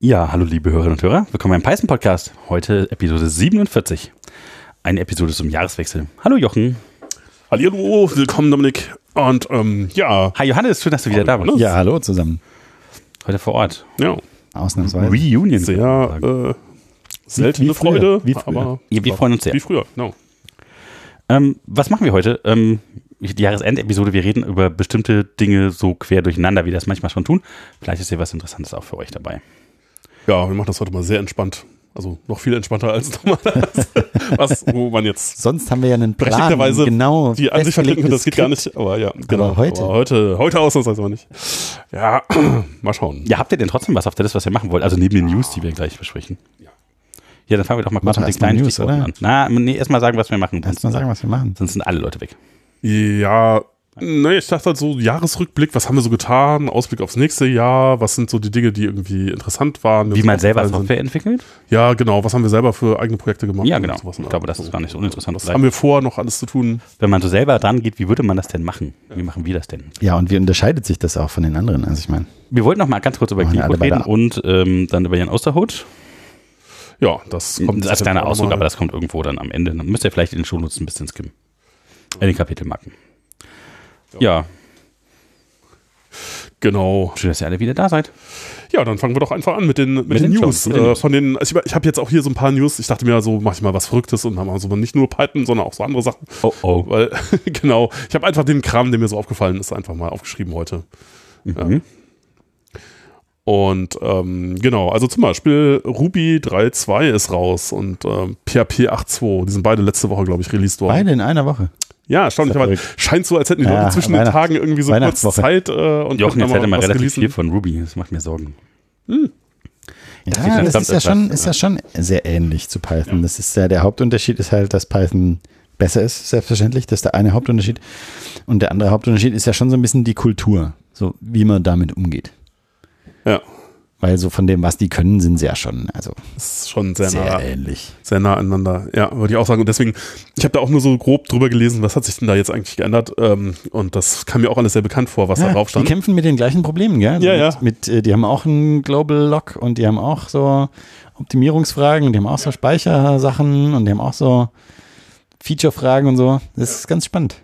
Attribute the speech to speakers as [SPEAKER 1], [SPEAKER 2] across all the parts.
[SPEAKER 1] Ja, hallo liebe Hörerinnen und Hörer, willkommen beim Python Podcast. Heute Episode 47. Eine Episode zum Jahreswechsel. Hallo Jochen.
[SPEAKER 2] Hallihallo, willkommen Dominik. Und ähm, ja,
[SPEAKER 1] Hi Johannes, schön, dass du wieder da bist.
[SPEAKER 2] Johannes.
[SPEAKER 3] Ja, hallo zusammen.
[SPEAKER 1] Heute vor Ort.
[SPEAKER 2] ja,
[SPEAKER 3] Ausnahmsweise.
[SPEAKER 1] Reunion. würde ich
[SPEAKER 2] sehr
[SPEAKER 1] sagen.
[SPEAKER 2] äh, seltene
[SPEAKER 3] wie früher,
[SPEAKER 2] Freude,
[SPEAKER 3] wie früher.
[SPEAKER 2] aber
[SPEAKER 1] Ja, wir freuen uns sehr.
[SPEAKER 2] wie früher, genau.
[SPEAKER 1] Ähm, was machen wir heute? Ähm, die Jahresendepisode, wir reden über bestimmte Dinge so quer durcheinander, wie wir das manchmal schon tun. Vielleicht ist hier was Interessantes auch für euch dabei.
[SPEAKER 2] Ja, wir machen das heute mal sehr entspannt. Also noch viel entspannter als damals. Was, wo man jetzt
[SPEAKER 3] Sonst haben wir ja einen Plan.
[SPEAKER 2] berechtigterweise
[SPEAKER 3] Genau.
[SPEAKER 2] die an sich verlinken, das
[SPEAKER 3] festgelegtes
[SPEAKER 2] geht gar nicht.
[SPEAKER 3] Skript.
[SPEAKER 2] Aber ja, genau.
[SPEAKER 3] heute.
[SPEAKER 2] Aber heute, heute ausnahmsweise mal nicht. Ja, mal schauen.
[SPEAKER 1] Ja, habt ihr denn trotzdem was auf der Liste, was ihr machen wollt? Also neben den News, die wir gleich besprechen. Ja. Ja, dann fangen wir doch mal kurz
[SPEAKER 3] Machen
[SPEAKER 1] mit den
[SPEAKER 3] erst mal
[SPEAKER 1] kleinen
[SPEAKER 3] News,
[SPEAKER 1] Stichworten
[SPEAKER 3] oder?
[SPEAKER 1] an. Na, nee, erstmal sagen, was wir machen.
[SPEAKER 3] Lass mal sagen, was wir machen.
[SPEAKER 1] Sonst sind alle Leute weg.
[SPEAKER 2] Ja, ne, ich dachte halt so, Jahresrückblick, was haben wir so getan, Ausblick aufs nächste Jahr, was sind so die Dinge, die irgendwie interessant waren.
[SPEAKER 1] Wie man selber
[SPEAKER 2] Sind.
[SPEAKER 1] Software entwickelt?
[SPEAKER 2] Ja, genau, was haben wir selber für eigene Projekte gemacht?
[SPEAKER 1] Ja,
[SPEAKER 2] und
[SPEAKER 1] genau.
[SPEAKER 2] sowas.
[SPEAKER 1] Ich glaube, das ist gar nicht so uninteressant.
[SPEAKER 2] Was Also, haben wir vor, noch alles zu tun?
[SPEAKER 1] Wenn man so selber dran geht, wie würde man das denn machen? Wie machen wir das denn?
[SPEAKER 3] Ja, und wie unterscheidet sich das auch von den anderen? Also ich meine,
[SPEAKER 1] Wir wollten noch mal ganz kurz über
[SPEAKER 3] Machen wir
[SPEAKER 1] Klingel
[SPEAKER 3] alle bei
[SPEAKER 1] reden
[SPEAKER 3] der-
[SPEAKER 1] und ähm, dann über Jan Osterhut.
[SPEAKER 2] Ja, das kommt.
[SPEAKER 1] Kommt als
[SPEAKER 2] jetzt
[SPEAKER 1] kleiner
[SPEAKER 2] auch
[SPEAKER 1] Ausdruck,
[SPEAKER 2] mal.
[SPEAKER 1] aber das kommt irgendwo dann am Ende. Dann müsst ihr vielleicht in den Shownotes ein bisschen skimmen. In den Kapitelmarken. Ja,
[SPEAKER 2] Genau.
[SPEAKER 1] schön, dass ihr alle wieder da seid.
[SPEAKER 2] Ja, dann fangen wir doch einfach an mit den, mit
[SPEAKER 1] Mit
[SPEAKER 2] den,
[SPEAKER 1] den
[SPEAKER 2] News.
[SPEAKER 1] Shows, mit den
[SPEAKER 2] äh,
[SPEAKER 1] News.
[SPEAKER 2] Von den, also ich ich habe jetzt auch hier so ein paar News. Ich dachte mir, so mache ich mal was Verrücktes und habe also nicht nur Python, sondern auch so andere Sachen.
[SPEAKER 1] Oh, oh.
[SPEAKER 2] Weil, genau, ich habe einfach den Kram, der mir so aufgefallen ist, einfach mal aufgeschrieben heute.
[SPEAKER 1] Mhm.
[SPEAKER 2] Und ähm, genau, also zum Beispiel Ruby 3.2 ist raus und ähm, PHP 8.2, die sind beide letzte Woche, glaube ich, released worden.
[SPEAKER 3] beide in einer Woche.
[SPEAKER 2] Ja, erstaunlicherweise.
[SPEAKER 3] Ist ja
[SPEAKER 2] Scheint so, als hätten die Leute
[SPEAKER 3] Ja,
[SPEAKER 2] zwischen den
[SPEAKER 3] Weihnachts-
[SPEAKER 2] Tagen irgendwie so kurz
[SPEAKER 3] Weihnachtswoche.
[SPEAKER 2] Zeit äh, und
[SPEAKER 1] Jochen
[SPEAKER 2] könnten da
[SPEAKER 1] erzählt immer
[SPEAKER 2] was
[SPEAKER 1] relativ
[SPEAKER 2] releasen.
[SPEAKER 1] viel von Ruby. Das macht mir Sorgen. dachte,
[SPEAKER 3] Ja,
[SPEAKER 1] das
[SPEAKER 3] das
[SPEAKER 1] stammt
[SPEAKER 3] ist ja,
[SPEAKER 1] etwas.
[SPEAKER 3] schon, ist ja schon sehr ähnlich zu Python. Das ist ja der Hauptunterschied ist halt, dass Python besser ist, selbstverständlich. Das ist der eine Hauptunterschied. Und der andere Hauptunterschied ist ja schon so ein bisschen die Kultur, so wie man damit umgeht.
[SPEAKER 2] Ja,
[SPEAKER 3] Weil so von dem, was die können, sind sie ja schon also
[SPEAKER 2] ist schon sehr,
[SPEAKER 3] sehr
[SPEAKER 2] nah,
[SPEAKER 3] ähnlich.
[SPEAKER 2] sehr nah aneinander. Ja, würde ich auch sagen. Und deswegen, ich habe da auch nur so grob drüber gelesen, was hat sich denn da jetzt eigentlich geändert. Ähm, und das kam mir auch alles sehr bekannt vor, was da drauf
[SPEAKER 3] Die
[SPEAKER 2] stand.
[SPEAKER 3] kämpfen mit den gleichen Problemen, gell? Also
[SPEAKER 2] Ja,
[SPEAKER 3] mit,
[SPEAKER 2] ja.
[SPEAKER 3] Mit, äh, die haben auch einen Global Lock und die haben auch so Optimierungsfragen, die haben auch so Speichersachen und die haben auch so Feature-Fragen und so. Das ist ganz spannend.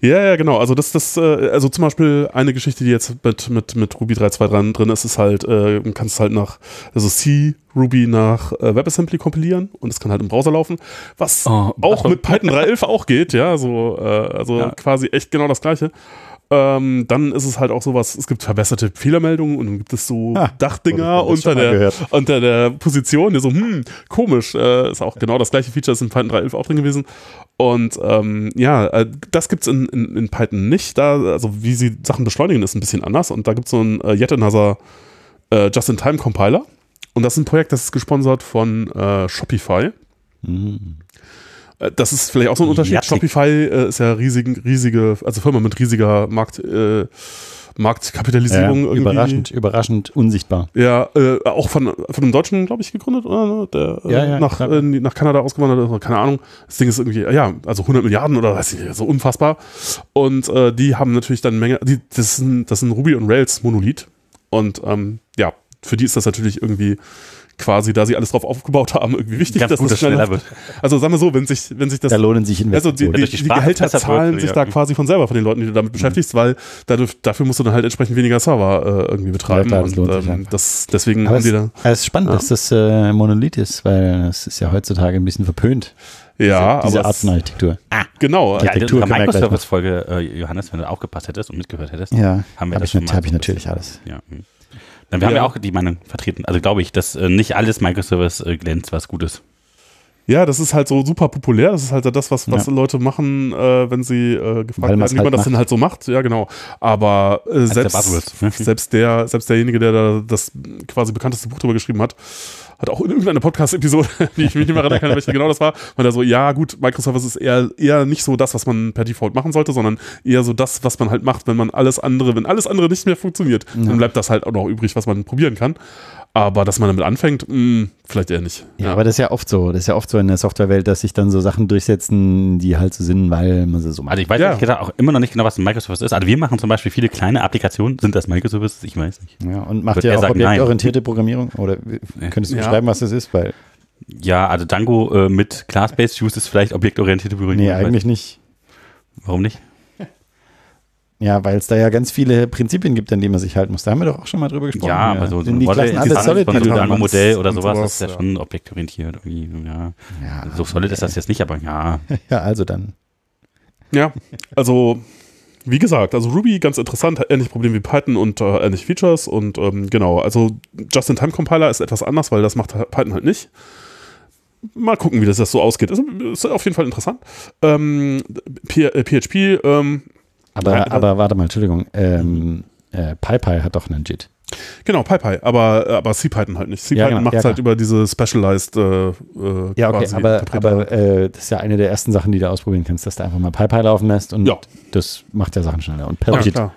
[SPEAKER 2] Ja, ja, genau. Also das, das, äh, also zum Beispiel eine Geschichte, die jetzt mit, mit, mit Ruby 3.2 dran drin ist, ist halt, äh, du kannst halt nach, also C Ruby nach äh, WebAssembly kompilieren und es kann halt im Browser laufen, was
[SPEAKER 1] Oh,
[SPEAKER 2] auch
[SPEAKER 1] also-
[SPEAKER 2] mit Python 3.11 auch geht, ja, so, äh, also
[SPEAKER 1] Ja.
[SPEAKER 2] quasi echt genau das gleiche. Ähm, dann ist es halt auch sowas, es gibt verbesserte Fehlermeldungen und dann gibt es so
[SPEAKER 3] Ha,
[SPEAKER 2] Dachdinger
[SPEAKER 3] wurde ich
[SPEAKER 2] unter
[SPEAKER 3] schon mal
[SPEAKER 2] der,
[SPEAKER 3] gehört.
[SPEAKER 2] unter der Position, die so, hm, komisch, äh, ist auch genau das gleiche Feature, ist in Python 3.11 auch drin gewesen. Und ähm, ja, äh, das gibt's in, in, in Python nicht. Da, also wie sie Sachen beschleunigen, ist ein bisschen anders. Und da gibt's so ein äh, Yet Another äh, Just-in-Time-Compiler. Und das ist ein Projekt, das ist gesponsert von äh, Shopify.
[SPEAKER 3] Mhm.
[SPEAKER 2] Äh, Das ist vielleicht auch so ein Unterschied.
[SPEAKER 1] Jatzik.
[SPEAKER 2] Shopify äh, ist ja riesig, riesige, also Firma mit riesiger Markt, äh, Marktkapitalisierung. irgendwie.
[SPEAKER 3] überraschend, überraschend unsichtbar.
[SPEAKER 2] Ja, äh, auch von, von einem Deutschen, glaube ich, gegründet, oder? Der, äh,
[SPEAKER 3] Ja, ja,
[SPEAKER 2] nach,
[SPEAKER 3] klar.
[SPEAKER 2] äh, nach Kanada ausgewandert ist, oder keine Ahnung. Das Ding ist irgendwie, ja, also 100 Milliarden oder weiß ich nicht, so unfassbar. Und äh, die haben natürlich dann eine Menge, die, das, ist ein, das ist ein Ruby und Rails Monolith. Und ähm, ja, für die ist das natürlich irgendwie quasi, da sie alles drauf aufgebaut haben, irgendwie wichtig,
[SPEAKER 1] Ganz gut, dass
[SPEAKER 2] schneller-
[SPEAKER 1] schneller wird.
[SPEAKER 2] Also sagen wir so, wenn sich, wenn sich das
[SPEAKER 3] Da lohnen sich
[SPEAKER 2] also die,
[SPEAKER 3] Investitionen.
[SPEAKER 2] die,
[SPEAKER 1] durch die
[SPEAKER 2] die
[SPEAKER 1] Sprache
[SPEAKER 2] Gehälter
[SPEAKER 1] verbessert
[SPEAKER 2] zahlen
[SPEAKER 1] wird,
[SPEAKER 2] sich
[SPEAKER 1] ja.
[SPEAKER 2] da quasi von selber von den Leuten, die du damit beschäftigst, weil dadurch, dafür musst du dann halt entsprechend weniger Server äh, irgendwie betreiben.
[SPEAKER 3] klar, das lohnt
[SPEAKER 2] und,
[SPEAKER 3] sich
[SPEAKER 2] ähm,
[SPEAKER 3] einfach.
[SPEAKER 2] das, deswegen
[SPEAKER 3] aber
[SPEAKER 2] haben
[SPEAKER 3] es,
[SPEAKER 2] sie da.
[SPEAKER 3] aber es ist spannend, dass das äh, Monolith ist, weil es ist ja heutzutage ein bisschen verpönt,
[SPEAKER 2] Ja,
[SPEAKER 3] diese
[SPEAKER 2] aber
[SPEAKER 3] Art von
[SPEAKER 2] es,
[SPEAKER 3] Architektur.
[SPEAKER 1] Ah.
[SPEAKER 2] genau.
[SPEAKER 1] Ja, in
[SPEAKER 3] Architektur
[SPEAKER 1] unserer
[SPEAKER 3] können wir gleich noch.
[SPEAKER 1] Microservice-Folge, äh, Johannes, wenn du aufgepasst hättest und mitgehört hättest,
[SPEAKER 3] Ja,
[SPEAKER 1] haben wir das
[SPEAKER 3] hab ich,
[SPEAKER 1] schon
[SPEAKER 3] nat-
[SPEAKER 1] mal
[SPEAKER 3] hab
[SPEAKER 1] so
[SPEAKER 3] ich
[SPEAKER 1] ein
[SPEAKER 3] natürlich alles.
[SPEAKER 1] Ja. mhm. Dann wir haben
[SPEAKER 2] Ja.
[SPEAKER 1] ja auch die Meinung vertreten. Also glaube ich, dass äh, nicht alles Microservice äh, glänzt, was gut ist.
[SPEAKER 2] Ja, das ist halt so super populär. Das ist halt das, was, was Leute machen, äh, wenn sie äh, gefragt
[SPEAKER 3] Weil
[SPEAKER 2] werden,
[SPEAKER 3] man's
[SPEAKER 2] wie man
[SPEAKER 3] halt
[SPEAKER 2] das denn halt so macht. Ja, genau. Aber äh,
[SPEAKER 1] der
[SPEAKER 2] selbst,
[SPEAKER 1] Buzzword, ne?
[SPEAKER 2] selbst, der, selbst derjenige, der da das quasi bekannteste Buch drüber geschrieben hat, hat auch in irgendeiner Podcast-Episode, die ich mich nicht mehr erinnern kann, welche genau das war, weil er so, ja gut, Microservice ist eher, eher nicht so das, was man per Default machen sollte, sondern eher so das, was man halt macht, wenn man alles andere, wenn alles andere nicht mehr funktioniert, dann bleibt das halt auch noch übrig, was man probieren kann. Aber dass man damit anfängt, mh, vielleicht eher nicht.
[SPEAKER 3] Ja, aber das ist ja oft so. Das ist ja oft so in der Softwarewelt, dass sich dann so Sachen durchsetzen, die halt so sind, weil man sie so macht.
[SPEAKER 1] Also ich weiß
[SPEAKER 2] Ja.
[SPEAKER 1] ehrlich gesagt auch immer noch nicht genau, was ein Microservice ist. Also wir machen zum Beispiel viele kleine Applikationen. Sind das Microservices? Ich weiß nicht.
[SPEAKER 3] Ja, und macht
[SPEAKER 1] Wird
[SPEAKER 3] ja
[SPEAKER 1] er
[SPEAKER 3] auch
[SPEAKER 1] sagen, nein.
[SPEAKER 3] objektorientierte Programmierung. Oder wie- könntest du
[SPEAKER 2] Ja.
[SPEAKER 3] beschreiben, was das ist? Weil,
[SPEAKER 1] Ja, also Django äh, mit Class-Based Use ist vielleicht objektorientierte Berührung.
[SPEAKER 3] nee, eigentlich nicht.
[SPEAKER 1] Warum nicht?
[SPEAKER 3] Ja, weil es da ja ganz viele Prinzipien gibt, an denen man sich halten muss. Da haben wir doch auch schon mal drüber gesprochen.
[SPEAKER 1] Ja, aber so, so
[SPEAKER 3] sind die Klassen alle solid, die du
[SPEAKER 1] ein
[SPEAKER 3] haben.
[SPEAKER 1] Modell oder
[SPEAKER 2] und
[SPEAKER 1] sowas, das ist ja,
[SPEAKER 2] sowas, ja.
[SPEAKER 1] schon objektorientiert irgendwie. Ja.
[SPEAKER 3] Ja,
[SPEAKER 1] So solid ist das jetzt nicht, aber ja.
[SPEAKER 3] ja, also dann.
[SPEAKER 2] Ja, also wie gesagt, also Ruby ganz interessant, hat ähnliche Probleme wie Python und äh, ähnliche Features und ähm, genau, also Just-in-Time-Compiler ist etwas anders, weil das macht Python halt nicht. Mal gucken, wie das, das so ausgeht. Ist, ist auf jeden Fall interessant. Ähm, P äh, PHP, ähm,
[SPEAKER 3] Aber,
[SPEAKER 2] Ja, aber-
[SPEAKER 3] aber warte mal, Entschuldigung. Ähm, äh, PyPy hat doch einen JIT.
[SPEAKER 2] genau, PyPy, aber, aber C-Python halt nicht. C-Python
[SPEAKER 3] genau,
[SPEAKER 2] macht
[SPEAKER 3] ja,
[SPEAKER 2] es halt
[SPEAKER 3] klar.
[SPEAKER 2] über diese Specialized äh, äh,
[SPEAKER 3] Ja, okay,
[SPEAKER 2] quasi
[SPEAKER 3] aber,
[SPEAKER 2] Interpreter.
[SPEAKER 3] aber äh, das ist ja eine der ersten Sachen, die du ausprobieren kannst, dass du einfach mal PyPy laufen lässt und
[SPEAKER 2] Ja.
[SPEAKER 3] das macht ja Sachen schneller. Und per
[SPEAKER 2] ja,
[SPEAKER 3] JIT
[SPEAKER 2] klar.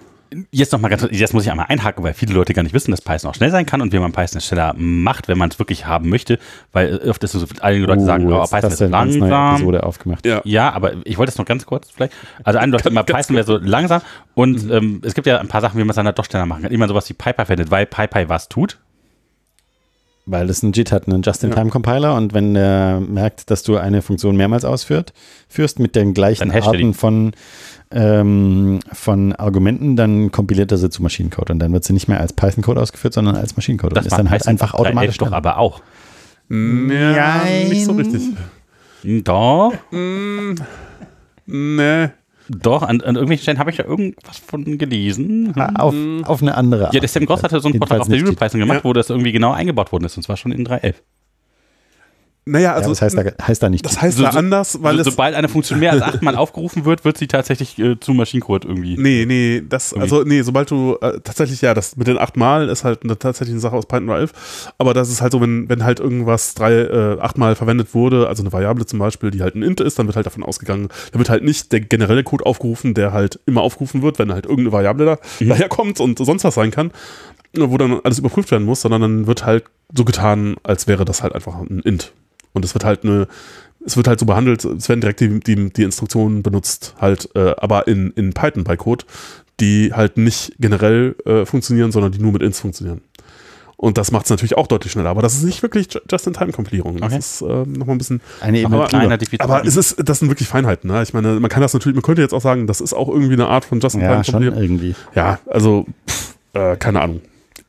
[SPEAKER 1] Jetzt noch mal ganz, jetzt muss ich einmal einhaken, weil viele Leute gar nicht wissen, dass Python auch schnell sein kann und wie man Python schneller macht, wenn man es wirklich haben möchte, weil äh, oft ist es so, einige Leute sagen,
[SPEAKER 3] Oh,
[SPEAKER 1] oh,
[SPEAKER 3] jetzt
[SPEAKER 1] Python
[SPEAKER 3] hast
[SPEAKER 1] ist
[SPEAKER 3] du eine ganz neue
[SPEAKER 1] langsam.
[SPEAKER 3] Episode aufgemacht.
[SPEAKER 2] Ja.
[SPEAKER 1] Ja, aber ich wollte es noch ganz kurz vielleicht. Also ein läuft immer Python wäre so langsam und
[SPEAKER 3] Mhm.
[SPEAKER 1] ähm, es gibt ja ein paar Sachen, wie man es dann halt doch schneller machen kann. Immer sowas wie PyPy verwendet, weil PyPy was tut.
[SPEAKER 3] Weil das ein JIT hat, einen Just-in-Time-Compiler und wenn er merkt, dass du eine Funktion mehrmals ausführt, führst mit den gleichen
[SPEAKER 1] Dann hasht er die.
[SPEAKER 3] Arten von, ähm, von Argumenten, dann kompiliert er sie zu Maschinencode und dann wird sie nicht mehr als Python-Code ausgeführt, sondern als Maschinencode und ist
[SPEAKER 1] macht
[SPEAKER 3] dann halt
[SPEAKER 1] Python
[SPEAKER 3] einfach
[SPEAKER 1] mit 3.11
[SPEAKER 3] automatisch
[SPEAKER 1] doch
[SPEAKER 3] schneller.
[SPEAKER 1] aber auch.
[SPEAKER 2] Ja, nicht so richtig.
[SPEAKER 1] Hm, Doch,
[SPEAKER 2] Nee.
[SPEAKER 1] doch, an, an irgendwelchen Stellen habe ich da irgendwas von gelesen.
[SPEAKER 3] Ah, auf, auf eine andere Art.
[SPEAKER 1] Mhm. Ja, der Sam Gross hatte so einen Vortrag
[SPEAKER 3] Jedenfalls
[SPEAKER 1] auf der
[SPEAKER 3] nicht JIT.
[SPEAKER 1] Unipython gemacht,
[SPEAKER 2] Ja.
[SPEAKER 1] wo das irgendwie genau eingebaut worden ist und zwar schon in 3.11.
[SPEAKER 2] Naja,
[SPEAKER 3] Ja,
[SPEAKER 2] also
[SPEAKER 3] aber das heißt da, heißt da nicht
[SPEAKER 2] das heißt
[SPEAKER 1] So-
[SPEAKER 2] da
[SPEAKER 1] so-
[SPEAKER 2] anders, weil
[SPEAKER 1] so,
[SPEAKER 2] es
[SPEAKER 1] sobald eine Funktion mehr als achtmal aufgerufen wird, wird sie tatsächlich äh, zu Maschinencode irgendwie.
[SPEAKER 2] Nee, nee, das, also, nee, sobald du äh, tatsächlich, ja, das mit den acht Mal ist halt eine, tatsächlich eine Sache aus Python 11. Aber das ist halt so, wenn, wenn halt irgendwas drei, äh, achtmal verwendet wurde, also eine Variable zum Beispiel, die halt ein Int ist, dann wird halt davon ausgegangen, da wird halt nicht der generelle Code aufgerufen, der halt immer aufgerufen wird, wenn halt irgendeine Variable da, daherkommt und sonst was sein kann, wo dann alles überprüft werden muss, sondern dann wird halt so getan, als wäre das halt einfach ein Int. Und es wird halt eine, es wird halt so behandelt, es werden direkt die, die, die Instruktionen benutzt, halt, äh, aber in, in Python bei Code, die halt nicht generell äh, funktionieren, sondern die nur mit Ints funktionieren. Und das macht es natürlich auch deutlich schneller, aber das ist nicht wirklich Ju- Just-in-Time-Compilierung. Das
[SPEAKER 1] Okay.
[SPEAKER 2] ist äh, nochmal ein bisschen.
[SPEAKER 3] eine Ebene
[SPEAKER 2] Aber-
[SPEAKER 3] drüber.
[SPEAKER 1] Nein, hatte ich wieder-
[SPEAKER 2] Aber es ist, das sind wirklich Feinheiten, ne? Ich meine, man kann das natürlich, man könnte jetzt auch sagen, das ist auch irgendwie eine Art von
[SPEAKER 3] Ja, schon
[SPEAKER 2] Just-in-Time-Compilierung.
[SPEAKER 3] irgendwie.
[SPEAKER 2] Ja, also, pff, äh, keine Ahnung.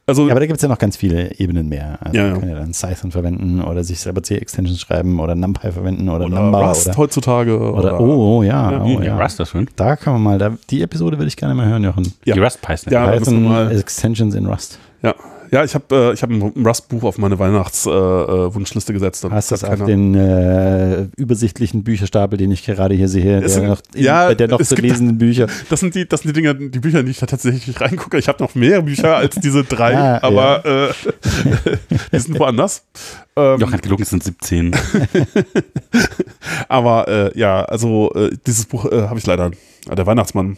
[SPEAKER 2] Also,
[SPEAKER 3] Ja, aber da gibt es ja noch ganz viele Ebenen mehr. Also
[SPEAKER 2] Ja,
[SPEAKER 3] man
[SPEAKER 2] ja.
[SPEAKER 3] kann ja dann Python verwenden oder sich selber C-Extensions schreiben oder NumPy verwenden oder,
[SPEAKER 2] oder
[SPEAKER 3] Number
[SPEAKER 2] äh, Rust
[SPEAKER 3] oder,
[SPEAKER 2] heutzutage.
[SPEAKER 3] oder, oh, oh, ja,
[SPEAKER 2] Ja,
[SPEAKER 3] oh,
[SPEAKER 1] ja,
[SPEAKER 3] ja.
[SPEAKER 1] Rust ist schön.
[SPEAKER 3] Da kann man mal, da, die Episode würde ich gerne mal hören, Jochen.
[SPEAKER 2] Ja.
[SPEAKER 1] Die Rust-Python.
[SPEAKER 2] Ja, da müssen wir
[SPEAKER 3] Python
[SPEAKER 2] mal-
[SPEAKER 3] Extensions in Rust.
[SPEAKER 2] Ja, ja ich habe äh, ich hab ein Rust-Buch auf meine Weihnachtswunschliste äh, Wunschliste gesetzt.
[SPEAKER 3] Hast du das auf
[SPEAKER 2] keiner-
[SPEAKER 3] den äh, übersichtlichen Bücherstapel, den ich gerade hier sehe, der
[SPEAKER 2] Es sind-
[SPEAKER 3] noch,
[SPEAKER 2] ja,
[SPEAKER 3] der noch
[SPEAKER 2] es
[SPEAKER 3] zu
[SPEAKER 2] gibt-
[SPEAKER 3] lesenden Bücher.
[SPEAKER 2] das sind die, das sind die Dinger, die Bücher, in die ich da tatsächlich reingucke. Ich habe noch mehr Bücher als diese drei,
[SPEAKER 3] Ah, ja.
[SPEAKER 2] aber äh, die sind woanders. Ähm,
[SPEAKER 1] Jochen hat gelogen, es sind 17.
[SPEAKER 2] aber äh, ja, also äh, dieses Buch äh, habe ich leider. Ah, Der Weihnachtsmann.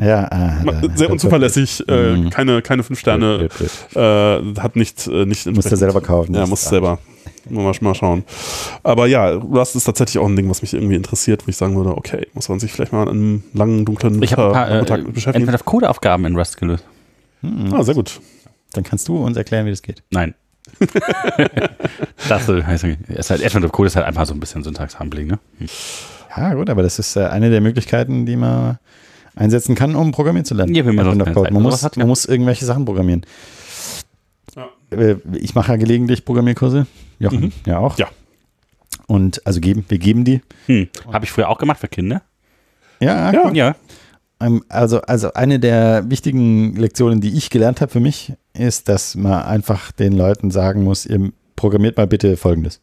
[SPEAKER 3] Ja, ah,
[SPEAKER 2] Ma-
[SPEAKER 3] da-
[SPEAKER 2] Sehr unzuverlässig, äh,
[SPEAKER 3] Mhm.
[SPEAKER 2] keine, keine fünf Sterne,
[SPEAKER 3] Blöd, blöd, blöd.
[SPEAKER 2] äh, hat nicht, äh, nicht
[SPEAKER 3] Musst du
[SPEAKER 2] entsprechend-
[SPEAKER 3] selber kaufen.
[SPEAKER 2] Ja,
[SPEAKER 3] das
[SPEAKER 2] muss
[SPEAKER 3] ist-
[SPEAKER 2] selber. Mal, mal- mal schauen. Aber ja, Rust ist tatsächlich auch ein Ding, was mich irgendwie interessiert, wo ich sagen würde, okay, muss man sich vielleicht mal an einem langen, dunklen
[SPEAKER 1] Ich habe ein paar
[SPEAKER 2] Winter-
[SPEAKER 1] äh,
[SPEAKER 2] beschäftigen.
[SPEAKER 1] entweder Codeaufgaben in Rust gelöst.
[SPEAKER 3] Hm,
[SPEAKER 2] Ah, sehr gut.
[SPEAKER 3] dann kannst du uns erklären, wie das geht.
[SPEAKER 1] Nein. das äh, heißt, ist halt, Advent of Code ist halt einfach so ein bisschen Syntax-Humbling, ne?
[SPEAKER 3] Ja, gut, aber das ist äh, eine der Möglichkeiten, die man einsetzen kann, um programmieren zu lernen.
[SPEAKER 1] Ja, wenn man
[SPEAKER 3] Einfach
[SPEAKER 1] sonst
[SPEAKER 3] noch
[SPEAKER 1] keine
[SPEAKER 3] Code.
[SPEAKER 1] Zeit
[SPEAKER 3] man,
[SPEAKER 1] oder
[SPEAKER 3] muss,
[SPEAKER 1] was hat,
[SPEAKER 3] man
[SPEAKER 1] ja.
[SPEAKER 3] muss irgendwelche Sachen programmieren.
[SPEAKER 2] Ja.
[SPEAKER 3] Äh, Ich mache ja gelegentlich Programmierkurse. Jochen,
[SPEAKER 2] Mhm.
[SPEAKER 3] ja auch.
[SPEAKER 2] Ja.
[SPEAKER 3] Und also geben, wir geben die.
[SPEAKER 1] Hm. Habe ich früher auch gemacht für Kinder.
[SPEAKER 3] Ja,
[SPEAKER 2] Ja.
[SPEAKER 1] Ja.
[SPEAKER 3] Ähm, Also, also eine der wichtigen Lektionen, die ich gelernt habe für mich, ist, dass man einfach den Leuten sagen muss, ihr programmiert mal bitte Folgendes.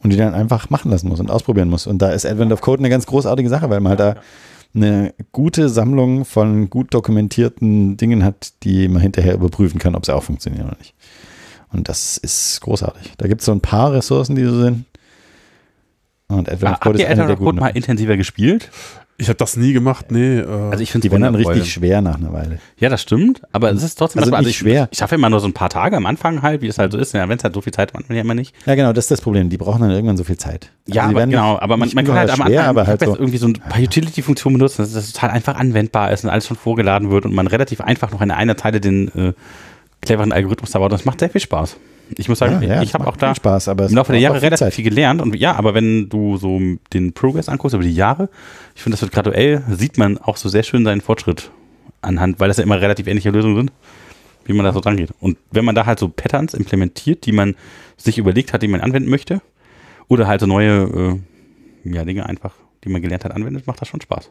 [SPEAKER 3] Und die dann einfach machen lassen muss und ausprobieren muss. Und da ist Advent of Code eine ganz großartige Sache, weil man halt da eine gute Sammlung von gut dokumentierten Dingen hat, die man hinterher überprüfen kann, ob sie auch funktionieren oder nicht. Und das ist großartig. Da gibt es so ein paar Ressourcen, die so sind. Und Advent of
[SPEAKER 1] Habt
[SPEAKER 3] Code
[SPEAKER 1] ihr
[SPEAKER 3] ist eine
[SPEAKER 1] Ah, Advent
[SPEAKER 3] der
[SPEAKER 1] of Code
[SPEAKER 3] guten.
[SPEAKER 1] mal intensiver gespielt?
[SPEAKER 2] Ich habe das nie gemacht, nee. Äh,
[SPEAKER 1] Also ich finde
[SPEAKER 3] Die werden dann richtig schwer nach einer Weile.
[SPEAKER 1] Ja, das stimmt, aber es ist trotzdem
[SPEAKER 3] Also
[SPEAKER 1] machbar.
[SPEAKER 3] nicht
[SPEAKER 1] ich,
[SPEAKER 3] schwer.
[SPEAKER 1] Ich schaffe immer nur so ein paar Tage am Anfang halt, wie es halt so ist. Ja, Wenn es halt so viel Zeit hat, man ja immer nicht.
[SPEAKER 3] Ja, genau, das ist das Problem. Die brauchen dann irgendwann so viel Zeit.
[SPEAKER 1] Ja,
[SPEAKER 3] Also die
[SPEAKER 1] aber,
[SPEAKER 3] werden
[SPEAKER 1] genau, aber man,
[SPEAKER 3] nicht
[SPEAKER 1] man kann halt am
[SPEAKER 3] ungeheuer
[SPEAKER 1] Anfang
[SPEAKER 3] schwer, aber
[SPEAKER 1] ich
[SPEAKER 3] halt
[SPEAKER 1] hab jetzt
[SPEAKER 3] so.
[SPEAKER 1] irgendwie so ein paar Utility-Funktionen benutzen, dass das total einfach anwendbar ist und alles schon vorgeladen wird und man relativ einfach noch in einer Zeile den äh, cleveren Algorithmus da baut. Das macht sehr viel Spaß. Ich muss sagen,
[SPEAKER 3] ja,
[SPEAKER 1] ich
[SPEAKER 3] das
[SPEAKER 1] habe
[SPEAKER 3] macht
[SPEAKER 1] auch da
[SPEAKER 3] viel Spaß, aber es
[SPEAKER 1] im Laufe der
[SPEAKER 3] braucht
[SPEAKER 1] Jahre
[SPEAKER 3] auch viel
[SPEAKER 1] relativ
[SPEAKER 3] Zeit.
[SPEAKER 1] viel gelernt. Und ja, aber wenn du so den Progress anguckst über die Jahre, ich finde, das wird graduell, sieht man auch so sehr schön seinen Fortschritt anhand, weil das ja immer relativ ähnliche Lösungen sind, wie man da so dran geht. Und wenn man da halt so Patterns implementiert, die man sich überlegt hat, die man anwenden möchte, oder halt so neue äh, ja, Dinge einfach, die man gelernt hat, anwendet, macht das schon Spaß.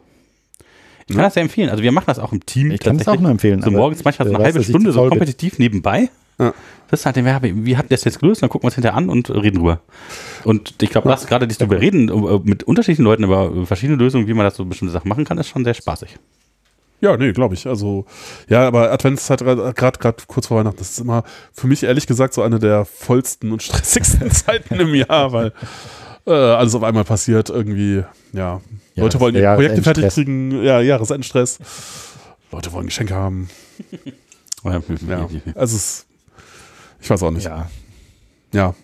[SPEAKER 1] Ich kann das sehr empfehlen. Also wir machen das auch im Team.
[SPEAKER 3] Ich kann es auch
[SPEAKER 1] tatsächlich.
[SPEAKER 3] nur empfehlen.
[SPEAKER 1] So
[SPEAKER 3] aber
[SPEAKER 1] morgens manchmal so
[SPEAKER 3] du
[SPEAKER 1] eine halbe
[SPEAKER 3] weißt, dass Also
[SPEAKER 1] Stunde
[SPEAKER 3] ich zu
[SPEAKER 1] so
[SPEAKER 3] faul bin.
[SPEAKER 1] kompetitiv nebenbei.
[SPEAKER 2] Ja.
[SPEAKER 1] Das ist halt, ja, wie habt ihr das jetzt gelöst? Dann gucken wir uns hinterher an und reden drüber. Und ich glaube, das gerade, dieses drüber reden, äh, mit unterschiedlichen Leuten über verschiedene Lösungen, wie man das so bestimmte Sachen machen kann, ist schon sehr spaßig.
[SPEAKER 2] Ja, nee, glaube ich. Also, ja, aber Adventszeit, gerade gerade kurz vor Weihnachten, das ist immer für mich ehrlich gesagt so eine der vollsten und stressigsten Zeiten im Jahr, weil äh, alles auf einmal passiert irgendwie. Ja,
[SPEAKER 3] Ja,
[SPEAKER 2] Leute wollen
[SPEAKER 3] der
[SPEAKER 2] ihre Projekte
[SPEAKER 3] Jahresendstress.
[SPEAKER 2] fertig kriegen, ja, Jahresendstress. Leute wollen Geschenke haben. Ja, also es, ich weiß auch nicht. Ja.
[SPEAKER 3] Ja.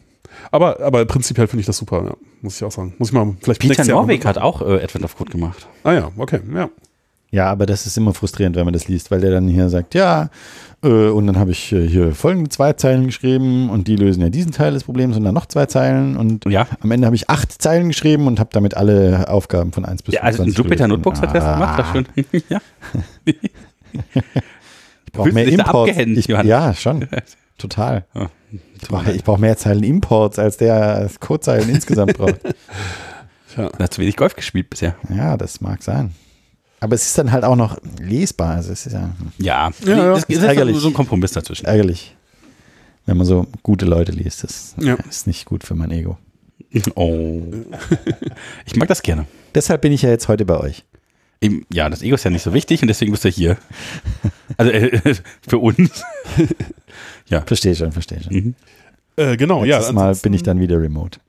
[SPEAKER 2] Aber, aber prinzipiell finde ich das super, ja. muss ich auch sagen. Muss ich mal vielleicht
[SPEAKER 1] Peter
[SPEAKER 2] nächstes Jahr mal
[SPEAKER 1] Norweg hat auch äh, Advent of Code gemacht.
[SPEAKER 2] mit- Ah ja, okay, ja.
[SPEAKER 3] ja, aber das ist immer frustrierend, wenn man das liest, weil der dann hier sagt, ja, äh, und dann habe ich äh, hier folgende zwei Zeilen geschrieben und die lösen ja diesen Teil des Problems und dann noch zwei Zeilen und
[SPEAKER 1] Ja.
[SPEAKER 3] am Ende habe ich acht Zeilen geschrieben und habe damit alle Aufgaben von 1 bis
[SPEAKER 1] Ja, also in
[SPEAKER 3] 25
[SPEAKER 1] Jupyter
[SPEAKER 3] gelöst.
[SPEAKER 1] Notebooks hat er das
[SPEAKER 3] Ah,
[SPEAKER 1] gemacht, das schön. ja.
[SPEAKER 3] Ich brauche
[SPEAKER 1] Fühlst
[SPEAKER 3] mehr
[SPEAKER 1] du dich da
[SPEAKER 3] Imports.
[SPEAKER 1] abgehändigt,
[SPEAKER 3] ich,
[SPEAKER 1] Johann?
[SPEAKER 3] ja, schon. Total.
[SPEAKER 1] Ja.
[SPEAKER 3] Ich brauche ich brauch mehr Zeilen Imports, als der Codezeilen insgesamt braucht.
[SPEAKER 1] Da hat zu wenig Golf gespielt bisher.
[SPEAKER 3] Ja, das mag sein. Aber es ist dann halt auch noch lesbar. Also es ist ja hm,
[SPEAKER 1] Ja,
[SPEAKER 2] ja.
[SPEAKER 1] das, das ist halt
[SPEAKER 3] Ärgerlich. Äh.
[SPEAKER 1] so ein Kompromiss dazwischen.
[SPEAKER 3] ärgerlich, wenn man so gute Leute liest. Das
[SPEAKER 2] Ja.
[SPEAKER 3] ist nicht gut für mein Ego.
[SPEAKER 1] Oh. Ich mag das gerne.
[SPEAKER 3] Deshalb bin ich ja jetzt heute bei euch.
[SPEAKER 1] Eben, ja, das Ego ist ja nicht so wichtig und deswegen bist du hier. Also äh, für uns.
[SPEAKER 3] Verstehe schon, verstehe schon.
[SPEAKER 2] Äh,
[SPEAKER 1] Oh,
[SPEAKER 2] genau, ja.
[SPEAKER 3] Letztes Mal bin ich dann wieder remote.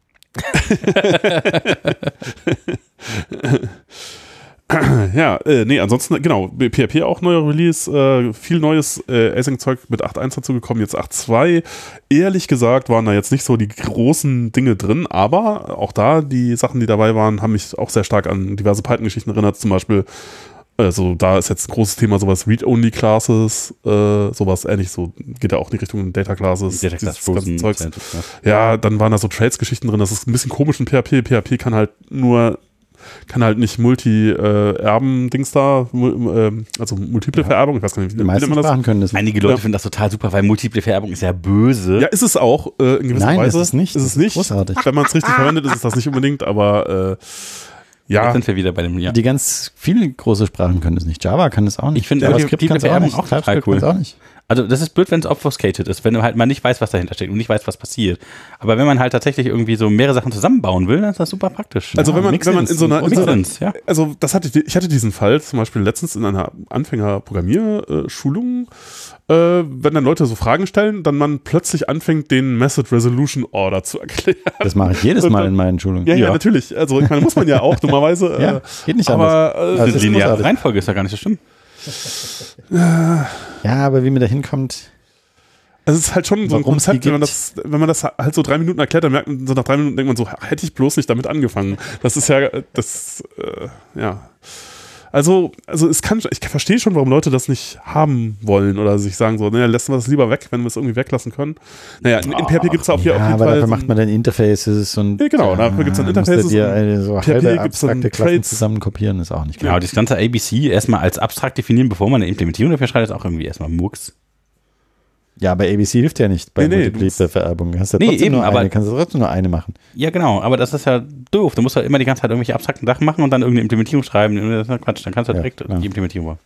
[SPEAKER 2] Ja, äh, nee, ansonsten, genau, PHP auch neuer Release, äh, viel neues äh, Async-Zeug mit 8.1 dazu gekommen, jetzt 8.2. Ehrlich gesagt waren da jetzt nicht so die großen Dinge drin, aber auch da, die Sachen, die dabei waren, haben mich auch sehr stark an diverse Python-Geschichten erinnert, zum Beispiel, also da ist jetzt ein großes Thema sowas Read-Only-Classes, äh, sowas ähnlich, so geht ja auch in die Richtung Data-Classes,
[SPEAKER 1] Direkt das
[SPEAKER 2] dieses ganze
[SPEAKER 1] Frozen. ne?
[SPEAKER 2] Zeugs. Ja, dann waren da so Trades-Geschichten drin. Das ist ein bisschen komisch in PHP. PHP kann halt nur, kann halt nicht Multi-Erben-Dings da, mu- ähm, also multiple Vererbung. Ich weiß gar nicht, wie
[SPEAKER 3] Die
[SPEAKER 2] nennt
[SPEAKER 3] meisten
[SPEAKER 2] man das?
[SPEAKER 3] Sprachen können das.
[SPEAKER 1] Einige Leute
[SPEAKER 2] Ja.
[SPEAKER 1] finden das total super, weil multiple Vererbung ist ja böse.
[SPEAKER 2] Ja, ist es auch äh, in gewisser
[SPEAKER 3] Nein, ist
[SPEAKER 2] Weise.
[SPEAKER 3] es nicht.
[SPEAKER 2] Ist es nicht.
[SPEAKER 3] Großartig.
[SPEAKER 2] Wenn man es richtig verwendet, ist es das nicht unbedingt, aber äh,
[SPEAKER 1] Jetzt
[SPEAKER 2] ja.
[SPEAKER 1] sind wir wieder bei dem ja.
[SPEAKER 3] Die ganz viele große Sprachen können das nicht. Java kann das auch nicht.
[SPEAKER 1] Ich finde
[SPEAKER 3] JavaScript
[SPEAKER 1] die
[SPEAKER 3] kann es auch
[SPEAKER 1] Bewerbung
[SPEAKER 3] nicht.
[SPEAKER 1] auch total
[SPEAKER 3] TypeScript
[SPEAKER 1] cool.
[SPEAKER 3] kann's auch nicht.
[SPEAKER 1] Also das ist blöd, wenn es obfuscated ist, wenn du halt mal nicht weißt, was dahinter steckt und nicht weißt, was passiert. Aber wenn man halt tatsächlich irgendwie so mehrere Sachen zusammenbauen will, dann ist das super praktisch.
[SPEAKER 2] Also wenn man,
[SPEAKER 3] Mixins
[SPEAKER 2] wenn man in so einer,
[SPEAKER 3] und
[SPEAKER 2] in so einer
[SPEAKER 1] Mixins, ja.
[SPEAKER 2] also das hatte ich, ich hatte diesen Fall zum Beispiel letztens in einer Anfänger-Programmierschulung, äh, wenn dann Leute so Fragen stellen, dann man plötzlich anfängt, den Method Resolution Order zu erklären.
[SPEAKER 3] Das mache ich jedes Mal in meinen Schulungen.
[SPEAKER 2] Ja, ja, natürlich. Also ich meine, muss man ja auch dummerweise.
[SPEAKER 3] Ja,
[SPEAKER 2] äh,
[SPEAKER 3] geht nicht
[SPEAKER 2] aber,
[SPEAKER 3] anders.
[SPEAKER 2] äh,
[SPEAKER 3] Also,
[SPEAKER 1] die
[SPEAKER 3] das ist
[SPEAKER 1] lineare
[SPEAKER 3] großartig.
[SPEAKER 1] Reihenfolge ist ja gar nicht so schlimm.
[SPEAKER 3] ja, aber wie man da hinkommt,
[SPEAKER 2] Also es ist halt schon so ein
[SPEAKER 3] Warum es die
[SPEAKER 2] Konzept, wenn man, das,
[SPEAKER 3] gibt?
[SPEAKER 2] wenn man das halt so drei Minuten erklärt, dann merkt man, so nach drei Minuten denkt man so, hätte ich bloß nicht damit angefangen. Das ist ja, das, äh, ja. Also, also es kann, ich verstehe schon, warum Leute das nicht haben wollen oder sich sagen so, naja, lassen wir das lieber weg, wenn wir es irgendwie weglassen können. Naja, in, in PHP gibt es auch hier auf
[SPEAKER 3] ja,
[SPEAKER 2] jeden
[SPEAKER 3] aber
[SPEAKER 2] Fall.
[SPEAKER 3] dafür
[SPEAKER 2] so
[SPEAKER 3] macht man dann Interfaces und. äh,
[SPEAKER 2] Ja, genau, dafür gibt's dann
[SPEAKER 3] musst du
[SPEAKER 2] Interfaces
[SPEAKER 3] Dir
[SPEAKER 2] und
[SPEAKER 3] eine so
[SPEAKER 2] PHP
[SPEAKER 3] halbe
[SPEAKER 2] gibt's dann
[SPEAKER 3] abstrakte Klassen
[SPEAKER 2] Trades.
[SPEAKER 3] zusammen kopieren ist auch nicht
[SPEAKER 1] Genau, das ganze ABC erstmal als abstrakt definieren, bevor man eine Implementierung dafür schreibt, ist auch irgendwie erstmal Murks.
[SPEAKER 3] Ja, aber ABC hilft ja nicht bei
[SPEAKER 2] Nee, nee,
[SPEAKER 3] nee,
[SPEAKER 2] du
[SPEAKER 3] multiplizierter Vererbung. Hast ja
[SPEAKER 1] Nee,
[SPEAKER 3] trotzdem
[SPEAKER 1] eben,
[SPEAKER 3] nur
[SPEAKER 1] aber-
[SPEAKER 3] eine, kannst du trotzdem nur eine machen.
[SPEAKER 1] Ja, genau, aber das ist ja doof. Du musst halt immer die ganze Zeit irgendwelche abstrakten Sachen machen und dann irgendeine Implementierung schreiben. Das ist ja Quatsch, dann kannst du
[SPEAKER 3] Ja,
[SPEAKER 1] direkt
[SPEAKER 3] klar.
[SPEAKER 1] die Implementierung machen.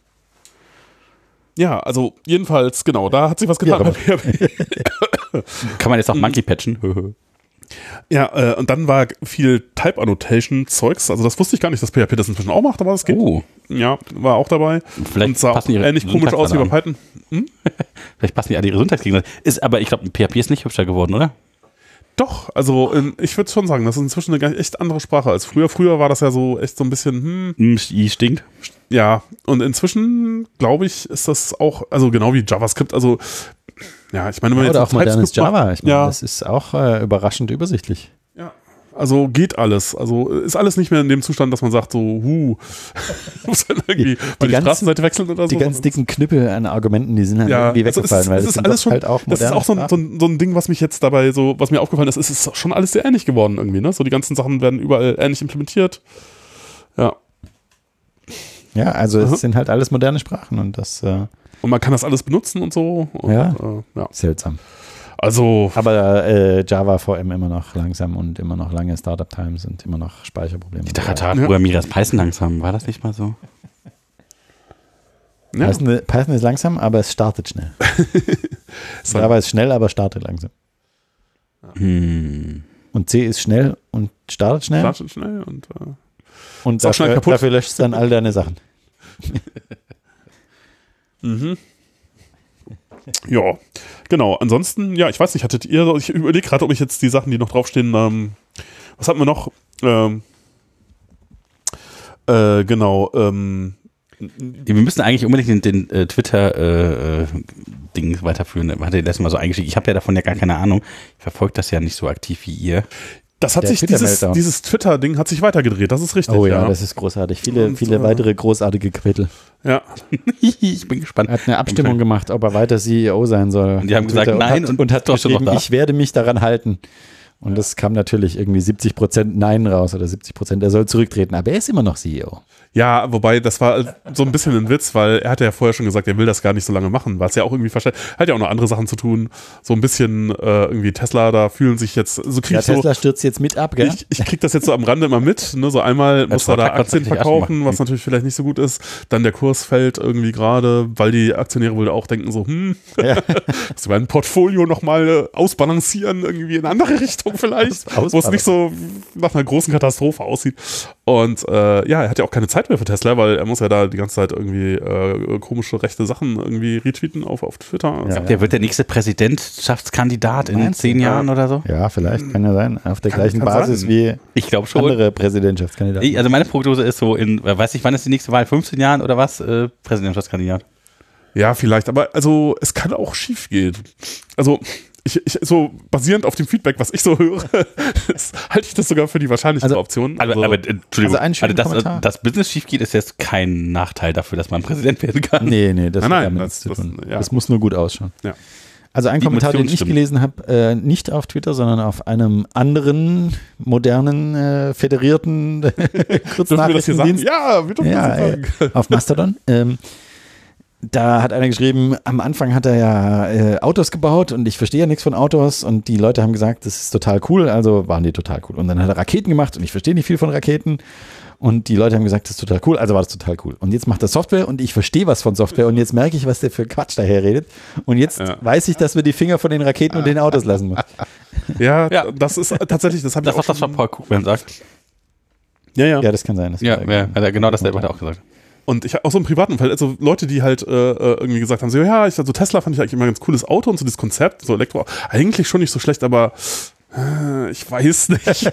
[SPEAKER 2] ja, also jedenfalls, genau, da hat sich was getan
[SPEAKER 3] Ja,
[SPEAKER 2] bei PHP.
[SPEAKER 1] Kann man jetzt auch Monkey patchen?
[SPEAKER 2] Ja, äh, und dann war viel Type-Annotation-Zeugs. Also das wusste ich gar nicht, dass PHP das inzwischen auch macht, aber es geht.
[SPEAKER 1] oh,
[SPEAKER 2] Ja, war auch dabei.
[SPEAKER 1] Vielleicht
[SPEAKER 2] und sah auch
[SPEAKER 1] passen ihre
[SPEAKER 2] ähnlich komisch
[SPEAKER 1] Syntax
[SPEAKER 2] aus wie
[SPEAKER 1] alle
[SPEAKER 2] bei Python.
[SPEAKER 1] vielleicht passen die alle ihre Syntax gegenseitig. Ist, aber ich glaube, ein PHP ist nicht hübscher geworden, oder?
[SPEAKER 2] Doch, also ähm, ich würde schon sagen, das ist inzwischen eine ganz- echt andere Sprache als früher. Früher war das ja so echt so ein bisschen, hm,
[SPEAKER 1] Hm, I stinkt.
[SPEAKER 2] ja. Und inzwischen, glaube ich, ist das auch, also genau wie JavaScript, also ja, ich meine, wenn man
[SPEAKER 3] Oder
[SPEAKER 2] jetzt
[SPEAKER 3] auch modernes
[SPEAKER 2] TypeScript macht-
[SPEAKER 3] Java. Ich meine,
[SPEAKER 2] ja,
[SPEAKER 3] das ist auch äh, überraschend übersichtlich.
[SPEAKER 2] also geht alles. Also ist alles nicht mehr in dem Zustand, dass man sagt, so, huh, muss dann irgendwie mal die
[SPEAKER 3] ganz-
[SPEAKER 2] Straßenseite wechseln oder
[SPEAKER 3] Die
[SPEAKER 2] so.
[SPEAKER 3] ganz dicken Knüppel an Argumenten, die sind halt
[SPEAKER 2] Ja,
[SPEAKER 3] irgendwie
[SPEAKER 2] also es ist-
[SPEAKER 3] weggefallen, weil
[SPEAKER 2] es
[SPEAKER 3] das
[SPEAKER 2] ist
[SPEAKER 3] sind
[SPEAKER 2] alles
[SPEAKER 3] doch
[SPEAKER 2] schon-
[SPEAKER 3] halt auch
[SPEAKER 2] Das ist
[SPEAKER 3] moderne
[SPEAKER 2] auch so ein, so,
[SPEAKER 3] Sprachen.
[SPEAKER 2] ein, so ein Ding, was mich jetzt dabei so, was mir aufgefallen ist, es ist schon alles sehr ähnlich geworden irgendwie, ne? So die ganzen Sachen werden überall ähnlich implementiert. Ja.
[SPEAKER 3] Ja, also es
[SPEAKER 2] Aha.
[SPEAKER 3] sind halt alles moderne Sprachen und das äh,
[SPEAKER 2] Und man kann das alles benutzen und so. Und,
[SPEAKER 3] Ja.
[SPEAKER 2] Äh, ja.
[SPEAKER 3] seltsam.
[SPEAKER 2] Also,
[SPEAKER 3] Aber äh, Java VM immer noch langsam und immer noch lange Startup-Times und immer noch Speicherprobleme.
[SPEAKER 1] Die Tachatarat-Programmierer Python langsam. War das nicht mal so?
[SPEAKER 2] Ja.
[SPEAKER 1] ne?
[SPEAKER 3] Python, Python ist langsam, aber es startet schnell.
[SPEAKER 2] So.
[SPEAKER 3] Java ist schnell, aber startet langsam.
[SPEAKER 1] Hm.
[SPEAKER 3] Und C ist schnell und startet schnell.
[SPEAKER 2] startet schnell und äh,
[SPEAKER 3] und
[SPEAKER 2] ist auch schnell
[SPEAKER 3] dafür,
[SPEAKER 2] kaputt.
[SPEAKER 3] dafür löscht dann all deine Sachen.
[SPEAKER 2] mhm. ja. Genau. Ansonsten, ja, ich weiß nicht, hattet ihr, ich überlege gerade, ob ich jetzt die Sachen, die noch draufstehen, ähm, was hatten wir noch? Ähm, äh, genau, ähm,
[SPEAKER 1] Wir müssen eigentlich unbedingt den, den äh, Twitter-Ding weiterführen. Da Hatte ich letztes Mal so eingeschickt. Ich habe ja davon ja gar keine Ahnung. Ich verfolge das ja nicht so aktiv wie ihr.
[SPEAKER 2] das hat
[SPEAKER 3] Der
[SPEAKER 2] sich, dieses,
[SPEAKER 3] Twitter-Meltdown.
[SPEAKER 2] dieses Twitter-Ding hat sich weitergedreht, das ist richtig.
[SPEAKER 3] Oh ja, das ist großartig. Viele,
[SPEAKER 2] Und,
[SPEAKER 3] viele
[SPEAKER 2] äh,
[SPEAKER 3] weitere großartige Kapitel.
[SPEAKER 2] ja.
[SPEAKER 1] ich bin gespannt.
[SPEAKER 3] Er hat eine Abstimmung gemacht, ob er weiter CEO sein soll.
[SPEAKER 1] Und die haben
[SPEAKER 3] Auf
[SPEAKER 1] gesagt,
[SPEAKER 3] Twitter
[SPEAKER 1] nein,
[SPEAKER 3] und hat,
[SPEAKER 1] und
[SPEAKER 3] und hat
[SPEAKER 1] trotzdem
[SPEAKER 3] geschrieben,
[SPEAKER 1] noch da.
[SPEAKER 3] ich werde mich daran halten. Und das kam natürlich irgendwie 70 Prozent Nein raus oder 70 Prozent, er soll zurücktreten, aber er ist immer noch E CEO.
[SPEAKER 2] Ja, wobei, das war so ein bisschen ein Witz, weil er hatte ja vorher schon gesagt, er will das gar nicht so lange machen, weil es ja auch irgendwie verständlich, hat ja auch noch andere Sachen zu tun, so ein bisschen äh, irgendwie Tesla, da fühlen sich jetzt, so krieg
[SPEAKER 3] Ja,
[SPEAKER 2] ich so,
[SPEAKER 3] Tesla stürzt jetzt mit ab, gell?
[SPEAKER 2] ich, ich krieg das jetzt so am Rande immer mit, ne, so einmal muss er da
[SPEAKER 1] Vertrag hat
[SPEAKER 2] Aktien
[SPEAKER 1] natürlich Aschen
[SPEAKER 2] verkaufen,
[SPEAKER 1] gemacht.
[SPEAKER 2] was natürlich vielleicht nicht so gut ist, dann der Kurs fällt irgendwie gerade, weil die Aktionäre wohl auch denken so, hm,
[SPEAKER 3] Ja.
[SPEAKER 2] muss mein Portfolio nochmal ausbalancieren, irgendwie in eine andere Richtung vielleicht,
[SPEAKER 3] Aus-
[SPEAKER 2] wo es nicht so nach einer großen Katastrophe aussieht. Und äh, ja, er hat ja auch keine Zeit mehr für Tesla, weil er muss ja da die ganze Zeit irgendwie äh, komische rechte Sachen irgendwie retweeten auf, auf Twitter.
[SPEAKER 3] Ja.
[SPEAKER 1] Der wird der nächste Präsidentschaftskandidat in
[SPEAKER 3] Meinst du?
[SPEAKER 1] zehn
[SPEAKER 2] Ja.
[SPEAKER 1] Jahren oder so.
[SPEAKER 3] Ja, vielleicht kann ja sein. Auf der gleichen
[SPEAKER 2] kann
[SPEAKER 3] Basis
[SPEAKER 2] sein.
[SPEAKER 3] wie
[SPEAKER 1] Ich glaube
[SPEAKER 3] andere Präsidentschaftskandidaten.
[SPEAKER 1] Ich, also meine Prognose ist so in, äh, weiß ich, wann ist die nächste Wahl? 15 Jahren oder was? Äh, Präsidentschaftskandidat.
[SPEAKER 2] Ja, vielleicht, aber also es kann auch schief gehen. Also ich, ich so basierend auf dem Feedback, was ich so höre, das, halte ich das sogar für die wahrscheinlichere
[SPEAKER 3] Also-
[SPEAKER 2] Option.
[SPEAKER 1] Aber, aber äh, Entschuldigung,
[SPEAKER 3] Also einen schönen
[SPEAKER 1] dass,
[SPEAKER 3] Kommentar.
[SPEAKER 1] dass äh, Business schief geht, ist jetzt kein Nachteil dafür, dass man Präsident werden kann.
[SPEAKER 3] Nee, nee, das
[SPEAKER 2] Nein,
[SPEAKER 3] hat
[SPEAKER 2] nein,
[SPEAKER 3] damit
[SPEAKER 2] das-
[SPEAKER 3] nichts zu
[SPEAKER 2] das-
[SPEAKER 3] tun.
[SPEAKER 2] ja.
[SPEAKER 3] Das muss nur gut ausschauen.
[SPEAKER 2] Ja.
[SPEAKER 3] Also ein
[SPEAKER 1] Die
[SPEAKER 3] Kommentar, den ich
[SPEAKER 1] Emotionen
[SPEAKER 3] gelesen habe, äh, nicht auf Twitter, sondern auf einem anderen modernen, äh, federierten
[SPEAKER 2] dürfen wir das hier sagen?
[SPEAKER 3] Kurznachrichtendienst.
[SPEAKER 2] Ja, wir dürfen das hier
[SPEAKER 3] Ja,
[SPEAKER 2] sagen.
[SPEAKER 3] äh, auf Mastodon. ähm, da hat einer geschrieben, am Anfang hat er ja äh, Autos gebaut und ich verstehe ja nichts von Autos und die Leute haben gesagt, das ist total cool, also waren die total cool. Und dann hat er Raketen gemacht und ich verstehe nicht viel von Raketen und die Leute haben gesagt, das ist total cool, also war das total cool. Und jetzt macht er Software und ich verstehe was von Software und jetzt merke ich, was der für Quatsch daher redet und jetzt
[SPEAKER 2] Ja.
[SPEAKER 3] weiß ich, dass wir die Finger von den Raketen und den Autos lassen müssen.
[SPEAKER 2] Ja,
[SPEAKER 1] Ja.
[SPEAKER 2] das ist äh, tatsächlich, das habe ich
[SPEAKER 1] Das
[SPEAKER 2] auch
[SPEAKER 1] ist das, was Paul Krugman sagt.
[SPEAKER 2] Ja, ja.
[SPEAKER 3] Ja, das kann sein. Das
[SPEAKER 1] Ja,
[SPEAKER 3] war-
[SPEAKER 1] ja, hat er genau das hat er auch gesagt.
[SPEAKER 2] Und ich auch so im privaten Umfeld, also Leute, die halt äh, äh, irgendwie gesagt haben, so ja, ich, also Tesla fand ich eigentlich immer ein ganz cooles Auto und so dieses Konzept, so Elektro, eigentlich schon nicht so schlecht, aber äh, ich weiß nicht,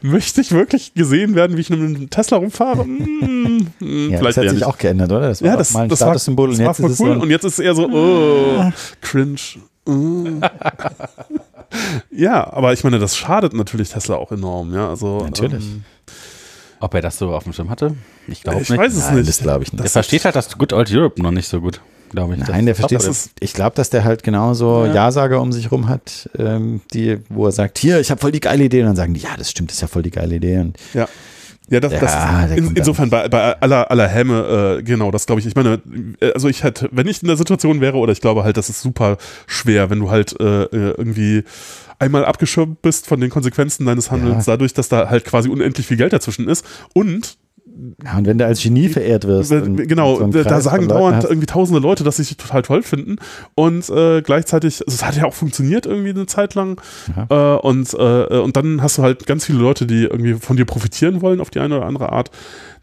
[SPEAKER 2] möchte ich wirklich gesehen werden, wie ich mit einem Tesla rumfahre? Hm, hm,
[SPEAKER 3] Ja, das
[SPEAKER 2] vielleicht
[SPEAKER 3] hat
[SPEAKER 2] eher
[SPEAKER 3] sich
[SPEAKER 2] nicht.
[SPEAKER 3] auch geändert, oder? Das war
[SPEAKER 2] ja,
[SPEAKER 3] doch
[SPEAKER 2] das,
[SPEAKER 3] mal ein
[SPEAKER 2] das war, das
[SPEAKER 3] Statussymbol und
[SPEAKER 2] war
[SPEAKER 3] jetzt ist
[SPEAKER 2] voll
[SPEAKER 3] es so Ah.
[SPEAKER 2] cool
[SPEAKER 3] ein
[SPEAKER 2] und jetzt ist eher so, oh, cringe. mm. ja, aber ich meine, das schadet natürlich Tesla auch enorm, ja, also
[SPEAKER 3] Natürlich.
[SPEAKER 2] Ähm,
[SPEAKER 1] Ob er das so auf dem Schirm hatte? Ich glaube
[SPEAKER 2] ich
[SPEAKER 1] nicht.
[SPEAKER 2] weiß es
[SPEAKER 3] Nein,
[SPEAKER 2] nicht.
[SPEAKER 3] das glaube ich nicht.
[SPEAKER 1] Der versteht halt das Good Old Europe noch nicht so gut, glaube ich.
[SPEAKER 3] Nein, der versteht
[SPEAKER 2] das
[SPEAKER 3] das. Ich glaube, dass der halt genauso
[SPEAKER 2] Ja.
[SPEAKER 3] Ja-Sager um sich rum hat, ähm, die, wo er sagt, hier, ich habe voll die geile Idee. Und dann sagen die, ja, das stimmt, das ist ja voll die geile Idee. Und
[SPEAKER 2] Ja. Ja, das,
[SPEAKER 3] Ja,
[SPEAKER 2] das
[SPEAKER 3] der
[SPEAKER 2] in,
[SPEAKER 3] kommt da
[SPEAKER 2] insofern bei, bei aller, aller Hämme, äh, genau, das glaube ich. Ich meine, äh, also ich hätte, wenn ich in der Situation wäre, oder ich glaube halt, das ist super schwer, wenn du halt äh, äh, irgendwie einmal abgeschirmt bist von den Konsequenzen deines Handelns, dadurch, dass da halt quasi unendlich viel Geld dazwischen ist. Und
[SPEAKER 3] ja, und wenn du als Genie verehrt wirst.
[SPEAKER 2] Weil,
[SPEAKER 3] und,
[SPEAKER 2] Äh, genau,
[SPEAKER 3] und so einen
[SPEAKER 2] da
[SPEAKER 3] Kreis von
[SPEAKER 2] sagen
[SPEAKER 3] Leuten
[SPEAKER 2] dauernd
[SPEAKER 3] hast-
[SPEAKER 2] irgendwie tausende Leute, dass sie sich total toll finden. Und äh, gleichzeitig, also es hat ja auch funktioniert irgendwie eine Zeit lang. Äh, und, äh, und dann hast du halt ganz viele Leute, die irgendwie von dir profitieren wollen auf die eine oder andere Art.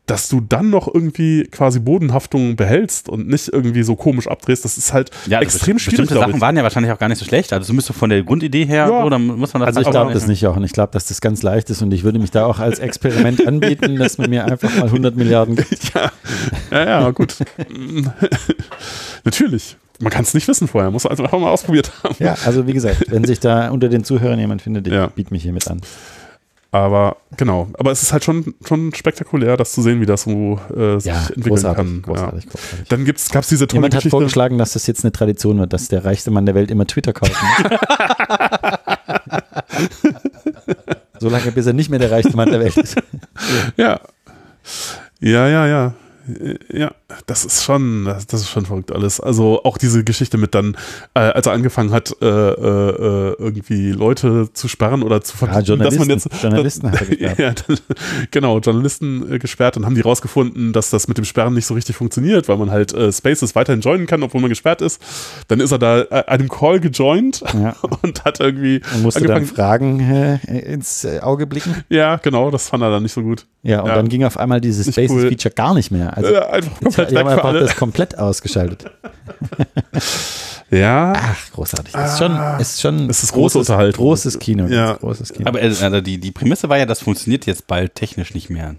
[SPEAKER 2] dass du dann noch irgendwie quasi Bodenhaftung behältst und nicht irgendwie so komisch abdrehst, das ist halt
[SPEAKER 1] Ja, also
[SPEAKER 2] extrem
[SPEAKER 1] best-
[SPEAKER 2] schwierig,
[SPEAKER 1] Bestimmte
[SPEAKER 2] glaube
[SPEAKER 1] Sachen
[SPEAKER 2] ich.
[SPEAKER 1] waren ja wahrscheinlich auch gar nicht so schlecht. Also zumindest so von der Grundidee her,
[SPEAKER 2] Ja.
[SPEAKER 1] so, dann muss man das
[SPEAKER 3] Also ich
[SPEAKER 1] aber-
[SPEAKER 3] glaube das nicht, Jochen. Ich glaube, dass das ganz leicht ist und ich würde mich da auch als Experiment anbieten, dass man mir einfach mal 100 Milliarden gibt.
[SPEAKER 2] Ja, ja, gut. Mm. Natürlich. Man kann es nicht wissen vorher, muss also einfach mal ausprobiert haben.
[SPEAKER 3] Ja, also wie gesagt, wenn sich da unter den Zuhörern jemand findet, ich
[SPEAKER 2] Ja.
[SPEAKER 3] biete mich hiermit an.
[SPEAKER 2] Aber genau, aber es ist halt schon, schon spektakulär, das zu sehen, wie das so äh, sich entwickeln kann. Ja.
[SPEAKER 3] großartig, großartig.
[SPEAKER 2] Dann gibt's, gab's diese tolle
[SPEAKER 3] Jemand hat
[SPEAKER 2] Geschichte.
[SPEAKER 3] vorgeschlagen, dass das jetzt eine Tradition wird, dass der reichste Mann der Welt immer Twitter kauft. ne? Solange bis er nicht mehr der reichste Mann der Welt ist.
[SPEAKER 2] Ja. Ja, ja, ja. Ja, das ist schon, das, das ist schon verrückt alles. Also auch diese Geschichte mit dann, äh, als er angefangen hat, äh, äh, äh, irgendwie Leute zu sperren oder zu
[SPEAKER 3] Ja,
[SPEAKER 2] verkaufen, dass man
[SPEAKER 3] Journalisten,
[SPEAKER 2] jetzt
[SPEAKER 3] Journalisten hat er gesperrt.
[SPEAKER 2] ja, dann, genau, Journalisten äh, gesperrt und haben die rausgefunden, dass das mit dem Sperren nicht so richtig funktioniert, weil man halt äh, Spaces weiterhin joinen kann, obwohl man gesperrt ist. Dann ist er da äh, einem Call gejoint
[SPEAKER 3] Ja.
[SPEAKER 2] und hat irgendwie
[SPEAKER 3] Man musste dann
[SPEAKER 2] angefangen.
[SPEAKER 3] Fragen äh, ins äh, Auge blicken.
[SPEAKER 2] Ja, genau, das fand er dann nicht so gut.
[SPEAKER 3] Ja, und
[SPEAKER 2] Ja.
[SPEAKER 3] dann ging auf einmal dieses
[SPEAKER 2] Nicht cool.
[SPEAKER 3] Spaces-Feature gar nicht mehr. Also,
[SPEAKER 2] Äh, einfach komplett
[SPEAKER 3] die
[SPEAKER 2] weg
[SPEAKER 3] haben
[SPEAKER 2] für
[SPEAKER 3] einfach
[SPEAKER 2] alle.
[SPEAKER 3] das komplett ausgeschaltet.
[SPEAKER 2] Ja.
[SPEAKER 3] Ach, großartig. Das ist schon, ist schon
[SPEAKER 2] Ah. Es ist große Unterhaltung.
[SPEAKER 3] großes Kino.
[SPEAKER 2] Ja.
[SPEAKER 3] ganz Großes Kino.
[SPEAKER 1] Aber äh, also die, die Prämisse war ja, das funktioniert jetzt bald technisch nicht mehr.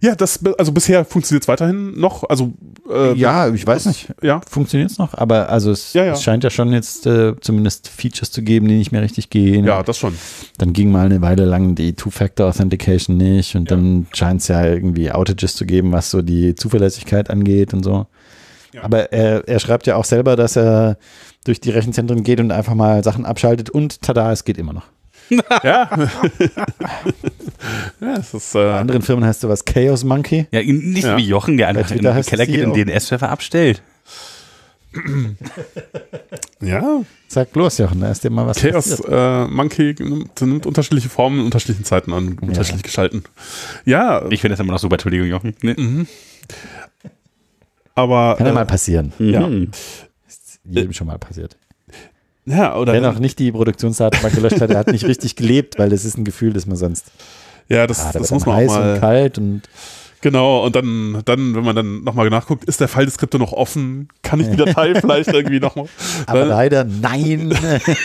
[SPEAKER 2] Ja, das, also bisher funktioniert es weiterhin noch. Also, äh,
[SPEAKER 3] ja, ich weiß nicht.
[SPEAKER 2] ja.
[SPEAKER 3] Funktioniert es noch? Aber also es,
[SPEAKER 2] Ja, ja.
[SPEAKER 3] es scheint ja schon jetzt äh, zumindest Features zu geben, die nicht mehr richtig gehen.
[SPEAKER 2] Ja, das schon.
[SPEAKER 3] Dann ging mal eine Weile lang die Two-Factor-Authentication nicht und
[SPEAKER 2] Ja.
[SPEAKER 3] dann scheint es ja irgendwie Outages zu geben, was so die Zuverlässigkeit angeht und so.
[SPEAKER 2] Ja.
[SPEAKER 3] Aber er, er schreibt ja auch selber, dass er durch die Rechenzentren geht und einfach mal Sachen abschaltet und tada, es geht immer noch.
[SPEAKER 2] Ja. ja, es ist,
[SPEAKER 3] Bei
[SPEAKER 2] äh,
[SPEAKER 3] anderen Firmen heißt sowas Chaos Monkey.
[SPEAKER 1] Ja, in- nicht
[SPEAKER 2] Ja.
[SPEAKER 1] wie Jochen, der einfach in
[SPEAKER 3] Twitter
[SPEAKER 1] den
[SPEAKER 3] heißt
[SPEAKER 1] Keller
[SPEAKER 3] es
[SPEAKER 1] geht und
[SPEAKER 3] CEO.
[SPEAKER 1] den DNS-Server abstellt.
[SPEAKER 2] ja,
[SPEAKER 3] Sag bloß, Jochen, da ist dir mal was
[SPEAKER 2] Chaos
[SPEAKER 3] passiert.
[SPEAKER 2] äh, Monkey nimmt, nimmt unterschiedliche Formen, in unterschiedlichen Zeiten an, unterschiedlich gestalten. Ja,
[SPEAKER 1] Ich finde das immer noch super, Entschuldigung, Jochen. Nee.
[SPEAKER 2] aber.
[SPEAKER 3] Kann ja
[SPEAKER 2] äh,
[SPEAKER 3] mal hm. passieren.
[SPEAKER 2] Ja.
[SPEAKER 1] Mhm.
[SPEAKER 3] Jedem schon mal passiert.
[SPEAKER 2] ja, oder.
[SPEAKER 3] Wer noch nicht die Produktionsdatenbank gelöscht hat, der hat nicht richtig gelebt, weil das ist ein Gefühl, das man sonst.
[SPEAKER 2] ja, das,
[SPEAKER 3] Ah, da
[SPEAKER 2] das
[SPEAKER 3] wird
[SPEAKER 2] muss
[SPEAKER 3] einem
[SPEAKER 2] man auch
[SPEAKER 3] heiß und
[SPEAKER 2] mal.
[SPEAKER 3] kalt und
[SPEAKER 2] Genau, und dann, dann, wenn man dann nochmal nachguckt, ist der Fall des Skripte noch offen? Kann ich die Datei vielleicht irgendwie nochmal?
[SPEAKER 3] aber leider nein.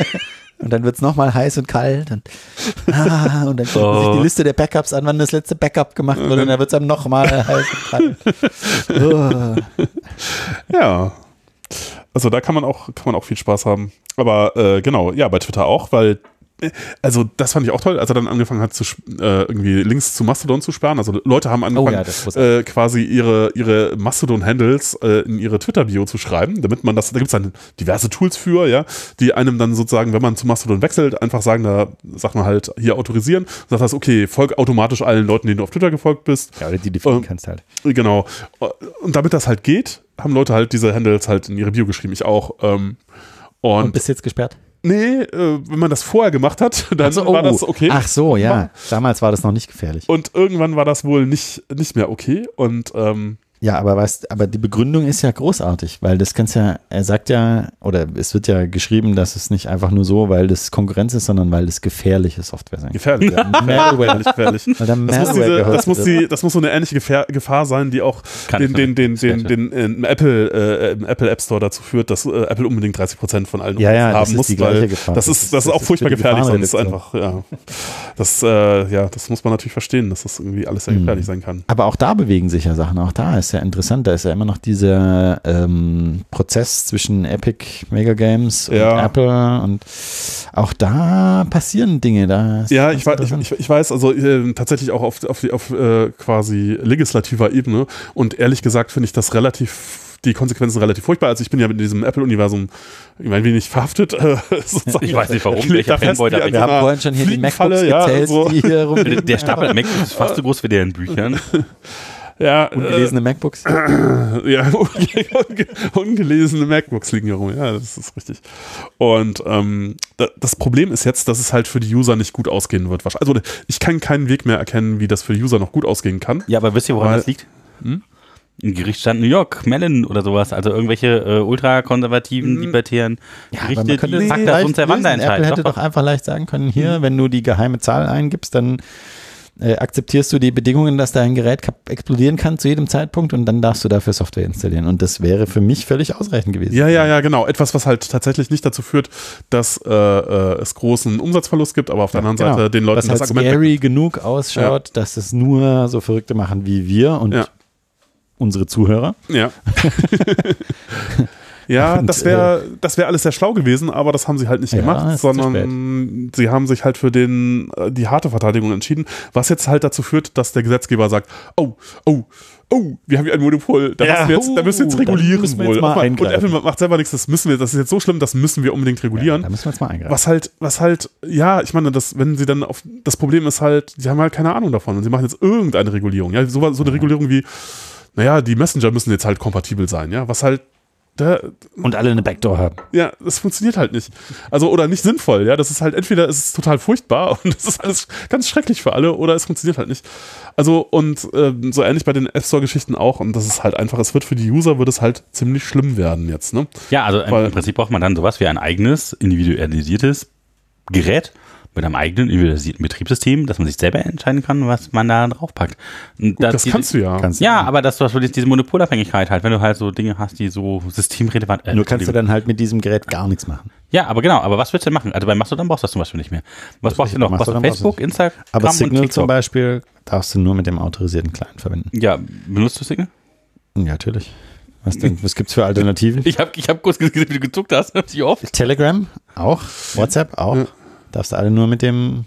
[SPEAKER 3] und dann wird es nochmal heiß und kalt und, ah, und dann guckt man sich
[SPEAKER 1] Oh.
[SPEAKER 3] die Liste der Backups an, wann das letzte Backup gemacht wurde und dann wird es einem nochmal heiß und kalt. Oh.
[SPEAKER 2] Ja. Also da kann man auch, kann man auch viel Spaß haben. Aber äh, genau, ja, bei Twitter auch, weil äh, also das fand ich auch toll, als er dann angefangen hat, zu sp- äh, irgendwie Links zu Mastodon zu sperren. Also Leute haben angefangen,
[SPEAKER 3] Oh ja, das ist großartig.
[SPEAKER 2] äh, quasi ihre, ihre Mastodon-Handles äh, in ihre Twitter-Bio zu schreiben, damit man das, da gibt es dann diverse Tools für, ja, die einem dann sozusagen, wenn man zu Mastodon wechselt, einfach sagen, da sagt man halt hier autorisieren, sagt das, okay, folg automatisch allen Leuten, denen du auf Twitter gefolgt bist.
[SPEAKER 3] Ja, oder die definieren
[SPEAKER 2] Ähm,
[SPEAKER 3] kannst halt.
[SPEAKER 2] Genau. Und damit das halt geht, haben Leute halt diese Handles halt in ihre Bio geschrieben. Ich auch. Ähm, und,
[SPEAKER 3] Und bist jetzt gesperrt?
[SPEAKER 2] nee, äh, wenn man das vorher gemacht hat, dann
[SPEAKER 3] Ach so,
[SPEAKER 2] war
[SPEAKER 3] oh.
[SPEAKER 2] das okay.
[SPEAKER 3] Ach so, ja. Damals war das noch nicht gefährlich.
[SPEAKER 2] Und irgendwann war das wohl nicht, nicht mehr okay. Und ähm,
[SPEAKER 3] Ja, aber weißt, aber die Begründung ist ja großartig, weil das kannst ja, er sagt ja, oder es wird ja geschrieben, dass es nicht einfach nur so, weil das Konkurrenz ist, sondern weil das gefährliche Software sein kann.
[SPEAKER 2] gefährlich. Ja.
[SPEAKER 3] Malware.
[SPEAKER 2] Gefährlich, gefährlich.
[SPEAKER 3] Weil da
[SPEAKER 2] Das muss,
[SPEAKER 3] Malware
[SPEAKER 2] diese,
[SPEAKER 3] gehostet
[SPEAKER 2] das, muss
[SPEAKER 3] wird.
[SPEAKER 2] die, das muss so eine ähnliche Gefahr, Gefahr sein, die auch
[SPEAKER 1] Kann
[SPEAKER 2] den,
[SPEAKER 1] ich
[SPEAKER 2] den, den, den,
[SPEAKER 3] nicht.
[SPEAKER 2] den, äh, Apple, äh, im Apple App Store dazu führt, dass äh, Apple unbedingt 30% von allen
[SPEAKER 3] Ja, ja,
[SPEAKER 2] Umsätzen
[SPEAKER 3] das ist die gleiche
[SPEAKER 2] weil
[SPEAKER 3] Gefahr.
[SPEAKER 2] Das ist, das ist auch
[SPEAKER 3] für
[SPEAKER 2] furchtbar
[SPEAKER 3] die
[SPEAKER 2] gefährlich, sonst einfach,
[SPEAKER 3] Gefahrenreduktion.
[SPEAKER 2] ja. Das, äh, ja, das muss man natürlich verstehen, dass das irgendwie alles
[SPEAKER 3] Mhm.
[SPEAKER 2] sehr gefährlich sein kann.
[SPEAKER 3] Aber auch da bewegen sich ja Sachen. Auch da ist ja interessant. Da ist ja immer noch dieser ähm, Prozess zwischen Epic Mega Games und
[SPEAKER 2] Ja.
[SPEAKER 3] Apple. Und auch da passieren Dinge. Da ist
[SPEAKER 2] Ja,
[SPEAKER 3] ganz
[SPEAKER 2] ich, wei- ich,
[SPEAKER 3] interessant.
[SPEAKER 2] ich, ich weiß, also äh, tatsächlich auch auf, auf, die- auf äh, quasi legislativer Ebene. Und ehrlich gesagt finde ich das relativ, die Konsequenzen relativ furchtbar. Also ich bin ja mit diesem Apple-Universum, ich meine, wenig verhaftet. Äh, sozusagen.
[SPEAKER 1] Ich weiß nicht, warum.
[SPEAKER 2] Ich leg
[SPEAKER 1] Welcher
[SPEAKER 2] da fest,
[SPEAKER 1] Fanboy da
[SPEAKER 2] wie an
[SPEAKER 1] bin
[SPEAKER 3] Wir
[SPEAKER 2] so einer
[SPEAKER 3] haben vorhin schon hier die
[SPEAKER 2] Fliegenfalle,
[SPEAKER 3] MacBooks
[SPEAKER 2] ja, also
[SPEAKER 3] gezählt,
[SPEAKER 2] so.
[SPEAKER 3] die hier rumliegen.
[SPEAKER 1] Der Stapel an Mac ist fast so groß wie der in Büchern.
[SPEAKER 2] Ja, äh,
[SPEAKER 3] Ungelesene MacBooks.
[SPEAKER 2] ja, unge- unge- ungelesene MacBooks liegen hier rum. Ja, das ist richtig. Und ähm, da, das Problem ist jetzt, dass es halt für die User nicht gut ausgehen wird. Wahrscheinlich- Also ich kann keinen Weg mehr erkennen, wie das für die User noch gut ausgehen kann.
[SPEAKER 1] Ja, aber Hm? wisst ihr, woran
[SPEAKER 2] Weil-
[SPEAKER 1] das liegt? Ein Gerichtsstand New York, Mellon oder sowas, also irgendwelche äh, ultrakonservativen, libertären
[SPEAKER 3] Aber man
[SPEAKER 1] Gerichte,
[SPEAKER 3] könnte
[SPEAKER 1] die
[SPEAKER 3] es
[SPEAKER 1] packt
[SPEAKER 3] leicht
[SPEAKER 1] das uns der
[SPEAKER 3] lösen.
[SPEAKER 1] Wander
[SPEAKER 3] Apple
[SPEAKER 1] entscheiden.
[SPEAKER 3] hätte doch einfach leicht sagen können, hier, wenn du die geheime Zahl eingibst, dann äh, akzeptierst du die Bedingungen, dass dein Gerät kap- explodieren kann zu jedem Zeitpunkt und dann darfst du dafür Software installieren. Und das wäre für mich völlig ausreichend gewesen.
[SPEAKER 2] Ja, ja, ja, genau. Etwas, was halt tatsächlich nicht dazu führt, dass äh, äh, es großen Umsatzverlust gibt, aber auf der anderen
[SPEAKER 3] Genau.
[SPEAKER 2] Seite den Leuten
[SPEAKER 3] Was halt
[SPEAKER 2] das Argument
[SPEAKER 3] scary genug ausschaut, dass es nur so Verrückte machen wie wir und
[SPEAKER 2] Ja.
[SPEAKER 3] unsere Zuhörer.
[SPEAKER 2] Ja. ja,
[SPEAKER 3] Und, äh,
[SPEAKER 2] das wäre das wär alles sehr schlau gewesen, aber das haben sie halt nicht
[SPEAKER 3] Ja,
[SPEAKER 2] gemacht,
[SPEAKER 3] ist zu
[SPEAKER 2] sondern sie haben sich halt für den, äh, die harte Verteidigung entschieden, was jetzt halt dazu führt, dass der Gesetzgeber sagt, oh, oh, oh, wir haben hier ein Monopol, da,
[SPEAKER 3] Ja,
[SPEAKER 2] müssen, wir jetzt, da müssen wir jetzt
[SPEAKER 3] oh, da
[SPEAKER 2] regulieren
[SPEAKER 3] müssen wir
[SPEAKER 2] wohl.
[SPEAKER 3] jetzt mal
[SPEAKER 2] Auch mal- Und
[SPEAKER 3] eingreifen.
[SPEAKER 2] Apple macht selber nichts, das müssen wir, das ist jetzt so schlimm, das müssen wir unbedingt regulieren.
[SPEAKER 3] Da müssen wir jetzt mal eingreifen.
[SPEAKER 2] Was halt, was halt, ja, ich meine, das, wenn sie dann auf, das Problem ist halt, die haben halt keine Ahnung davon und sie machen jetzt irgendeine Regulierung. Ja, so, so eine Regulierung wie, naja, die Messenger müssen jetzt halt kompatibel sein, ja, was halt, da,
[SPEAKER 3] Und alle eine Backdoor haben.
[SPEAKER 2] ja, das funktioniert halt nicht. Also, oder nicht sinnvoll, ja, das ist halt, entweder ist es total furchtbar und das ist alles ganz schrecklich für alle oder es funktioniert halt nicht. Also, und ähm, so ähnlich bei den App Store-Geschichten auch und das ist halt einfach, es wird für die User, wird es halt ziemlich schlimm werden jetzt, ne?
[SPEAKER 1] Ja, also im,
[SPEAKER 2] Weil-
[SPEAKER 1] im Prinzip braucht man dann sowas wie ein eigenes, individualisiertes Gerät mit einem eigenen individualisierten Betriebssystem, dass man sich selber entscheiden kann, was man da draufpackt. Und
[SPEAKER 2] das kannst du ja.
[SPEAKER 3] Kannst
[SPEAKER 1] Ja, aber das du hast wirklich diese Monopolabhängigkeit halt, wenn du halt so Dinge hast, die so systemrelevant äh,
[SPEAKER 3] Nur kannst du
[SPEAKER 1] Entschuldigung.
[SPEAKER 3] dann halt mit diesem Gerät gar nichts machen.
[SPEAKER 1] Ja, aber genau, aber was willst du denn machen? Also bei Mastodon brauchst du das zum Beispiel nicht mehr. Was brauchst du noch? Brauchst du
[SPEAKER 3] Mastodon brauchst du
[SPEAKER 1] Facebook, Instagram
[SPEAKER 3] Aber Signal
[SPEAKER 1] TikTok?
[SPEAKER 3] zum Beispiel darfst du nur mit dem autorisierten Client verwenden.
[SPEAKER 1] Ja, benutzt du Signal?
[SPEAKER 3] Ja, natürlich. Was denn? Was gibt's für Alternativen?
[SPEAKER 1] Ich habe ich hab kurz gesehen, wie du gezuckt hast, wie oft.
[SPEAKER 3] Telegram auch, WhatsApp auch.
[SPEAKER 2] Ja.
[SPEAKER 3] Darfst du alle nur mit dem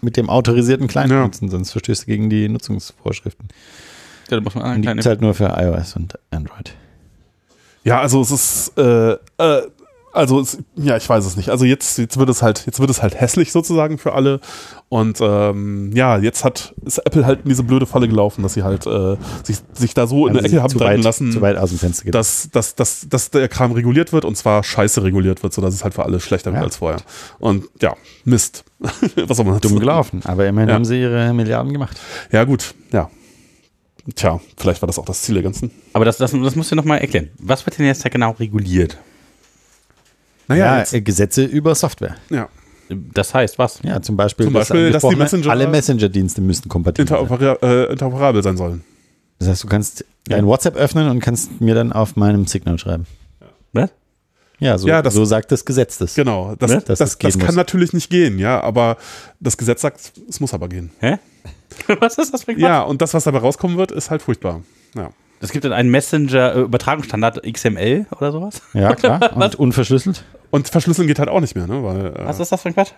[SPEAKER 3] mit dem autorisierten Client
[SPEAKER 2] Ja.
[SPEAKER 3] nutzen, sonst verstößt du gegen die Nutzungsvorschriften.
[SPEAKER 1] Ja, da muss man
[SPEAKER 3] Und
[SPEAKER 1] einen
[SPEAKER 3] die
[SPEAKER 1] kleinen
[SPEAKER 3] gibt's halt nur für iOS und Android.
[SPEAKER 2] Ja, also es ist, äh, äh, also es, ja, ich weiß es nicht. Also jetzt, jetzt wird es halt, jetzt wird es halt hässlich sozusagen für alle. Und ähm, ja, jetzt hat ist Apple halt in diese blöde Falle gelaufen, dass sie halt äh, sich, sich da so in
[SPEAKER 3] Haben
[SPEAKER 2] eine
[SPEAKER 3] sie
[SPEAKER 2] Ecke haben
[SPEAKER 3] Also zu
[SPEAKER 2] treiben
[SPEAKER 3] weit,
[SPEAKER 2] lassen,
[SPEAKER 3] zu weit aus dem Fenster gedacht.
[SPEAKER 2] dass, dass, dass, dass der Kram reguliert wird und zwar scheiße reguliert wird, sodass es halt für alle schlechter wird
[SPEAKER 3] Ja.
[SPEAKER 2] als vorher. Und ja, Mist. Was soll man dazu
[SPEAKER 3] Dumm
[SPEAKER 2] sagen?
[SPEAKER 3] gelaufen, aber immerhin
[SPEAKER 2] Ja.
[SPEAKER 3] haben sie ihre Milliarden gemacht.
[SPEAKER 2] Ja, gut, ja. Tja, vielleicht war das auch das Ziel der ganzen.
[SPEAKER 1] Aber das, das, das musst du nochmal erklären. Was wird denn jetzt da genau reguliert?
[SPEAKER 3] Ja,
[SPEAKER 2] jetzt,
[SPEAKER 3] äh, Gesetze über Software.
[SPEAKER 2] ja.
[SPEAKER 1] Das heißt, was?
[SPEAKER 3] Ja, zum Beispiel,
[SPEAKER 2] Zum
[SPEAKER 3] das
[SPEAKER 2] Beispiel, dass die
[SPEAKER 3] angesprochene,
[SPEAKER 2] Messenger-
[SPEAKER 3] alle Messenger-Dienste müssten kompatibel sein.
[SPEAKER 2] Interopera äh, interoperabel sein sollen.
[SPEAKER 3] Das heißt, du kannst dein WhatsApp öffnen und kannst mir dann auf meinem Signal schreiben.
[SPEAKER 1] Was?
[SPEAKER 3] Ja, so,
[SPEAKER 2] Ja, das-
[SPEAKER 3] so sagt das Gesetz das.
[SPEAKER 2] Genau, das,
[SPEAKER 3] Ne?
[SPEAKER 2] das,
[SPEAKER 3] Dass
[SPEAKER 2] das,
[SPEAKER 3] es gehen
[SPEAKER 2] kann
[SPEAKER 3] muss.
[SPEAKER 2] natürlich nicht gehen, ja, aber das Gesetz sagt, es muss aber gehen.
[SPEAKER 1] Hä? Was ist das für ein Quatsch?
[SPEAKER 2] Ja, und das, was dabei rauskommen wird, ist halt furchtbar. Ja.
[SPEAKER 1] Es gibt dann einen äh, Messenger-Übertragungsstandard XML oder sowas?
[SPEAKER 3] Ja, klar. Und unverschlüsselt.
[SPEAKER 2] Und verschlüsseln geht halt auch nicht mehr, ne? Weil, äh,
[SPEAKER 1] Was ist das für ein Quatsch?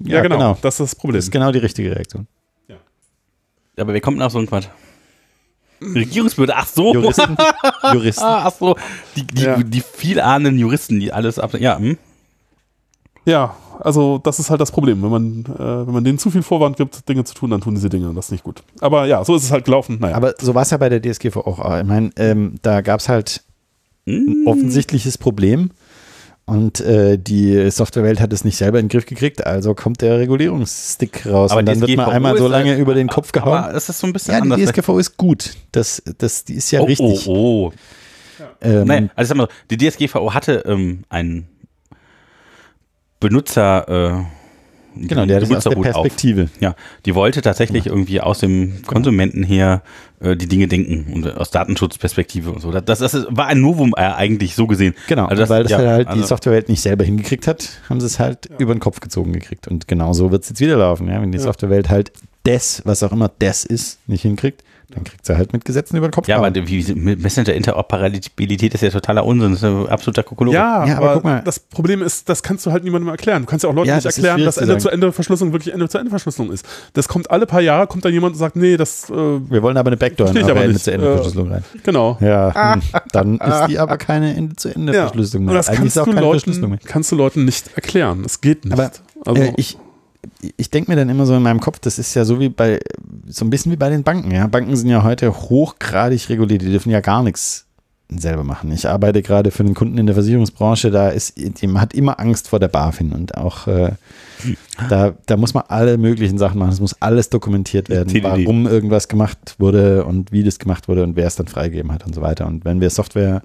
[SPEAKER 2] ja, genau, das ist das Problem.
[SPEAKER 3] Das ist genau die richtige Reaktion.
[SPEAKER 1] Aber wir kommen auf so einen Quatsch.
[SPEAKER 3] Hm.
[SPEAKER 1] Regierungsbehörde, ach so.
[SPEAKER 3] Juristen, Juristen.
[SPEAKER 1] Ah, ach so. Die, die,
[SPEAKER 2] Ja.
[SPEAKER 1] die vielahnenden Juristen, die alles ab. Ja, hm?
[SPEAKER 2] ja, also das ist halt das Problem. Wenn man, äh, wenn man denen zu viel Vorwand gibt, Dinge zu tun, dann tun diese Dinge und das ist nicht gut. Aber ja, so ist es halt gelaufen. Naja.
[SPEAKER 3] Aber so war es ja bei der DSGVO auch. Ich meine, ähm, da gab es halt
[SPEAKER 1] Mm.
[SPEAKER 3] ein offensichtliches Problem und äh, die Softwarewelt hat es nicht selber in den Griff gekriegt, also kommt der Regulierungsstick raus.
[SPEAKER 1] Aber
[SPEAKER 3] und dann wird
[SPEAKER 1] DSGVO
[SPEAKER 3] man einmal so
[SPEAKER 1] ist
[SPEAKER 3] lange
[SPEAKER 1] halt-
[SPEAKER 3] über den Kopf gehauen.
[SPEAKER 1] Aber es ist so ein bisschen
[SPEAKER 3] Ja, die
[SPEAKER 1] anders.
[SPEAKER 3] DSGVO ist gut. Das, das, die ist ja
[SPEAKER 1] oh,
[SPEAKER 3] richtig.
[SPEAKER 1] oh, oh.
[SPEAKER 3] Ähm,
[SPEAKER 1] Nein, also ich sag mal so, die DSGVO hatte ähm, einen Benutzer. Äh,
[SPEAKER 3] Genau, der hat es aus der
[SPEAKER 1] Benutzerhut auf.
[SPEAKER 3] Perspektive.
[SPEAKER 1] Ja, die wollte tatsächlich irgendwie aus
[SPEAKER 3] Genau.
[SPEAKER 1] dem Konsumenten her äh, die Dinge denken und aus Datenschutzperspektive und so. Das, das, das ist, war ein Novum äh, eigentlich so gesehen.
[SPEAKER 3] Genau,
[SPEAKER 1] Also das-
[SPEAKER 3] weil das
[SPEAKER 1] ja,
[SPEAKER 3] halt die
[SPEAKER 1] also-
[SPEAKER 3] Softwarewelt nicht selber hingekriegt hat, haben sie es halt über den Kopf gezogen gekriegt. Und genau so wird es jetzt wieder laufen. Ja? Wenn die Softwarewelt halt das, was auch immer das ist, nicht hinkriegt, dann kriegt sie halt mit Gesetzen über den Kopf
[SPEAKER 1] Ja, aber
[SPEAKER 3] gehauen.
[SPEAKER 1] die- wie, Messenger Interoperabilität ist ja totaler Unsinn, das ist ein absoluter Kokolores.
[SPEAKER 2] ja,
[SPEAKER 3] Ja, aber
[SPEAKER 2] aber,
[SPEAKER 3] guck mal.
[SPEAKER 2] das Problem ist, das kannst du halt niemandem erklären. Du kannst ja auch Leuten
[SPEAKER 3] Ja,
[SPEAKER 2] nicht
[SPEAKER 3] das ist
[SPEAKER 2] erklären,
[SPEAKER 3] schwierig
[SPEAKER 2] dass
[SPEAKER 3] zu sagen.
[SPEAKER 2] Ende-zu-Ende-Verschlüsselung wirklich Ende-zu-Ende-Verschlüsselung ist. Das kommt alle paar Jahre, kommt dann jemand und sagt, nee, das, äh,
[SPEAKER 3] Wir wollen aber eine Backdoor in
[SPEAKER 2] Verstehe ich
[SPEAKER 3] eure
[SPEAKER 2] aber nicht.
[SPEAKER 1] äh,
[SPEAKER 3] Ende-zu-Ende-Verschlüsselung rein.
[SPEAKER 2] genau.
[SPEAKER 3] Ja, hm, dann ist die aber keine Ende-zu-Ende-Verschlüsselung
[SPEAKER 2] Und
[SPEAKER 3] mehr.
[SPEAKER 2] das
[SPEAKER 3] Eigentlich
[SPEAKER 2] kannst
[SPEAKER 3] ist auch
[SPEAKER 2] du,
[SPEAKER 3] keine
[SPEAKER 2] Leuten,
[SPEAKER 3] Verschlüsselung mehr.
[SPEAKER 2] kannst du Leuten nicht erklären. Es geht nicht.
[SPEAKER 3] Aber
[SPEAKER 2] also,
[SPEAKER 3] äh, ich, ich denke mir dann immer so in meinem Kopf, das ist ja so wie bei, so ein bisschen wie bei den Banken. Ja? Banken sind ja heute hochgradig reguliert, die dürfen ja gar nichts selber machen. Ich arbeite gerade für einen Kunden in der Versicherungsbranche, da ist, die hat immer Angst vor der BaFin und auch äh, da, da muss man alle möglichen Sachen machen. Es muss alles dokumentiert werden,
[SPEAKER 1] TDD.
[SPEAKER 3] warum irgendwas gemacht wurde und wie das gemacht wurde und wer es dann freigegeben hat und so weiter. Und wenn wir Software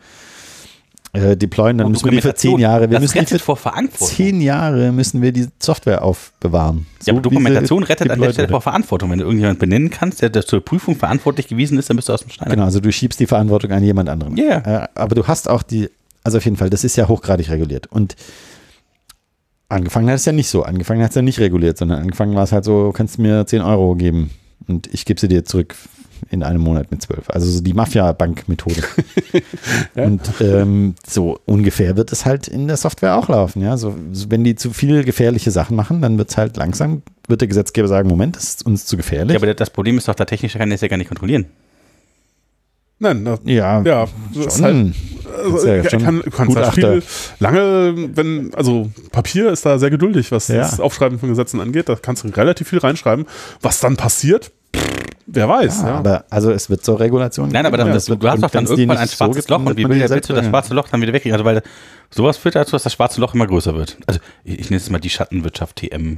[SPEAKER 3] äh, deployen, dann
[SPEAKER 1] Und
[SPEAKER 3] müssen wir die für
[SPEAKER 1] Dokumentation.
[SPEAKER 3] zehn Jahre, wir
[SPEAKER 1] das
[SPEAKER 3] müssen die für
[SPEAKER 1] rettet vor Verantwortung.
[SPEAKER 3] zehn Jahre müssen wir die Software aufbewahren.
[SPEAKER 1] ja, aber
[SPEAKER 3] So wie sie
[SPEAKER 1] Dokumentation rettet an der
[SPEAKER 3] deployed
[SPEAKER 1] Stelle
[SPEAKER 3] wurde.
[SPEAKER 1] vor Verantwortung. Wenn du irgendjemand benennen kannst, der, der zur Prüfung verantwortlich gewesen ist, dann bist du aus dem Stein.
[SPEAKER 3] Genau, also du schiebst die Verantwortung an jemand anderen.
[SPEAKER 1] Ja, ja.
[SPEAKER 3] Äh, aber du hast auch die, also auf jeden Fall, das ist ja hochgradig reguliert. Und angefangen hat es ja nicht so. Angefangen hat es ja nicht reguliert, sondern angefangen war es halt so, kannst du mir 10 Euro geben und ich gebe sie dir zurück in einem Monat mit 12. Also so die Mafia-Bank-Methode. Und ähm, so ungefähr wird es halt in der Software auch laufen. Ja? So, so wenn die zu viel gefährliche Sachen machen, dann wird es halt langsam, wird der Gesetzgeber sagen, Moment, das ist uns zu gefährlich.
[SPEAKER 1] Ja, aber das Problem ist doch, der Technische kann das ja gar nicht kontrollieren.
[SPEAKER 2] Nein, das,
[SPEAKER 3] ja,
[SPEAKER 2] ja, das ist
[SPEAKER 3] schon.
[SPEAKER 2] halt,
[SPEAKER 3] Ist
[SPEAKER 2] also,
[SPEAKER 3] ja
[SPEAKER 2] ja,
[SPEAKER 3] schon
[SPEAKER 2] kann, du kannst halt
[SPEAKER 3] Gutachter.
[SPEAKER 2] viel, lange, wenn, also Papier ist da sehr geduldig, was
[SPEAKER 3] Ja.
[SPEAKER 2] das Aufschreiben von Gesetzen angeht. Da kannst du relativ viel reinschreiben. Was dann passiert, pff, wer weiß.
[SPEAKER 3] Ah,
[SPEAKER 2] Ja,
[SPEAKER 3] Aber also es wird zur Regulation.
[SPEAKER 1] Nein, aber dann,
[SPEAKER 3] Ja,
[SPEAKER 1] das,
[SPEAKER 3] es wird-
[SPEAKER 1] du hast
[SPEAKER 3] und
[SPEAKER 1] doch dann
[SPEAKER 3] wenn's die
[SPEAKER 1] irgendwann
[SPEAKER 3] nicht
[SPEAKER 1] ein
[SPEAKER 3] so
[SPEAKER 1] schwarzes
[SPEAKER 3] gibt,
[SPEAKER 1] Loch
[SPEAKER 3] dann
[SPEAKER 1] und
[SPEAKER 3] wird
[SPEAKER 1] wie
[SPEAKER 3] man
[SPEAKER 1] will-
[SPEAKER 3] die selbst
[SPEAKER 1] willst du das
[SPEAKER 3] regeln.
[SPEAKER 1] schwarze Loch dann wieder wegkriegen? Also, weil sowas führt dazu, dass das schwarze Loch immer größer wird. Also, ich, ich nenne es mal die Schattenwirtschaft TM.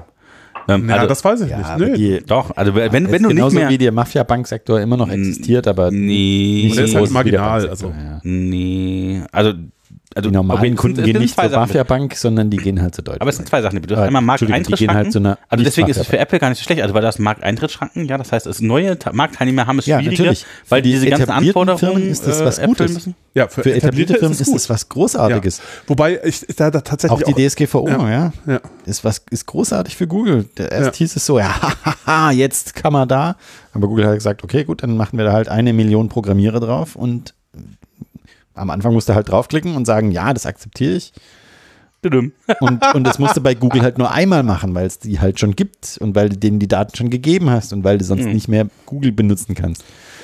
[SPEAKER 1] Ähm,
[SPEAKER 2] ja
[SPEAKER 1] also,
[SPEAKER 2] das weiß ich
[SPEAKER 3] Ja,
[SPEAKER 2] nicht.
[SPEAKER 3] aber
[SPEAKER 2] Nee.
[SPEAKER 3] die,
[SPEAKER 1] doch, also wenn,
[SPEAKER 3] wenn,
[SPEAKER 1] wenn du nicht
[SPEAKER 3] genauso
[SPEAKER 1] mehr...
[SPEAKER 3] wie der Mafia-Banksektor immer noch existiert, aber
[SPEAKER 1] nee,
[SPEAKER 2] Und der ist halt
[SPEAKER 3] groß wie
[SPEAKER 2] marginal, also.
[SPEAKER 3] Banksektor, ja.
[SPEAKER 1] nee, also... also
[SPEAKER 3] Die normalen
[SPEAKER 1] objektend-
[SPEAKER 3] Kunden
[SPEAKER 1] es
[SPEAKER 3] gehen
[SPEAKER 1] sind
[SPEAKER 3] nicht
[SPEAKER 1] zwei
[SPEAKER 3] zur
[SPEAKER 1] Sachen.
[SPEAKER 3] Mafia-Bank, sondern die gehen halt zur Deutschen
[SPEAKER 1] Aber es sind zwei
[SPEAKER 3] Bank.
[SPEAKER 1] Sachen. Du hast
[SPEAKER 3] Äh,
[SPEAKER 1] einmal
[SPEAKER 3] Entschuldigung, die gehen
[SPEAKER 1] Markteintrittsschranken.
[SPEAKER 3] halt zu einer
[SPEAKER 1] also deswegen ist es
[SPEAKER 3] Nicht-Mafia-Bank.
[SPEAKER 1] für Apple gar nicht so schlecht. Also weil das Markteintrittsschranken, ja, das heißt, es neue Ta- Marktteilnehmer haben es
[SPEAKER 3] Ja,
[SPEAKER 1] schwieriger,
[SPEAKER 3] natürlich.
[SPEAKER 1] weil
[SPEAKER 3] Für die
[SPEAKER 1] diese ganzen
[SPEAKER 3] etablierten
[SPEAKER 1] Anforderungen
[SPEAKER 3] Firmen ist das
[SPEAKER 1] äh,
[SPEAKER 3] was
[SPEAKER 1] erfüllen
[SPEAKER 3] Gutes.
[SPEAKER 1] müssen.
[SPEAKER 2] Ja, für,
[SPEAKER 3] Für etablierte Firmen ist
[SPEAKER 2] gut.
[SPEAKER 3] es was
[SPEAKER 2] ja.
[SPEAKER 3] Großartiges.
[SPEAKER 2] Wobei ich da, da tatsächlich
[SPEAKER 3] Auch die DSGVO,
[SPEAKER 2] Ja.
[SPEAKER 3] ja.
[SPEAKER 2] Ja.
[SPEAKER 3] Ist, was, ist großartig für Google. Der- Erst
[SPEAKER 2] Ja.
[SPEAKER 3] hieß es so, ja, hahaha, jetzt kann man da. Aber Google hat gesagt, okay, gut, dann machen wir da halt eine Million Programmierer drauf und äh, am Anfang musste halt draufklicken und sagen, ja, das akzeptiere ich.
[SPEAKER 1] Düdüm.
[SPEAKER 3] Und, und das musst du bei Google halt nur einmal machen, weil es die halt schon gibt und weil du denen die Daten schon gegeben hast und weil du
[SPEAKER 1] Mhm.
[SPEAKER 3] sonst nicht mehr Google benutzen kannst.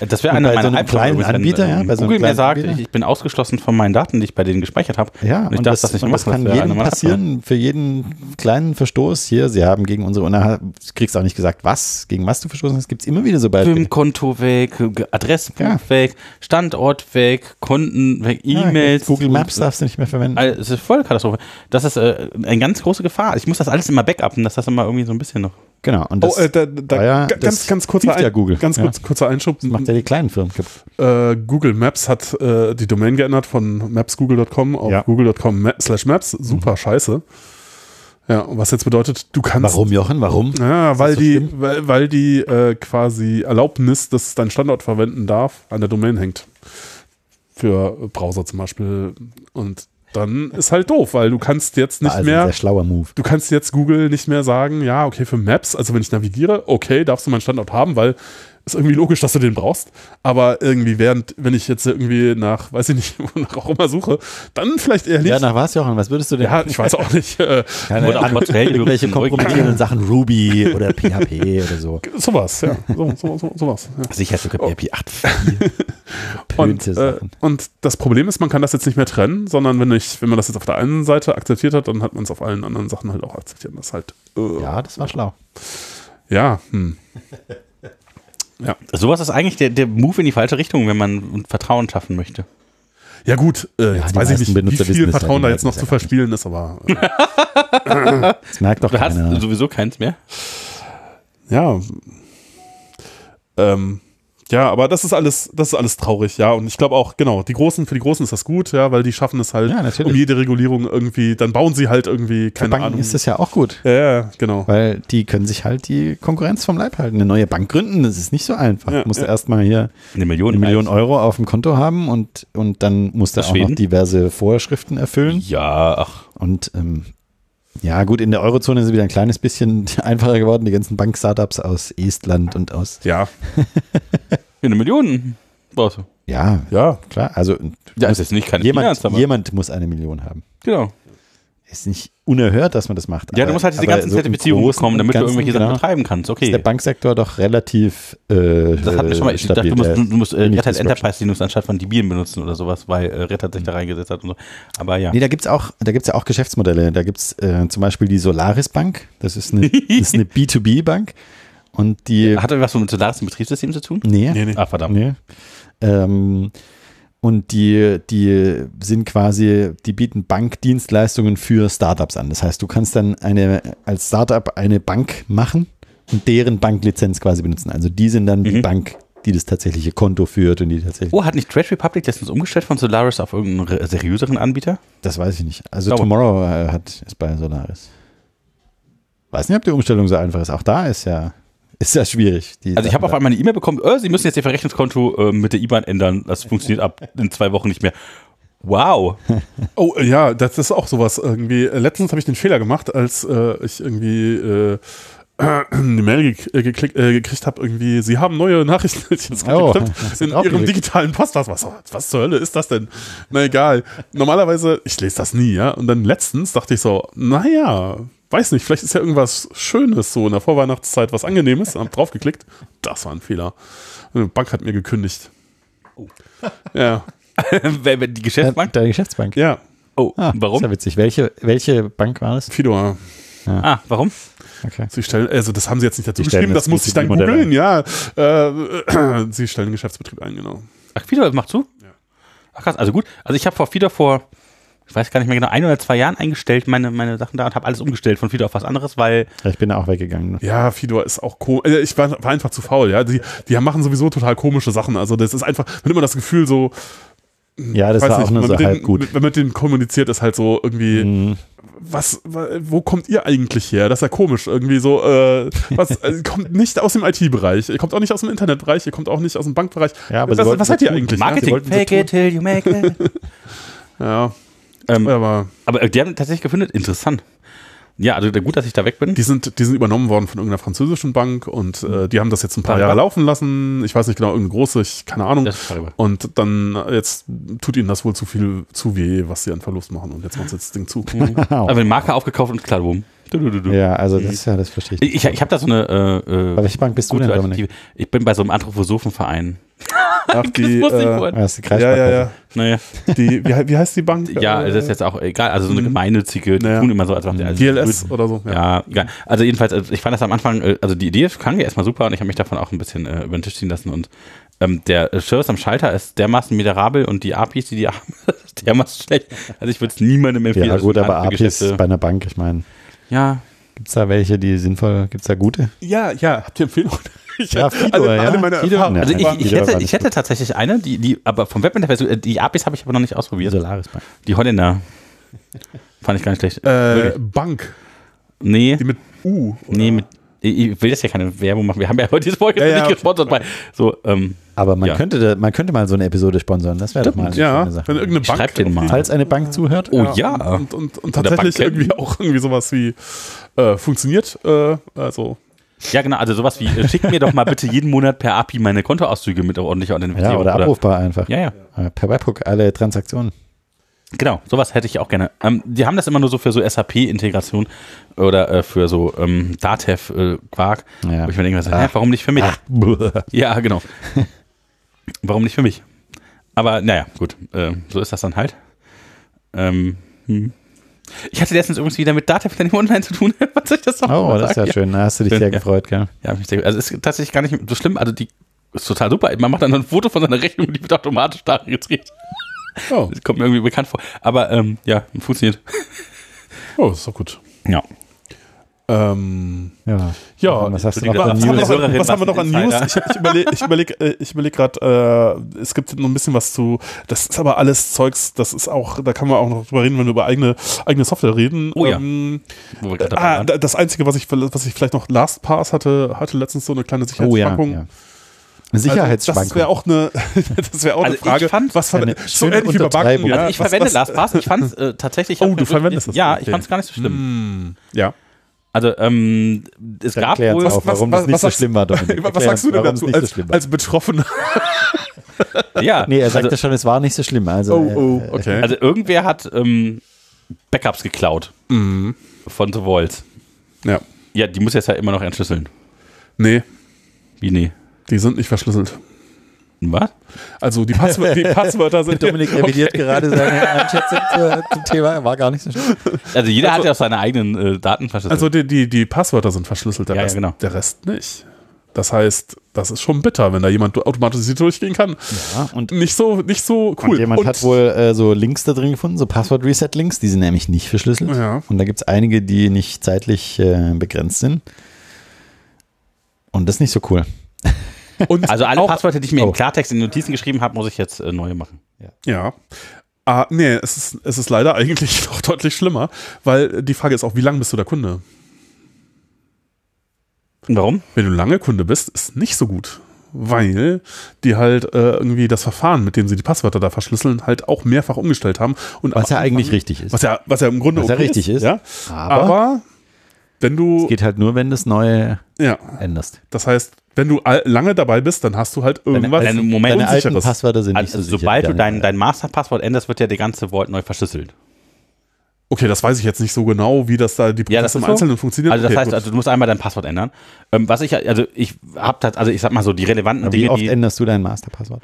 [SPEAKER 1] Das wäre
[SPEAKER 3] Und
[SPEAKER 1] einer
[SPEAKER 3] bei
[SPEAKER 1] meiner
[SPEAKER 3] so einem
[SPEAKER 1] Albträume
[SPEAKER 3] kleinen
[SPEAKER 1] übrigens, wenn,
[SPEAKER 3] Anbieter, ja,
[SPEAKER 1] ähm,
[SPEAKER 3] bei so einem
[SPEAKER 1] Google mir
[SPEAKER 3] kleinen
[SPEAKER 1] sagt,
[SPEAKER 3] Anbieter.
[SPEAKER 1] ich bin ausgeschlossen von meinen Daten, die ich bei denen gespeichert habe.
[SPEAKER 3] Ja,
[SPEAKER 1] und ich darf das, nicht
[SPEAKER 3] und
[SPEAKER 1] machen.
[SPEAKER 3] das kann
[SPEAKER 1] wäre einer
[SPEAKER 3] jedem
[SPEAKER 1] meiner Albträume.
[SPEAKER 3] passieren, für jeden kleinen Verstoß hier. Sie haben gegen unsere, und dann kriegst du auch nicht gesagt, was, gegen was du verstoßen hast, gibt es immer wieder so bald.
[SPEAKER 1] Firmenkonto weg, Adressbuch
[SPEAKER 3] Ja.
[SPEAKER 1] weg, Standort weg, Konten weg,
[SPEAKER 3] Ja,
[SPEAKER 1] E-Mails.
[SPEAKER 3] Google Maps darfst du nicht mehr verwenden.
[SPEAKER 1] Also, Es ist voll Katastrophe. Das ist äh, eine ganz große Gefahr. Ich muss das alles immer backuppen, dass das immer irgendwie so ein bisschen noch.
[SPEAKER 3] Genau. Und das
[SPEAKER 2] Oh, äh, da, da,
[SPEAKER 3] war ja-
[SPEAKER 2] ga- ganz,
[SPEAKER 3] das
[SPEAKER 2] ganz kurzer,
[SPEAKER 3] hilft ja
[SPEAKER 2] Ein-
[SPEAKER 3] Google.
[SPEAKER 2] ganz
[SPEAKER 3] Ja.
[SPEAKER 2] kurz, kurzer Einschub.
[SPEAKER 3] macht ja die kleinen Firmen kaputt.
[SPEAKER 2] Äh, Google Maps hat äh, die Domain geändert von mapsgoogle.com auf
[SPEAKER 3] Ja. Mhm.
[SPEAKER 2] google.com ma- slash maps. Super scheiße. Ja, und was jetzt bedeutet, du kannst.
[SPEAKER 3] Warum, Jochen? Warum?
[SPEAKER 2] Ja, weil
[SPEAKER 3] so
[SPEAKER 2] die,
[SPEAKER 3] schlimm?
[SPEAKER 2] weil, weil die äh, quasi Erlaubnis, dass es dein Standort verwenden darf, an der Domain hängt. Für Browser zum Beispiel. Und dann ist halt doof, weil du kannst jetzt nicht
[SPEAKER 3] War also ein
[SPEAKER 2] mehr
[SPEAKER 3] sehr schlauer Move.
[SPEAKER 2] du kannst jetzt Google nicht mehr sagen, ja, okay, für Maps, also wenn ich navigiere, okay, darfst du meinen Standort haben, weil ist irgendwie logisch, dass du den brauchst. Aber irgendwie, während, wenn ich jetzt irgendwie nach, weiß ich nicht, wonach auch immer suche, dann vielleicht eher nicht.
[SPEAKER 3] Ja,
[SPEAKER 2] Ja,
[SPEAKER 3] nach was, Jochen? Was würdest du denn?
[SPEAKER 2] ich weiß auch nicht. Äh,
[SPEAKER 1] Oder auch Porträt-
[SPEAKER 3] Irgendwelche
[SPEAKER 1] Leugnen.
[SPEAKER 3] kompromittierenden Sachen, Ruby oder PHP oder so.
[SPEAKER 2] sowas, ja. So, so, so, sowas. Ja.
[SPEAKER 3] Sicher sogar PHP 8.4.
[SPEAKER 2] Und,
[SPEAKER 3] Pönte
[SPEAKER 2] äh,
[SPEAKER 3] Sachen.
[SPEAKER 2] und das Problem ist, man kann das jetzt nicht mehr trennen, sondern wenn, ich, wenn man das jetzt auf der einen Seite akzeptiert hat, dann hat man es auf allen anderen Sachen halt auch akzeptiert. Und Das ist halt, äh, ja,
[SPEAKER 3] Ja, das war schlau.
[SPEAKER 2] hm.
[SPEAKER 1] Sowas ist eigentlich der, der Move in die falsche Richtung, wenn man Vertrauen schaffen möchte.
[SPEAKER 2] ja gut, äh, jetzt
[SPEAKER 3] die
[SPEAKER 2] weiß ich
[SPEAKER 3] meisten
[SPEAKER 2] nicht,
[SPEAKER 3] Benutzer
[SPEAKER 2] wie
[SPEAKER 3] wissen
[SPEAKER 2] viel
[SPEAKER 3] das ja,
[SPEAKER 2] Vertrauen
[SPEAKER 3] die
[SPEAKER 2] da
[SPEAKER 3] merken
[SPEAKER 2] jetzt noch
[SPEAKER 3] das ja
[SPEAKER 2] zu
[SPEAKER 3] gar nicht.
[SPEAKER 2] verspielen ist, aber äh,
[SPEAKER 3] Das merkt doch
[SPEAKER 1] Du hast
[SPEAKER 3] keiner.
[SPEAKER 1] sowieso keins mehr.
[SPEAKER 2] ja. Ähm, ja, aber das ist alles, das ist alles traurig, ja. Und ich glaube auch, genau, die Großen, für die Großen ist das gut, ja, weil die schaffen es halt
[SPEAKER 3] Ja, natürlich.
[SPEAKER 2] um jede Regulierung irgendwie, dann bauen sie halt irgendwie, keine
[SPEAKER 3] Banken
[SPEAKER 2] Ahnung.
[SPEAKER 3] ist das ja auch gut.
[SPEAKER 2] ja, ja, genau.
[SPEAKER 3] Weil die können sich halt die Konkurrenz vom Leib halten. Eine neue Bank gründen, das ist nicht so einfach.
[SPEAKER 2] Ja,
[SPEAKER 3] du musst
[SPEAKER 2] ja.
[SPEAKER 3] erstmal hier
[SPEAKER 1] Eine Million.
[SPEAKER 3] eine Million Euro auf dem Konto haben und, und dann musst du
[SPEAKER 1] Aus
[SPEAKER 3] auch noch
[SPEAKER 1] Schweden?
[SPEAKER 3] diverse Vorschriften erfüllen.
[SPEAKER 1] Ja, ach.
[SPEAKER 3] Und ähm, ja, gut, in der Eurozone ist es wieder ein kleines bisschen einfacher geworden. Die ganzen Bank-Startups aus Estland und aus.
[SPEAKER 2] Ja,
[SPEAKER 1] Eine Million brauchst du.
[SPEAKER 3] Ja,
[SPEAKER 2] ja.
[SPEAKER 3] klar. Also
[SPEAKER 1] Ja, ist jetzt nicht keine
[SPEAKER 3] jemand,
[SPEAKER 1] Finanz, aber-
[SPEAKER 3] jemand muss eine Million haben.
[SPEAKER 1] Genau.
[SPEAKER 3] Ist nicht unerhört, dass man das macht.
[SPEAKER 1] Ja,
[SPEAKER 3] aber-
[SPEAKER 1] du musst halt diese
[SPEAKER 3] aber
[SPEAKER 1] ganzen
[SPEAKER 3] so im
[SPEAKER 1] Zertifizierungen
[SPEAKER 3] Großen
[SPEAKER 1] bekommen,
[SPEAKER 3] und
[SPEAKER 1] damit du
[SPEAKER 3] Ganzen,
[SPEAKER 1] irgendwelche Sachen
[SPEAKER 3] genau,
[SPEAKER 1] betreiben kannst.
[SPEAKER 3] Ist
[SPEAKER 1] Okay.
[SPEAKER 3] der Banksektor doch relativ. Äh,
[SPEAKER 1] Das hatten wir schon mal. Ich dachte,
[SPEAKER 3] stabil.
[SPEAKER 1] du musst, du musst äh,
[SPEAKER 3] Nicht
[SPEAKER 1] Red Hat
[SPEAKER 3] disruption.
[SPEAKER 1] Enterprise Linux anstatt von Debian benutzen oder sowas, weil äh, Red Hat sich da reingesetzt hat und so. Aber ja.
[SPEAKER 3] Hm. Nee, da gibt's auch, da gibt's ja auch Geschäftsmodelle. Da gibt's äh, zum Beispiel die Solaris Bank. Das ist eine, das ist eine B2B-Bank. Und die.
[SPEAKER 1] Hat er was mit Solaris im Betriebssystem zu tun?
[SPEAKER 3] nee,
[SPEAKER 2] Nee, nee.
[SPEAKER 1] Ah, verdammt.
[SPEAKER 3] nee. Ähm, und die, die sind quasi, die bieten Bankdienstleistungen für Startups an. Das heißt, du kannst dann eine, als
[SPEAKER 2] Mhm.
[SPEAKER 3] Startup eine Bank machen und deren Banklizenz quasi benutzen. Also die sind dann die Bank die das tatsächliche Konto führt und die tatsächlich.
[SPEAKER 1] Oh, hat nicht Trade Republic letztens umgestellt von Solaris auf irgendeinen re- seriöseren Anbieter?
[SPEAKER 3] Das weiß ich nicht. Also
[SPEAKER 1] Glaube-
[SPEAKER 3] Tomorrow äh, hat ist bei Solaris. Weiß nicht, ob die Umstellung so einfach ist. Auch da ist ja ist ja schwierig. die
[SPEAKER 1] Also ich habe auf
[SPEAKER 3] Sachen
[SPEAKER 1] einmal eine E-Mail bekommen, äh, Sie müssen jetzt Ihr Verrechnungskonto äh, mit der IBAN ändern. Das funktioniert ab in zwei Wochen nicht mehr. Wow.
[SPEAKER 2] Oh äh, ja, das ist auch sowas irgendwie. Äh, Letztens habe ich den Fehler gemacht, als äh, ich irgendwie äh, die Mail ge äh, geklick- äh, gekriegt habe, irgendwie, sie haben neue Nachrichten ich jetzt
[SPEAKER 3] Oh,
[SPEAKER 2] geklickt hab,
[SPEAKER 3] hast du
[SPEAKER 2] in
[SPEAKER 3] draufgeklickt?
[SPEAKER 2] ihrem digitalen Postfach. Was, was zur Hölle ist das denn? Na egal. Normalerweise, ich lese das nie, ja. Und dann letztens dachte ich so, naja, weiß nicht, vielleicht ist ja irgendwas Schönes so in der Vorweihnachtszeit, was angenehmes. Hab draufgeklickt. Das war ein Fehler. Die Bank hat mir gekündigt. Ja,
[SPEAKER 1] Wer- wer- die
[SPEAKER 3] da-
[SPEAKER 1] Geschäftsbank?
[SPEAKER 3] Deine Geschäftsbank.
[SPEAKER 2] ja,
[SPEAKER 1] Oh,
[SPEAKER 3] Ah, Ist
[SPEAKER 1] warum?
[SPEAKER 3] ja witzig. Welche, welche Bank war das?
[SPEAKER 2] Fidor.
[SPEAKER 1] Ah, warum?
[SPEAKER 3] Okay.
[SPEAKER 2] Sie stellen, also das haben sie jetzt nicht dazu
[SPEAKER 3] Sie stellen
[SPEAKER 2] geschrieben, das
[SPEAKER 3] das
[SPEAKER 2] muss ich dann
[SPEAKER 3] B2B-Modell
[SPEAKER 2] googeln, ja. Äh, sie stellen den Geschäftsbetrieb ein, genau.
[SPEAKER 1] Ach, Fido macht zu? Ach krass, also gut. Also ich habe vor Fido vor, ich weiß gar nicht mehr genau, ein oder zwei Jahren eingestellt, meine, meine Sachen da und habe alles umgestellt von Fido auf was anderes, weil
[SPEAKER 3] Ja, Ich bin auch weggegangen.
[SPEAKER 2] Ja, Fidor ist auch komisch. Also ich war, war einfach zu faul, ja. Die, die machen sowieso total komische Sachen. Also das ist einfach, man hat immer das Gefühl so,
[SPEAKER 3] Ja, das
[SPEAKER 2] weiß
[SPEAKER 3] war
[SPEAKER 2] nicht,
[SPEAKER 3] auch nur
[SPEAKER 2] wenn man
[SPEAKER 3] so
[SPEAKER 2] mit
[SPEAKER 3] halb
[SPEAKER 2] denen-
[SPEAKER 3] gut. Mhm. Hm.
[SPEAKER 2] Mit, wenn man mit denen kommuniziert, ist halt so irgendwie, was, wa- wo kommt ihr eigentlich her? Das ist ja komisch, irgendwie so, äh, was, äh, kommt nicht aus dem IT-Bereich, ihr kommt auch nicht aus dem Internetbereich, ihr kommt auch nicht aus dem Bankbereich.
[SPEAKER 3] Ja, aber sie
[SPEAKER 2] was,
[SPEAKER 3] wollten
[SPEAKER 2] was
[SPEAKER 3] so
[SPEAKER 2] seid ihr
[SPEAKER 3] tun.
[SPEAKER 2] eigentlich?
[SPEAKER 1] Marketing.
[SPEAKER 2] Ja, sie wollten so tun.
[SPEAKER 1] till you make it.
[SPEAKER 2] ja.
[SPEAKER 1] Ähm,
[SPEAKER 2] aber
[SPEAKER 1] Aber äh, die haben tatsächlich gefunden, interessant. Ja, also gut, dass ich da weg bin.
[SPEAKER 2] Die sind, die sind übernommen worden von irgendeiner französischen Bank und äh, die haben das jetzt ein paar Jahre laufen lassen. Ich weiß nicht genau, irgendeine große, ich, keine Ahnung.
[SPEAKER 1] Das ist Paribas.
[SPEAKER 2] Und dann äh, jetzt tut ihnen das wohl zu viel zu weh, was sie an Verlust machen. Und jetzt machen sie jetzt das Ding zu.
[SPEAKER 1] Aber Also eine Marke aufgekauft und klar, boom. Du, du, du, du.
[SPEAKER 3] Ja, also das ist ja, das verstehe ich.
[SPEAKER 1] Ich, ich habe da so eine äh,
[SPEAKER 3] Bei
[SPEAKER 1] äh,
[SPEAKER 3] welcher Bank bist du
[SPEAKER 1] gute
[SPEAKER 3] denn, Dominik?
[SPEAKER 1] Alternative. Ich bin bei so einem Anthroposophenverein.
[SPEAKER 2] Ach, die,
[SPEAKER 1] wusste ich
[SPEAKER 2] äh,
[SPEAKER 1] vorher.
[SPEAKER 3] Ah, das ist die
[SPEAKER 2] ja, ja,
[SPEAKER 3] Kreissparkasse.
[SPEAKER 2] ja.
[SPEAKER 1] Naja,
[SPEAKER 2] Die, wie, he- wie heißt die Bank?
[SPEAKER 1] ja,
[SPEAKER 2] Äh,
[SPEAKER 1] das ist jetzt auch egal. Also so eine
[SPEAKER 2] Mhm.
[SPEAKER 1] gemeinnützige, die
[SPEAKER 2] Naja. Mhm.
[SPEAKER 1] tun immer so, als ob die
[SPEAKER 2] Äh,
[SPEAKER 1] also
[SPEAKER 2] DLS oder so.
[SPEAKER 1] Ja, egal. Also jedenfalls, also ich fand das am Anfang, äh, also die Idee klang ja erstmal super und ich habe mich davon auch ein bisschen äh, über den Tisch ziehen lassen und ähm, der äh, Service am Schalter ist dermaßen miserabel und die APIs, die die haben, ist dermaßen schlecht. Also ich würde es niemandem
[SPEAKER 3] Ja,
[SPEAKER 1] empfehlen. Also
[SPEAKER 3] gut,
[SPEAKER 1] für
[SPEAKER 3] aber
[SPEAKER 1] andere
[SPEAKER 3] APIs
[SPEAKER 1] Geschäfte.
[SPEAKER 3] bei einer Bank, ich meine,
[SPEAKER 1] Ja,
[SPEAKER 3] gibt es da welche, die sinnvoll, gibt es da gute?
[SPEAKER 2] ja, ja. Habt ihr Empfehlungen? Ich,
[SPEAKER 3] Ja, Fidor,
[SPEAKER 2] alle, alle
[SPEAKER 3] ja.
[SPEAKER 2] meine
[SPEAKER 3] Fidor,
[SPEAKER 2] Erfahrungen.
[SPEAKER 3] ja.
[SPEAKER 1] also ich,
[SPEAKER 2] waren-
[SPEAKER 1] ich,
[SPEAKER 3] die
[SPEAKER 1] hätte,
[SPEAKER 3] waren
[SPEAKER 1] ich
[SPEAKER 3] nicht
[SPEAKER 1] hätte tatsächlich eine, die, die aber vom Webinterface, äh, die APIs habe ich aber noch nicht ausprobiert.
[SPEAKER 3] Solaris Bank.
[SPEAKER 1] Die Holländer. Fand ich gar nicht schlecht.
[SPEAKER 2] äh,
[SPEAKER 1] Wirklich.
[SPEAKER 2] Bank,
[SPEAKER 1] nee,
[SPEAKER 2] die mit U. oder?
[SPEAKER 1] nee, mit, ich ich will das ja keine Werbung machen. Wir haben ja heute diese Folge
[SPEAKER 2] Ja, ja,
[SPEAKER 1] nicht
[SPEAKER 2] okay.
[SPEAKER 1] gesponsert. Bei. So, ähm,
[SPEAKER 3] Aber man,
[SPEAKER 1] Ja.
[SPEAKER 3] könnte da, man könnte mal so eine Episode sponsern, das wäre doch mal eine
[SPEAKER 2] Ja,
[SPEAKER 3] schöne Sache.
[SPEAKER 2] wenn irgendeine Bank.
[SPEAKER 1] schreibt den mal.
[SPEAKER 3] Falls eine Bank zuhört,
[SPEAKER 1] oh ja.
[SPEAKER 2] Und, und, und, und
[SPEAKER 1] Oder
[SPEAKER 2] tatsächlich
[SPEAKER 1] Banken.
[SPEAKER 2] irgendwie auch irgendwie sowas wie äh, funktioniert. Äh, also
[SPEAKER 1] Ja, genau, also sowas wie, äh, schickt mir doch mal bitte jeden Monat per API meine Kontoauszüge mit ordentlicher Authentifizierung.
[SPEAKER 3] ja, oder abrufbar einfach.
[SPEAKER 1] Ja, ja,
[SPEAKER 3] Äh, Per Webhook alle Transaktionen.
[SPEAKER 1] genau, sowas hätte ich auch gerne. Ähm, die haben das immer nur so für so SAP-Integration oder äh, für so ähm, Datev-Quark.
[SPEAKER 3] Ja.
[SPEAKER 1] Wo ich mir denke, hä, warum nicht für mich?
[SPEAKER 3] Oh,
[SPEAKER 1] Ja, genau. warum nicht für mich? Aber naja, gut, ähm, so ist das dann halt. Ähm, hm. Ich hatte letztens übrigens wieder mit Datev Online zu tun. Was soll ich das noch
[SPEAKER 3] Oh,
[SPEAKER 1] mal
[SPEAKER 3] das ist ja
[SPEAKER 1] sagen?
[SPEAKER 3] schön, da hast du dich
[SPEAKER 1] Schön,
[SPEAKER 3] sehr
[SPEAKER 1] ja.
[SPEAKER 3] gefreut, gell?
[SPEAKER 1] Ja, hab ich sehr, also es ist tatsächlich gar nicht so schlimm. Also die ist total super. Man macht dann ein Foto von seiner Rechnung und die wird automatisch da registriert.
[SPEAKER 2] oh,
[SPEAKER 1] Das kommt mir irgendwie bekannt vor. Aber ähm, ja, funktioniert.
[SPEAKER 2] oh, ist doch gut.
[SPEAKER 1] Ja.
[SPEAKER 2] Ähm,
[SPEAKER 3] Ja.
[SPEAKER 2] ja,
[SPEAKER 3] was hast du noch
[SPEAKER 1] Entschuldigung,
[SPEAKER 3] für
[SPEAKER 2] was, haben wir
[SPEAKER 1] News?
[SPEAKER 2] noch,
[SPEAKER 3] News?
[SPEAKER 2] an- was haben wir noch an
[SPEAKER 1] Insider.
[SPEAKER 2] News? Ich, ich überlege ich überleg, äh, ich überleg gerade, äh, es gibt noch ein bisschen was zu, das ist aber alles Zeugs, das ist auch, da kann man auch noch drüber reden, wenn wir über eigene, eigene Software reden.
[SPEAKER 1] Oh ja.
[SPEAKER 2] Ähm,
[SPEAKER 1] Wo wir grad dabei
[SPEAKER 2] ah,
[SPEAKER 1] waren.
[SPEAKER 2] da- das Einzige, was ich, was ich vielleicht noch LastPass hatte, hatte letztens so eine kleine
[SPEAKER 1] Oh
[SPEAKER 3] Oh
[SPEAKER 2] Sicherheitspackung. Also
[SPEAKER 3] Sicherheitsschwankung.
[SPEAKER 2] das wäre auch eine, das wäre auch
[SPEAKER 1] Also
[SPEAKER 2] eine Frage.
[SPEAKER 1] ich fand-
[SPEAKER 2] was ver-
[SPEAKER 3] Eine
[SPEAKER 2] so
[SPEAKER 3] schöne
[SPEAKER 2] ähnlich wie bei Banken,
[SPEAKER 3] Untertreibung.
[SPEAKER 2] ja.
[SPEAKER 1] also ich
[SPEAKER 2] was,
[SPEAKER 1] verwende
[SPEAKER 2] was,
[SPEAKER 1] LastPass. Ich fand es äh, tatsächlich.
[SPEAKER 2] Oh, du verwendest das.
[SPEAKER 1] Ja, ich
[SPEAKER 2] Okay.
[SPEAKER 1] fand es gar nicht so schlimm.
[SPEAKER 2] Hm, ja.
[SPEAKER 1] Also ähm, es gab
[SPEAKER 3] Erklär
[SPEAKER 1] wohl.
[SPEAKER 3] uns auch,
[SPEAKER 2] was-
[SPEAKER 3] warum
[SPEAKER 2] was-
[SPEAKER 3] das nicht
[SPEAKER 2] was
[SPEAKER 3] so
[SPEAKER 2] sagst-
[SPEAKER 3] schlimm war, Dominik.
[SPEAKER 2] Was
[SPEAKER 3] Erklär
[SPEAKER 2] sagst du denn
[SPEAKER 3] uns, warum es
[SPEAKER 2] dazu
[SPEAKER 3] nicht so
[SPEAKER 2] als,
[SPEAKER 3] schlimm war.
[SPEAKER 2] als Betroffener?
[SPEAKER 1] Ja,
[SPEAKER 3] Nee, er sagte
[SPEAKER 1] also,
[SPEAKER 3] schon, es war nicht so schlimm. Also,
[SPEAKER 2] Oh, oh,
[SPEAKER 3] äh,
[SPEAKER 2] okay.
[SPEAKER 1] also irgendwer hat ähm, Backups geklaut
[SPEAKER 2] Mhm.
[SPEAKER 1] von The Vault.
[SPEAKER 2] Ja.
[SPEAKER 1] Ja, die muss jetzt halt immer noch entschlüsseln.
[SPEAKER 2] Nee,
[SPEAKER 1] Wie nee?
[SPEAKER 2] die sind nicht verschlüsselt.
[SPEAKER 1] Was?
[SPEAKER 2] Also die, Passwör die Passwörter sind
[SPEAKER 3] Dominik revidiert gerade seine Einschätzung zu- zum Thema. Er war gar nicht so schlimm.
[SPEAKER 1] Also jeder hat ja auch seine eigenen äh, Daten verschlüsselt.
[SPEAKER 2] Also die, die, die Passwörter sind verschlüsselt, der,
[SPEAKER 1] Ja, ja,
[SPEAKER 2] Rest,
[SPEAKER 1] genau.
[SPEAKER 2] der Rest nicht. Das heißt, das ist schon bitter, wenn da jemand automatisiert durchgehen kann.
[SPEAKER 3] und-
[SPEAKER 2] nicht so, nicht so cool.
[SPEAKER 3] Und jemand
[SPEAKER 2] Und-
[SPEAKER 3] hat wohl äh, so Links da drin gefunden, so Passwort-Reset-Links, die sind nämlich nicht verschlüsselt.
[SPEAKER 2] Ja.
[SPEAKER 3] Und da gibt es einige, die nicht zeitlich äh, begrenzt sind. Und das ist nicht so cool.
[SPEAKER 2] Und
[SPEAKER 1] Also alle
[SPEAKER 2] auch,
[SPEAKER 1] Passwörter, die ich mir
[SPEAKER 3] Oh.
[SPEAKER 1] im Klartext in die Notizen geschrieben habe, muss ich jetzt äh, neue machen.
[SPEAKER 2] Ja. Ah, nee, es ist, es ist leider eigentlich noch deutlich schlimmer, weil die Frage ist auch, wie lange bist du der Kunde?
[SPEAKER 1] Und warum?
[SPEAKER 2] Wenn du lange Kunde bist, ist nicht so gut. Weil die halt äh, irgendwie das Verfahren, mit dem sie die Passwörter da verschlüsseln, halt auch mehrfach umgestellt haben. Und
[SPEAKER 3] Was
[SPEAKER 2] am
[SPEAKER 3] ja eigentlich
[SPEAKER 2] Anfang-
[SPEAKER 3] richtig ist.
[SPEAKER 2] Was ja, was ja im Grunde
[SPEAKER 3] Was ja richtig ist.
[SPEAKER 2] Ja? Aber, wenn du,
[SPEAKER 3] Geht halt nur, wenn du das Neue
[SPEAKER 2] ja,
[SPEAKER 3] änderst.
[SPEAKER 2] das heißt, wenn du all- lange dabei bist, dann hast du halt irgendwas
[SPEAKER 1] deine- Moment,
[SPEAKER 3] Deine alten
[SPEAKER 2] Unsicheres.
[SPEAKER 3] Passwörter sind nicht
[SPEAKER 1] Also,
[SPEAKER 3] so sicher.
[SPEAKER 1] sobald
[SPEAKER 3] wie
[SPEAKER 1] du dein,
[SPEAKER 3] deine-
[SPEAKER 1] dein Masterpasswort änderst, wird ja der ganze Vault neu verschlüsselt.
[SPEAKER 2] Okay, das weiß ich jetzt nicht so genau, wie das da die Prozesse
[SPEAKER 1] Ja, das ist
[SPEAKER 2] im
[SPEAKER 1] so.
[SPEAKER 2] Einzelnen funktionieren.
[SPEAKER 1] Also das
[SPEAKER 2] okay,
[SPEAKER 1] heißt,
[SPEAKER 2] gut.
[SPEAKER 1] also du musst einmal dein Passwort ändern. Ähm, was ich, also ich hab das, also ich sag mal so, die relevanten
[SPEAKER 3] Wie
[SPEAKER 1] Dinge,
[SPEAKER 3] oft
[SPEAKER 1] die,
[SPEAKER 3] änderst du dein Masterpasswort?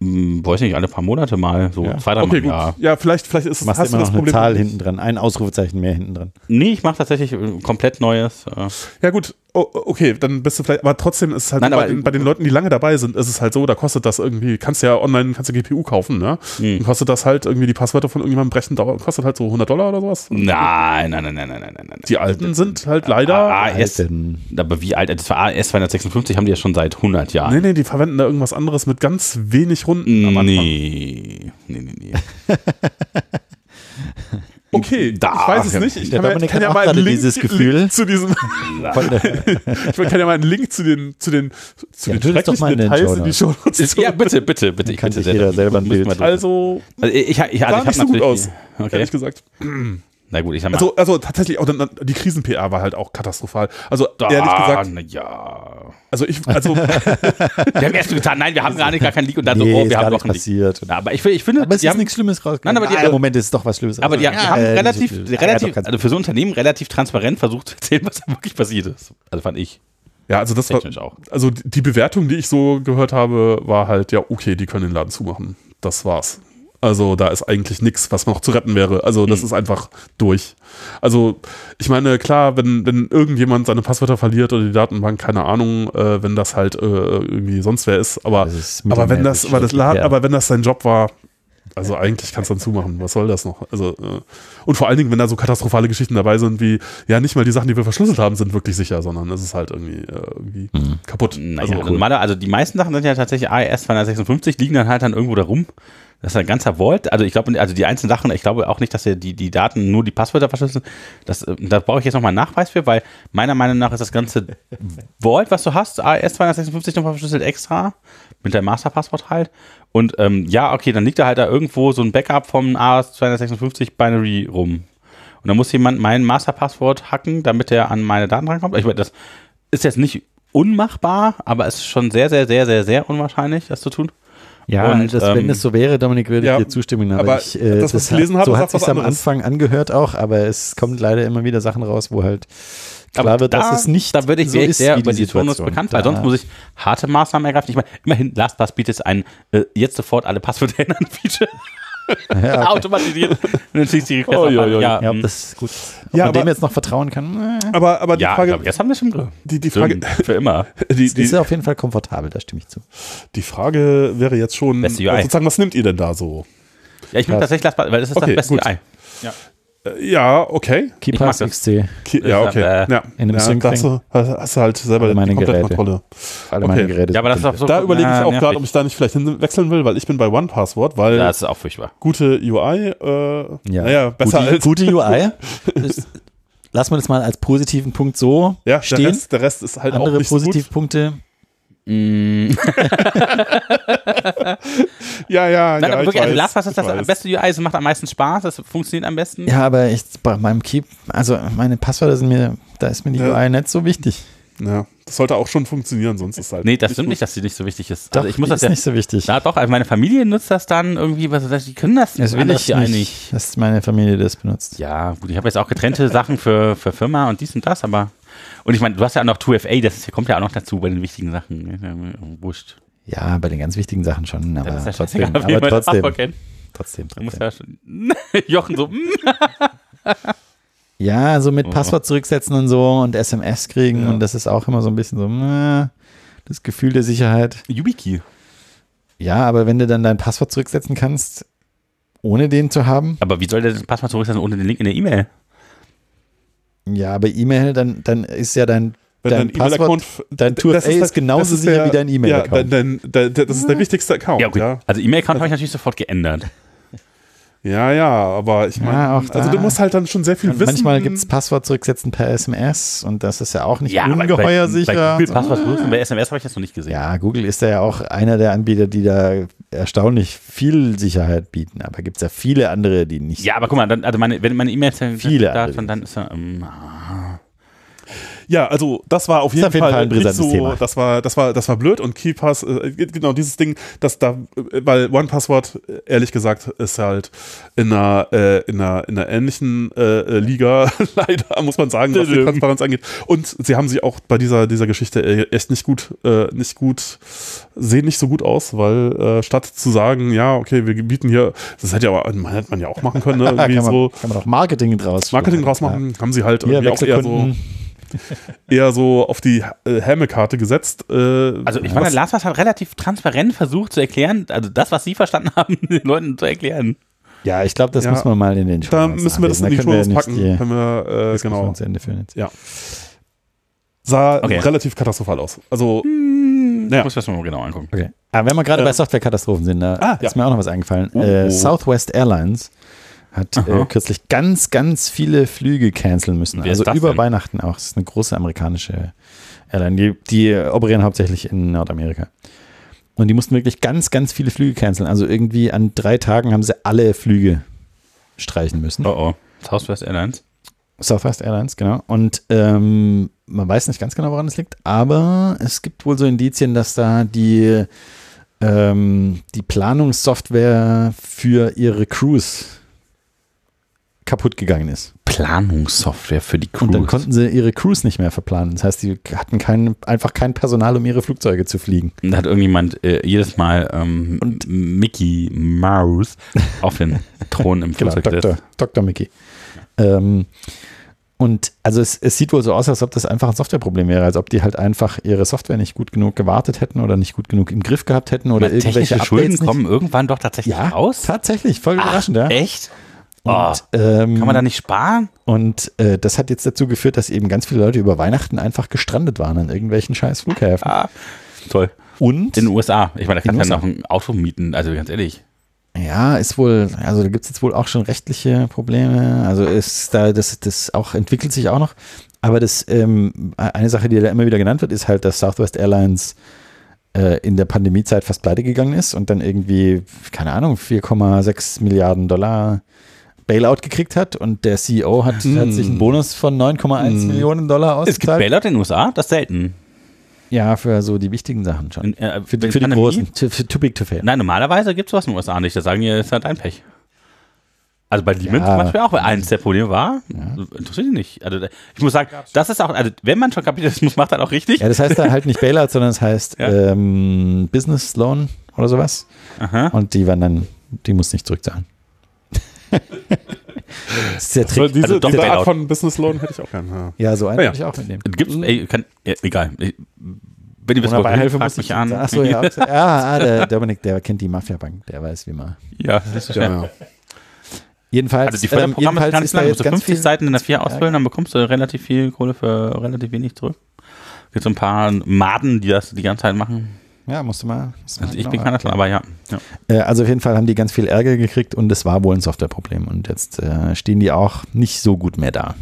[SPEAKER 1] mh, weiß nicht, alle paar Monate mal, so
[SPEAKER 3] Ja.
[SPEAKER 1] zwei, drei
[SPEAKER 2] okay,
[SPEAKER 1] Mal.
[SPEAKER 2] gut. Ja, vielleicht, vielleicht ist es,
[SPEAKER 3] Machst
[SPEAKER 2] hast du
[SPEAKER 3] immer
[SPEAKER 2] das
[SPEAKER 3] noch eine
[SPEAKER 2] Problem.
[SPEAKER 3] Zahl hinten dran, ein Ausrufezeichen mehr hinten dran.
[SPEAKER 1] Nee, ich mache tatsächlich äh, komplett Neues. Äh,
[SPEAKER 2] Ja, gut, oh, okay, dann bist du vielleicht, aber trotzdem ist es halt
[SPEAKER 1] Nein,
[SPEAKER 2] so, bei,
[SPEAKER 1] aber-
[SPEAKER 2] den, bei den Leuten, die lange dabei sind, ist es halt so, da kostet das irgendwie, kannst ja online, kannst ja GPU kaufen, ne?
[SPEAKER 1] Hm.
[SPEAKER 2] Dann kostet das halt irgendwie die Passwörter von irgendjemandem brechen, dauert- kostet halt so 100 Dollar oder sowas.
[SPEAKER 1] nein, nein, nein, nein, nein, nein, nein. nein.
[SPEAKER 2] Die alten sind halt leider.
[SPEAKER 1] AES,
[SPEAKER 3] Alten.
[SPEAKER 1] aber wie alt, das war AES 256, haben die ja schon seit 100 Jahren.
[SPEAKER 2] Nee, nee, die verwenden da irgendwas anderes mit ganz wenig Runden am Anfang.
[SPEAKER 1] Nee, nee, nee, nee.
[SPEAKER 2] Okay,
[SPEAKER 1] Da.
[SPEAKER 2] ich weiß es nicht. Ich
[SPEAKER 3] Der
[SPEAKER 2] kann, ja-
[SPEAKER 3] Dominik
[SPEAKER 2] kann
[SPEAKER 3] hat
[SPEAKER 2] ja
[SPEAKER 3] auch
[SPEAKER 2] mal einen
[SPEAKER 3] gerade
[SPEAKER 2] Link,
[SPEAKER 3] dieses
[SPEAKER 2] Link
[SPEAKER 3] Gefühl.
[SPEAKER 2] zu diesem. ich kann ja mal einen Link zu den, zu den, zu
[SPEAKER 3] Ja,
[SPEAKER 2] den
[SPEAKER 3] tu das doch
[SPEAKER 2] schrecklichen
[SPEAKER 3] mal in den
[SPEAKER 2] Details
[SPEAKER 3] Show
[SPEAKER 2] in die
[SPEAKER 3] Notes.
[SPEAKER 2] Show Notes
[SPEAKER 1] ja, bitte, bitte, bitte. Ich
[SPEAKER 3] kann
[SPEAKER 1] bitte
[SPEAKER 3] sich jeder selber ein
[SPEAKER 1] Müssen wir
[SPEAKER 3] Bild-
[SPEAKER 1] durch.
[SPEAKER 2] Also,
[SPEAKER 1] Also ich, ich, also ich
[SPEAKER 2] sah
[SPEAKER 1] habe
[SPEAKER 2] nicht so gut
[SPEAKER 1] natürlich.
[SPEAKER 2] aus,
[SPEAKER 1] Okay.
[SPEAKER 2] ehrlich gesagt.
[SPEAKER 1] Na gut, ich sag mal.
[SPEAKER 2] Also, also tatsächlich, auch dann, dann- die Krisen-PR war halt auch katastrophal. Also ehrlich gesagt,
[SPEAKER 1] na ja.
[SPEAKER 2] also ich, also
[SPEAKER 1] Wir haben erst getan, nein, wir haben gar, nicht, gar keinen Leak und dann
[SPEAKER 3] Nee,
[SPEAKER 1] so, oh,
[SPEAKER 3] ist
[SPEAKER 1] wir haben
[SPEAKER 3] gar
[SPEAKER 1] doch
[SPEAKER 3] nicht
[SPEAKER 1] einen Leak.
[SPEAKER 3] passiert.
[SPEAKER 1] Na, aber ich, finde- ich finde,
[SPEAKER 3] Aber es
[SPEAKER 1] die
[SPEAKER 3] ist
[SPEAKER 1] haben-
[SPEAKER 3] nichts Schlimmes rausgekommen.
[SPEAKER 1] Nein, aber die-
[SPEAKER 3] ah, im Moment ist doch was Schlimmes.
[SPEAKER 1] aber die
[SPEAKER 3] rausgekommen.
[SPEAKER 1] haben
[SPEAKER 3] Äh,
[SPEAKER 1] relativ,
[SPEAKER 3] nicht so viel. Ja, doch,
[SPEAKER 1] relativ
[SPEAKER 3] ganz-
[SPEAKER 1] also für so ein Unternehmen relativ transparent versucht zu erzählen, was da wirklich passiert ist. Also fand ich.
[SPEAKER 2] ja, also das war,
[SPEAKER 1] Technisch auch.
[SPEAKER 2] also die die Bewertung, die ich so gehört habe, war halt, ja, okay, die können den Laden zumachen. Das war's. Also da ist eigentlich nichts, was noch zu retten wäre. Also
[SPEAKER 3] Mhm.
[SPEAKER 2] das ist einfach durch. Also ich meine, klar, wenn, wenn irgendjemand seine Passwörter verliert oder die Datenbank, keine Ahnung, äh, wenn das halt äh, irgendwie sonst wer ist, aber,
[SPEAKER 3] Das ist
[SPEAKER 2] aber wenn das,
[SPEAKER 3] mittelmäßig
[SPEAKER 2] aber das Laden,
[SPEAKER 3] schrecklich, ja.
[SPEAKER 2] aber wenn das sein Job war, also eigentlich kannst du dann zumachen. Was soll das noch? Also äh, und vor allen Dingen, wenn da so katastrophale Geschichten dabei sind, wie ja nicht mal die Sachen, die wir verschlüsselt haben, sind wirklich sicher, sondern es ist halt irgendwie, äh, irgendwie kaputt.
[SPEAKER 1] Naja, also,
[SPEAKER 2] cool.
[SPEAKER 1] meine, also die meisten Sachen sind ja tatsächlich AES 256, liegen dann halt dann irgendwo da rum. Das ist ein ganzer Vault. Also ich glaube, also die einzelnen Sachen, ich glaube auch nicht, dass ihr die, die Daten nur die Passwörter verschlüsseln. Das, äh, da brauche ich jetzt nochmal einen Nachweis für, weil meiner Meinung nach ist das ganze Vault, was du hast, AES 256 nochmal verschlüsselt extra, mit deinem Masterpasswort halt. Und ähm, ja, okay, dann liegt da halt da irgendwo so ein Backup vom AES 256 Binary rum. Und dann muss jemand mein Masterpasswort hacken, damit er an meine Daten rankommt. Ich meine, das ist jetzt nicht unmachbar, aber es ist schon sehr, sehr, sehr, sehr, sehr unwahrscheinlich, das zu tun.
[SPEAKER 3] Ja,
[SPEAKER 1] Und,
[SPEAKER 3] das,
[SPEAKER 1] ähm,
[SPEAKER 3] wenn es so wäre, Dominik, würde
[SPEAKER 2] ja,
[SPEAKER 3] ich dir zustimmen. Aber,
[SPEAKER 2] aber
[SPEAKER 3] ich, äh,
[SPEAKER 2] das, was ich gelesen
[SPEAKER 3] hat,
[SPEAKER 2] habe,
[SPEAKER 3] so
[SPEAKER 2] sagt
[SPEAKER 3] hat sich
[SPEAKER 2] was
[SPEAKER 3] am
[SPEAKER 2] anderes.
[SPEAKER 3] Anfang angehört auch, aber es kommt leider immer wieder Sachen raus, wo halt klar
[SPEAKER 1] Aber
[SPEAKER 3] wird,
[SPEAKER 1] da,
[SPEAKER 3] dass es nicht
[SPEAKER 1] da würde ich
[SPEAKER 3] so
[SPEAKER 1] sehr,
[SPEAKER 3] ist
[SPEAKER 1] sehr
[SPEAKER 3] wie
[SPEAKER 1] über
[SPEAKER 3] die
[SPEAKER 1] die Tonus
[SPEAKER 3] Situation.
[SPEAKER 1] bekannt, weil sonst muss ich harte Maßnahmen ergreifen. Ich meine, immerhin, LastPass bietet ein äh, jetzt sofort alle Passwörter ändern Feature. Automatisiert. Und dann schießt die Request
[SPEAKER 2] Oi,
[SPEAKER 1] ab.
[SPEAKER 2] oi, oi.
[SPEAKER 1] Ja,
[SPEAKER 3] Ja, ob
[SPEAKER 1] mm.
[SPEAKER 3] das ist gut. Ob
[SPEAKER 2] Ja,
[SPEAKER 3] man
[SPEAKER 2] aber-
[SPEAKER 3] dem jetzt noch vertrauen kann, äh,
[SPEAKER 2] aber aber die
[SPEAKER 1] ja ich
[SPEAKER 2] Frage,
[SPEAKER 1] glaube, jetzt haben wir schon Glück.
[SPEAKER 2] die, die Frage,
[SPEAKER 1] Für immer.
[SPEAKER 2] die,
[SPEAKER 3] ist
[SPEAKER 2] die,
[SPEAKER 3] auf jeden Fall komfortabel, da stimme ich zu.
[SPEAKER 2] die Frage wäre jetzt schon,
[SPEAKER 1] Beste UI.
[SPEAKER 2] also sozusagen, was nimmt ihr denn da so?
[SPEAKER 1] Ja, ich
[SPEAKER 3] Krass.
[SPEAKER 1] nehme tatsächlich LastPass, weil das ist
[SPEAKER 2] Okay,
[SPEAKER 1] das beste
[SPEAKER 2] gut.
[SPEAKER 1] UI.
[SPEAKER 2] Äh, Ja, okay.
[SPEAKER 3] KeePass
[SPEAKER 1] mag das.
[SPEAKER 3] XC,
[SPEAKER 2] Ki- Ja, okay.
[SPEAKER 1] Äh,
[SPEAKER 2] ja,
[SPEAKER 3] in einem
[SPEAKER 2] ja,
[SPEAKER 3] Sync
[SPEAKER 2] da hast, du, hast, hast du halt selber
[SPEAKER 3] Alle meine
[SPEAKER 2] die komplette
[SPEAKER 3] Geräte.
[SPEAKER 2] Kontrolle.
[SPEAKER 3] alle
[SPEAKER 2] Okay.
[SPEAKER 3] meine Geräte.
[SPEAKER 1] Ja, aber das ist
[SPEAKER 3] sind-
[SPEAKER 1] auch so.
[SPEAKER 2] Da überlege ich
[SPEAKER 1] na,
[SPEAKER 2] auch gerade,
[SPEAKER 1] nervig.
[SPEAKER 2] ob ich da nicht vielleicht hinwechseln will, weil ich bin bei OnePassword, weil
[SPEAKER 1] Ja, Das ist auch furchtbar.
[SPEAKER 2] gute UI, äh,
[SPEAKER 3] Ja.
[SPEAKER 2] naja, besser
[SPEAKER 3] gute,
[SPEAKER 2] als.
[SPEAKER 3] Gute UI. Ist, lass mal das mal als positiven Punkt so
[SPEAKER 2] ja, der
[SPEAKER 3] stehen.
[SPEAKER 2] Rest, der Rest ist halt auch
[SPEAKER 3] Andere
[SPEAKER 2] nicht so gut.
[SPEAKER 3] Positivpunkte.
[SPEAKER 2] Ja, ja,
[SPEAKER 1] Nein,
[SPEAKER 2] ja.
[SPEAKER 1] aber
[SPEAKER 2] ich
[SPEAKER 1] wirklich, also
[SPEAKER 2] weiß,
[SPEAKER 1] LastPass ist
[SPEAKER 2] ich weiß.
[SPEAKER 1] das beste UI, es macht am meisten Spaß, es funktioniert am besten.
[SPEAKER 3] Ja, aber ich, bei meinem Keep, also meine Passwörter sind mir, da ist mir die
[SPEAKER 2] Ja.
[SPEAKER 3] UI nicht so wichtig.
[SPEAKER 2] Ja, das sollte auch schon funktionieren, sonst ist halt.
[SPEAKER 1] Nee, das stimmt
[SPEAKER 2] gut.
[SPEAKER 1] nicht, dass die nicht so wichtig ist.
[SPEAKER 3] Doch,
[SPEAKER 1] also ich muss
[SPEAKER 3] die
[SPEAKER 1] das
[SPEAKER 3] ist
[SPEAKER 1] ja.
[SPEAKER 3] nicht so wichtig.
[SPEAKER 1] Na doch, also meine Familie nutzt das dann irgendwie, was die können das
[SPEAKER 3] Das will
[SPEAKER 1] anders
[SPEAKER 3] ich
[SPEAKER 1] hier eigentlich.
[SPEAKER 3] nicht, dass meine Familie das benutzt.
[SPEAKER 1] Ja, gut, ich habe jetzt auch getrennte Sachen für, für Firma und dies und das, aber. Und ich meine, du hast ja auch noch 2FA, das ist, kommt ja auch noch dazu bei den wichtigen Sachen. ne? Ist ja Wurscht.
[SPEAKER 3] Ja, bei den ganz wichtigen Sachen schon, aber
[SPEAKER 1] Das ist ja
[SPEAKER 3] trotzdem.
[SPEAKER 1] scheißegal, wie
[SPEAKER 3] Aber
[SPEAKER 1] man das
[SPEAKER 3] trotzdem,
[SPEAKER 1] Passwort kennt.
[SPEAKER 3] trotzdem,
[SPEAKER 1] Du musst
[SPEAKER 3] trotzdem.
[SPEAKER 1] ja schon. Jochen so, mm.
[SPEAKER 3] Ja, so
[SPEAKER 1] Mhm.
[SPEAKER 3] mit Passwort zurücksetzen und so und SMS kriegen und das ist auch immer so ein bisschen so, meh, das Gefühl der Sicherheit.
[SPEAKER 1] YubiKey.
[SPEAKER 3] Ja, aber wenn du dann dein Passwort zurücksetzen kannst, ohne den zu haben,
[SPEAKER 1] Aber wie soll der das Passwort zurücksetzen ohne den Link in der E-Mail?
[SPEAKER 3] ja, aber E-Mail, dann, dann ist ja dein
[SPEAKER 2] Wenn
[SPEAKER 3] Dein
[SPEAKER 2] dein E-Mail-Account.
[SPEAKER 3] dein
[SPEAKER 2] das
[SPEAKER 3] 2FA ist
[SPEAKER 2] halt-
[SPEAKER 3] genauso
[SPEAKER 2] das ist
[SPEAKER 3] sicher
[SPEAKER 2] der-
[SPEAKER 3] wie dein E-Mail-Account.
[SPEAKER 2] Ja, dein, dein, dein, das ist der wichtigste Account.
[SPEAKER 1] Ja, gut.
[SPEAKER 2] ja.
[SPEAKER 1] Also E-Mail-Account habe ich natürlich sofort geändert.
[SPEAKER 2] Ja, ja, aber ich meine,
[SPEAKER 3] Ja, auch da.
[SPEAKER 2] also du musst halt dann schon sehr viel
[SPEAKER 3] Und
[SPEAKER 2] wissen. hm.
[SPEAKER 3] manchmal gibt es Passwort zurücksetzen per SMS und das ist ja auch nicht
[SPEAKER 1] aber
[SPEAKER 3] ungeheuer
[SPEAKER 1] bei,
[SPEAKER 3] sicher.
[SPEAKER 1] Bei Google Passwort benutzen, bei SMS habe ich das noch nicht gesehen.
[SPEAKER 3] ja, Google ist ja auch einer der Anbieter, die da erstaunlich viel Sicherheit bieten, aber gibt es ja viele andere, die nicht.
[SPEAKER 1] Ja, aber guck mal, dann, also meine, wenn meine E-Mails dann-
[SPEAKER 3] Viele
[SPEAKER 1] da,
[SPEAKER 3] andere
[SPEAKER 1] dann, dann ist er, ähm, ah.
[SPEAKER 2] Ja, also das war auf jeden,
[SPEAKER 3] auf jeden Fall ein
[SPEAKER 2] nicht
[SPEAKER 3] brisantes
[SPEAKER 2] so,
[SPEAKER 3] Thema.
[SPEAKER 2] Das war, das war, das war blöd und KeyPass, äh, genau dieses Ding, dass da, äh, weil OnePassword äh, ehrlich gesagt ist halt in einer, äh, in einer, in einer ähnlichen äh, äh, Liga leider muss man sagen, was die
[SPEAKER 1] Tüdüm.
[SPEAKER 2] Transparenz angeht. Und sie haben sich auch bei dieser dieser Geschichte äh, echt nicht gut, äh, nicht gut, sehen nicht so gut aus, weil äh, statt zu sagen, ja okay, wir bieten hier, das hätte ja, aber- hätte man ja auch machen können, ne,
[SPEAKER 3] kann,
[SPEAKER 2] irgendwie
[SPEAKER 3] man,
[SPEAKER 2] so.
[SPEAKER 3] kann man auch Marketing draus
[SPEAKER 2] Marketing draus machen, haben sie halt
[SPEAKER 3] Ja. Hier,
[SPEAKER 2] irgendwie auch eher so,
[SPEAKER 3] Wechselkunden.
[SPEAKER 2] eher so auf die äh, Hämmelkarte gesetzt. Äh,
[SPEAKER 1] Also ich meine,
[SPEAKER 2] was-
[SPEAKER 1] Lars hat relativ transparent versucht zu erklären, also das, was sie verstanden haben, den Leuten zu erklären.
[SPEAKER 3] Ja, ich glaube, das
[SPEAKER 2] Ja.
[SPEAKER 3] müssen wir mal in den
[SPEAKER 2] da
[SPEAKER 3] Notes
[SPEAKER 2] müssen wir das in die
[SPEAKER 3] nachlesen. Da
[SPEAKER 2] Shownotes
[SPEAKER 3] können
[SPEAKER 2] packen.
[SPEAKER 3] wir nicht
[SPEAKER 2] können wir, äh,
[SPEAKER 3] die genau.
[SPEAKER 2] genau.
[SPEAKER 3] ans Ende führen. Jetzt.
[SPEAKER 2] Ja. Sah
[SPEAKER 1] Okay. Hm.
[SPEAKER 2] relativ katastrophal aus. Also,
[SPEAKER 1] Ich
[SPEAKER 2] ja.
[SPEAKER 1] muss das mal genau angucken.
[SPEAKER 3] Okay. Aber wenn wir gerade
[SPEAKER 1] Äh.
[SPEAKER 2] Ähm.
[SPEAKER 3] bei Softwarekatastrophen sind, da
[SPEAKER 2] Ah,
[SPEAKER 3] ist mir auch noch was eingefallen.
[SPEAKER 2] Oh.
[SPEAKER 3] Äh, Southwest Airlines hat äh, kürzlich ganz, ganz viele Flüge canceln müssen.
[SPEAKER 1] Wer ist
[SPEAKER 3] also
[SPEAKER 1] das
[SPEAKER 3] über
[SPEAKER 1] denn?
[SPEAKER 3] Weihnachten auch. Das ist eine große amerikanische Airline. Die, die operieren hauptsächlich in Nordamerika. Und die mussten wirklich ganz, ganz viele Flüge canceln. Also irgendwie an drei Tagen haben sie alle Flüge streichen müssen.
[SPEAKER 1] Oh oh. Southwest Airlines.
[SPEAKER 3] Southwest Airlines, genau. Und ähm, man weiß nicht ganz genau, woran es liegt, aber es gibt wohl so Indizien, dass da die, ähm, die Planungssoftware für ihre Crews kaputt gegangen ist.
[SPEAKER 1] Planungssoftware für die Crew.
[SPEAKER 3] Und dann konnten sie ihre Crews nicht mehr verplanen. Das heißt, die hatten kein, einfach kein Personal, um ihre Flugzeuge zu fliegen.
[SPEAKER 1] Und da hat irgendjemand äh, jedes Mal ähm, Mickey Mouse auf den Thron im
[SPEAKER 3] Genau,
[SPEAKER 1] Flugzeug
[SPEAKER 3] Dr.
[SPEAKER 1] gesetzt.
[SPEAKER 3] Dr. Mickey. Ähm, und also es, es sieht wohl so aus, als ob das einfach ein Softwareproblem wäre, als ob die halt einfach ihre Software nicht gut genug gewartet hätten oder nicht gut genug im Griff gehabt hätten oder
[SPEAKER 1] Aber
[SPEAKER 3] irgendwelche
[SPEAKER 1] Technische
[SPEAKER 3] Updates
[SPEAKER 1] Schulden
[SPEAKER 3] nicht.
[SPEAKER 1] kommen irgendwann doch tatsächlich
[SPEAKER 3] ja,
[SPEAKER 1] raus.
[SPEAKER 3] tatsächlich, voll überraschend, ja.
[SPEAKER 1] Echt? Oh,
[SPEAKER 3] Und, ähm,
[SPEAKER 1] kann man da nicht sparen?
[SPEAKER 3] und äh, das hat jetzt dazu geführt, dass eben ganz viele Leute über Weihnachten einfach gestrandet waren an irgendwelchen scheiß Flughäfen.
[SPEAKER 1] Ah, toll.
[SPEAKER 3] Und
[SPEAKER 1] In den USA. Ich meine, da
[SPEAKER 3] In
[SPEAKER 1] kannst du
[SPEAKER 3] USA.
[SPEAKER 1] ja noch ein Auto mieten, also ganz ehrlich.
[SPEAKER 3] Ja, ist wohl, also da gibt's jetzt wohl auch schon rechtliche Probleme. Also ist da, das, das auch entwickelt sich auch noch. Aber das, ähm, eine Sache, die da immer wieder genannt wird, ist halt, dass Southwest Airlines äh, in der Pandemiezeit fast pleite gegangen ist und dann irgendwie, keine Ahnung, 4,6 Milliarden Dollar Bailout gekriegt hat und der CEO hat, hat sich einen Bonus von 9,1 Millionen Dollar
[SPEAKER 1] Hm. Es gibt
[SPEAKER 3] ausgezahlt.
[SPEAKER 1] Bailout in den USA, das selten.
[SPEAKER 3] Ja, für so die wichtigen Sachen schon.
[SPEAKER 1] In, äh,
[SPEAKER 3] Für,
[SPEAKER 1] wenn
[SPEAKER 3] für die
[SPEAKER 1] Pandemie-
[SPEAKER 3] großen, too, too big to fail.
[SPEAKER 1] Nein, normalerweise gibt es sowas in den USA nicht. Da sagen die, es ist halt ein Pech. Also bei Lehman
[SPEAKER 3] Ja.
[SPEAKER 1] zum Beispiel auch, weil eins der Probleme war, interessiert die nicht. Also da- ich muss sagen, das ist auch, also wenn man schon Kapitalismus macht, dann auch richtig.
[SPEAKER 3] Ja, das heißt da halt nicht Bailout, sondern das heißt
[SPEAKER 1] Ja.
[SPEAKER 3] ähm, Business Loan oder sowas.
[SPEAKER 1] Aha.
[SPEAKER 3] Und die waren dann, die muss nicht zurückzahlen. das ist
[SPEAKER 2] weil
[SPEAKER 3] der Trick.
[SPEAKER 2] diese,
[SPEAKER 1] also doch
[SPEAKER 2] diese
[SPEAKER 1] Bailout.
[SPEAKER 2] Art von Business Loan hätte ich auch gerne. Ja.
[SPEAKER 3] Ja, so einen
[SPEAKER 2] Ah, ja.
[SPEAKER 3] würde ich auch mitnehmen.
[SPEAKER 1] Gibt's, ey, kann, ja, egal. Ich- Wenn ihr wisst, wo ich bin, fragt mich an.
[SPEAKER 3] Achso, ja. ja ah, der Dominik, der kennt die Mafia-Bank, der weiß wie man.
[SPEAKER 1] Ja, das ist ja.
[SPEAKER 3] Jedenfalls, ähm,
[SPEAKER 1] Also die Förderprogramme sind
[SPEAKER 3] jedenfalls
[SPEAKER 1] gar nicht
[SPEAKER 3] ist da
[SPEAKER 1] lang. Du musst
[SPEAKER 3] jetzt
[SPEAKER 1] du
[SPEAKER 3] ganz
[SPEAKER 1] 50
[SPEAKER 3] viel,
[SPEAKER 1] Seiten in der 4 ausfüllen, dann bekommst du relativ viel Kohle für relativ wenig zurück. Gibt so ein paar Maden, die das die ganze Zeit machen.
[SPEAKER 3] Ja, musst du mal. Musst du
[SPEAKER 1] Also
[SPEAKER 3] mal
[SPEAKER 1] ich
[SPEAKER 3] genau
[SPEAKER 1] bin keiner dran, aber ja. ja.
[SPEAKER 3] Äh, Also auf jeden Fall haben die ganz viel Ärger gekriegt und es war wohl ein Softwareproblem. Und jetzt äh, stehen die auch nicht so gut mehr da.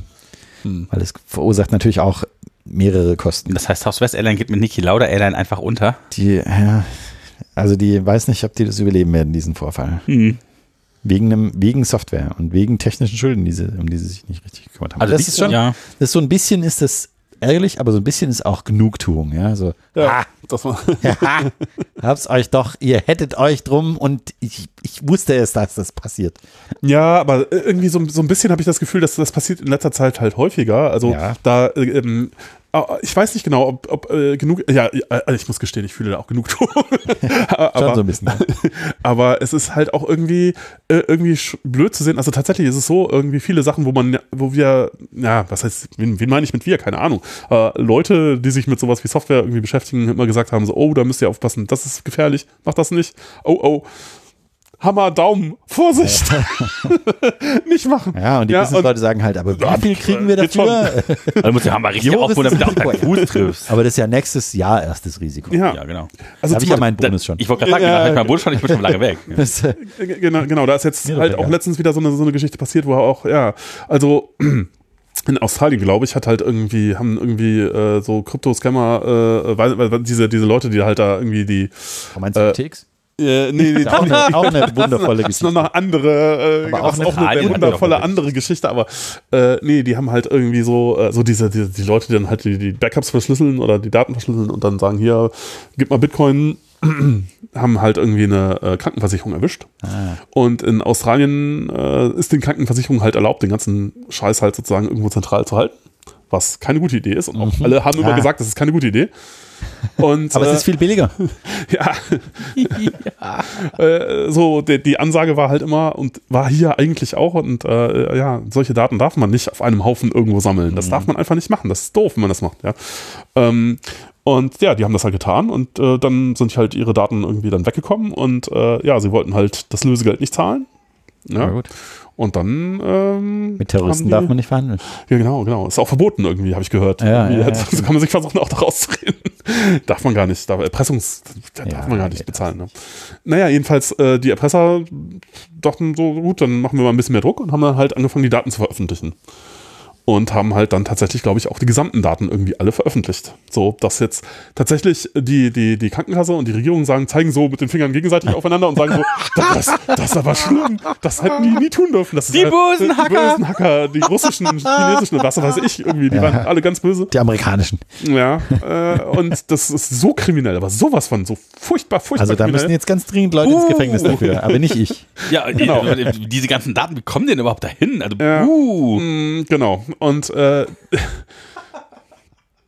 [SPEAKER 1] Hm.
[SPEAKER 3] Weil es verursacht natürlich auch mehrere Kosten.
[SPEAKER 1] Das heißt, Southwest Airline geht mit Niki Lauda Airline einfach unter.
[SPEAKER 3] Die, ja, also die weiß nicht, ob die das überleben werden, diesen Vorfall.
[SPEAKER 1] Hm.
[SPEAKER 3] Wegen, einem, wegen Software und wegen technischen Schulden, die sie, um die sie sich nicht richtig gekümmert haben.
[SPEAKER 1] Also
[SPEAKER 3] das
[SPEAKER 1] nicht
[SPEAKER 3] ist
[SPEAKER 1] so-
[SPEAKER 3] schon,
[SPEAKER 1] ja.
[SPEAKER 3] das ist so ein bisschen ist das ärgerlich, aber so ein bisschen ist auch Genugtuung. Ja, so,
[SPEAKER 2] Ja, das war,
[SPEAKER 3] ha, hab's euch doch, ihr hättet euch drum und ich, ich wusste es, dass das passiert.
[SPEAKER 2] ja, aber äh, irgendwie so, so ein bisschen habe ich das Gefühl, dass das passiert in letzter Zeit halt häufiger. Also
[SPEAKER 3] Ja.
[SPEAKER 2] da, äh, ähm, ah, ich weiß nicht genau, ob, ob äh, genug, ja, äh, ich muss gestehen, ich fühle da auch genug Ton.
[SPEAKER 3] Schon
[SPEAKER 2] aber,
[SPEAKER 3] so ein bisschen.
[SPEAKER 2] Aber es ist halt auch irgendwie, äh, irgendwie sch- blöd zu sehen. Also tatsächlich ist es so, irgendwie viele Sachen, wo man, wo wir, ja, was heißt, wen, wen meine ich mit wir? Keine Ahnung. Äh, Leute, die sich mit sowas wie Software irgendwie beschäftigen, immer gesagt haben, so, oh, da müsst ihr aufpassen, das ist gefährlich, macht das nicht. Oh, oh. Hammer, Daumen, Vorsicht! Nicht machen.
[SPEAKER 3] Ja, und die
[SPEAKER 2] Ja,
[SPEAKER 3] Businessleute sagen halt, aber
[SPEAKER 2] Ja,
[SPEAKER 3] wie viel kriegen wir
[SPEAKER 2] wird
[SPEAKER 3] dafür?
[SPEAKER 1] Also musst du ja mal richtig
[SPEAKER 3] Jo,
[SPEAKER 1] aufholen, damit du auch
[SPEAKER 3] bist du
[SPEAKER 1] deinen Fuß triffst.
[SPEAKER 3] aber das ist ja nächstes Jahr erst das Risiko.
[SPEAKER 2] Ja.
[SPEAKER 1] Ja, genau.
[SPEAKER 2] Also
[SPEAKER 3] da habe
[SPEAKER 2] zum
[SPEAKER 3] ich ja meinen Bonus schon.
[SPEAKER 1] Ich wollte gerade sagen,
[SPEAKER 2] Ja,
[SPEAKER 1] ja, ich
[SPEAKER 2] ja.
[SPEAKER 1] meinen Boot schon, ich bin schon lange weg.
[SPEAKER 3] Das, äh,
[SPEAKER 2] G- Genau, genau, da ist jetzt
[SPEAKER 3] Mir doch
[SPEAKER 2] halt
[SPEAKER 3] egal.
[SPEAKER 2] auch letztens wieder so eine, so eine Geschichte passiert, wo er auch, ja, also in Australien, glaube ich, hat halt irgendwie, haben irgendwie äh, so Krypto-Scammer, äh, weil, weil, weil diese, diese Leute, die halt da irgendwie die,
[SPEAKER 3] meinst
[SPEAKER 2] Äh,
[SPEAKER 3] du Ticks?
[SPEAKER 2] äh, nee, nee,
[SPEAKER 3] Ist auch eine, auch eine wundervolle
[SPEAKER 2] Das ist noch
[SPEAKER 3] Geschichte.
[SPEAKER 2] eine andere, äh,
[SPEAKER 3] Aber auch
[SPEAKER 2] das ist
[SPEAKER 3] eine
[SPEAKER 2] auch eine
[SPEAKER 1] Frage, die
[SPEAKER 2] sehr
[SPEAKER 1] hat er
[SPEAKER 2] wundervolle
[SPEAKER 1] doch mal
[SPEAKER 2] andere Geschichte, aber äh, nee, die haben halt irgendwie so, äh, so diese, die, die Leute, die dann halt die, die Backups verschlüsseln oder die Daten verschlüsseln und dann sagen, hier, gib mal Bitcoin, haben halt irgendwie eine äh, Krankenversicherung erwischt.
[SPEAKER 3] Ah.
[SPEAKER 2] Und in Australien äh, ist den Krankenversicherungen halt erlaubt, den ganzen Scheiß halt sozusagen irgendwo zentral zu halten. Was keine gute Idee ist. Und auch alle haben immer
[SPEAKER 3] Ah.
[SPEAKER 2] gesagt, das ist keine gute Idee. Und,
[SPEAKER 3] Aber
[SPEAKER 2] äh,
[SPEAKER 3] es ist viel billiger.
[SPEAKER 2] ja. Äh, so, die, die Ansage war halt immer und war hier eigentlich auch und äh, ja, solche Daten darf man nicht auf einem Haufen irgendwo sammeln.
[SPEAKER 3] Mhm.
[SPEAKER 2] Das darf man einfach nicht machen. Das ist doof, wenn man das macht, ja. Ähm, und ja, die haben das halt getan und äh, dann sind halt ihre Daten irgendwie dann weggekommen und äh, ja, sie wollten halt das Lösegeld nicht zahlen.
[SPEAKER 3] Na
[SPEAKER 2] Ja.
[SPEAKER 3] gut.
[SPEAKER 2] Und dann ähm,
[SPEAKER 3] Mit Terroristen darf
[SPEAKER 2] haben die-
[SPEAKER 3] man nicht verhandeln.
[SPEAKER 2] ja, genau, genau. Ist auch verboten irgendwie, habe ich gehört.
[SPEAKER 3] Ja,
[SPEAKER 2] Irgendwie
[SPEAKER 3] ja,
[SPEAKER 2] hat-
[SPEAKER 3] ja.
[SPEAKER 2] so kann man sich versuchen, auch daraus zu reden. darf man gar nicht. Darf, Erpressungs. da darf
[SPEAKER 3] Ja,
[SPEAKER 2] man gar
[SPEAKER 3] nee,
[SPEAKER 2] nicht
[SPEAKER 3] darf
[SPEAKER 2] bezahlen. Ne? Naja, jedenfalls, äh, die Erpresser dachten so, gut, dann machen wir mal ein bisschen mehr Druck und haben dann halt angefangen, die Daten zu veröffentlichen. Und haben halt dann tatsächlich, glaube ich, auch die gesamten Daten irgendwie alle veröffentlicht. So, dass jetzt tatsächlich die, die, die Krankenkasse und die Regierung sagen, zeigen so mit den Fingern gegenseitig aufeinander und sagen so, das, das ist aber schlimm, das hätten die nie tun dürfen. Das ist
[SPEAKER 1] Die
[SPEAKER 2] ja-
[SPEAKER 1] bösen
[SPEAKER 2] Die
[SPEAKER 1] Hacker.
[SPEAKER 2] bösen Hacker, die russischen, chinesischen, was weiß ich irgendwie, die
[SPEAKER 3] Ja.
[SPEAKER 2] waren alle ganz böse.
[SPEAKER 3] Die amerikanischen.
[SPEAKER 2] Ja, äh, und das ist so kriminell, aber sowas von so furchtbar, furchtbar
[SPEAKER 3] Also da müssen
[SPEAKER 2] kriminell.
[SPEAKER 3] jetzt ganz dringend Leute ins Gefängnis
[SPEAKER 2] Uh.
[SPEAKER 3] dafür, aber nicht ich.
[SPEAKER 1] Ja, und die-
[SPEAKER 2] Genau.
[SPEAKER 1] also diese ganzen Daten, wie kommen die denn überhaupt dahin? Also,
[SPEAKER 2] Ja.
[SPEAKER 1] uh.
[SPEAKER 2] Mm, Genau. Und äh,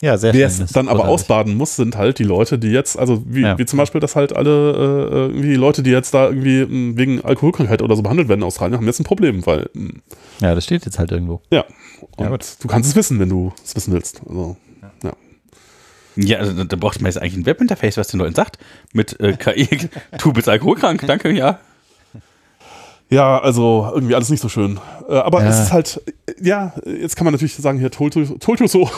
[SPEAKER 3] Ja,
[SPEAKER 2] wer
[SPEAKER 3] sehr schön. Das
[SPEAKER 2] es
[SPEAKER 3] ist
[SPEAKER 2] dann aber
[SPEAKER 3] großartig.
[SPEAKER 2] ausbaden muss, sind halt die Leute, die jetzt, also wie,
[SPEAKER 3] Ja.
[SPEAKER 2] wie zum Beispiel, dass halt alle äh, irgendwie Leute, die jetzt da irgendwie mh, wegen Alkoholkrankheit oder so behandelt werden in Australien, haben jetzt ein Problem, weil mh,
[SPEAKER 3] Ja, das steht jetzt halt irgendwo.
[SPEAKER 2] ja.
[SPEAKER 3] Ja,
[SPEAKER 2] Und
[SPEAKER 3] gut.
[SPEAKER 2] du kannst es wissen, wenn du es wissen willst. Also, ja.
[SPEAKER 1] Ja, also, da braucht man jetzt eigentlich ein Webinterface, was den Leuten sagt. Mit äh, KI, du bist alkoholkrank, danke, ja.
[SPEAKER 2] Ja, also irgendwie alles nicht so schön. Äh, aber
[SPEAKER 3] Ja.
[SPEAKER 2] es ist halt, äh, ja, jetzt kann man natürlich sagen, hier, toll, toll, toll, toll so.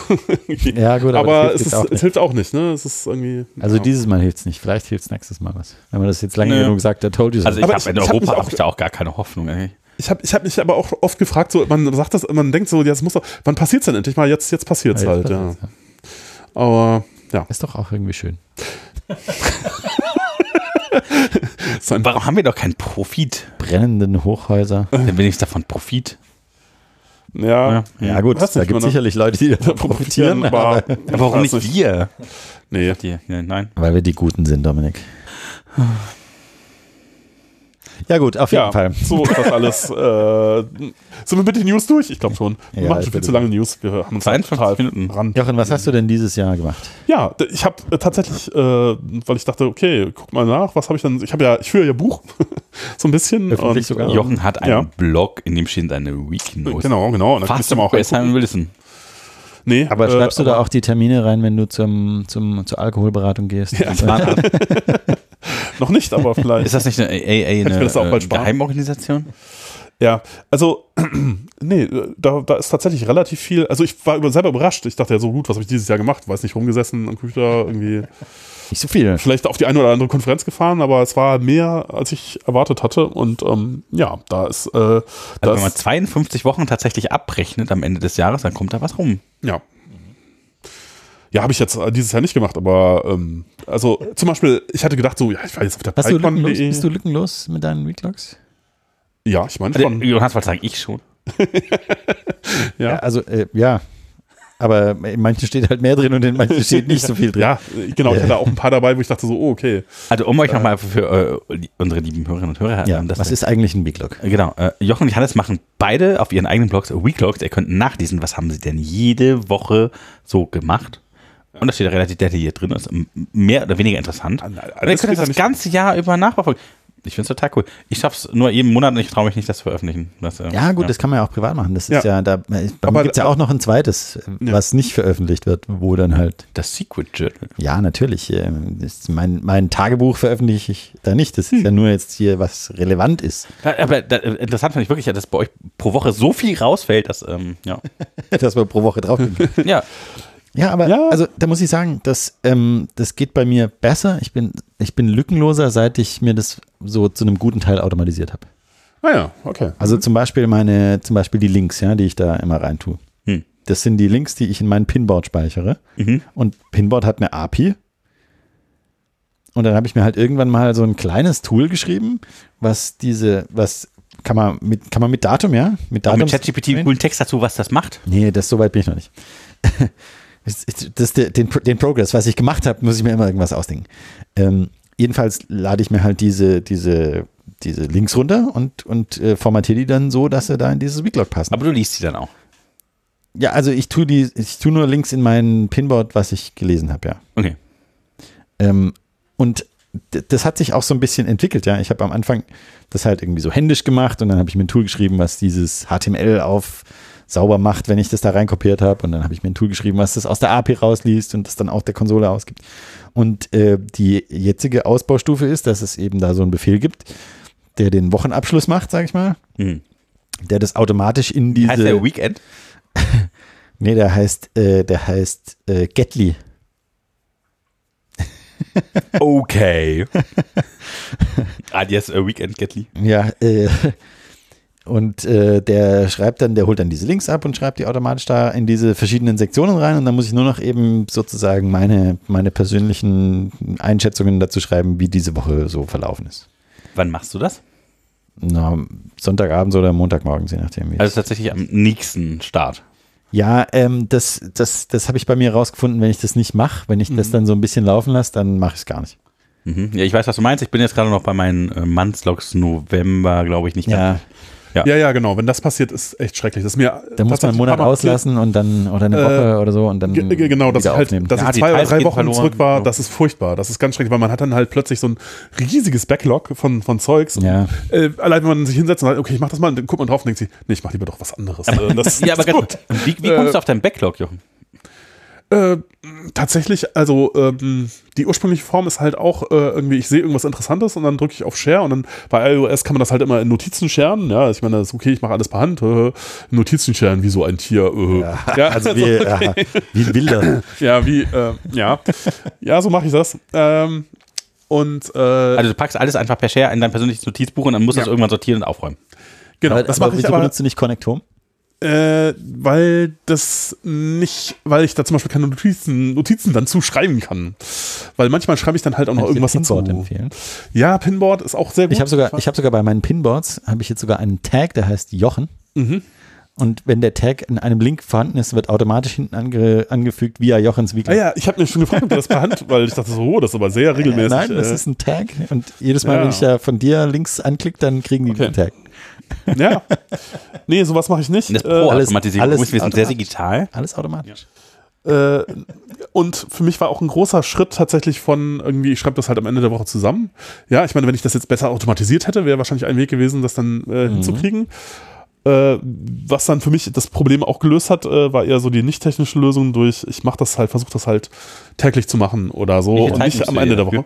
[SPEAKER 2] Irgendwie.
[SPEAKER 3] Ja, gut, aber
[SPEAKER 2] aber es,
[SPEAKER 3] das hilft jetzt
[SPEAKER 2] ist,
[SPEAKER 3] auch
[SPEAKER 2] es
[SPEAKER 3] nicht.
[SPEAKER 2] hilft auch nicht, ne? Es ist irgendwie.
[SPEAKER 3] Also
[SPEAKER 2] ja.
[SPEAKER 3] dieses Mal hilft es nicht. Vielleicht hilft es nächstes Mal was. Wenn man das jetzt lange
[SPEAKER 1] Nö.
[SPEAKER 3] genug sagt, der told you so.
[SPEAKER 1] Also, ich
[SPEAKER 2] Aber
[SPEAKER 1] hab,
[SPEAKER 2] ich-
[SPEAKER 1] in
[SPEAKER 2] ich hab mich
[SPEAKER 1] Europa
[SPEAKER 2] auch-
[SPEAKER 1] habe ich da auch gar keine Hoffnung, ey.
[SPEAKER 2] Ich habe ich hab mich aber auch oft gefragt, so, man sagt das, man denkt so, jetzt muss doch, wann passiert's denn endlich mal? Jetzt, jetzt passiert's
[SPEAKER 3] Ja,
[SPEAKER 2] halt,
[SPEAKER 3] jetzt
[SPEAKER 2] ja.
[SPEAKER 3] passiert's, ja.
[SPEAKER 2] Aber ja,
[SPEAKER 3] Ist doch auch irgendwie schön.
[SPEAKER 2] ist ein,
[SPEAKER 1] Warum haben wir doch keinen Profit?
[SPEAKER 3] Brennenden Hochhäuser.
[SPEAKER 1] Dann wenigstens davon Profit.
[SPEAKER 2] ja.
[SPEAKER 3] Ja gut,
[SPEAKER 2] Weiß
[SPEAKER 3] da
[SPEAKER 2] nicht,
[SPEAKER 3] gibt es
[SPEAKER 2] man-
[SPEAKER 3] sicherlich Leute, die davon profitieren,
[SPEAKER 2] profitieren,
[SPEAKER 3] aber
[SPEAKER 2] aber,
[SPEAKER 1] Aber warum nicht
[SPEAKER 2] weiß
[SPEAKER 1] wir?
[SPEAKER 2] Nee.
[SPEAKER 1] Die, nein, nein.
[SPEAKER 3] weil wir die Guten sind, Dominik. Ja gut, auf jeden
[SPEAKER 2] Ja,
[SPEAKER 3] Fall.
[SPEAKER 2] so ist das alles. äh, sind wir mit den News durch? Ich glaube schon. Wir
[SPEAKER 3] Ja,
[SPEAKER 2] machen
[SPEAKER 3] ich
[SPEAKER 2] schon viel
[SPEAKER 3] bin-
[SPEAKER 2] zu lange News. Wir haben uns
[SPEAKER 1] 52
[SPEAKER 2] total
[SPEAKER 1] Minuten.
[SPEAKER 2] ran.
[SPEAKER 3] Jochen, was hast du denn dieses Jahr gemacht?
[SPEAKER 2] Ja, d- ich habe äh, tatsächlich, äh, weil ich dachte, okay, guck mal nach, was habe ich denn? Ich habe ja, ich führe ja Buch, so ein bisschen.
[SPEAKER 3] Öffentlich sogar?
[SPEAKER 1] Jochen hat einen
[SPEAKER 2] ja.
[SPEAKER 1] Blog, in dem stehen seine Weak Notes.
[SPEAKER 2] Genau, genau. Und dann
[SPEAKER 1] Fast
[SPEAKER 2] müsst ihr mal auch
[SPEAKER 1] bei Simon Wilson.
[SPEAKER 2] angucken. Nee,
[SPEAKER 3] Aber
[SPEAKER 2] äh,
[SPEAKER 3] schreibst du
[SPEAKER 2] aber-
[SPEAKER 3] da auch die Termine rein, wenn du zum, zum, zur Alkoholberatung gehst?
[SPEAKER 2] Noch nicht, aber vielleicht.
[SPEAKER 1] Ist das nicht eine AA,
[SPEAKER 2] mir
[SPEAKER 1] eine
[SPEAKER 2] das auch
[SPEAKER 1] äh,
[SPEAKER 2] bald sparen.
[SPEAKER 1] Geheimorganisation?
[SPEAKER 2] ja, also, nee, äh, da, da ist tatsächlich relativ viel. Also, ich war über- selber überrascht. Ich dachte ja so, gut, was habe ich dieses Jahr gemacht? Weiß nicht, rumgesessen am Computer, irgendwie.
[SPEAKER 3] Nicht so viel.
[SPEAKER 2] vielleicht auf die eine oder andere Konferenz gefahren, aber es war mehr, als ich erwartet hatte. Und ähm, ja, da ist. Äh, da
[SPEAKER 1] Also wenn man
[SPEAKER 2] ist
[SPEAKER 1] 52 Wochen tatsächlich abrechnet am Ende des Jahres, dann kommt da was rum.
[SPEAKER 2] ja. Ja, habe ich jetzt äh, dieses Jahr nicht gemacht, aber ähm, also zum Beispiel, ich hatte gedacht, so, ja, ich war jetzt auf der
[SPEAKER 3] Hast du
[SPEAKER 2] PyCon.de.
[SPEAKER 3] lückenlos, bist du lückenlos mit deinen Weeklogs?
[SPEAKER 2] Ja, ich meine
[SPEAKER 1] Also,
[SPEAKER 2] schon.
[SPEAKER 1] Jonas wollte sagen, ich schon.
[SPEAKER 2] Ja.
[SPEAKER 3] also, äh, ja. Aber in manchen steht halt mehr drin und in manchen steht nicht so viel drin.
[SPEAKER 2] Ja, äh, genau, ich hatte auch ein paar dabei, wo ich dachte so, oh, okay.
[SPEAKER 1] Also um euch nochmal für äh, die- unsere lieben Hörerinnen und Hörer.
[SPEAKER 3] Ja,
[SPEAKER 1] ähm, das
[SPEAKER 3] was ist eigentlich ein Weeklog?
[SPEAKER 1] Genau, äh, Jochen und Johannes machen beide auf ihren eigenen Blogs Weeklogs. Ihr könnt nachlesen, was haben sie denn jede Woche so gemacht. Und das steht da relativ detailliert drin, das ist m- mehr oder weniger interessant.
[SPEAKER 2] Ah, nein,
[SPEAKER 1] und ihr
[SPEAKER 2] das
[SPEAKER 1] könnt
[SPEAKER 2] steht da
[SPEAKER 1] das, das
[SPEAKER 2] nicht.
[SPEAKER 1] ganze Jahr über nachverfolgen. Ich finde es total cool. Ich schaff's nur jeden Monat und ich traue mich nicht, das zu veröffentlichen. Das, äh,
[SPEAKER 3] Ja, gut, das kann man ja auch privat machen. Das ist
[SPEAKER 2] Ja.
[SPEAKER 3] ja, da, äh, bei
[SPEAKER 2] Aber-
[SPEAKER 3] mir gibt's ja auch noch ein zweites, äh,
[SPEAKER 2] Ja.
[SPEAKER 3] was nicht veröffentlicht wird, wo dann halt,
[SPEAKER 1] das Secret Journal.
[SPEAKER 3] ja, natürlich, äh, ist mein, mein Tagebuch veröffentliche ich da nicht. Das ist ja nur jetzt hier, was relevant ist.
[SPEAKER 1] Ja, Aber da, äh, interessant fand ich wirklich, ja, dass bei euch pro Woche so viel rausfällt, dass, ähm, ja.
[SPEAKER 3] Dass wir pro Woche drauf
[SPEAKER 1] ja.
[SPEAKER 3] Ja, aber
[SPEAKER 2] Ja.
[SPEAKER 3] also da muss ich sagen, das, ähm, das geht bei mir besser. Ich bin, ich bin lückenloser, seit ich mir das so zu einem guten Teil automatisiert habe.
[SPEAKER 2] Ah ja, okay.
[SPEAKER 3] Also
[SPEAKER 1] Mhm.
[SPEAKER 3] zum Beispiel meine, zum Beispiel die Links, ja, die ich da immer rein tue.
[SPEAKER 1] Hm.
[SPEAKER 3] Das sind die Links, die ich in mein Pinboard speichere.
[SPEAKER 1] Mhm.
[SPEAKER 3] Und Pinboard hat eine API. Und dann habe ich mir halt irgendwann mal so ein kleines Tool geschrieben, was diese, was kann man mit, kann man mit Datum, ja? Mit
[SPEAKER 1] Auch
[SPEAKER 3] Datum.
[SPEAKER 1] mit ChatGPT einen coolen Text dazu, was das macht.
[SPEAKER 3] Nee, das so weit bin ich noch nicht. Das, das, das, den, den Progress, was ich gemacht habe, muss ich mir immer irgendwas ausdenken. Ähm, jedenfalls lade ich mir halt diese, diese, diese Links runter und, und äh, formatiere die dann so, dass sie da in dieses Weglog passen.
[SPEAKER 1] Aber du liest sie dann auch.
[SPEAKER 3] ja, also ich tue die, ich tue nur Links in meinen Pinboard, was ich gelesen habe, ja.
[SPEAKER 1] Okay.
[SPEAKER 3] Ähm, und d- das hat sich auch so ein bisschen entwickelt, ja. Ich habe am Anfang das halt irgendwie so händisch gemacht und dann habe ich mir ein Tool geschrieben, was dieses HTML auf sauber macht, wenn ich das da reinkopiert habe. Und dann habe ich mir ein Tool geschrieben, was das aus der API rausliest und das dann auch der Konsole ausgibt. Und äh, die jetzige Ausbaustufe ist, dass es eben da so einen Befehl gibt, der den Wochenabschluss macht, sage ich mal,
[SPEAKER 1] Mhm.
[SPEAKER 3] der das automatisch in diese.
[SPEAKER 1] Heißt der Weekend?
[SPEAKER 3] Nee, der heißt, äh, der heißt äh, Getly.
[SPEAKER 1] Okay. ah, yes, a Weekend Getly.
[SPEAKER 3] Ja, äh, und äh, der schreibt dann, der holt dann diese Links ab und schreibt die automatisch da in diese verschiedenen Sektionen rein und dann muss ich nur noch eben sozusagen meine, meine persönlichen Einschätzungen dazu schreiben, wie diese Woche so verlaufen ist.
[SPEAKER 1] Wann machst du das?
[SPEAKER 3] Na, Sonntagabends oder Montagmorgens, je nachdem. Wie.
[SPEAKER 1] Also tatsächlich am nächsten Start.
[SPEAKER 3] ja, ähm, das, das, das habe ich bei mir rausgefunden, wenn ich das nicht mache, wenn ich
[SPEAKER 2] Mhm.
[SPEAKER 3] das dann so ein bisschen laufen lasse, dann mache ich es gar nicht.
[SPEAKER 1] Mhm. Ja, ich weiß, was du meinst. Ich bin jetzt gerade noch bei meinen äh, Mannslogs November, glaube ich, nicht ganz.
[SPEAKER 3] Ja,
[SPEAKER 2] Ja, ja, genau. Wenn das passiert, ist echt schrecklich. Das ist mir
[SPEAKER 3] da muss man
[SPEAKER 2] tatsächlich
[SPEAKER 3] einen Monat
[SPEAKER 2] ein paar Mal passiert.
[SPEAKER 3] auslassen und dann, oder eine
[SPEAKER 2] Äh,
[SPEAKER 3] Woche oder so und dann
[SPEAKER 2] Ge- ge- Genau, dass ich,
[SPEAKER 3] wieder
[SPEAKER 2] halt,
[SPEAKER 3] aufnehmen.
[SPEAKER 2] dass
[SPEAKER 1] Ja,
[SPEAKER 2] ich
[SPEAKER 1] die
[SPEAKER 2] zwei oder
[SPEAKER 1] Details
[SPEAKER 2] drei
[SPEAKER 1] gehen
[SPEAKER 2] Wochen
[SPEAKER 1] verloren.
[SPEAKER 2] zurück war,
[SPEAKER 1] So.
[SPEAKER 2] das ist furchtbar. Das ist ganz schrecklich, weil man hat dann halt plötzlich so ein riesiges Backlog von, von Zeugs. Und,
[SPEAKER 3] Ja.
[SPEAKER 2] äh, allein wenn man sich hinsetzt und sagt, okay, ich mach das mal, und dann guckt man drauf und denkt sich, nee, ich mach lieber doch was anderes. Also das
[SPEAKER 1] Ja, aber
[SPEAKER 2] ist
[SPEAKER 1] ganz, wie, wie kommst du auf deinen Backlog, Jochen?
[SPEAKER 2] Äh, tatsächlich, also ähm, die ursprüngliche Form ist halt auch äh, irgendwie, ich sehe irgendwas Interessantes und dann drücke ich auf Share und dann bei iOS kann man das halt immer in Notizen sharen. Ja, ich meine, das ist okay, ich mache alles per Hand. Äh, Notizen sharen wie so ein Tier. Äh. Ja,
[SPEAKER 3] Also wie, ja, wie ein Bilder.
[SPEAKER 2] ja, wie, äh, ja. Ja, so mache ich das. Ähm, und äh,
[SPEAKER 1] Also du packst alles einfach per Share in dein persönliches Notizbuch und dann musst du
[SPEAKER 2] Ja.
[SPEAKER 1] das irgendwann sortieren und aufräumen.
[SPEAKER 2] genau,
[SPEAKER 3] aber,
[SPEAKER 2] das
[SPEAKER 3] aber Oh,
[SPEAKER 2] mache ich
[SPEAKER 3] wieso
[SPEAKER 2] aber,
[SPEAKER 3] benutzt du nicht Connect Home?
[SPEAKER 2] äh, weil das nicht, weil ich da zum Beispiel keine Notizen, Notizen dann zuschreiben kann. Weil manchmal schreibe ich dann halt auch noch
[SPEAKER 3] Kann ich dir
[SPEAKER 2] irgendwas dazu.
[SPEAKER 3] Pinboard empfehlen?
[SPEAKER 2] Ja, Pinboard ist auch sehr gut.
[SPEAKER 3] Ich habe sogar, ich hab sogar bei meinen Pinboards habe ich jetzt sogar einen Tag, der heißt Jochen. Und wenn der Tag in einem Link vorhanden ist, wird automatisch hinten ange, angefügt via Jochens
[SPEAKER 2] Ah
[SPEAKER 3] Weekly.
[SPEAKER 2] ja, ich habe mir schon gefragt, ob das per Hand, weil ich dachte so, oh, das ist aber sehr regelmäßig.
[SPEAKER 3] Nein, das
[SPEAKER 2] äh,
[SPEAKER 3] ist ein Tag. Und jedes Mal,
[SPEAKER 2] Ja.
[SPEAKER 3] wenn ich ja von dir links anklicke, dann kriegen die
[SPEAKER 2] Okay.
[SPEAKER 3] den Tag.
[SPEAKER 2] ja. Nee, sowas mache ich nicht.
[SPEAKER 1] Und das
[SPEAKER 2] Äh,
[SPEAKER 1] Pro-Automatisierung.
[SPEAKER 3] alles-
[SPEAKER 1] wir sind sehr
[SPEAKER 3] automatisch.
[SPEAKER 1] digital.
[SPEAKER 3] Alles automatisch.
[SPEAKER 2] äh, und für mich war auch ein großer Schritt tatsächlich von irgendwie, ich schreibe das halt am Ende der Woche zusammen. Ja, ich meine, wenn ich das jetzt besser automatisiert hätte, wäre wahrscheinlich ein Weg gewesen, das dann äh,
[SPEAKER 3] Mhm.
[SPEAKER 2] hinzukriegen. Äh, was dann für mich das Problem auch gelöst hat, äh, war eher so die nicht technische Lösung durch, ich mache das halt, versuche das halt täglich zu machen oder so
[SPEAKER 1] Wie viel
[SPEAKER 2] und
[SPEAKER 1] Zeit
[SPEAKER 2] nicht
[SPEAKER 1] nimmst
[SPEAKER 2] am
[SPEAKER 1] du
[SPEAKER 2] Ende
[SPEAKER 1] dir
[SPEAKER 2] der Woche.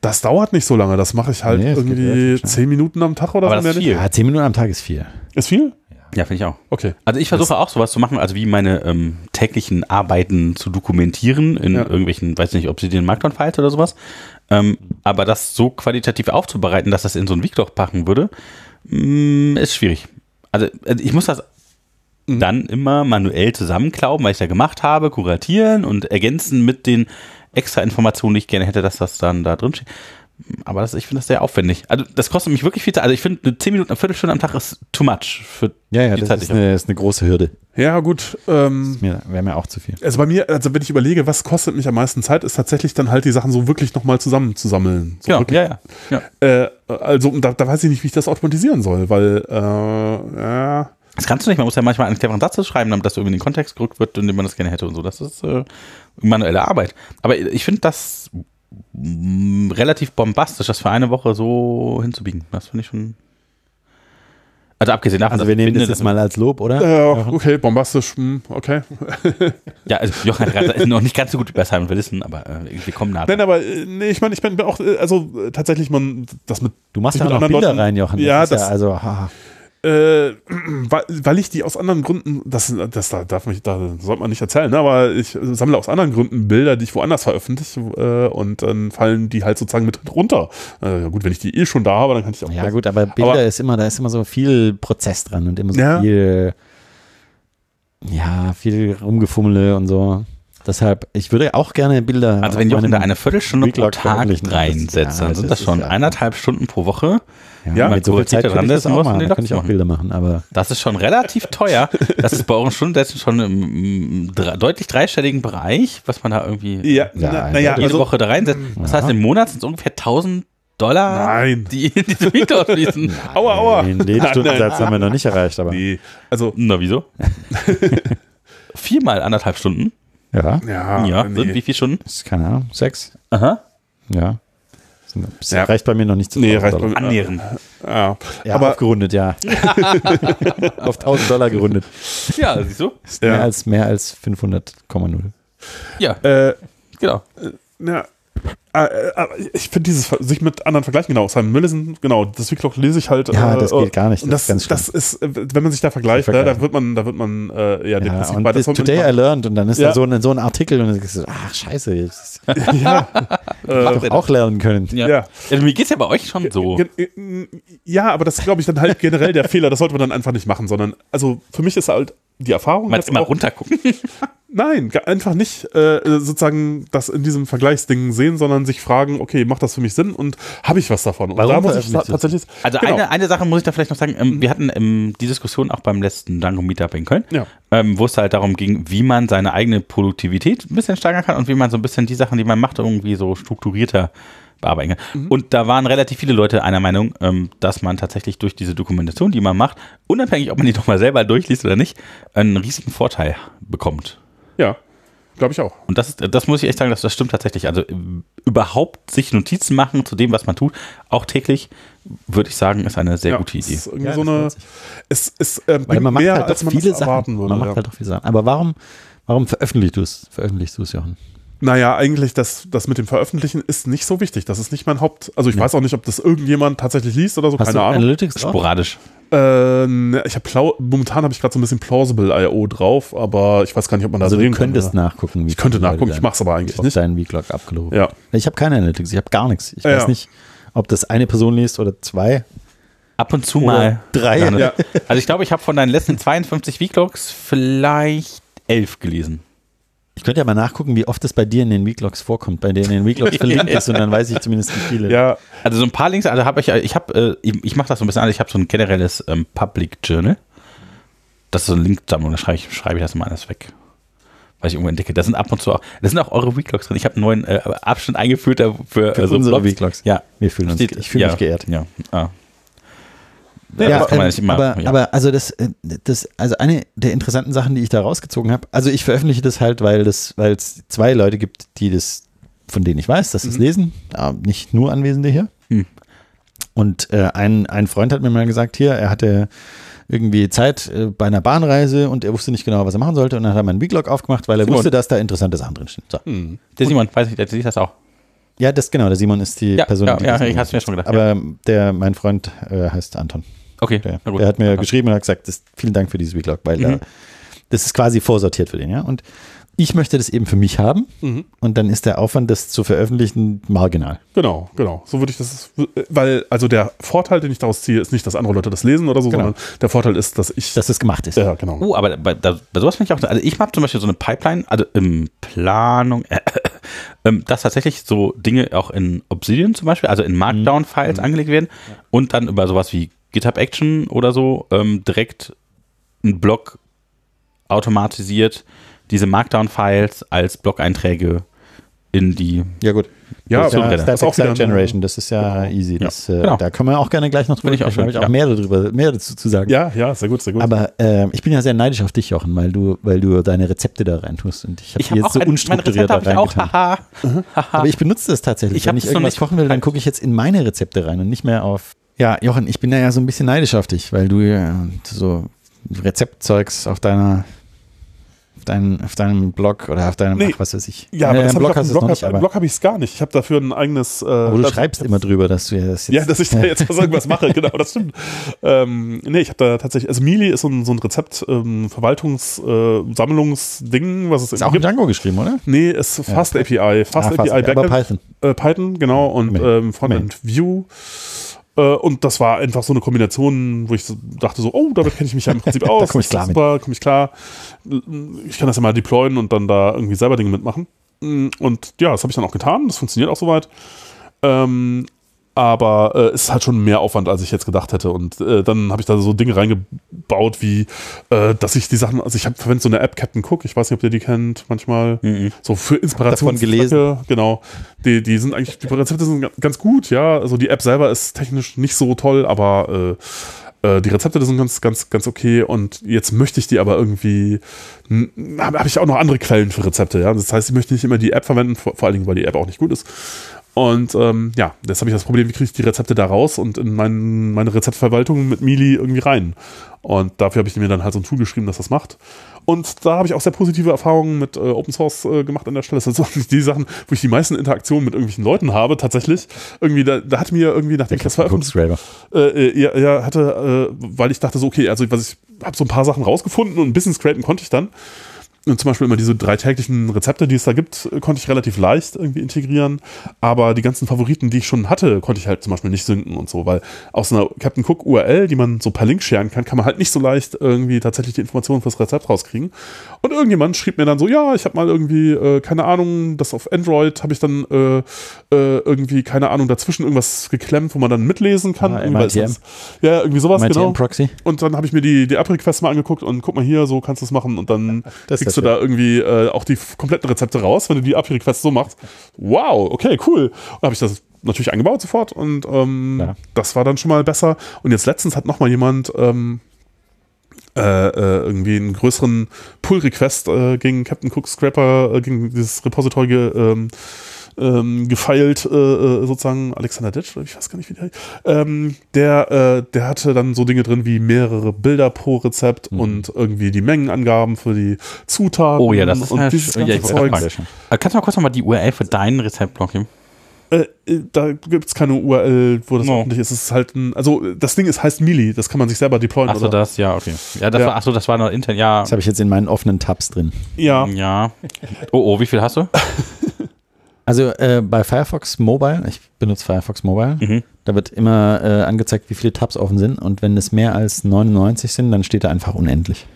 [SPEAKER 2] Das dauert nicht so lange, das mache ich halt
[SPEAKER 3] Nee, es geht
[SPEAKER 2] irgendwie
[SPEAKER 3] relativ schnell.
[SPEAKER 2] zehn Minuten am Tag oder
[SPEAKER 1] Aber
[SPEAKER 2] so.
[SPEAKER 1] das ist
[SPEAKER 2] mehr
[SPEAKER 1] viel.
[SPEAKER 2] nicht.
[SPEAKER 3] Ja, zehn Minuten am Tag ist viel.
[SPEAKER 2] Ist viel?
[SPEAKER 1] Ja, finde ich auch.
[SPEAKER 2] Okay.
[SPEAKER 1] Also ich versuche auch sowas zu machen, also wie meine ähm, täglichen Arbeiten zu dokumentieren in
[SPEAKER 2] Ja.
[SPEAKER 1] irgendwelchen, weiß nicht, Obsidian Markdown Files oder sowas. Ähm, aber das so qualitativ aufzubereiten, dass das in so ein Weekdog packen würde, mm, ist schwierig. Also äh, ich muss das
[SPEAKER 3] Mhm.
[SPEAKER 1] dann immer manuell zusammenklauben, weil ich da gemacht habe, kuratieren und ergänzen mit den extra Informationen, die ich gerne hätte, dass das dann da drin steht. Aber das, ich finde das sehr aufwendig. Also das kostet mich wirklich viel Zeit. Also ich finde 10 Minuten, eine Viertelstunde am Tag ist too much für
[SPEAKER 3] Ja, ja,
[SPEAKER 1] die
[SPEAKER 3] das
[SPEAKER 1] Zeit.
[SPEAKER 3] ist
[SPEAKER 1] die ich
[SPEAKER 3] eine, ist eine große Hürde.
[SPEAKER 2] Ja, gut. Ähm,
[SPEAKER 3] Mir- Wäre mir auch zu viel.
[SPEAKER 2] Also bei mir, also wenn ich überlege, was kostet mich am meisten Zeit, ist tatsächlich dann halt die Sachen so wirklich nochmal zusammenzusammeln. So
[SPEAKER 1] habe.
[SPEAKER 2] wirklich,
[SPEAKER 1] Genau, ja, ja. ja.
[SPEAKER 2] äh, also da, da weiß ich nicht, wie ich das automatisieren soll, weil äh, ja,
[SPEAKER 1] Das kannst du nicht. Man muss ja manchmal einen cleveren Satz schreiben, damit das irgendwie in den Kontext gerückt wird, in dem man das gerne hätte und so. Das ist äh, manuelle Arbeit. Aber ich finde das mm, relativ bombastisch, das für eine Woche so hinzubiegen. Das finde ich schon. Also abgesehen davon,
[SPEAKER 3] Also
[SPEAKER 1] dass
[SPEAKER 3] wir nehmen
[SPEAKER 1] Binde-
[SPEAKER 3] das jetzt mal als Lob, oder?
[SPEAKER 2] Äh, okay, bombastisch, hm, okay.
[SPEAKER 1] Ja, also Johann Ratzer ist noch nicht ganz so gut wie bei Simon Wilson, aber äh, wir kommen nah. dran.
[SPEAKER 2] Nein, aber äh, nee, ich meine, ich bin auch, äh, also äh, tatsächlich, man, das mit
[SPEAKER 3] Du machst
[SPEAKER 2] Ich
[SPEAKER 3] ja auch
[SPEAKER 2] mit
[SPEAKER 3] noch
[SPEAKER 2] anderen
[SPEAKER 3] Bilder
[SPEAKER 2] Leuten-
[SPEAKER 3] rein, Jochen.
[SPEAKER 2] Ja,
[SPEAKER 3] ist
[SPEAKER 2] das-
[SPEAKER 3] also, haha.
[SPEAKER 2] Äh, weil, weil ich die aus anderen Gründen, das, das da darf mich, da sollte man nicht erzählen, ne? aber ich sammle aus anderen Gründen Bilder, die ich woanders veröffentliche äh, und dann fallen die halt sozusagen mit runter. Äh, ja gut, wenn ich die eh schon da habe, dann kann ich auch.
[SPEAKER 3] ja gut, aber Bilder
[SPEAKER 2] Aber-
[SPEAKER 3] ist immer, da ist immer so viel Prozess dran und immer so
[SPEAKER 2] Ja.
[SPEAKER 3] viel, ja, viel Rumgefummel und so. Deshalb, ich würde auch gerne Bilder.
[SPEAKER 1] Also wenn
[SPEAKER 3] auf
[SPEAKER 1] Jochen da
[SPEAKER 3] meinem-
[SPEAKER 1] eine Viertelstunde pro
[SPEAKER 3] Weglog
[SPEAKER 1] Tag
[SPEAKER 3] veröffentlichen, das-
[SPEAKER 1] reinsetzt,
[SPEAKER 3] ja,
[SPEAKER 1] dann sind
[SPEAKER 3] das
[SPEAKER 1] das schon
[SPEAKER 3] ist ja-
[SPEAKER 1] eineinhalb Stunden pro Woche.
[SPEAKER 2] Ja,
[SPEAKER 3] ja, mit so viel
[SPEAKER 1] korrigiert
[SPEAKER 3] Zeit
[SPEAKER 1] er dran,
[SPEAKER 3] dran, das
[SPEAKER 1] das
[SPEAKER 3] auch
[SPEAKER 1] muss man
[SPEAKER 3] mal. Da
[SPEAKER 1] den
[SPEAKER 3] kann ich auch
[SPEAKER 1] machen.
[SPEAKER 3] Bilder machen, aber
[SPEAKER 1] Das ist schon relativ teuer. Das ist bei euren Stundensätzen schon im, im dre- deutlich dreistelligen Bereich, was man da irgendwie
[SPEAKER 2] Ja,
[SPEAKER 3] Ja,
[SPEAKER 2] na, naja,
[SPEAKER 1] jede
[SPEAKER 2] also.
[SPEAKER 1] Woche da reinsetzt. Das heißt, im Monat sind es ungefähr 1000 Dollar,
[SPEAKER 2] Nein.
[SPEAKER 1] die in diese Miete fließen.
[SPEAKER 2] Aua, aua.
[SPEAKER 3] den
[SPEAKER 2] Ah, Nein,
[SPEAKER 3] Lebensstundensatz
[SPEAKER 2] nein.
[SPEAKER 3] haben wir noch nicht erreicht, aber
[SPEAKER 2] Nee, also.
[SPEAKER 1] Na, wieso? Viermal anderthalb Stunden.
[SPEAKER 3] ja,
[SPEAKER 2] Ja,
[SPEAKER 1] ja, sind wie
[SPEAKER 2] Ah, nee.
[SPEAKER 1] viel Stunden?
[SPEAKER 3] ist keine Ahnung, sechs,
[SPEAKER 1] Aha.
[SPEAKER 3] ja. Sind- Das
[SPEAKER 2] Ja.
[SPEAKER 3] reicht bei mir noch nicht zu
[SPEAKER 2] Nee,
[SPEAKER 3] 1000
[SPEAKER 2] reicht bei
[SPEAKER 3] Dollar.
[SPEAKER 2] mir.
[SPEAKER 1] Annähernd.
[SPEAKER 2] Ja.
[SPEAKER 3] Ja,
[SPEAKER 2] aber
[SPEAKER 3] aufgerundet, ja. Auf 1000 Dollar gerundet.
[SPEAKER 1] Ja, siehst du?
[SPEAKER 2] Ja.
[SPEAKER 3] Mehr als, mehr als 500,0.
[SPEAKER 1] Ja,
[SPEAKER 2] äh,
[SPEAKER 1] genau.
[SPEAKER 2] Ja. Äh, äh, aber ich finde dieses, Ver- sich mit anderen vergleichen, genau, Simon Millison, genau, das Weeklock lese ich halt.
[SPEAKER 3] Ja,
[SPEAKER 2] äh,
[SPEAKER 3] das geht gar nicht,
[SPEAKER 2] und
[SPEAKER 3] das ist
[SPEAKER 2] Das,
[SPEAKER 3] ganz
[SPEAKER 2] das,
[SPEAKER 3] schlimm.
[SPEAKER 2] ist, äh, wenn man sich da vergleicht,
[SPEAKER 3] Zu
[SPEAKER 2] ne, da
[SPEAKER 3] vergleichen.
[SPEAKER 2] wird man, da wird man äh, eher
[SPEAKER 3] Ja,
[SPEAKER 2] depressiv
[SPEAKER 3] und
[SPEAKER 2] bei. Das
[SPEAKER 3] das
[SPEAKER 2] sollte
[SPEAKER 3] Today I
[SPEAKER 2] man
[SPEAKER 3] learned und dann ist
[SPEAKER 2] Ja.
[SPEAKER 3] da so ein, so ein Artikel und dann denkst du, ach scheiße, jetzt hätte
[SPEAKER 2] nicht machen. ja,
[SPEAKER 3] ich doch auch lernen können.
[SPEAKER 1] Ja.
[SPEAKER 2] Äh, Also Ja.
[SPEAKER 1] Also, mir geht es ja bei euch schon so.
[SPEAKER 2] Gen- äh, Ja, aber das ist, glaube ich, dann halt generell der Fehler. Das sollte man dann einfach nicht machen, sondern, also für mich ist halt die Erfahrung.
[SPEAKER 1] Mal
[SPEAKER 2] jetzt
[SPEAKER 1] immer
[SPEAKER 2] auch-
[SPEAKER 1] runtergucken.
[SPEAKER 2] Nein, ga- einfach nicht äh, sozusagen das in diesem Vergleichsding sehen, sondern sich fragen, okay, macht das für mich Sinn und habe ich was davon? Und
[SPEAKER 3] Warum
[SPEAKER 2] da muss ich
[SPEAKER 3] veröffentlicht
[SPEAKER 2] ta- tatsächlich.
[SPEAKER 1] Also
[SPEAKER 2] Genau.
[SPEAKER 1] eine, eine Sache muss ich da vielleicht noch sagen. Ähm, wir hatten ähm, die Diskussion auch beim letzten Dango Meetup in Köln,
[SPEAKER 2] Ja.
[SPEAKER 1] ähm, wo es halt darum ging, wie man seine eigene Produktivität ein bisschen steigern kann und wie man so ein bisschen die Sachen, die man macht, irgendwie so strukturierter bearbeiten kann.
[SPEAKER 2] Mhm.
[SPEAKER 1] Und da waren relativ viele Leute einer Meinung, ähm, dass man tatsächlich durch diese Dokumentation, die man macht, unabhängig, ob man die nochmal selber durchliest oder nicht, einen riesigen Vorteil bekommt.
[SPEAKER 2] Ja, glaube ich auch.
[SPEAKER 1] Und das, ist- das muss ich echt sagen, das, das stimmt tatsächlich. Also ähm, überhaupt sich Notizen machen zu dem, was man tut, auch täglich, würde ich sagen, ist eine sehr
[SPEAKER 2] ja,
[SPEAKER 1] gute
[SPEAKER 2] Es
[SPEAKER 1] Idee.
[SPEAKER 2] ist irgendwie
[SPEAKER 3] Ja,
[SPEAKER 2] so
[SPEAKER 3] das
[SPEAKER 2] eine.
[SPEAKER 3] lohnt sich.
[SPEAKER 2] Es ist ähm,
[SPEAKER 3] Weil man macht
[SPEAKER 2] mehr,
[SPEAKER 3] halt
[SPEAKER 2] als
[SPEAKER 3] doch
[SPEAKER 2] man
[SPEAKER 3] viele
[SPEAKER 2] das erwarten
[SPEAKER 3] Sachen.
[SPEAKER 2] würde.
[SPEAKER 3] Man macht
[SPEAKER 2] ja.
[SPEAKER 3] halt doch viele Sachen. Aber warum, warum veröffentlichst du es, veröffentlichst du es, Jochen?
[SPEAKER 2] Naja, eigentlich das, das mit dem Veröffentlichen ist nicht so wichtig. Das ist nicht mein Haupt. Also ich weiß auch nicht, ob das irgendjemand tatsächlich liest oder so.
[SPEAKER 3] Hast
[SPEAKER 2] keine
[SPEAKER 3] du
[SPEAKER 2] Ahnung.
[SPEAKER 3] Analytics drauf?
[SPEAKER 1] Sporadisch.
[SPEAKER 2] Äh, ne, ich habe momentan habe ich gerade so ein bisschen plausible I.O. drauf, aber ich weiß gar nicht, ob man da
[SPEAKER 3] Also du
[SPEAKER 2] sehen kann.
[SPEAKER 3] könntest
[SPEAKER 2] oder-
[SPEAKER 3] nachgucken. Wie
[SPEAKER 2] Ich könnte
[SPEAKER 3] viele Leute
[SPEAKER 2] nachgucken. Ich
[SPEAKER 3] deinen
[SPEAKER 2] mache es aber eigentlich
[SPEAKER 3] Weglog-
[SPEAKER 2] nicht.
[SPEAKER 3] Deinen Weglog abgelobt.
[SPEAKER 2] Ja.
[SPEAKER 3] Ich habe keine Analytics, ich habe gar nichts. Ich
[SPEAKER 2] Ja,
[SPEAKER 3] weiß
[SPEAKER 2] ja.
[SPEAKER 3] nicht, ob das eine Person liest oder zwei.
[SPEAKER 1] Ab und zu mal.
[SPEAKER 3] drei.
[SPEAKER 1] Ja, ne?
[SPEAKER 2] Ja.
[SPEAKER 1] Also ich glaube, ich habe von deinen letzten 52 Weeklogs vielleicht elf gelesen.
[SPEAKER 3] Ich könnte ja mal nachgucken, wie oft es bei dir in den Weeklogs vorkommt, bei dir in den Weeklogs verlinkt ist und dann weiß ich zumindest, wie viele.
[SPEAKER 2] Ja,
[SPEAKER 1] Also so ein paar Links, also habe ich, ich habe, äh, ich, ich mache das so ein bisschen anders, ich habe so ein generelles ähm, Public Journal. Das ist so eine Linksammlung, da schreibe ich, schreibe ich das mal alles weg. Weil ich irgendwo entdecke. Das sind ab und zu auch, das sind auch eure Weeklogs drin. Ich habe einen neuen äh, Abschnitt eingeführt da für, äh,
[SPEAKER 3] Für unsere
[SPEAKER 1] Blogs.
[SPEAKER 3] Weeklogs.
[SPEAKER 1] Ja.
[SPEAKER 3] Wir fühlen uns,
[SPEAKER 1] Steht-
[SPEAKER 3] ich fühle
[SPEAKER 1] ja,
[SPEAKER 3] mich geehrt.
[SPEAKER 1] Ja. Ah.
[SPEAKER 3] Ja,
[SPEAKER 1] das kann man
[SPEAKER 3] ähm,
[SPEAKER 1] nicht immer.
[SPEAKER 3] aber,
[SPEAKER 1] ja.
[SPEAKER 3] aber also das, äh, das, also eine der interessanten Sachen, die ich da rausgezogen habe, also ich veröffentliche das halt, weil das, weil es zwei Leute gibt, die das, von denen ich weiß, dass das lesen, Ah, nicht nur Anwesende hier.
[SPEAKER 1] Mhm. Hm.
[SPEAKER 3] Und äh, ein, ein Freund hat mir mal gesagt, hier, er hatte irgendwie Zeit äh, bei einer Bahnreise und er wusste nicht genau, was er machen sollte. Und dann hat er meinen Weglog aufgemacht, weil er
[SPEAKER 1] Simon.
[SPEAKER 3] wusste, dass da interessante Sachen drinstehen. So.
[SPEAKER 2] hm,
[SPEAKER 1] der Simon, weiß ich, der sieht das auch.
[SPEAKER 3] Ja, das genau, der Simon ist die
[SPEAKER 1] Ja,
[SPEAKER 3] Person,
[SPEAKER 1] ja,
[SPEAKER 3] die
[SPEAKER 1] ja,
[SPEAKER 3] das
[SPEAKER 1] ich
[SPEAKER 3] macht.
[SPEAKER 1] hab's mir schon gedacht,
[SPEAKER 3] Aber ähm, der, mein Freund äh, heißt Anton.
[SPEAKER 1] Okay,
[SPEAKER 3] Der,
[SPEAKER 1] na gut.
[SPEAKER 3] der hat mir
[SPEAKER 1] Anton.
[SPEAKER 3] geschrieben und hat gesagt, das, vielen Dank für dieses Weglog, weil äh, das ist quasi vorsortiert für den, ja. Und ich möchte das eben für mich haben und dann ist der Aufwand, das zu veröffentlichen, marginal.
[SPEAKER 2] Genau, genau. So würde ich das, weil, also der Vorteil, den ich daraus ziehe, ist nicht, dass andere Leute das lesen oder so,
[SPEAKER 3] Genau.
[SPEAKER 2] sondern der Vorteil ist, dass ich.
[SPEAKER 3] Dass es gemacht ist.
[SPEAKER 2] ja, genau.
[SPEAKER 1] Oh, aber bei, da, bei sowas bin ich auch. Also ich habe zum Beispiel so eine Pipeline, also in Planung, äh, ähm, dass tatsächlich so Dinge auch in Obsidian zum Beispiel, also in
[SPEAKER 3] Mhm.
[SPEAKER 1] Markdown-Files angelegt werden und dann über sowas wie GitHub Action oder so ähm, direkt ein Blog automatisiert diese Markdown-Files als Blog-Einträge in die.
[SPEAKER 3] Ja, gut.
[SPEAKER 2] Ja,
[SPEAKER 3] das ist ja,
[SPEAKER 1] Brenner.
[SPEAKER 3] Step
[SPEAKER 2] Das ist auch
[SPEAKER 3] Step
[SPEAKER 2] wieder ein-
[SPEAKER 3] Generation, das ist ja easy. Das, äh,
[SPEAKER 1] genau.
[SPEAKER 3] Da können wir auch gerne gleich noch drüber
[SPEAKER 1] Bin ich auch
[SPEAKER 3] sprechen,
[SPEAKER 1] schon,
[SPEAKER 3] da hab ich auch mehr, darüber, mehr dazu zu sagen.
[SPEAKER 2] Ja, ja, sehr gut, sehr gut.
[SPEAKER 3] Aber äh, ich bin ja sehr neidisch auf dich, Jochen, weil du, weil du deine Rezepte da reintust und ich habe die jetzt so unstrukturiert da
[SPEAKER 1] habe ich auch.
[SPEAKER 3] reingetan. Mhm.
[SPEAKER 1] Haha.
[SPEAKER 3] Aber ich benutze das tatsächlich.
[SPEAKER 1] Ah. Ich
[SPEAKER 3] Wenn
[SPEAKER 1] hab
[SPEAKER 3] ich
[SPEAKER 1] das noch
[SPEAKER 3] irgendwas
[SPEAKER 1] nicht-
[SPEAKER 3] kochen will, dann gucke ich jetzt in meine Rezepte rein und nicht mehr auf. Ja, Jochen, ich bin da ja so ein bisschen neidisch auf dich, weil du ja so Rezeptzeugs auf deiner auf, deinen, auf deinem Blog oder auf deinem,
[SPEAKER 2] Nee.
[SPEAKER 3] ach, was weiß ich.
[SPEAKER 2] ja, aber
[SPEAKER 3] Äh,
[SPEAKER 2] das
[SPEAKER 3] im
[SPEAKER 2] hab ich
[SPEAKER 3] Blog
[SPEAKER 2] auf
[SPEAKER 3] hast
[SPEAKER 2] dem
[SPEAKER 3] du es noch
[SPEAKER 2] Blog
[SPEAKER 3] nicht,
[SPEAKER 2] habe
[SPEAKER 3] aber,
[SPEAKER 2] Blog hab ich es gar nicht. Ich habe dafür ein eigenes. Äh,
[SPEAKER 3] aber du
[SPEAKER 2] das-
[SPEAKER 3] schreibst immer drüber, dass du ja das jetzt. äh,
[SPEAKER 2] Ja, dass ich da jetzt was irgendwas mache, genau, das stimmt. Ähm, nee, ich habe da tatsächlich, also Mili ist so ein, so ein Rezept, ähm, Verwaltungs-, äh, Sammlungsding, was es
[SPEAKER 3] ist auch in Django geschrieben, oder?
[SPEAKER 2] Nee, ist Fast API, Fast
[SPEAKER 3] Ah,
[SPEAKER 2] API,
[SPEAKER 3] aber
[SPEAKER 2] Backend,
[SPEAKER 3] Python.
[SPEAKER 2] äh, Python, genau, und
[SPEAKER 3] Main.
[SPEAKER 2] ähm, Frontend View. Äh, Und das war einfach so eine Kombination, wo ich so dachte so, oh, damit kenne ich mich ja im Prinzip aus.
[SPEAKER 3] komm ich
[SPEAKER 2] Das
[SPEAKER 3] klar
[SPEAKER 2] ist
[SPEAKER 3] mit.
[SPEAKER 2] Super, komme ich klar. Ich kann das ja mal deployen und dann da irgendwie selber Dinge mitmachen. Mm, Und ja, das habe ich dann auch getan. Das funktioniert auch soweit. Ähm, aber äh, es ist halt schon mehr Aufwand, als ich jetzt gedacht hätte. Und äh, dann habe ich da so Dinge reingebaut, wie, äh, dass ich die Sachen, also ich habe verwendet so eine App, Captain Cook, ich weiß nicht, ob ihr die kennt, manchmal,
[SPEAKER 1] Mhm.
[SPEAKER 2] so für Inspiration.
[SPEAKER 3] Davon gelesen.
[SPEAKER 2] Genau. Die, die sind eigentlich, die Rezepte sind ga- ganz gut, ja. Also die App selber ist technisch nicht so toll, aber äh, äh, die Rezepte sind ganz, ganz, ganz okay. Und jetzt möchte ich die aber irgendwie, habe hab ich auch noch andere Quellen für Rezepte, ja. Das heißt, ich möchte nicht immer die App verwenden, vor, vor allen Dingen, weil die App auch nicht gut ist. Und ähm, ja, jetzt habe ich das Problem, wie kriege ich die Rezepte da raus und in mein, meine Rezeptverwaltung mit Mili irgendwie rein. Und dafür habe ich mir dann halt so ein Tool geschrieben, das das macht. Und da habe ich auch sehr positive Erfahrungen mit äh, Open Source äh, gemacht an der Stelle. Das sind so die Sachen, wo ich die meisten Interaktionen mit irgendwelchen Leuten habe, tatsächlich. Irgendwie, da, da hat mir irgendwie, nachdem ich das veröffentlicht
[SPEAKER 3] Bookstrader.
[SPEAKER 2] äh, äh, ja, ja, hatte, äh, weil ich dachte so, okay, also was ich habe so ein paar Sachen rausgefunden und ein bisschen scrapen konnte ich dann. Und zum Beispiel immer diese drei täglichen Rezepte, die es da gibt, äh, konnte ich relativ leicht irgendwie integrieren. Aber die ganzen Favoriten, die ich schon hatte, konnte ich halt zum Beispiel nicht sinken und so, weil aus einer Captain Cook URL, die man so per Link scheren kann, kann man halt nicht so leicht irgendwie tatsächlich die Informationen fürs Rezept rauskriegen. Und irgendjemand schrieb mir dann so, ja, ich habe mal irgendwie, äh, keine Ahnung, das auf Android habe ich dann äh, äh, irgendwie, keine Ahnung, dazwischen irgendwas geklemmt, wo man dann mitlesen kann.
[SPEAKER 3] Ah,
[SPEAKER 2] Irgendwie, weil es
[SPEAKER 3] MITM.
[SPEAKER 2] sonst- ja, irgendwie sowas,
[SPEAKER 3] Meinst du
[SPEAKER 2] genau.
[SPEAKER 3] im Proxy?
[SPEAKER 2] Und dann habe ich mir die, die App-Requests mal angeguckt und guck mal hier, so kannst du es machen. Und dann
[SPEAKER 3] Das ist
[SPEAKER 2] kriegst du
[SPEAKER 3] das,
[SPEAKER 2] da irgendwie äh, auch die f- kompletten Rezepte raus, wenn du die API-Requests so machst. Wow, okay, cool. Und habe ich das natürlich angebaut sofort und ähm,
[SPEAKER 3] Ja.
[SPEAKER 2] das war dann schon mal besser. Und jetzt letztens hat noch mal jemand ähm, äh, äh, irgendwie einen größeren Pull-Request äh, gegen Captain Cook Scrapper, äh, gegen dieses Repository ge, ähm, ähm, gefeilt, äh, äh, sozusagen Alexander Ditch, oder ich weiß gar nicht, wie der heißt. ähm, der, äh, der hatte dann so Dinge drin wie mehrere Bilder pro Rezept und irgendwie die Mengenangaben für die Zutaten
[SPEAKER 1] Mhm. Oh ja, das ist
[SPEAKER 2] und
[SPEAKER 1] ja,
[SPEAKER 2] dieses
[SPEAKER 1] sch- ja,
[SPEAKER 2] ganze
[SPEAKER 1] ich weiß
[SPEAKER 2] Zeugs.
[SPEAKER 1] auch mal. Äh, Kannst du mal kurz nochmal die URL für deinen Rezeptblock geben?
[SPEAKER 2] Äh, äh, da gibt es keine URL, wo das
[SPEAKER 1] No.
[SPEAKER 2] öffentlich ist. Es ist halt ein, also äh, das Ding ist, heißt Mili, das kann man sich selber deployen.
[SPEAKER 1] Achso,
[SPEAKER 2] oder?
[SPEAKER 1] das, ja, okay. Ja, das
[SPEAKER 2] Ja.
[SPEAKER 1] war, achso, das war noch intern, ja.
[SPEAKER 3] Das habe ich jetzt in meinen offenen Tabs drin.
[SPEAKER 2] Ja,
[SPEAKER 1] Ja. Oh, oh, wie viel hast du?
[SPEAKER 3] Also äh, bei Firefox Mobile, ich benutze Firefox Mobile,
[SPEAKER 1] Mhm.
[SPEAKER 3] da wird immer äh, angezeigt, wie viele Tabs offen sind und wenn es mehr als 99 sind, dann steht da einfach unendlich.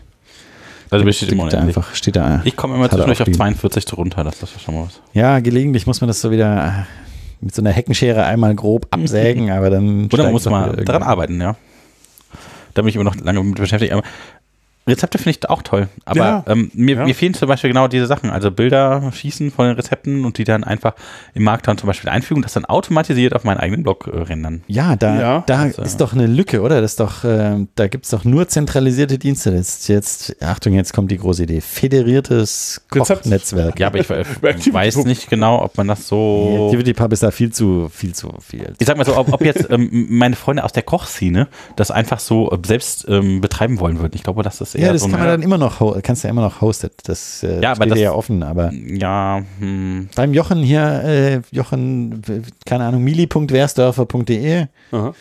[SPEAKER 1] Also besteht immer
[SPEAKER 3] Steht da
[SPEAKER 1] unendlich.
[SPEAKER 3] einfach, steht da.
[SPEAKER 1] Ich komme immer
[SPEAKER 3] Hat er
[SPEAKER 1] zwischendurch
[SPEAKER 3] auch
[SPEAKER 1] auf
[SPEAKER 3] die-
[SPEAKER 1] 42 zu runter, das ist schon mal was.
[SPEAKER 3] Ja, gelegentlich muss man das so wieder äh, mit so einer Heckenschere einmal grob absägen, aber dann.
[SPEAKER 1] Oder man
[SPEAKER 3] steigt
[SPEAKER 1] muss
[SPEAKER 3] doch wieder
[SPEAKER 1] mal
[SPEAKER 3] irgendwann.
[SPEAKER 1] daran arbeiten, ja. Da bin ich immer noch lange mit beschäftigt. Aber Rezepte finde ich auch toll. Aber
[SPEAKER 2] Ja.
[SPEAKER 1] ähm, mir,
[SPEAKER 2] Ja.
[SPEAKER 1] mir fehlen zum Beispiel genau diese Sachen. Also Bilder schießen von den Rezepten und die dann einfach im Markdown zum Beispiel einfügen und das dann automatisiert auf meinen eigenen Blog äh, rendern.
[SPEAKER 3] Ja, da,
[SPEAKER 2] Ja.
[SPEAKER 3] da
[SPEAKER 1] Also, ja.
[SPEAKER 3] ist doch eine Lücke, oder? Das ist doch, ähm, da gibt es doch nur zentralisierte Dienste. Jetzt, jetzt, Achtung, jetzt kommt die große Idee. Federiertes
[SPEAKER 2] Rezept.
[SPEAKER 3] Kochnetzwerk.
[SPEAKER 1] Ja, Oh. aber ich äh,
[SPEAKER 2] Activity
[SPEAKER 1] weiß
[SPEAKER 2] Book.
[SPEAKER 1] nicht genau, ob man das so.
[SPEAKER 3] Activity Pub ist da viel zu, viel zu viel.
[SPEAKER 1] Ich sag mal so, ob, ob jetzt ähm, meine Freunde aus der Kochszene das einfach so äh, selbst ähm, betreiben wollen würden. Ich glaube, das ist eher
[SPEAKER 3] Ja, das
[SPEAKER 1] so
[SPEAKER 3] kann man dann immer noch, ho- kannst du ja immer noch hosted. Das äh,
[SPEAKER 1] Ja, aber
[SPEAKER 3] steht
[SPEAKER 1] das-
[SPEAKER 3] dir ja offen, aber
[SPEAKER 1] Ja, hm,
[SPEAKER 3] beim Jochen hier, äh, Jochen, w- keine Ahnung, mili.wersdorfer.de
[SPEAKER 2] Aha.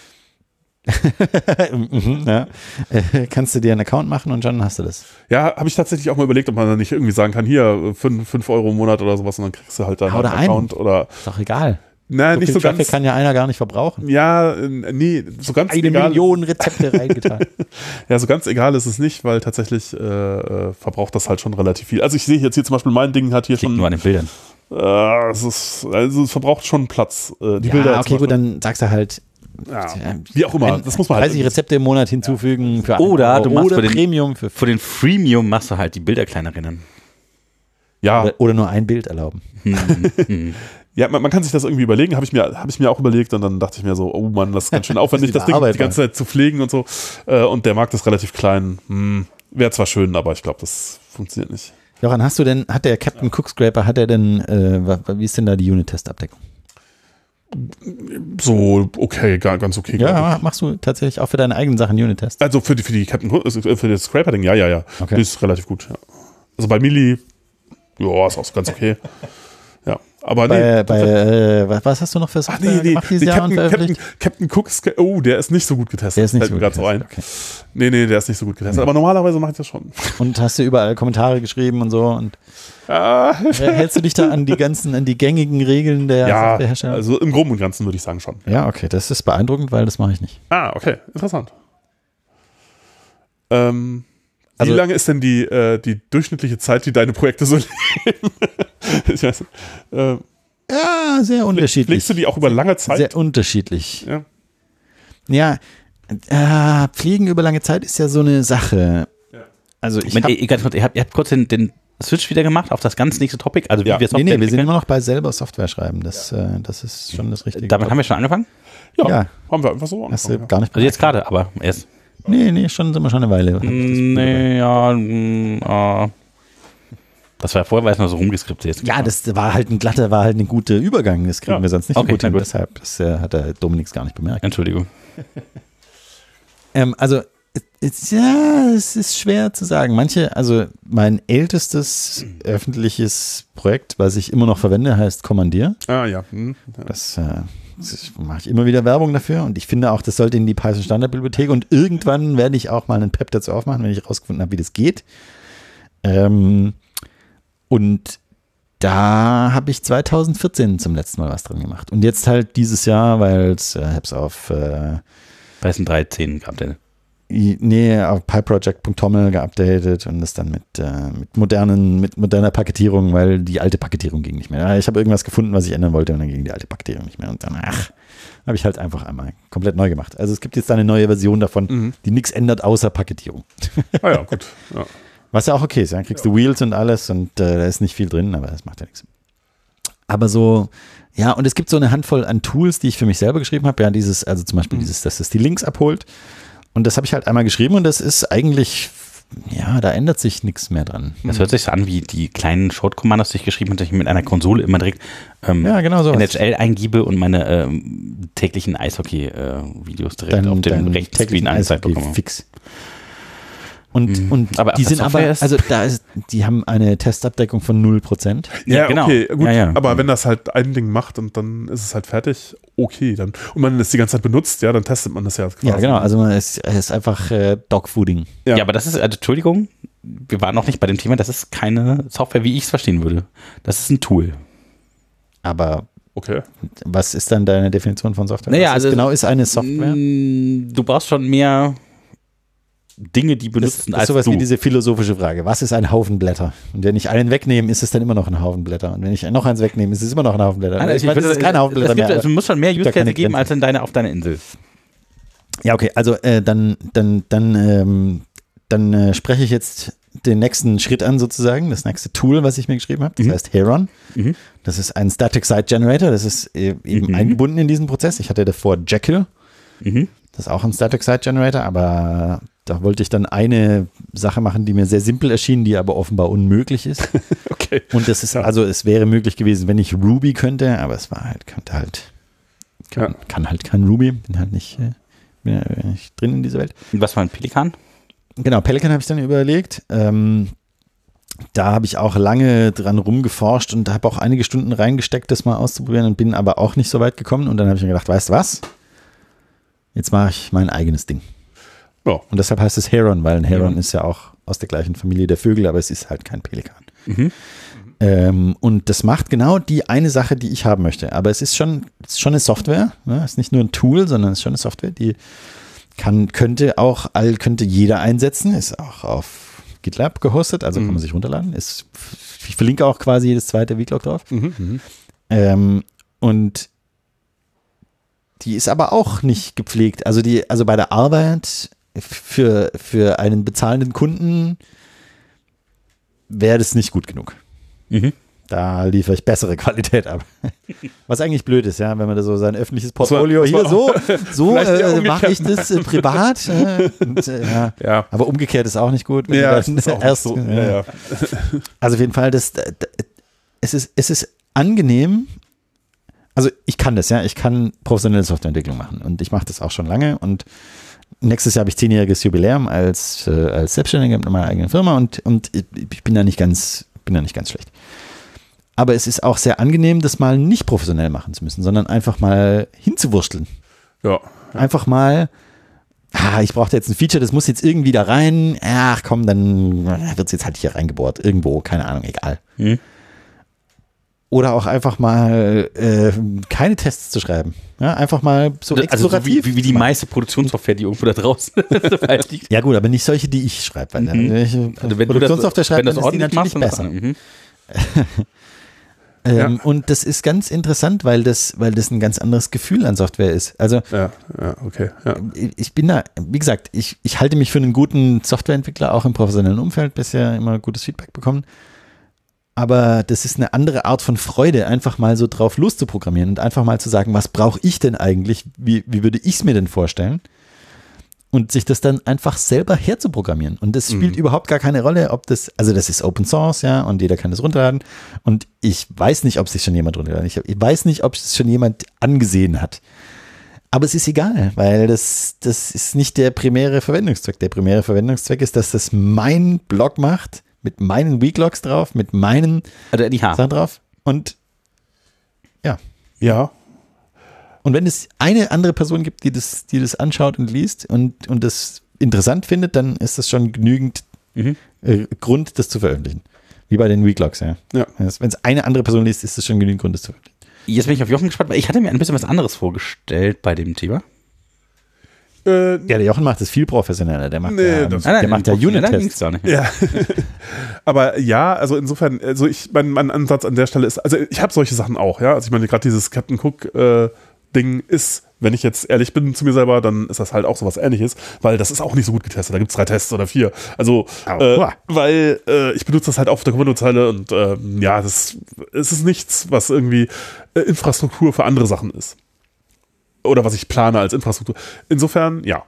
[SPEAKER 3] mhm, ja, äh, kannst du dir einen Account machen und dann hast du das.
[SPEAKER 2] ja habe ich tatsächlich auch mal überlegt, ob man da nicht irgendwie sagen kann, hier 5 Euro im Monat oder sowas und dann kriegst du halt deinen
[SPEAKER 3] Hau da ein.
[SPEAKER 2] Account oder
[SPEAKER 3] Ist doch egal.
[SPEAKER 2] na, nicht
[SPEAKER 3] viel
[SPEAKER 2] so
[SPEAKER 3] Traffic
[SPEAKER 2] ganz.
[SPEAKER 3] kann ja einer gar nicht verbrauchen.
[SPEAKER 2] Ja, äh, nee, so ganz
[SPEAKER 3] Eine
[SPEAKER 2] egal.
[SPEAKER 3] Million Rezepte reingetan.
[SPEAKER 2] Ja, so ganz egal ist es nicht, weil tatsächlich äh, äh, verbraucht das halt schon relativ viel. Also ich sehe jetzt hier zum Beispiel mein Ding hat hier
[SPEAKER 1] liegt
[SPEAKER 2] schon,
[SPEAKER 1] nur an den Bildern.
[SPEAKER 2] äh, es ist, also es verbraucht schon Platz. Äh, die
[SPEAKER 3] ja,
[SPEAKER 2] Bilder.
[SPEAKER 3] okay,
[SPEAKER 2] zum Beispiel.
[SPEAKER 3] gut, dann sagst du halt,
[SPEAKER 2] ja, wie auch immer,
[SPEAKER 3] ein-
[SPEAKER 2] das muss man halt.
[SPEAKER 3] 30 Rezepte im Monat hinzufügen für
[SPEAKER 1] Oder
[SPEAKER 3] einen
[SPEAKER 1] du
[SPEAKER 3] Euro.
[SPEAKER 1] machst
[SPEAKER 3] oder
[SPEAKER 1] für den-
[SPEAKER 3] Premium für
[SPEAKER 1] Für den Freemium machst du halt die Bilder kleiner rennen.
[SPEAKER 2] Ja,
[SPEAKER 3] Oder, oder nur ein Bild erlauben.
[SPEAKER 2] ja man, man kann sich das irgendwie überlegen, habe ich, mir- hab ich mir auch überlegt und dann dachte ich mir so, oh Mann, das ist ganz schön aufwendig, das
[SPEAKER 3] Das ist
[SPEAKER 2] Ding
[SPEAKER 3] die
[SPEAKER 2] die ganze Zeit zu pflegen und so. Äh, und der Markt ist relativ klein. Hm, Wäre zwar schön, aber ich glaube, das funktioniert nicht.
[SPEAKER 3] Joran, hast du denn, hat der Captain Cook Scraper, hat er denn, äh, wa- wa- wie ist denn da die Unit-Test-Abdeckung?
[SPEAKER 2] So, okay, ga- ganz okay. glaub ich.
[SPEAKER 3] Ja, machst du tatsächlich auch für deine eigenen Sachen Unit-Test?
[SPEAKER 2] Also für die, für die Captain Hook- äh, für das Scraper-Ding, ja, ja, ja.
[SPEAKER 3] Okay.
[SPEAKER 2] Die ist relativ gut, ja. Also bei Milli, ja, ist auch ganz okay. ja. Aber nee.
[SPEAKER 3] Bei, bei äh, wa- was hast du noch für
[SPEAKER 2] Ach nee, nee,
[SPEAKER 3] gemacht dieses
[SPEAKER 2] nee,
[SPEAKER 3] Jahr
[SPEAKER 2] Captain,
[SPEAKER 3] und
[SPEAKER 2] Captain,
[SPEAKER 3] veröffentlicht?
[SPEAKER 2] Captain Cook, Sca- oh, der ist nicht so gut getestet.
[SPEAKER 3] Der ist nicht
[SPEAKER 2] Fällt
[SPEAKER 3] so
[SPEAKER 2] mir
[SPEAKER 3] gut.
[SPEAKER 2] grad so ein.
[SPEAKER 3] getestet, okay. Mhm.
[SPEAKER 2] Nee, nee, der ist nicht so gut getestet. Aber normalerweise mache ich das schon.
[SPEAKER 3] Und hast du überall Kommentare geschrieben und so und
[SPEAKER 2] Ah,
[SPEAKER 3] hältst du dich da an die ganzen, an die gängigen Regeln der
[SPEAKER 2] ja,
[SPEAKER 3] Softwarehersteller?
[SPEAKER 2] also im Groben und Ganzen würde ich sagen schon.
[SPEAKER 3] ja, okay, das ist beeindruckend, weil das mache ich nicht.
[SPEAKER 2] Ah, okay, interessant. Ähm,
[SPEAKER 3] Also-
[SPEAKER 2] wie lange ist denn die, äh, die durchschnittliche Zeit, die deine Projekte so leben? ich weiß, äh,
[SPEAKER 3] Ja, sehr unterschiedlich.
[SPEAKER 2] Pflegst du die auch über lange Zeit?
[SPEAKER 3] Sehr unterschiedlich.
[SPEAKER 2] Ja.
[SPEAKER 3] Ja, äh, pflegen über lange Zeit ist ja so eine Sache. Also ich
[SPEAKER 1] Moment,
[SPEAKER 3] hab,
[SPEAKER 1] ihr, ihr, eh, ganz kurz, ihr habt, ihr habt kurz den, den Switch wieder gemacht auf das ganz nächste Topic, also wie
[SPEAKER 2] Ja.
[SPEAKER 1] wir
[SPEAKER 3] nee,
[SPEAKER 1] Software
[SPEAKER 3] nee, wir sind
[SPEAKER 1] entwickeln.
[SPEAKER 3] immer noch bei selber Software schreiben. Das, äh, das ist schon das Richtige.
[SPEAKER 1] Damit haben wir schon angefangen?
[SPEAKER 2] ja,
[SPEAKER 3] ja.
[SPEAKER 2] haben wir einfach so
[SPEAKER 3] Hast du
[SPEAKER 2] angefangen.
[SPEAKER 3] gar nicht
[SPEAKER 1] Also jetzt gerade, aber erst.
[SPEAKER 3] Nee, nee, schon sind wir schon eine Weile. hab ich das Gefühl.
[SPEAKER 1] Nee, ja, mm, äh, das war vorher, war es noch so rumgeskriptet. Jetzt.
[SPEAKER 3] Ja, das war halt ein glatter, war halt ein guter Übergang. Das kriegen
[SPEAKER 2] Ja.
[SPEAKER 3] wir sonst nicht
[SPEAKER 1] Okay,
[SPEAKER 3] so gut
[SPEAKER 1] na
[SPEAKER 3] hin.
[SPEAKER 1] gut.
[SPEAKER 3] Deshalb das, äh, hat der Dominik gar nicht bemerkt.
[SPEAKER 1] Entschuldigung.
[SPEAKER 3] Ähm, also, es, ja, es ist schwer zu sagen. Manche, also mein ältestes öffentliches Projekt, was ich immer noch verwende, heißt Kommandier.
[SPEAKER 2] Ah, ja. Hm. ja.
[SPEAKER 3] Das, äh, das mache ich immer wieder Werbung dafür und ich finde auch, das sollte in die Python Standard Bibliothek und irgendwann werde ich auch mal einen PEP dazu aufmachen, wenn ich rausgefunden habe, wie das geht. Ähm, und da habe ich 2014 zum letzten Mal was dran gemacht. Und jetzt halt dieses Jahr, weil es äh, hab's auf äh,
[SPEAKER 1] Python 3.10 gab denn.
[SPEAKER 3] I- Nee, auf pipeproject.toml geupdatet und das dann mit, äh, mit modernen, mit moderner Paketierung, weil die alte Paketierung ging nicht mehr. Ja, Ich habe irgendwas gefunden, was ich ändern wollte und dann ging die alte Paketierung nicht mehr. Und dann, ach, habe ich halt einfach einmal komplett neu gemacht. Also es gibt jetzt da eine neue Version davon, die nichts ändert außer Paketierung.
[SPEAKER 2] Mhm. Ah, ja, gut. Ja.
[SPEAKER 3] Was ja auch okay ist, ja. dann kriegst du Wheels und alles und äh, da ist nicht viel drin, aber das macht ja nichts. Aber so, ja, und es gibt so eine Handvoll an Tools, die ich für mich selber geschrieben habe. Ja, dieses, also zum
[SPEAKER 1] Mhm.
[SPEAKER 3] Beispiel dieses, dass es die Links abholt. Und das habe ich halt einmal geschrieben und das ist eigentlich, ja, da ändert sich nichts mehr dran.
[SPEAKER 1] Das hört sich so an, wie die kleinen Short-Commandos, die ich geschrieben hatte, die ich mit einer Konsole immer direkt ähm,
[SPEAKER 3] Ja, genau sowas.
[SPEAKER 1] NHL eingebe und meine ähm, täglichen Eishockey-Videos direkt
[SPEAKER 3] Dein-
[SPEAKER 1] auf dem
[SPEAKER 3] dein
[SPEAKER 1] rechten
[SPEAKER 3] täglichen
[SPEAKER 1] Screen angezeigt
[SPEAKER 3] Eishockey
[SPEAKER 1] bekomme. Mhm.
[SPEAKER 3] Fix. Und, und
[SPEAKER 1] Aber
[SPEAKER 3] die
[SPEAKER 1] auf der
[SPEAKER 3] sind aber,
[SPEAKER 1] Software ist-
[SPEAKER 3] also da ist, die haben eine Testabdeckung von 0%.
[SPEAKER 1] Ja, genau.
[SPEAKER 2] okay, gut.
[SPEAKER 1] Ja, ja.
[SPEAKER 2] Aber wenn das halt ein Ding macht und dann ist es halt fertig, okay. Dann, und man es die ganze Zeit benutzt, ja, dann testet man das ja. quasi.
[SPEAKER 3] Ja, genau. Also man ist, ist einfach äh, Dogfooding.
[SPEAKER 1] Ja.
[SPEAKER 2] Ja.
[SPEAKER 1] aber das ist, also, Entschuldigung, wir waren noch nicht bei dem Thema, das ist keine Software, wie ich es verstehen würde. Das ist ein Tool.
[SPEAKER 3] Aber
[SPEAKER 2] Okay.
[SPEAKER 3] Was ist dann deine Definition von Software?
[SPEAKER 1] Naja,
[SPEAKER 3] Was ist
[SPEAKER 1] also-
[SPEAKER 3] genau ist eine Software.
[SPEAKER 1] Mm, Du brauchst schon mehr Dinge, die
[SPEAKER 3] Das ist
[SPEAKER 1] benutzen als
[SPEAKER 3] sowas
[SPEAKER 1] du.
[SPEAKER 3] wie diese philosophische Frage. Was ist ein Haufen Blätter? Und wenn ich einen wegnehme, ist es dann immer noch ein Haufen Blätter. Und wenn ich noch eins wegnehme, ist es immer noch ein Haufen Blätter.
[SPEAKER 1] Nein,
[SPEAKER 3] ich meine,
[SPEAKER 1] würde-
[SPEAKER 3] es ist kein Haufen Blätter
[SPEAKER 1] es gibt,
[SPEAKER 3] mehr.
[SPEAKER 1] Es muss schon mehr
[SPEAKER 3] da
[SPEAKER 1] Use
[SPEAKER 3] keine
[SPEAKER 1] Case geben,
[SPEAKER 3] Grenzen.
[SPEAKER 1] als in deine, auf deiner Insel.
[SPEAKER 3] ja, okay. Also äh, dann, dann, dann, ähm, dann äh, spreche ich jetzt den nächsten Schritt an sozusagen, das nächste Tool, was ich mir geschrieben habe. Das heißt Heron.
[SPEAKER 1] Mhm.
[SPEAKER 3] Das ist ein Static Site Generator. Das ist äh, eben
[SPEAKER 1] Mhm.
[SPEAKER 3] eingebunden in diesen Prozess. Ich hatte davor Jekyll.
[SPEAKER 1] Mhm.
[SPEAKER 3] Das ist auch ein Static Site Generator, aber da wollte ich dann eine Sache machen, die mir sehr simpel erschien, die aber offenbar unmöglich ist.
[SPEAKER 2] Okay.
[SPEAKER 3] Und das ist,
[SPEAKER 2] Ja.
[SPEAKER 3] also es wäre möglich gewesen, wenn ich Ruby könnte, aber es war halt, könnte halt,
[SPEAKER 2] Ja.
[SPEAKER 3] kann halt kein Ruby, bin halt nicht, äh, bin halt nicht drin in dieser Welt.
[SPEAKER 1] Und Was war ein Pelikan?
[SPEAKER 3] Genau, Pelican habe ich dann überlegt. Ähm, da habe ich auch lange dran rumgeforscht und habe auch einige Stunden reingesteckt, das mal auszuprobieren und bin aber auch nicht so weit gekommen. Und dann habe ich mir gedacht, weißt du was? Jetzt mache ich mein eigenes Ding.
[SPEAKER 2] Ja.
[SPEAKER 3] Und deshalb heißt es Heron, weil ein Heron
[SPEAKER 1] Heron.
[SPEAKER 3] ist ja auch aus der gleichen Familie der Vögel, aber es ist halt kein Pelikan.
[SPEAKER 1] Mhm.
[SPEAKER 3] Ähm, und das macht genau die eine Sache, die ich haben möchte. Aber es ist schon, es ist schon eine Software. Ne? Es ist nicht nur ein Tool, sondern es ist schon eine Software, die kann, könnte auch, all, könnte jeder einsetzen. Ist auch auf GitLab gehostet, also
[SPEAKER 2] Mhm.
[SPEAKER 3] kann man sich runterladen. Ist, ich verlinke auch quasi jedes zweite Weeklog drauf.
[SPEAKER 2] Mhm. Mhm.
[SPEAKER 3] Ähm, und die ist aber auch nicht gepflegt. Also die, also bei der Arbeit für, für einen bezahlenden Kunden wäre das nicht gut genug.
[SPEAKER 1] Mhm.
[SPEAKER 3] Da liefere ich bessere Qualität ab. Was eigentlich blöd ist, ja, wenn man da so sein öffentliches
[SPEAKER 2] war-
[SPEAKER 3] Portfolio
[SPEAKER 2] das war
[SPEAKER 3] hier so, so
[SPEAKER 2] vielleicht eher
[SPEAKER 3] äh,
[SPEAKER 2] umgekehrt.
[SPEAKER 3] mache ich das äh, privat. Äh, und, äh, ja.
[SPEAKER 2] Ja.
[SPEAKER 3] Aber umgekehrt ist auch nicht gut. wenn
[SPEAKER 2] Ja,
[SPEAKER 3] du
[SPEAKER 2] das
[SPEAKER 3] dann
[SPEAKER 2] ist auch
[SPEAKER 3] erst-
[SPEAKER 2] so. Ja, ja.
[SPEAKER 3] Also auf jeden Fall, das, d- d- es, ist, es ist angenehm. Also ich kann das, ja. Ich kann professionelle Softwareentwicklung machen und ich mache das auch schon lange. Und nächstes Jahr habe ich zehnjähriges Jubiläum als, äh, als Selbstständiger mit meiner eigenen Firma und, und ich- ich bin da nicht ganz, bin da nicht ganz schlecht. Aber es ist auch sehr angenehm, das mal nicht professionell machen zu müssen, sondern einfach mal hinzuwursteln.
[SPEAKER 2] ja.
[SPEAKER 3] Einfach mal, ah, ich brauchte jetzt ein Feature, das muss jetzt irgendwie da rein. Ach komm, dann wird es jetzt halt hier reingebohrt. Irgendwo, keine Ahnung, egal.
[SPEAKER 1] Mhm.
[SPEAKER 3] Oder auch einfach mal äh, keine Tests zu schreiben. Ja, einfach mal
[SPEAKER 1] Also
[SPEAKER 3] so
[SPEAKER 1] so wie,
[SPEAKER 3] explorativ.
[SPEAKER 1] wie, wie die meiste Produktionssoftware, die irgendwo da draußen dabei liegt.
[SPEAKER 3] ja gut, aber nicht solche, die ich schreibe. Weil dann, wenn ich
[SPEAKER 1] Also wenn du das,
[SPEAKER 3] Produktionssoftware schreibe,
[SPEAKER 1] wenn du
[SPEAKER 3] dann
[SPEAKER 1] das
[SPEAKER 3] ist die
[SPEAKER 1] ordentlich
[SPEAKER 3] natürlich
[SPEAKER 1] machst, dann ist
[SPEAKER 3] besser.
[SPEAKER 1] das- mhm.
[SPEAKER 3] Ähm, Und das ist ganz interessant, weil das, weil das ein ganz anderes Gefühl an Software ist. Also
[SPEAKER 2] Ja, ja, okay. Ja.
[SPEAKER 3] ich bin da, wie gesagt, ich, ich halte mich für einen guten Softwareentwickler, auch im professionellen Umfeld bisher immer gutes Feedback bekommen. Aber das ist eine andere Art von Freude, einfach mal so drauf loszuprogrammieren und einfach mal zu sagen, was brauche ich denn eigentlich? Wie, wie würde ich es mir denn vorstellen? Und sich das dann einfach selber herzuprogrammieren. Und das spielt überhaupt gar keine Rolle, ob das, also das ist Open Source, ja, und jeder kann das runterladen. Und ich weiß nicht, ob sich schon jemand runterladen. Ich, ich weiß nicht, ob es schon jemand angesehen hat. Aber es ist egal, weil das, das ist nicht der primäre Verwendungszweck. Der primäre Verwendungszweck ist, dass das mein Blog macht, mit meinen Weeklogs drauf, mit meinen
[SPEAKER 1] Also die Haare.
[SPEAKER 3] Sachen drauf. Und
[SPEAKER 2] ja.
[SPEAKER 3] Und wenn es eine andere Person gibt, die das, die das anschaut und liest und, und das interessant findet, dann ist das schon genügend
[SPEAKER 1] Mhm.
[SPEAKER 3] äh, Grund, das zu veröffentlichen. Wie bei den Weeklogs, ja.
[SPEAKER 2] Ja.
[SPEAKER 3] Wenn es eine andere Person liest, ist das schon genügend Grund, das zu veröffentlichen.
[SPEAKER 1] Jetzt bin ich auf Jochen gespannt, weil ich hatte mir ein bisschen was anderes vorgestellt bei dem Thema.
[SPEAKER 2] Äh,
[SPEAKER 3] Ja, der Jochen macht das viel professioneller. Der macht
[SPEAKER 2] Nee,
[SPEAKER 3] ja,
[SPEAKER 2] das-
[SPEAKER 1] Ah,
[SPEAKER 3] der macht ja
[SPEAKER 1] ging's
[SPEAKER 3] Unit-Tests.
[SPEAKER 1] gar nicht.
[SPEAKER 2] Ja. Aber ja, also insofern, also ich, mein, mein Ansatz an der Stelle ist, also ich habe solche Sachen auch, ja. Also ich meine, gerade dieses Captain Cook-Ding ist, wenn ich jetzt ehrlich bin zu mir selber, dann ist das halt auch sowas ähnliches, weil das ist auch nicht so gut getestet. Da gibt es drei Tests oder vier. Also, äh,
[SPEAKER 3] Aua.
[SPEAKER 2] weil äh, ich benutze das halt auf der Kommandozeile und ähm, ja, das, es ist nichts, was irgendwie äh, Infrastruktur für andere Sachen ist. Oder was ich plane als Infrastruktur. Insofern, ja. Äh,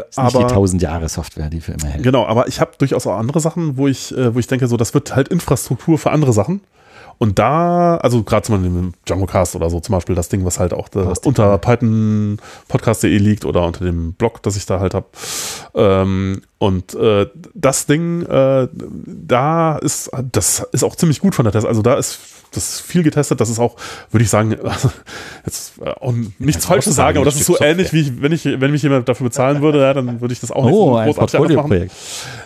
[SPEAKER 3] Das ist
[SPEAKER 2] aber,
[SPEAKER 3] nicht die 1000 Jahre Software, die für immer hält.
[SPEAKER 2] Genau, aber ich habe durchaus auch andere Sachen, wo ich, äh, wo ich denke, so das wird halt Infrastruktur für andere Sachen. Und da, also gerade zum Beispiel mit Django Cast oder so zum Beispiel das Ding, was halt auch äh, unter pythonpodcast.de liegt oder unter dem Blog, das ich da halt habe. Ähm, und äh, das Ding, äh, da ist, das ist auch ziemlich gut von der Test. Also da ist das ist viel getestet. Das ist auch, würde ich sagen, also, jetzt äh, auch nichts Falsches sagen, aber das ist so
[SPEAKER 3] Stück
[SPEAKER 2] ähnlich, wie ich, wenn ich, wenn mich jemand dafür bezahlen würde, ja, dann würde ich das auch
[SPEAKER 3] Oh, ein
[SPEAKER 2] großartig anders
[SPEAKER 3] Portfolio-Projekt.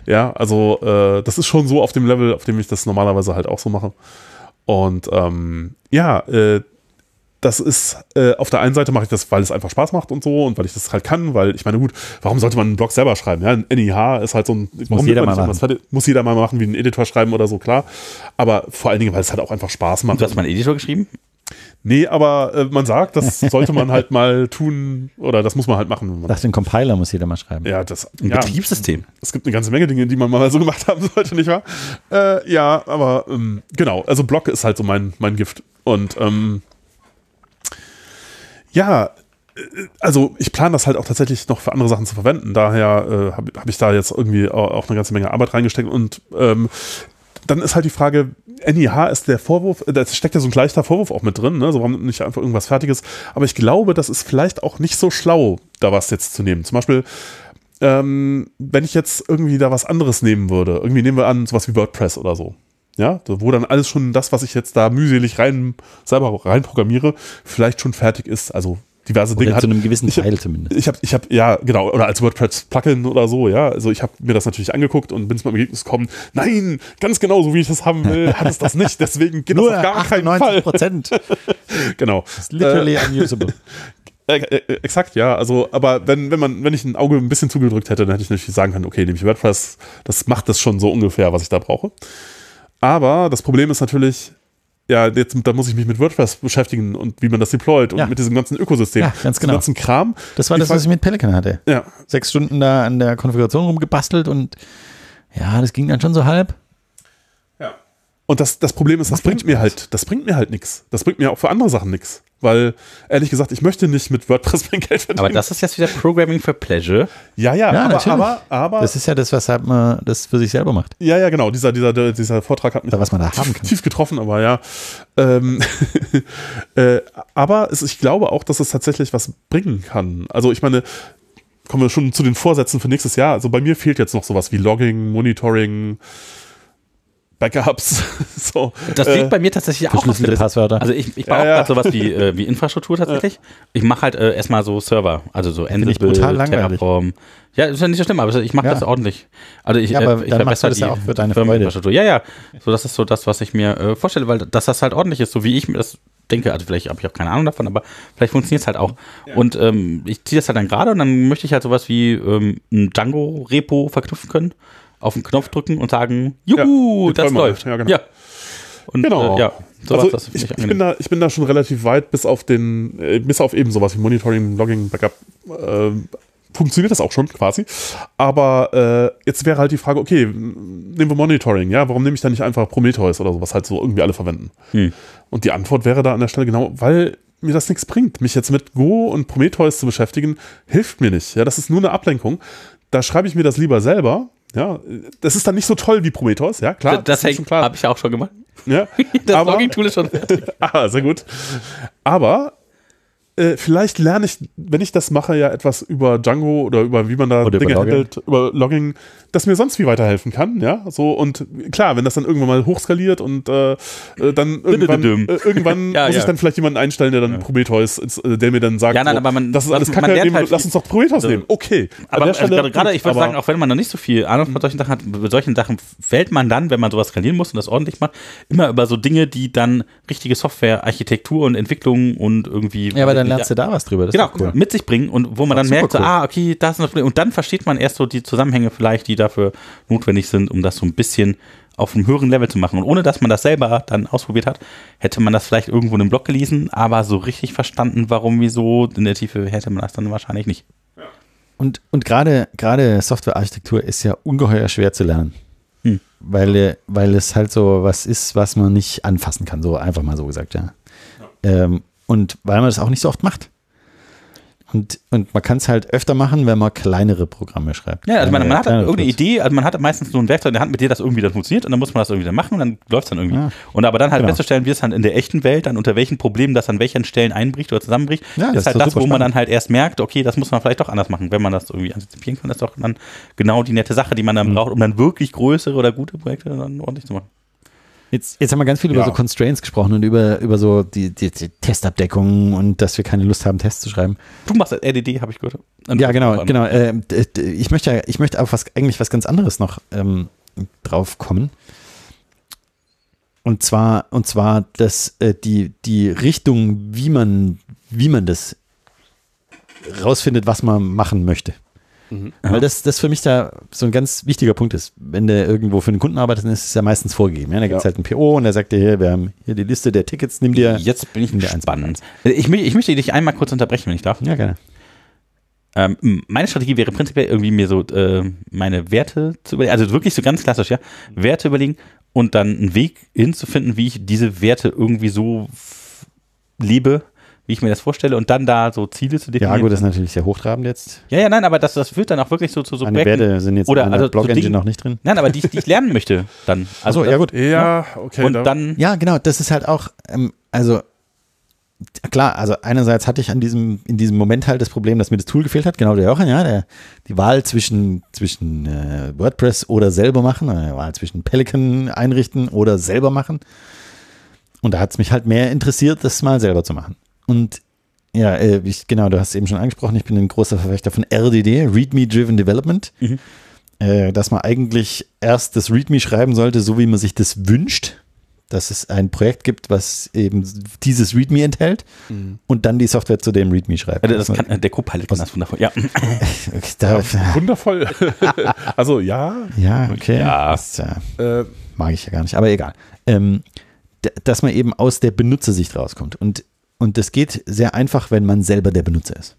[SPEAKER 2] ja, also äh, das ist schon so auf dem Level, auf dem ich das normalerweise halt auch so mache. Und ähm, ja, äh, das ist, äh, auf der einen Seite mache ich das, weil es einfach Spaß macht und so und weil ich das halt kann, weil ich meine, gut, warum sollte man einen Blog selber schreiben? Ja, ein NIH ist halt so ein. warum
[SPEAKER 3] jeder
[SPEAKER 2] nimmt man
[SPEAKER 3] mal
[SPEAKER 2] nicht irgendwas fertig- Muss jeder mal machen, wie einen Editor schreiben oder so, klar. Aber vor allen Dingen, weil es halt auch einfach Spaß macht.
[SPEAKER 1] Du hast mal einen Editor geschrieben?
[SPEAKER 2] nee, aber äh, man sagt, das sollte man halt mal tun oder das muss man halt machen. Wenn man,
[SPEAKER 3] Nach dem Compiler muss jeder mal schreiben.
[SPEAKER 2] ja, das.
[SPEAKER 1] Ein
[SPEAKER 2] ja.
[SPEAKER 1] Betriebssystem.
[SPEAKER 2] Es gibt eine ganze Menge Dinge, die man mal so gemacht haben sollte, nicht wahr? Äh, ja, aber ähm, genau, also Block ist halt so mein, mein Gift. Und ähm, ja, äh, also ich plane das halt auch tatsächlich noch für andere Sachen zu verwenden. Daher äh, habe hab ich da jetzt irgendwie au- auch eine ganze Menge Arbeit reingesteckt. Und ähm, dann ist halt die Frage, NIH ist der Vorwurf, äh, da steckt ja so ein leichter Vorwurf auch mit drin, ne? so warum nicht einfach irgendwas Fertiges. Aber ich glaube, das ist vielleicht auch nicht so schlau, da was jetzt zu nehmen. Zum Beispiel ähm, wenn ich jetzt irgendwie da was anderes nehmen würde, irgendwie nehmen wir an, sowas wie WordPress oder so. Ja, so, wo dann alles schon das, was ich jetzt da mühselig rein, selber reinprogrammiere, vielleicht schon fertig ist. Also diverse Dinge
[SPEAKER 3] Oder
[SPEAKER 2] hat
[SPEAKER 3] zu einem gewissen
[SPEAKER 2] ich hab-
[SPEAKER 3] Teil zumindest.
[SPEAKER 2] ich habe, ich habe, ja, genau, oder als WordPress-Plugin oder so, ja. Also ich habe mir das natürlich angeguckt und bin zum Ergebnis gekommen, nein, ganz genau so, wie ich das haben will, hat es das nicht. Deswegen geht das auf gar keinen Fall.
[SPEAKER 3] Prozent.
[SPEAKER 2] Genau.
[SPEAKER 3] Literally unusable.
[SPEAKER 2] Äh, äh, exakt, ja. Also, aber wenn, wenn man, wenn ich ein Auge ein bisschen zugedrückt hätte, dann hätte ich natürlich sagen können, okay, nehme ich WordPress, das macht das schon so ungefähr, was ich da brauche. Aber das Problem ist natürlich, ja, jetzt, da muss ich mich mit WordPress beschäftigen und wie man das deployt und
[SPEAKER 3] Ja.
[SPEAKER 2] mit diesem ganzen Ökosystem,
[SPEAKER 3] Ja, ganz
[SPEAKER 2] diesem
[SPEAKER 3] genau.
[SPEAKER 2] ganzen Kram.
[SPEAKER 3] Das war
[SPEAKER 2] Die
[SPEAKER 3] das, was ich mit Pelican hatte.
[SPEAKER 2] Ja,
[SPEAKER 3] Sechs Stunden da an der Konfiguration rumgebastelt und ja, das ging dann schon so halb.
[SPEAKER 2] Ja. Und das, das Problem ist, das bringt mir halt, das bringt mir halt nichts. Das bringt mir auch für andere Sachen nichts. Weil, ehrlich gesagt, ich möchte nicht mit WordPress mein Geld verdienen.
[SPEAKER 1] Aber das ist jetzt wieder Programming for Pleasure.
[SPEAKER 2] ja, ja,
[SPEAKER 3] Ja,
[SPEAKER 2] aber,
[SPEAKER 3] natürlich.
[SPEAKER 2] aber, aber,
[SPEAKER 3] Das ist ja das, weshalb man das für sich selber macht.
[SPEAKER 2] ja, ja, genau, dieser, dieser, dieser Vortrag hat mich
[SPEAKER 3] Oder was man da haben
[SPEAKER 2] tief,
[SPEAKER 3] kann.
[SPEAKER 2] tief getroffen, aber ja. Ähm, äh, aber es, ich glaube auch, dass es tatsächlich was bringen kann. Also ich meine, kommen wir schon zu den Vorsätzen für nächstes Jahr. Also bei mir fehlt jetzt noch sowas wie Logging, Monitoring, Backups. so,
[SPEAKER 1] Das
[SPEAKER 2] äh,
[SPEAKER 1] liegt bei mir tatsächlich auch auf
[SPEAKER 3] Verschlüsselte
[SPEAKER 1] der
[SPEAKER 3] Passwörter.
[SPEAKER 1] Also ich, ich baue
[SPEAKER 2] Ja, ja.
[SPEAKER 1] auch gerade sowas wie, äh, wie Infrastruktur tatsächlich. Ich mache halt äh, erstmal so Server, also so
[SPEAKER 3] Finde ich brutal langweilig.
[SPEAKER 1] Terraform. Ja, ist ja nicht so schlimm, aber ich mache
[SPEAKER 3] Ja.
[SPEAKER 1] das ordentlich. Also ich,
[SPEAKER 3] Ja, aber
[SPEAKER 1] äh, ich
[SPEAKER 3] dann machst
[SPEAKER 1] verbessere
[SPEAKER 3] du das
[SPEAKER 1] die
[SPEAKER 3] ja auch für deine Freude.
[SPEAKER 1] Firmeninfrastruktur. Ja, ja. So, das ist so das, was ich mir äh, vorstelle, weil das das halt ordentlich ist, so wie ich mir das denke. Also vielleicht habe ich auch keine Ahnung davon, aber vielleicht funktioniert es halt auch. Und ähm, ich ziehe das halt dann gerade und dann möchte ich halt sowas wie ähm, ein Django-Repo verknüpfen können, auf den Knopf drücken und sagen, juhu,
[SPEAKER 2] Ja,
[SPEAKER 1] das
[SPEAKER 2] Deployment.
[SPEAKER 1] läuft.
[SPEAKER 2] Ja, genau.
[SPEAKER 1] Und,
[SPEAKER 2] Genau.
[SPEAKER 1] Äh, ja, sowas,
[SPEAKER 2] also
[SPEAKER 1] das finde
[SPEAKER 2] ich,
[SPEAKER 1] ich,
[SPEAKER 2] ich, bin da, ich bin da schon relativ weit, bis auf den, äh, bis auf eben sowas wie Monitoring, Logging, Backup. Äh, funktioniert das auch schon quasi. Aber äh, jetzt wäre halt die Frage, okay, m- nehmen wir Monitoring, ja, warum nehme ich da nicht einfach Prometheus oder sowas halt so irgendwie alle verwenden?
[SPEAKER 1] Hm.
[SPEAKER 2] Und die Antwort wäre da an der Stelle genau, weil mir das nichts bringt. Mich jetzt mit Go und Prometheus zu beschäftigen, hilft mir nicht. Ja, das ist nur eine Ablenkung. Da schreibe ich mir das lieber selber. Ja, das ist dann nicht so toll wie Prometheus, ja, klar.
[SPEAKER 1] das
[SPEAKER 2] ist schon
[SPEAKER 1] das habe ich ja auch schon gemacht.
[SPEAKER 2] Ja,
[SPEAKER 1] Das
[SPEAKER 2] aber-
[SPEAKER 1] Logging-Tool ist schon.
[SPEAKER 2] ah, sehr gut. Aber äh, vielleicht lerne ich, wenn ich das mache, ja etwas über Django oder über wie man da
[SPEAKER 3] Oder über
[SPEAKER 2] Dinge
[SPEAKER 3] Logging.
[SPEAKER 2] handelt, über Logging, das mir sonst wie weiterhelfen kann, ja. So und klar, wenn das dann irgendwann mal hochskaliert und äh, äh, dann irgendwann,
[SPEAKER 1] Dü-dü-düm.
[SPEAKER 2] äh, irgendwann
[SPEAKER 1] Ja,
[SPEAKER 2] muss
[SPEAKER 1] ja.
[SPEAKER 2] ich dann vielleicht jemanden einstellen, der dann Prometheus, ist, äh, der mir dann sagt,
[SPEAKER 1] Ja, nein,
[SPEAKER 2] so,
[SPEAKER 1] aber man-
[SPEAKER 2] das ist alles
[SPEAKER 1] man-
[SPEAKER 2] Kacke,
[SPEAKER 1] man lernt
[SPEAKER 2] nehmen,
[SPEAKER 1] halt
[SPEAKER 2] lass uns doch Prometheus
[SPEAKER 1] Also-
[SPEAKER 2] nehmen. Okay.
[SPEAKER 1] Aber
[SPEAKER 2] An der
[SPEAKER 1] also
[SPEAKER 2] Stelle
[SPEAKER 1] gerade, gerade,
[SPEAKER 2] gut,
[SPEAKER 1] ich würde
[SPEAKER 2] aber-
[SPEAKER 1] sagen, auch wenn man noch nicht so viel Ahnung von solchen Sachen hat, bei solchen Sachen fällt man dann, wenn man sowas skalieren muss und das ordentlich macht, immer über so Dinge, die dann richtige Software, Architektur und Entwicklung und irgendwie.
[SPEAKER 3] Ja, aber dann lernst du da was drüber. Das
[SPEAKER 1] Genau,
[SPEAKER 3] ist doch cool.
[SPEAKER 1] mit sich bringen und wo man dann
[SPEAKER 3] super
[SPEAKER 1] merkt, so,
[SPEAKER 3] cool.
[SPEAKER 1] ah, okay, das ist das Problem. Und dann versteht man erst so die Zusammenhänge vielleicht, die dafür notwendig sind, um das so ein bisschen auf einem höheren Level zu machen. Und ohne dass man das selber dann ausprobiert hat, hätte man das vielleicht irgendwo in einem Blog gelesen, aber so richtig verstanden, warum, wieso, in der Tiefe hätte man das dann wahrscheinlich nicht.
[SPEAKER 3] Und, und gerade, gerade Softwarearchitektur ist ja ungeheuer schwer zu lernen.
[SPEAKER 1] Hm.
[SPEAKER 3] Weil, äh, weil es halt so was ist, was man nicht anfassen kann, so einfach mal so gesagt, ja. Ähm, und weil man das auch nicht so oft macht. Und, und man kann es halt öfter machen, wenn man kleinere Programme schreibt.
[SPEAKER 1] Ja, also man,
[SPEAKER 3] Kleinere-
[SPEAKER 1] man hat
[SPEAKER 3] kleinere
[SPEAKER 1] irgendeine
[SPEAKER 3] Tools.
[SPEAKER 1] Idee, also man hat meistens so ein Werkzeug in der Hand, mit dem das irgendwie dann funktioniert und dann muss man das irgendwie dann machen und dann läuft es dann irgendwie.
[SPEAKER 3] Ja.
[SPEAKER 1] Und aber dann halt
[SPEAKER 3] Genau.
[SPEAKER 1] festzustellen, wie es dann in der echten Welt, dann unter welchen Problemen das an welchen Stellen einbricht oder zusammenbricht,
[SPEAKER 3] Ja, das
[SPEAKER 1] ist
[SPEAKER 3] ist
[SPEAKER 1] halt
[SPEAKER 3] doch
[SPEAKER 1] das, wo
[SPEAKER 3] super
[SPEAKER 1] man dann
[SPEAKER 3] spannend.
[SPEAKER 1] halt erst merkt, okay, das muss man vielleicht doch anders machen. Wenn man das irgendwie antizipieren kann, ist doch dann genau die nette Sache, die man
[SPEAKER 3] Mhm.
[SPEAKER 1] dann braucht, um dann wirklich größere oder gute Projekte dann ordentlich zu machen.
[SPEAKER 3] Jetzt, jetzt haben wir ganz viel
[SPEAKER 2] Ja.
[SPEAKER 3] über so Constraints gesprochen und über, über so die, die, die Testabdeckung und dass wir keine Lust haben, Tests zu schreiben.
[SPEAKER 1] Du machst das RDD, habe ich gehört. Und
[SPEAKER 3] ja,
[SPEAKER 1] vor
[SPEAKER 3] genau,
[SPEAKER 1] allem-
[SPEAKER 3] genau. Ähm, d- d- ich möchte, ja- ich möchte auf was, eigentlich was ganz anderes noch ähm, drauf kommen. Und zwar, und zwar, dass äh, die, die Richtung, wie man, wie man das rausfindet, was man machen möchte.
[SPEAKER 1] Ja.
[SPEAKER 3] Weil das, das für mich da so ein ganz wichtiger Punkt ist. Wenn der irgendwo für einen Kunden arbeitet, dann ist es ja meistens vorgegeben. Ja? Da gibt es
[SPEAKER 2] Ja.
[SPEAKER 3] halt einen PO und der sagt dir hier, wir haben hier die Liste der Tickets, nimm dir.
[SPEAKER 1] Jetzt bin ich
[SPEAKER 3] In der
[SPEAKER 1] gespannt. Ich, mö- ich möchte dich einmal kurz unterbrechen, wenn ich darf.
[SPEAKER 3] Ja, gerne.
[SPEAKER 1] Ähm, m- meine Strategie wäre prinzipiell irgendwie mir so äh, meine Werte zu überlegen, also wirklich so ganz klassisch, ja, Werte überlegen und dann einen Weg hinzufinden, wie ich diese Werte irgendwie so f- lebe, wie ich mir das vorstelle und dann da so Ziele zu definieren.
[SPEAKER 3] Ja, gut, das ist natürlich sehr hochtrabend jetzt.
[SPEAKER 1] ja, ja, nein, aber das, das führt dann auch wirklich so zu so
[SPEAKER 3] Meine Werte sind jetzt
[SPEAKER 1] Oder
[SPEAKER 3] in
[SPEAKER 1] also
[SPEAKER 3] der
[SPEAKER 1] so
[SPEAKER 3] Blog-Engine
[SPEAKER 1] Dingen-
[SPEAKER 3] noch nicht drin.
[SPEAKER 1] Nein, aber die, ich- die ich lernen möchte dann. äh,
[SPEAKER 3] Also, ja, gut.
[SPEAKER 2] Ja, okay.
[SPEAKER 1] ne? Und
[SPEAKER 2] da-
[SPEAKER 1] dann,
[SPEAKER 3] Ja, genau, das ist halt auch, ähm, also t- klar, also einerseits hatte ich an diesem, in diesem Moment halt das Problem, dass mir das Tool gefehlt hat, genau der Jochen, ja, der, die Wahl zwischen, zwischen äh, WordPress oder selber machen, äh, die Wahl zwischen Pelican einrichten oder selber machen. Und da hat es mich halt mehr interessiert, das mal selber zu machen. Und ja, äh, ich, genau, du hast es eben schon angesprochen, ich bin ein großer Verfechter von RDD, Readme Driven Development,
[SPEAKER 1] Mhm.
[SPEAKER 3] äh, dass man eigentlich erst das Readme schreiben sollte, so wie man sich das wünscht, dass es ein Projekt gibt, was eben dieses Readme enthält und dann die Software zu dem Readme schreibt.
[SPEAKER 1] also das kann, äh, der Copilot kann das wundervoll. Ja,
[SPEAKER 3] Da,
[SPEAKER 2] wundervoll. also ja,
[SPEAKER 3] ja, okay.
[SPEAKER 1] Ja.
[SPEAKER 3] Das, äh,
[SPEAKER 2] äh,
[SPEAKER 3] mag ich ja gar nicht, aber egal. Ähm, d- dass man eben aus der Benutzersicht rauskommt. Und, und das geht sehr einfach, wenn man selber der Benutzer ist.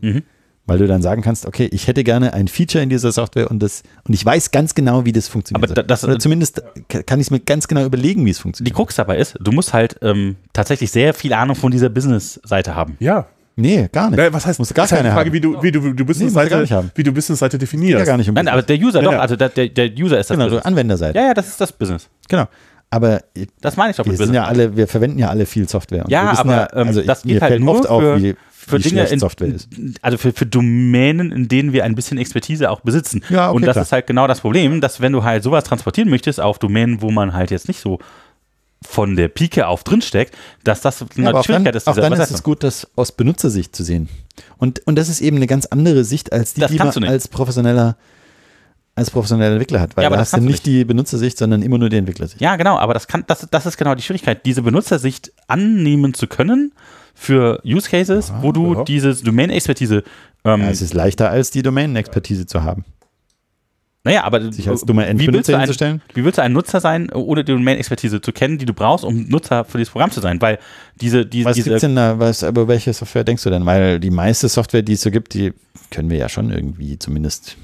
[SPEAKER 1] Mhm.
[SPEAKER 3] Weil du dann sagen kannst, okay, ich hätte gerne ein Feature in dieser Software und das und ich weiß ganz genau, wie das funktioniert.
[SPEAKER 1] Aber da- das-
[SPEAKER 3] Oder zumindest kann ich es mir ganz genau überlegen, wie es
[SPEAKER 1] Die
[SPEAKER 3] funktioniert.
[SPEAKER 1] Krux dabei ist, du musst halt ähm, tatsächlich sehr viel Ahnung von dieser Business-Seite haben.
[SPEAKER 2] Ja.
[SPEAKER 3] nee, gar nicht.
[SPEAKER 1] Äh,
[SPEAKER 2] Na, was heißt,
[SPEAKER 3] Musst du gar
[SPEAKER 2] ist halt
[SPEAKER 3] keine
[SPEAKER 2] die Frage,
[SPEAKER 3] haben.
[SPEAKER 2] wie du, wie du, du
[SPEAKER 3] musst du gar
[SPEAKER 2] Business-Seite
[SPEAKER 3] nicht haben.
[SPEAKER 2] wie du Business-Seite
[SPEAKER 3] ja,
[SPEAKER 2] definierst.
[SPEAKER 3] gar nicht um
[SPEAKER 1] Nein, aber der User doch,
[SPEAKER 2] ja.
[SPEAKER 1] also der, der, der User ist das
[SPEAKER 3] genau, so
[SPEAKER 1] Business.
[SPEAKER 3] Anwenderseite.
[SPEAKER 1] Ja, ja, das ist das Business.
[SPEAKER 3] Genau. Aber äh,
[SPEAKER 1] Das meine ich doch
[SPEAKER 3] wir
[SPEAKER 1] mit
[SPEAKER 3] sind
[SPEAKER 1] Business.
[SPEAKER 3] ja alle, wir verwenden ja alle viel Software. Und wir
[SPEAKER 1] Ja,
[SPEAKER 3] wissen
[SPEAKER 1] aber ähm,
[SPEAKER 3] also ich-
[SPEAKER 1] das
[SPEAKER 3] mir
[SPEAKER 1] geht halt
[SPEAKER 3] fällt
[SPEAKER 1] nur
[SPEAKER 3] oft
[SPEAKER 1] für,
[SPEAKER 3] auf, wie,
[SPEAKER 1] für
[SPEAKER 3] wie
[SPEAKER 1] Dinge
[SPEAKER 3] schlecht
[SPEAKER 1] in,
[SPEAKER 3] Software ist.
[SPEAKER 1] Also für, für Domänen, in denen wir ein bisschen Expertise auch besitzen.
[SPEAKER 3] Ja, okay,
[SPEAKER 1] Und das
[SPEAKER 3] klar.
[SPEAKER 1] ist halt genau das Problem, dass wenn du halt sowas transportieren möchtest auf Domänen, wo man halt jetzt nicht so von der Pike auf drinsteckt, dass das
[SPEAKER 3] Ja,
[SPEAKER 1] eine
[SPEAKER 3] aber auch dann,
[SPEAKER 1] Schwierigkeit ist.
[SPEAKER 3] auch
[SPEAKER 1] dieser
[SPEAKER 3] dann ist
[SPEAKER 1] Übersetzung.
[SPEAKER 3] es gut, das aus Benutzersicht zu sehen. Und, und das ist eben eine ganz andere Sicht, als die,
[SPEAKER 1] Das
[SPEAKER 3] die man
[SPEAKER 1] kannst du nicht.
[SPEAKER 3] als professioneller, als professioneller Entwickler hat. Weil
[SPEAKER 1] Ja, aber
[SPEAKER 3] da
[SPEAKER 1] das
[SPEAKER 3] hast du
[SPEAKER 1] kannst du
[SPEAKER 3] nicht die Benutzersicht, sondern immer nur die Entwicklersicht.
[SPEAKER 1] Ja, genau, aber das, kann, das, das ist genau die Schwierigkeit, diese Benutzersicht annehmen zu können für Use Cases, wo du
[SPEAKER 2] ja.
[SPEAKER 1] diese Domain-Expertise. Ähm,
[SPEAKER 3] Ja, es ist leichter, als die Domain-Expertise zu haben.
[SPEAKER 1] naja, aber äh,
[SPEAKER 3] Sich als dummer
[SPEAKER 1] wie willst, du
[SPEAKER 3] Endbenutzer
[SPEAKER 1] ein,
[SPEAKER 3] hinzustellen?
[SPEAKER 1] wie willst du ein Nutzer sein, äh, ohne die Domain-Expertise zu kennen, die du brauchst, um Nutzer für dieses Programm zu sein? Weil diese, die,
[SPEAKER 3] Was gibt's
[SPEAKER 1] diese
[SPEAKER 3] denn da, was, über welche Software denkst du denn? Weil die meiste Software, die es so gibt, die können wir ja schon irgendwie zumindest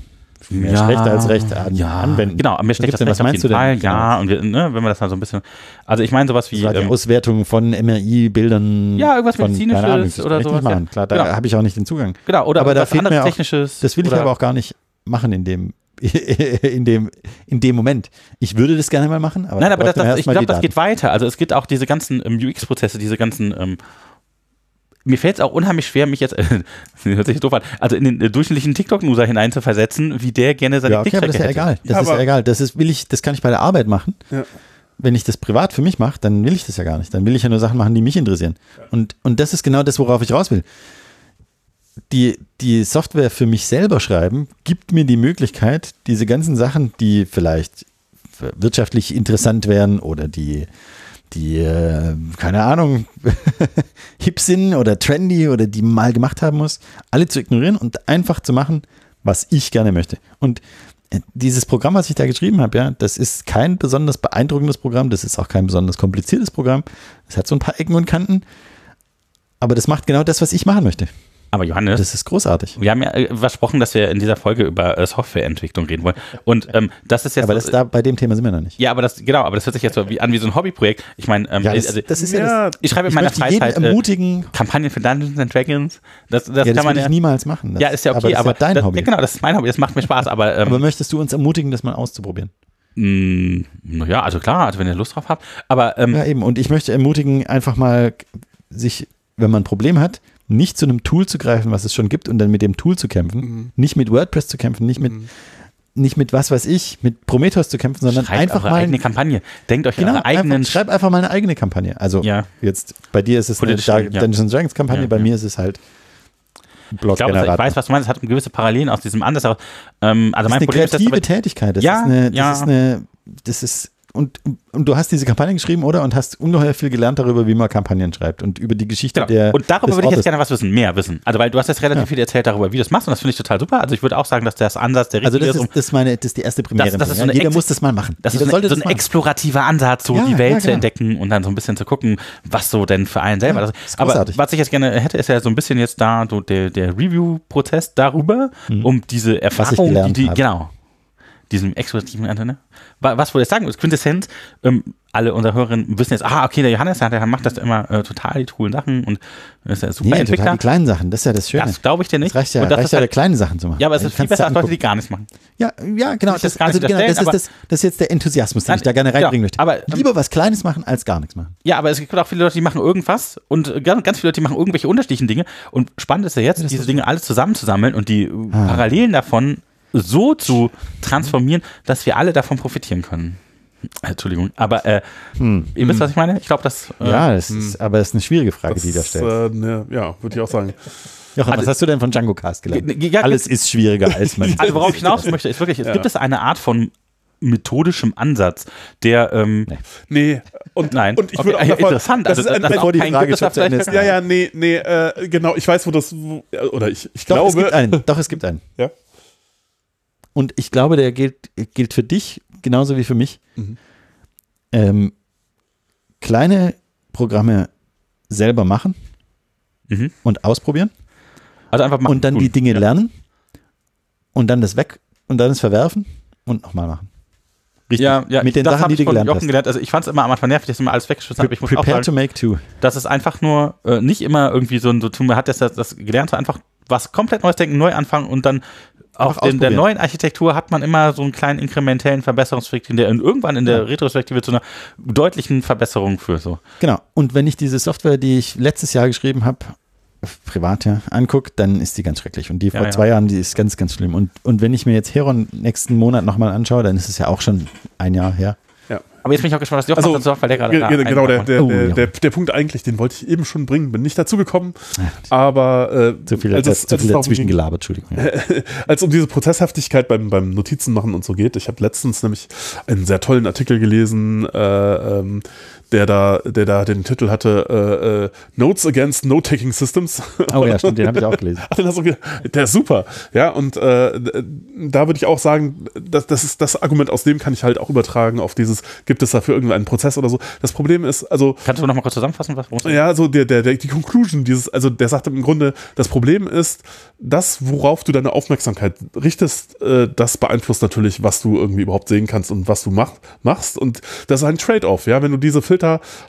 [SPEAKER 3] mehr
[SPEAKER 1] Ja,
[SPEAKER 3] schlechter als recht an,
[SPEAKER 1] ja,
[SPEAKER 3] anwenden.
[SPEAKER 1] genau, mir steckt das
[SPEAKER 3] gibt's denn?
[SPEAKER 1] Recht
[SPEAKER 3] Was
[SPEAKER 1] auf
[SPEAKER 3] meinst
[SPEAKER 1] jeden
[SPEAKER 3] du denn? Genau.
[SPEAKER 1] Fall, ja, und wir, ne, wenn wir das mal so ein bisschen, also ich meine sowas wie,
[SPEAKER 3] Das war halt die
[SPEAKER 1] ähm,
[SPEAKER 3] Auswertung von MRI-Bildern.
[SPEAKER 1] Ja, irgendwas
[SPEAKER 3] von- keine
[SPEAKER 1] Medizinisches
[SPEAKER 3] Ahnung, das kann
[SPEAKER 1] oder
[SPEAKER 3] ich nicht
[SPEAKER 1] sowas, ja.
[SPEAKER 3] Machen. Klar, da
[SPEAKER 1] Genau.
[SPEAKER 3] habe ich auch nicht den Zugang.
[SPEAKER 1] genau, oder
[SPEAKER 3] aber da
[SPEAKER 1] was
[SPEAKER 3] fehlt mir auch-
[SPEAKER 1] Technisches.
[SPEAKER 3] Das will ich
[SPEAKER 1] oder,
[SPEAKER 3] aber auch gar nicht machen in dem, in dem, in dem Moment. Ich würde das gerne mal machen, aber,
[SPEAKER 1] Nein,
[SPEAKER 3] da
[SPEAKER 1] aber das,
[SPEAKER 3] bräuchten wir
[SPEAKER 1] das, ich
[SPEAKER 3] erstmal
[SPEAKER 1] glaube,
[SPEAKER 3] die
[SPEAKER 1] das
[SPEAKER 3] Daten.
[SPEAKER 1] geht weiter. Also es gibt auch diese ganzen ähm, UX-Prozesse, diese ganzen. Ähm, mir fällt es auch unheimlich schwer, mich jetzt, hört sich doof an, also in den äh, durchschnittlichen TikTok-User hineinzuversetzen, wie der gerne seine
[SPEAKER 3] ja, okay, aber das ist ja
[SPEAKER 1] Klickstrecke hätte.
[SPEAKER 3] egal. Das
[SPEAKER 2] Ja,
[SPEAKER 3] ist ja
[SPEAKER 2] aber-
[SPEAKER 3] egal. Das ist, will ich, das kann ich bei der Arbeit machen.
[SPEAKER 2] Ja.
[SPEAKER 3] Wenn ich das privat für mich mache, dann will ich das ja gar nicht. Dann will ich ja nur Sachen machen, die mich interessieren. Und, und das ist genau das, worauf ich raus will. Die, die Software für mich selber schreiben, gibt mir die Möglichkeit, diese ganzen Sachen, die vielleicht wirtschaftlich interessant wären oder die, die, äh, keine Ahnung, hip sind oder trendy oder die mal gemacht haben muss, alle zu ignorieren und einfach zu machen, was ich gerne möchte. Und äh, dieses Programm, was ich da geschrieben habe, ja, das ist kein besonders beeindruckendes Programm, das ist auch kein besonders kompliziertes Programm. Es hat so ein paar Ecken und Kanten, aber das macht genau das, was ich machen möchte.
[SPEAKER 1] Aber Johannes,
[SPEAKER 3] Das ist großartig.
[SPEAKER 1] wir haben ja äh, versprochen, dass wir in dieser Folge über äh, Softwareentwicklung reden wollen. Und ähm, das ist jetzt.
[SPEAKER 3] Aber das da bei dem Thema sind wir noch nicht.
[SPEAKER 1] ja, aber das, genau, aber das hört sich jetzt so wie, an wie so ein Hobbyprojekt. Ich meine, ähm,
[SPEAKER 3] Ja, das,
[SPEAKER 1] also,
[SPEAKER 3] das ist ja,
[SPEAKER 2] ja,
[SPEAKER 3] das.
[SPEAKER 1] ich schreibe in
[SPEAKER 3] Ich
[SPEAKER 1] meiner
[SPEAKER 3] möchte jeden
[SPEAKER 1] Freizeit äh,
[SPEAKER 3] ermutigen,
[SPEAKER 1] Kampagnen für Dungeons and Dragons. Das, das,
[SPEAKER 3] ja, das
[SPEAKER 1] kann man
[SPEAKER 3] würde ich niemals machen. Das-
[SPEAKER 1] ja, ist ja okay,
[SPEAKER 3] das
[SPEAKER 1] aber,
[SPEAKER 3] ist ja dein
[SPEAKER 1] das,
[SPEAKER 3] Hobby.
[SPEAKER 1] Ja, genau, das ist mein Hobby, das macht mir Spaß, aber, ähm,
[SPEAKER 3] Aber möchtest du uns ermutigen, das mal auszuprobieren?
[SPEAKER 1] Mm, Naja, also klar, also wenn ihr Lust drauf habt. Aber ähm,
[SPEAKER 3] Ja, eben. Und ich möchte ermutigen, einfach mal sich, wenn man ein Problem hat, nicht zu einem Tool zu greifen, was es schon gibt, und dann mit dem Tool zu kämpfen.
[SPEAKER 1] Mhm.
[SPEAKER 3] Nicht mit WordPress zu kämpfen, nicht mit, nicht mit was weiß ich, mit Prometheus zu kämpfen, sondern
[SPEAKER 1] schreibt
[SPEAKER 3] einfach
[SPEAKER 1] eure
[SPEAKER 3] mal.
[SPEAKER 1] eigene Kampagne. Denkt euch
[SPEAKER 3] genau,
[SPEAKER 1] eure eigenen
[SPEAKER 3] einfach, schreib einfach mal eine eigene Kampagne. Also
[SPEAKER 1] Ja.
[SPEAKER 3] jetzt bei dir ist es eine
[SPEAKER 1] Politisch,
[SPEAKER 3] Dar-
[SPEAKER 1] ja.
[SPEAKER 3] Dungeons and Dragons Kampagne,
[SPEAKER 1] Ja,
[SPEAKER 3] bei
[SPEAKER 1] ja.
[SPEAKER 3] mir ist es halt ein
[SPEAKER 1] Ich glaube, ich
[SPEAKER 3] Blog-Generator.
[SPEAKER 1] weiß, was du meinst. Es hat gewisse Parallelen aus diesem anders. aber, Ähm, also
[SPEAKER 3] Das ist
[SPEAKER 1] mein
[SPEAKER 3] eine
[SPEAKER 1] Problem ist, dass
[SPEAKER 3] kreative
[SPEAKER 1] aber-
[SPEAKER 3] Tätigkeit. Das
[SPEAKER 1] Ja,
[SPEAKER 3] ist eine, das
[SPEAKER 1] ja.
[SPEAKER 3] ist eine, das ist, und, und du hast diese Kampagne geschrieben, oder? Und hast ungeheuer viel gelernt darüber, wie man Kampagnen schreibt und über die Geschichte
[SPEAKER 1] Genau.
[SPEAKER 3] der.
[SPEAKER 1] und darüber
[SPEAKER 3] des
[SPEAKER 1] würde ich jetzt
[SPEAKER 3] Ortes.
[SPEAKER 1] gerne was wissen, mehr wissen. Also, weil du hast jetzt relativ viel erzählt darüber, wie du das machst und das finde ich total super. Also, ich würde auch sagen, dass das Ansatz der
[SPEAKER 3] Also
[SPEAKER 1] richtige
[SPEAKER 3] das
[SPEAKER 1] ist.
[SPEAKER 3] ist,
[SPEAKER 1] Um,
[SPEAKER 3] das ist meine, das ist die erste Premiere.
[SPEAKER 1] Das- das ist so
[SPEAKER 3] ja?
[SPEAKER 1] eine
[SPEAKER 3] Jeder
[SPEAKER 1] Ex-
[SPEAKER 3] muss das mal machen.
[SPEAKER 1] das ist so ein,
[SPEAKER 3] Jeder sollte
[SPEAKER 1] so ein
[SPEAKER 3] das machen.
[SPEAKER 1] explorativer Ansatz, so
[SPEAKER 3] Ja,
[SPEAKER 1] die Welt
[SPEAKER 3] ja,
[SPEAKER 1] zu
[SPEAKER 3] genau.
[SPEAKER 1] entdecken und dann so ein bisschen zu gucken, was so denn für einen selber
[SPEAKER 3] Ja,
[SPEAKER 1] das
[SPEAKER 3] ist
[SPEAKER 1] Aber
[SPEAKER 3] großartig.
[SPEAKER 1] was ich jetzt gerne hätte, ist ja so ein bisschen jetzt da so der, der Review-Prozess darüber, um diese Erfahrung, die,
[SPEAKER 3] Mhm. gelernt
[SPEAKER 1] die
[SPEAKER 3] habe.
[SPEAKER 1] genau, diesem explosiven Antenne. Wa- Was wollte ich sagen? Als Quintessenz, ähm, alle unsere Hörerinnen wissen jetzt, ah, okay, der Johannes der hat, der macht das immer äh, total die coolen Sachen und ist ja super
[SPEAKER 3] Nee, total
[SPEAKER 1] Entwickler.
[SPEAKER 3] die kleinen Sachen. Das ist ja das Schöne.
[SPEAKER 1] Das glaube ich dir nicht.
[SPEAKER 3] Das reicht ja,
[SPEAKER 1] und das
[SPEAKER 3] reicht
[SPEAKER 1] ist
[SPEAKER 3] ja,
[SPEAKER 1] halt,
[SPEAKER 3] kleine Sachen zu machen.
[SPEAKER 1] ja, aber es
[SPEAKER 3] Du
[SPEAKER 1] ist viel
[SPEAKER 3] kannst
[SPEAKER 1] besser als Leute,
[SPEAKER 3] angucken.
[SPEAKER 1] die gar nichts machen.
[SPEAKER 3] Ja, ja, genau.
[SPEAKER 1] das
[SPEAKER 3] Das,
[SPEAKER 1] gar
[SPEAKER 3] also,
[SPEAKER 1] nicht
[SPEAKER 3] genau das,
[SPEAKER 1] unterstellen,
[SPEAKER 3] ist das, das ist jetzt der Enthusiasmus, den
[SPEAKER 1] Nein,
[SPEAKER 3] ich da gerne
[SPEAKER 1] genau,
[SPEAKER 3] reinbringen möchte.
[SPEAKER 1] aber, ähm,
[SPEAKER 3] Lieber was Kleines machen, als gar nichts machen.
[SPEAKER 1] Ja, aber es gibt auch viele Leute, die machen irgendwas und äh, ganz, ganz viele Leute, die machen irgendwelche unterschiedlichen Dinge. Und spannend ist ja jetzt, diese Dinge alle zusammenzusammeln und die äh,
[SPEAKER 3] Ah.
[SPEAKER 1] Parallelen davon so zu transformieren, dass wir alle davon profitieren können. Äh, Entschuldigung, aber äh, ihr wisst, was ich meine? Ich glaube, das. Äh,
[SPEAKER 3] Hm. Ja, das ist, aber das ist eine schwierige Frage, die du da
[SPEAKER 2] Das,
[SPEAKER 3] stellst.
[SPEAKER 2] äh, ne, ja, würde ich auch sagen.
[SPEAKER 3] Jochen,
[SPEAKER 1] also
[SPEAKER 3] was hast du denn von Django Cast gelernt?
[SPEAKER 1] Ge- ge- ja,
[SPEAKER 3] Alles ist schwieriger, als man
[SPEAKER 1] Also worauf ich hinaus möchte, ist wirklich, es gibt es eine Art von methodischem Ansatz, der ähm,
[SPEAKER 2] Nee, und,
[SPEAKER 1] Nein.
[SPEAKER 2] und ich
[SPEAKER 1] Okay,
[SPEAKER 2] würde auch
[SPEAKER 1] äh,
[SPEAKER 2] davon,
[SPEAKER 1] interessant,
[SPEAKER 2] Das
[SPEAKER 1] also,
[SPEAKER 2] ist ein,
[SPEAKER 1] das ist auch
[SPEAKER 3] Bevor die
[SPEAKER 1] kein
[SPEAKER 3] Frage
[SPEAKER 1] Glück, dass
[SPEAKER 3] schon
[SPEAKER 1] da
[SPEAKER 3] zu Ende
[SPEAKER 1] vielleicht-
[SPEAKER 3] ist.
[SPEAKER 2] ja, ja, nee, nee, äh, genau, ich weiß, wo das, wo, äh, oder ich, ich
[SPEAKER 3] Doch, es
[SPEAKER 2] glaube,
[SPEAKER 3] gibt einen. Doch, es gibt einen.
[SPEAKER 2] ja,
[SPEAKER 3] Und ich glaube, der gilt, gilt für dich genauso wie für mich. Ähm, kleine Programme selber machen
[SPEAKER 1] Mhm.
[SPEAKER 3] und ausprobieren
[SPEAKER 1] Also einfach machen.
[SPEAKER 3] und dann
[SPEAKER 1] tun.
[SPEAKER 3] die Dinge
[SPEAKER 1] ja.
[SPEAKER 3] lernen und dann das weg und dann es verwerfen und nochmal machen. Richtig.
[SPEAKER 1] Ja, ja,
[SPEAKER 3] Mit den
[SPEAKER 1] das
[SPEAKER 3] Sachen,
[SPEAKER 1] hab
[SPEAKER 3] die
[SPEAKER 1] ich
[SPEAKER 3] du
[SPEAKER 1] von
[SPEAKER 3] gelernt
[SPEAKER 1] Jochen
[SPEAKER 3] hast.
[SPEAKER 1] gelernt. Also ich fand es immer am Anfang nervig, dass ich immer alles weggeschützt habe. Ich muss auch
[SPEAKER 3] Prepare
[SPEAKER 1] sagen,
[SPEAKER 3] to make two.
[SPEAKER 1] dass es einfach nur äh, nicht immer irgendwie so ein so tun, man hat das, das, das Gelernte einfach was komplett Neues denken, neu anfangen und dann auf
[SPEAKER 3] Einfach
[SPEAKER 1] den, der
[SPEAKER 3] ausprobieren.
[SPEAKER 1] neuen Architektur hat man immer so einen kleinen inkrementellen Verbesserungsweg, der in, irgendwann in der Retrospektive zu einer deutlichen Verbesserung führt. So.
[SPEAKER 3] Genau. Und wenn ich diese Software, die ich letztes Jahr geschrieben habe, privat ja, angucke, dann ist die ganz schrecklich. Und die vor
[SPEAKER 1] ja.
[SPEAKER 3] zwei Jahren, die ist ganz, ganz schlimm. Und, und wenn ich mir jetzt Heron nächsten Monat nochmal anschaue, dann ist es ja auch schon ein Jahr her.
[SPEAKER 1] Aber jetzt bin ich auch gespannt, was Jochen
[SPEAKER 2] Also,
[SPEAKER 1] dazu sagt, weil der gerade
[SPEAKER 2] Ge-
[SPEAKER 1] da
[SPEAKER 2] ge- genau,
[SPEAKER 1] eingebracht
[SPEAKER 2] der,
[SPEAKER 1] hat.
[SPEAKER 2] der,
[SPEAKER 3] Oh,
[SPEAKER 2] der,
[SPEAKER 3] ja.
[SPEAKER 2] der, der Punkt eigentlich, den wollte ich eben schon bringen, bin nicht dazu gekommen,
[SPEAKER 3] Ach,
[SPEAKER 2] aber äh,
[SPEAKER 3] Zu viel,
[SPEAKER 2] als, es,
[SPEAKER 3] zu
[SPEAKER 2] als, es
[SPEAKER 3] viel
[SPEAKER 2] darum
[SPEAKER 3] dazwischen
[SPEAKER 2] ging,
[SPEAKER 3] gelabert, Entschuldigung. Ja.
[SPEAKER 2] als um diese Prozesshaftigkeit beim, beim Notizen machen und so geht. Ich habe letztens nämlich einen sehr tollen Artikel gelesen, äh, ähm, der da, der da den Titel hatte äh, äh, Notes Against Note-Taking Systems.
[SPEAKER 3] Oh ja, stimmt, den habe ich auch gelesen.
[SPEAKER 2] Ach, den hast du ge- der ist super. Ja, und äh, d- da würde ich auch sagen, das, das ist das Argument, aus dem kann ich halt auch übertragen auf dieses, gibt es dafür irgendeinen Prozess oder so. Das Problem ist, also
[SPEAKER 1] Kannst du noch mal kurz zusammenfassen, was worum es
[SPEAKER 2] ja, so der, der, der, die Conclusion dieses, also der sagt im Grunde, das Problem ist, das, worauf du deine Aufmerksamkeit richtest, äh, das beeinflusst natürlich, was du irgendwie überhaupt sehen kannst und was du mach, machst. Und das ist ein Trade-off, ja. Wenn du diese Filter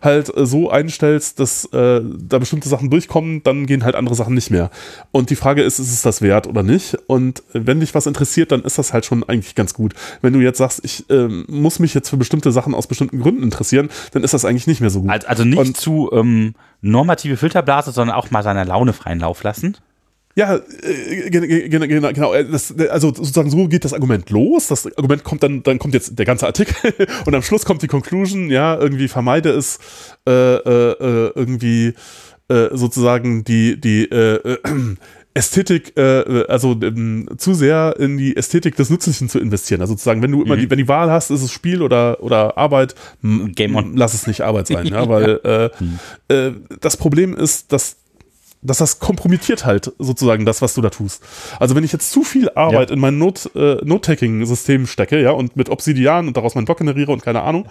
[SPEAKER 2] halt äh, so einstellst, dass äh, da bestimmte Sachen durchkommen, dann gehen halt andere Sachen nicht mehr. Und die Frage ist, ist es das wert oder nicht? Und wenn dich was interessiert, dann ist das halt schon eigentlich ganz gut. Wenn du jetzt sagst, ich ähm, muss mich jetzt für bestimmte Sachen aus bestimmten Gründen interessieren, dann ist das eigentlich nicht mehr so gut.
[SPEAKER 1] Also, also nicht
[SPEAKER 2] Und-
[SPEAKER 1] zu ähm, normative Filterblase, sondern auch mal seiner Laune freien Lauf lassen.
[SPEAKER 2] Ja, äh, gen- gen- gen- genau, genau. äh, Das, äh, also sozusagen so geht das Argument los. Das Argument kommt dann, dann kommt jetzt der ganze Artikel und am Schluss kommt die Conclusion, ja, irgendwie vermeide es äh, äh, äh, irgendwie äh, sozusagen die, die äh, äh, Ästhetik, äh, also ähm, zu sehr in die Ästhetik des Nützlichen zu investieren. Also sozusagen, wenn du immer
[SPEAKER 1] Mhm.
[SPEAKER 2] die, wenn die Wahl hast, ist es Spiel oder, oder Arbeit, m-
[SPEAKER 1] Game on. Mhm.
[SPEAKER 2] lass es nicht Arbeit sein, ja, weil Äh, äh, das Problem ist, dass dass das kompromittiert halt sozusagen das, was du da tust. Also wenn ich jetzt zu viel Arbeit in mein Not, äh, Note-Taking-System stecke, ja, und mit Obsidian und daraus meinen Block generiere und keine Ahnung,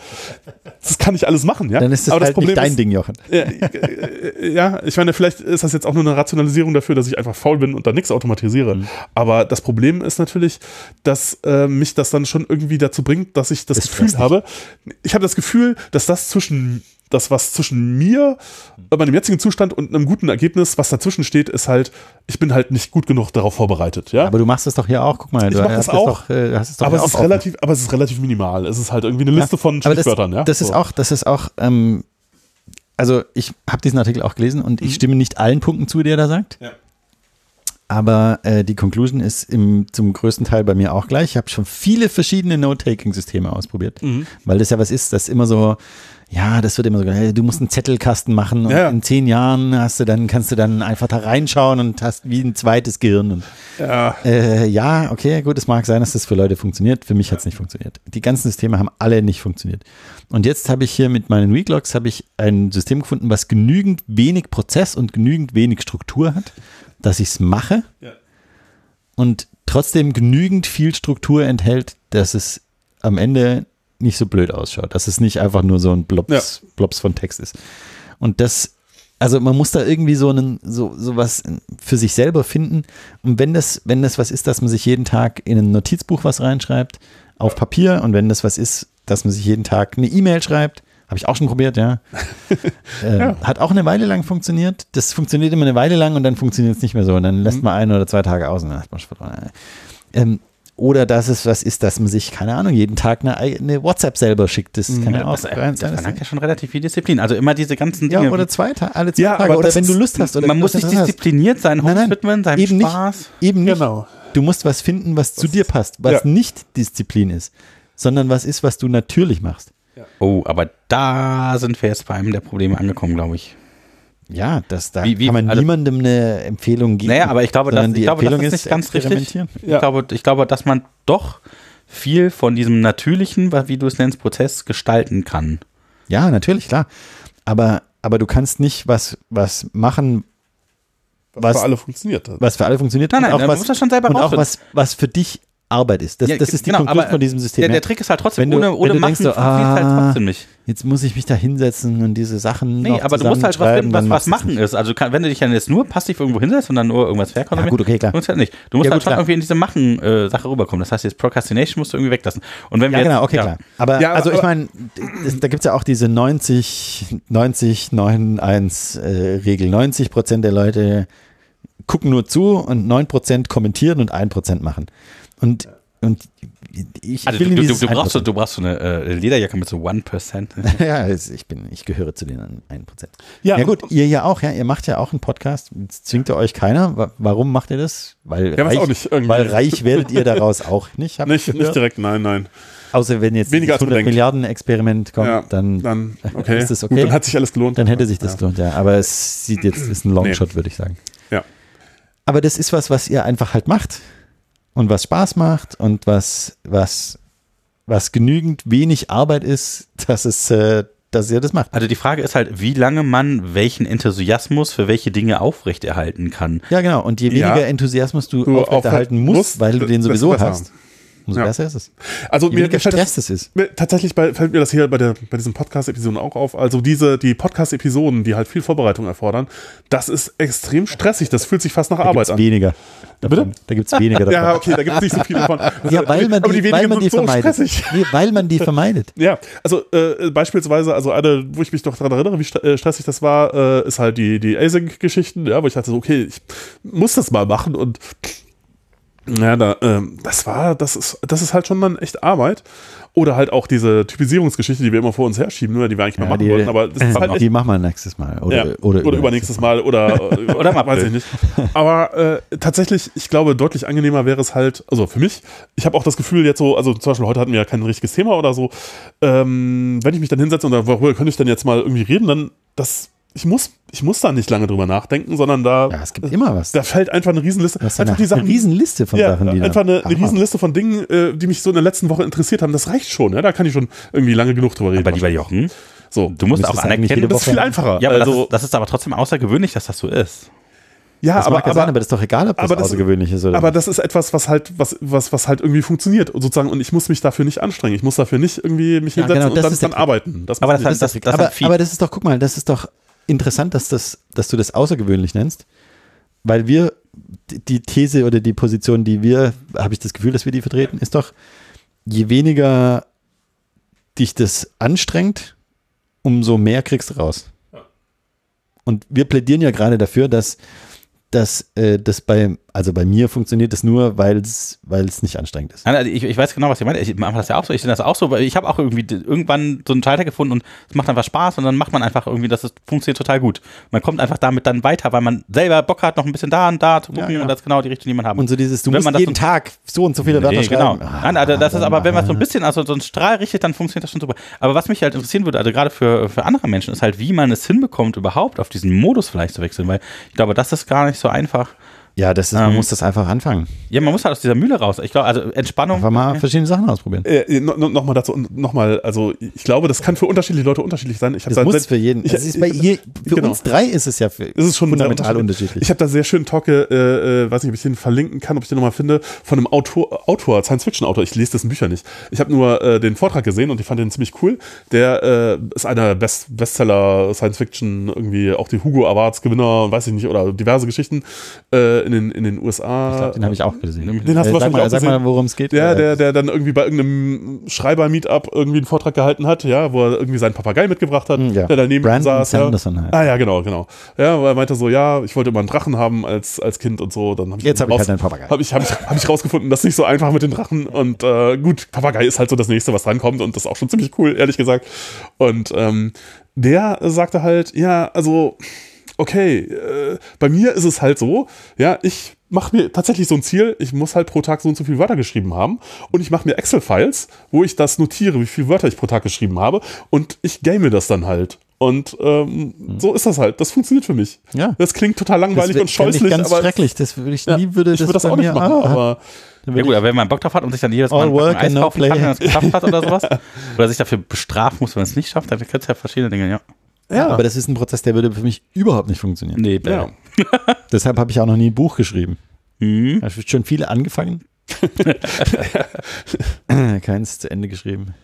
[SPEAKER 2] das kann ich alles machen, ja.
[SPEAKER 3] Dann ist das halt nicht dein Ding, Jochen.
[SPEAKER 2] Ding. Äh, Ja, ich meine, vielleicht ist das jetzt auch nur eine Rationalisierung dafür, dass ich einfach faul bin und da nichts automatisiere.
[SPEAKER 3] Mhm.
[SPEAKER 2] Aber das Problem ist natürlich, dass äh, mich das dann schon irgendwie dazu bringt, dass ich das
[SPEAKER 3] Ist
[SPEAKER 2] Gefühl
[SPEAKER 3] stressig.
[SPEAKER 2] habe, ich habe das Gefühl, dass das zwischen das, was zwischen mir, äh, meinem jetzigen Zustand und einem guten Ergebnis, was dazwischen steht, ist halt, ich bin halt nicht gut genug darauf vorbereitet. Ja?
[SPEAKER 3] Aber du machst das doch hier auch, guck mal.
[SPEAKER 2] Ich
[SPEAKER 3] du
[SPEAKER 2] mach das
[SPEAKER 3] hast
[SPEAKER 2] auch.
[SPEAKER 3] doch, äh, hast es doch
[SPEAKER 2] aber, es
[SPEAKER 3] auch
[SPEAKER 2] ist
[SPEAKER 3] offen.
[SPEAKER 2] relativ, aber es ist relativ minimal. Es ist halt irgendwie eine Liste
[SPEAKER 3] Ja,
[SPEAKER 2] von
[SPEAKER 3] aber das,
[SPEAKER 2] Stichwörtern. ja?
[SPEAKER 3] Das ist
[SPEAKER 2] So.
[SPEAKER 3] auch, das ist auch, ähm, also ich habe diesen Artikel auch gelesen und ich stimme nicht allen Punkten zu, die er da sagt.
[SPEAKER 2] Mhm. Ja.
[SPEAKER 3] Aber äh, die Conclusion ist im, zum größten Teil bei mir auch gleich. Ich habe schon viele verschiedene Note-Taking-Systeme ausprobiert,
[SPEAKER 2] Mhm.
[SPEAKER 3] weil das ja was ist, das immer so, ja, das wird immer so, hey, du musst einen Zettelkasten machen und
[SPEAKER 2] Ja, ja.
[SPEAKER 3] in zehn Jahren hast du dann, kannst du dann einfach da reinschauen und hast wie ein zweites Gehirn. Und
[SPEAKER 2] Ja.
[SPEAKER 3] äh, ja, okay, gut, es mag sein, dass das für Leute funktioniert. Für mich hat es nicht funktioniert. Die ganzen Systeme haben alle nicht funktioniert. Und jetzt habe ich hier mit meinen Weeklogs habe ich ein System gefunden, was genügend wenig Prozess und genügend wenig Struktur hat, dass ich es mache
[SPEAKER 2] Ja.
[SPEAKER 3] und trotzdem genügend viel Struktur enthält, dass es am Ende nicht so blöd ausschaut, dass es nicht einfach nur so ein Blobs, Blobs von Text ist. Und das, also man muss da irgendwie so einen, so, so was für sich selber finden. Und wenn das, wenn das was ist, dass man sich jeden Tag in ein Notizbuch was reinschreibt, auf Papier, und wenn das was ist, dass man sich jeden Tag eine E-Mail schreibt, habe ich auch schon probiert, ja. äh, Hat auch eine Weile lang funktioniert. Das funktioniert immer eine Weile lang und dann funktioniert es nicht mehr so. Und dann lässt
[SPEAKER 1] Mhm.
[SPEAKER 3] man ein oder zwei Tage aus und dann hat man schon verloren. Ähm, oder dass es was ist, dass man sich, keine Ahnung, jeden Tag eine, eine WhatsApp selber schickt. Das kann ja auch
[SPEAKER 1] Mhm. Das,
[SPEAKER 3] sein.
[SPEAKER 1] das verlangt ja schon relativ viel Disziplin. Also immer diese ganzen
[SPEAKER 3] Ja,
[SPEAKER 1] Dinge.
[SPEAKER 3] oder zwei Tage, alle zwei
[SPEAKER 2] Ja,
[SPEAKER 3] Tage.
[SPEAKER 2] aber
[SPEAKER 3] Oder
[SPEAKER 2] das
[SPEAKER 3] wenn du
[SPEAKER 2] ist-
[SPEAKER 3] Lust hast. Oder
[SPEAKER 1] man
[SPEAKER 3] wenn du
[SPEAKER 1] muss
[SPEAKER 3] was
[SPEAKER 1] nicht
[SPEAKER 3] hast.
[SPEAKER 1] diszipliniert sein,
[SPEAKER 3] Nein, nein,
[SPEAKER 1] widmen, seinem
[SPEAKER 3] eben
[SPEAKER 1] Spaß.
[SPEAKER 3] nicht. Eben nicht.
[SPEAKER 2] Genau.
[SPEAKER 3] Du musst was finden, was zu dir passt, was
[SPEAKER 2] Ja.
[SPEAKER 3] nicht Disziplin ist, sondern was ist, was du natürlich machst.
[SPEAKER 1] Oh, aber da sind wir jetzt bei einem der Probleme angekommen, glaube ich.
[SPEAKER 3] Ja, das, da
[SPEAKER 1] Wie- wie-
[SPEAKER 3] kann man
[SPEAKER 1] also-
[SPEAKER 3] niemandem eine Empfehlung geben.
[SPEAKER 1] Naja, aber ich glaube, das,
[SPEAKER 3] sondern
[SPEAKER 1] ich
[SPEAKER 3] die
[SPEAKER 1] glaube, das
[SPEAKER 3] Empfehlung
[SPEAKER 1] ist nicht ganz richtig.
[SPEAKER 3] experimentieren.
[SPEAKER 1] Ich, glaube, ich glaube, dass man doch viel von diesem natürlichen, wie du es nennst, Prozess gestalten kann.
[SPEAKER 3] Ja, natürlich, klar. Aber, aber du kannst nicht was, was machen, was,
[SPEAKER 2] für alle funktioniert.
[SPEAKER 3] was für alle funktioniert
[SPEAKER 1] Nein, nein,
[SPEAKER 3] und auch
[SPEAKER 1] man
[SPEAKER 3] was,
[SPEAKER 1] muss das schon selber
[SPEAKER 3] und auch
[SPEAKER 1] rausfinden.
[SPEAKER 3] was, was für dich Arbeit ist. Das,
[SPEAKER 1] Ja,
[SPEAKER 3] das ist die
[SPEAKER 1] genau,
[SPEAKER 3] Konklusion
[SPEAKER 1] aber
[SPEAKER 3] von diesem System.
[SPEAKER 1] Der, der
[SPEAKER 3] Ja,
[SPEAKER 1] Trick ist halt trotzdem,
[SPEAKER 3] Wenn du-
[SPEAKER 1] ohne, ohne
[SPEAKER 3] wenn du
[SPEAKER 1] Machen
[SPEAKER 3] denkst so,
[SPEAKER 1] funktioniert halt
[SPEAKER 3] ah,
[SPEAKER 1] trotzdem nicht.
[SPEAKER 3] Jetzt muss ich mich da hinsetzen und diese Sachen.
[SPEAKER 1] Nee,
[SPEAKER 3] noch
[SPEAKER 1] aber du musst halt trotzdem
[SPEAKER 3] zusammentreiben,
[SPEAKER 1] was,
[SPEAKER 3] dann
[SPEAKER 1] was
[SPEAKER 3] machst du's
[SPEAKER 1] machen ist. Also kann, wenn du dich dann jetzt nur passiv irgendwo hinsetzt und dann nur irgendwas verkonsumierst,
[SPEAKER 3] Ja, gut, okay, klar.
[SPEAKER 1] funktioniert halt nicht. Du musst
[SPEAKER 3] Ja,
[SPEAKER 1] halt
[SPEAKER 3] gut,
[SPEAKER 1] schon
[SPEAKER 3] klar.
[SPEAKER 1] irgendwie in diese Machen-Sache rüberkommen. Das heißt, jetzt Procrastination musst du irgendwie weglassen. Und wenn wir
[SPEAKER 3] Ja,
[SPEAKER 1] jetzt,
[SPEAKER 3] genau, okay,
[SPEAKER 1] ja,
[SPEAKER 3] klar. Aber
[SPEAKER 2] Ja, aber-
[SPEAKER 3] also ich
[SPEAKER 2] aber-
[SPEAKER 3] meine, das- da gibt es ja auch diese 90, 90, 9, 1 äh, Regel. 90 Prozent der Leute gucken nur zu und 9 Prozent kommentieren und 1 Prozent machen. Und, und ich
[SPEAKER 1] Also
[SPEAKER 3] will
[SPEAKER 1] du,
[SPEAKER 3] in
[SPEAKER 1] du, du,
[SPEAKER 3] dieses
[SPEAKER 1] du, brauchst, so-
[SPEAKER 3] 1%.
[SPEAKER 1] du brauchst so eine äh, Lederjacke mit so 1%.
[SPEAKER 3] Ja, es- ich bin, ich gehöre zu den 1 Prozent.
[SPEAKER 2] Ja.
[SPEAKER 3] Ja, gut, ihr ja auch, ja. Ihr macht ja auch einen Podcast. Jetzt zwingt ihr euch keiner. Wa- Warum macht ihr das? Weil,
[SPEAKER 2] Ja, weiß
[SPEAKER 3] reich,
[SPEAKER 2] auch nicht, irgendwie.
[SPEAKER 3] weil reich werdet ihr daraus auch nicht. hab ich
[SPEAKER 2] Nicht,
[SPEAKER 3] gehört.
[SPEAKER 2] nicht direkt, nein, nein.
[SPEAKER 3] Außer wenn jetzt
[SPEAKER 2] Weniger
[SPEAKER 3] dieses
[SPEAKER 2] als man
[SPEAKER 3] 100
[SPEAKER 2] denkt.
[SPEAKER 3] Milliarden Experiment kommt,
[SPEAKER 2] Ja,
[SPEAKER 3] dann, dann,
[SPEAKER 2] dann okay.
[SPEAKER 3] Ist das okay?
[SPEAKER 2] Gut, dann hat sich alles gelohnt.
[SPEAKER 3] hätte sich das gelohnt, ja. Aber es sieht jetzt, ist ein Longshot, würde ich sagen.
[SPEAKER 2] Ja.
[SPEAKER 3] Aber das ist was, was ihr einfach halt macht und was Spaß macht und was, was, was genügend wenig Arbeit ist, dass es, äh, dass ihr das macht.
[SPEAKER 1] Also die Frage ist halt, wie lange man welchen Enthusiasmus für welche Dinge aufrechterhalten kann.
[SPEAKER 3] Ja, genau. Und je weniger
[SPEAKER 2] Ja.
[SPEAKER 3] Enthusiasmus du,
[SPEAKER 2] Du
[SPEAKER 3] aufrechterhalten
[SPEAKER 2] aufrecht-
[SPEAKER 3] musst,
[SPEAKER 2] musst,
[SPEAKER 3] weil du den
[SPEAKER 2] desto
[SPEAKER 3] sowieso
[SPEAKER 2] besser.
[SPEAKER 3] hast, umso
[SPEAKER 2] Ja.
[SPEAKER 3] besser ist es.
[SPEAKER 2] Also
[SPEAKER 3] Je
[SPEAKER 2] mir
[SPEAKER 3] weniger
[SPEAKER 2] gefällt
[SPEAKER 3] Stress
[SPEAKER 2] das,
[SPEAKER 3] es ist.
[SPEAKER 2] mir, tatsächlich bei, fällt mir das hier bei, der, bei diesen Podcast-Episoden auch auf. Also diese, die Podcast-Episoden, die halt viel Vorbereitung erfordern, das ist extrem stressig. Das fühlt sich fast nach Arbeit
[SPEAKER 3] Gibt's
[SPEAKER 2] an.
[SPEAKER 3] weniger. Davon.
[SPEAKER 2] Bitte?
[SPEAKER 3] Da gibt es weniger davon.
[SPEAKER 2] Ja, okay, da gibt es nicht so viele von.
[SPEAKER 3] Ja, weil man
[SPEAKER 2] Aber
[SPEAKER 3] die, weil
[SPEAKER 2] wenigen
[SPEAKER 3] man die
[SPEAKER 2] sind so
[SPEAKER 3] vermeidet.
[SPEAKER 2] stressig.
[SPEAKER 3] Nee, weil man die vermeidet.
[SPEAKER 2] Ja, also äh, beispielsweise, also eine, wo ich mich noch daran erinnere, wie st- äh, stressig das war, äh, ist halt die, die Async-Geschichten, ja, wo ich dachte, so, okay, ich muss das mal machen und ja, da, ähm, das war, das ist, das ist halt schon dann echt Arbeit. Oder halt auch diese Typisierungsgeschichte, die wir immer vor uns herschieben, ne, die wir eigentlich mal
[SPEAKER 3] Ja,
[SPEAKER 2] machen
[SPEAKER 3] die-
[SPEAKER 2] wollten, aber das ist halt echt
[SPEAKER 3] Die machen wir nächstes Mal. Oder,
[SPEAKER 2] ja.
[SPEAKER 3] oder,
[SPEAKER 2] übernächstes Mal oder äh,
[SPEAKER 1] Oder im April.
[SPEAKER 2] weiß ich nicht. Aber äh, tatsächlich, ich glaube, deutlich angenehmer wäre es halt, also für mich, ich habe auch das Gefühl jetzt so, also zum Beispiel heute hatten wir ja kein richtiges Thema oder so, ähm, wenn ich mich dann hinsetze und sage, worüber könnte ich denn jetzt mal irgendwie reden, dann das, ich muss, ich muss da nicht lange drüber nachdenken, sondern da,
[SPEAKER 3] Ja, es gibt immer was.
[SPEAKER 2] da fällt einfach eine Riesenliste.
[SPEAKER 3] Du hast ja
[SPEAKER 2] einfach
[SPEAKER 3] eine, eine Riesenliste von Sachen, die da-
[SPEAKER 2] einfach eine, eine
[SPEAKER 3] Hammer.
[SPEAKER 2] Riesenliste von Dingen, äh, die mich so in der letzten Woche interessiert haben. Das reicht schon, ja. Da kann ich schon irgendwie lange genug drüber reden.
[SPEAKER 1] Aber lieber Jochen,
[SPEAKER 2] so.
[SPEAKER 1] du musst
[SPEAKER 3] Müsstest
[SPEAKER 1] auch
[SPEAKER 3] du eigentlich
[SPEAKER 1] anerkennen,
[SPEAKER 3] jede
[SPEAKER 2] Das
[SPEAKER 1] dass,
[SPEAKER 2] ist viel einfacher.
[SPEAKER 1] ja, aber das,
[SPEAKER 2] also,
[SPEAKER 1] ist, das ist aber trotzdem außergewöhnlich, dass das so ist.
[SPEAKER 2] ja,
[SPEAKER 3] Das
[SPEAKER 2] aber,
[SPEAKER 3] mag ja
[SPEAKER 2] aber,
[SPEAKER 3] sein, aber das ist doch egal, ob das,
[SPEAKER 2] aber das-
[SPEAKER 3] außergewöhnlich ist oder
[SPEAKER 2] Aber
[SPEAKER 3] nicht.
[SPEAKER 2] das ist etwas, was halt, was, was, was halt irgendwie funktioniert, und sozusagen, und ich muss mich dafür nicht anstrengen. Ich muss dafür nicht irgendwie mich
[SPEAKER 3] Ja,
[SPEAKER 2] hinsetzen
[SPEAKER 3] genau, das
[SPEAKER 2] und dann,
[SPEAKER 3] ist der
[SPEAKER 2] dann
[SPEAKER 3] Trick.
[SPEAKER 2] arbeiten. Das
[SPEAKER 1] Aber
[SPEAKER 2] muss
[SPEAKER 1] das hat-
[SPEAKER 2] nicht.
[SPEAKER 1] das, das
[SPEAKER 3] aber,
[SPEAKER 1] hat viel
[SPEAKER 3] aber das ist doch, guck mal, das ist doch interessant, dass, das, dass du das außergewöhnlich nennst, weil wir die- die These oder die Position, die wir, habe ich das Gefühl, dass wir die vertreten, ist doch, je weniger dich das anstrengt, umso mehr kriegst du raus. Und wir plädieren ja gerade dafür, dass, dass äh, das bei, also bei mir funktioniert das nur, weil es weil es nicht anstrengend ist.
[SPEAKER 1] Nein, also ich, ich weiß genau, was ihr meint. Ich mache das ja auch so. Ich sehe das auch so, weil ich habe auch irgendwie d- irgendwann so einen Schalter gefunden und es macht einfach Spaß und dann macht man einfach irgendwie, das ist, funktioniert total gut. Man kommt einfach damit dann weiter, weil man selber Bock hat, noch ein bisschen da und da zu gucken
[SPEAKER 3] ja.
[SPEAKER 1] und das ist genau die Richtung, die man haben
[SPEAKER 3] Und so dieses, du
[SPEAKER 1] Wenn
[SPEAKER 3] musst
[SPEAKER 1] man das
[SPEAKER 3] jeden
[SPEAKER 1] so-
[SPEAKER 3] Tag so und so viele Wörter
[SPEAKER 1] Nee, genau.
[SPEAKER 3] schreiben. Ah, äh.
[SPEAKER 1] Nein, also das ist aber, wenn man so ein bisschen, also so einen Strahl richtet, dann funktioniert das schon super. Aber was mich halt interessieren würde, also gerade für, für andere Menschen, ist halt, wie man es hinbekommt, überhaupt auf diesen Modus vielleicht zu wechseln, weil ich glaube, das ist gar nicht so einfach.
[SPEAKER 3] Ja, das ist, man
[SPEAKER 1] Ähm,
[SPEAKER 3] muss das einfach anfangen.
[SPEAKER 1] Ja, man muss halt aus dieser Mühle raus. Ich glaube, also Entspannung.
[SPEAKER 3] Einfach mal verschiedene Sachen ausprobieren.
[SPEAKER 2] Äh, no, no, nochmal dazu, nochmal, also ich glaube, das kann für unterschiedliche Leute unterschiedlich sein. Ich habe seit-
[SPEAKER 3] Das muss
[SPEAKER 2] seit-
[SPEAKER 3] für jeden.
[SPEAKER 2] Ich,
[SPEAKER 3] Das ist bei je, für
[SPEAKER 2] genau.
[SPEAKER 3] uns drei ist es ja für,
[SPEAKER 2] Es ist schon
[SPEAKER 3] fundamental
[SPEAKER 2] sehr
[SPEAKER 3] unterschiedlich.
[SPEAKER 2] Ich habe da sehr schönen Talk, äh, äh, weiß nicht, ob ich den verlinken kann, ob ich den nochmal finde, von einem Autor, Autor Science-Fiction-Autor. Ich lese dessen Bücher nicht. Ich habe nur äh, den Vortrag gesehen und ich fand den ziemlich cool. Der äh, ist einer Best Bestseller Science-Fiction, irgendwie auch die Hugo Awards-Gewinner, weiß ich nicht, oder diverse Geschichten äh, in, den, in den USA.
[SPEAKER 3] Ich glaub, den habe ich auch gesehen.
[SPEAKER 2] Den hast du
[SPEAKER 3] Äh, sag
[SPEAKER 2] wahrscheinlich
[SPEAKER 3] mal,
[SPEAKER 2] auch
[SPEAKER 3] sag
[SPEAKER 2] gesehen.
[SPEAKER 3] mal worum es geht.
[SPEAKER 2] Ja,
[SPEAKER 3] Äh,
[SPEAKER 2] der, der dann irgendwie bei irgendeinem Schreiber-Meetup irgendwie einen Vortrag gehalten hat, ja, wo er irgendwie seinen Papagei mitgebracht hat,
[SPEAKER 3] Mm, ja.
[SPEAKER 2] der daneben
[SPEAKER 3] Brandon
[SPEAKER 2] saß.
[SPEAKER 3] Sanderson halt.
[SPEAKER 2] ja. Ah
[SPEAKER 3] heißt
[SPEAKER 2] ja, genau, genau. Ja, wo er meinte so, ja, ich wollte immer einen Drachen haben als, als Kind und so. Dann hab ich
[SPEAKER 3] Jetzt hab ich
[SPEAKER 2] raus-
[SPEAKER 3] halt einen Papagei.
[SPEAKER 2] Hab ich, hab ich, hab ich rausgefunden, das ist nicht so einfach mit den Drachen. Und äh, gut, Papagei ist halt so das nächste, was drankommt und das ist auch schon ziemlich cool, ehrlich gesagt. Und ähm, der sagte halt, ja, also okay, äh, bei mir ist es halt so, ja, ich mache mir tatsächlich so ein Ziel, ich muss halt pro Tag so und so viele Wörter geschrieben haben und ich mache mir Excel-Files, wo ich das notiere, wie viele Wörter ich pro Tag geschrieben habe und ich game das dann halt. Und ähm, so ist das halt. Das funktioniert für mich.
[SPEAKER 3] Ja.
[SPEAKER 2] Das klingt total langweilig und
[SPEAKER 3] Hm. das fände ich
[SPEAKER 2] scheußlich,
[SPEAKER 3] ganz
[SPEAKER 2] aber
[SPEAKER 3] schrecklich. Das würde ich
[SPEAKER 2] ja,
[SPEAKER 3] nie würde
[SPEAKER 2] ich würde das
[SPEAKER 3] bei
[SPEAKER 2] auch nicht
[SPEAKER 3] mir-
[SPEAKER 2] machen.
[SPEAKER 3] Ah,
[SPEAKER 2] aber
[SPEAKER 1] Ja gut, aber wenn man Bock drauf hat und sich dann jedes Mal
[SPEAKER 3] All
[SPEAKER 1] ein
[SPEAKER 3] work
[SPEAKER 1] Packung Eis
[SPEAKER 3] and no
[SPEAKER 1] kaufen kann,
[SPEAKER 3] play.
[SPEAKER 1] wenn man es geschafft hat oder sowas, oder sich dafür bestrafen muss, wenn man es nicht schafft, dann gibt es ja verschiedene Dinge, ja.
[SPEAKER 3] ja. aber das ist ein Prozess, der würde für mich überhaupt nicht funktionieren.
[SPEAKER 1] Nee,
[SPEAKER 2] ja.
[SPEAKER 1] ja.
[SPEAKER 3] Deshalb habe ich auch noch nie ein Buch geschrieben.
[SPEAKER 1] Hm.
[SPEAKER 3] Ich habe schon viele angefangen. Keins zu Ende geschrieben.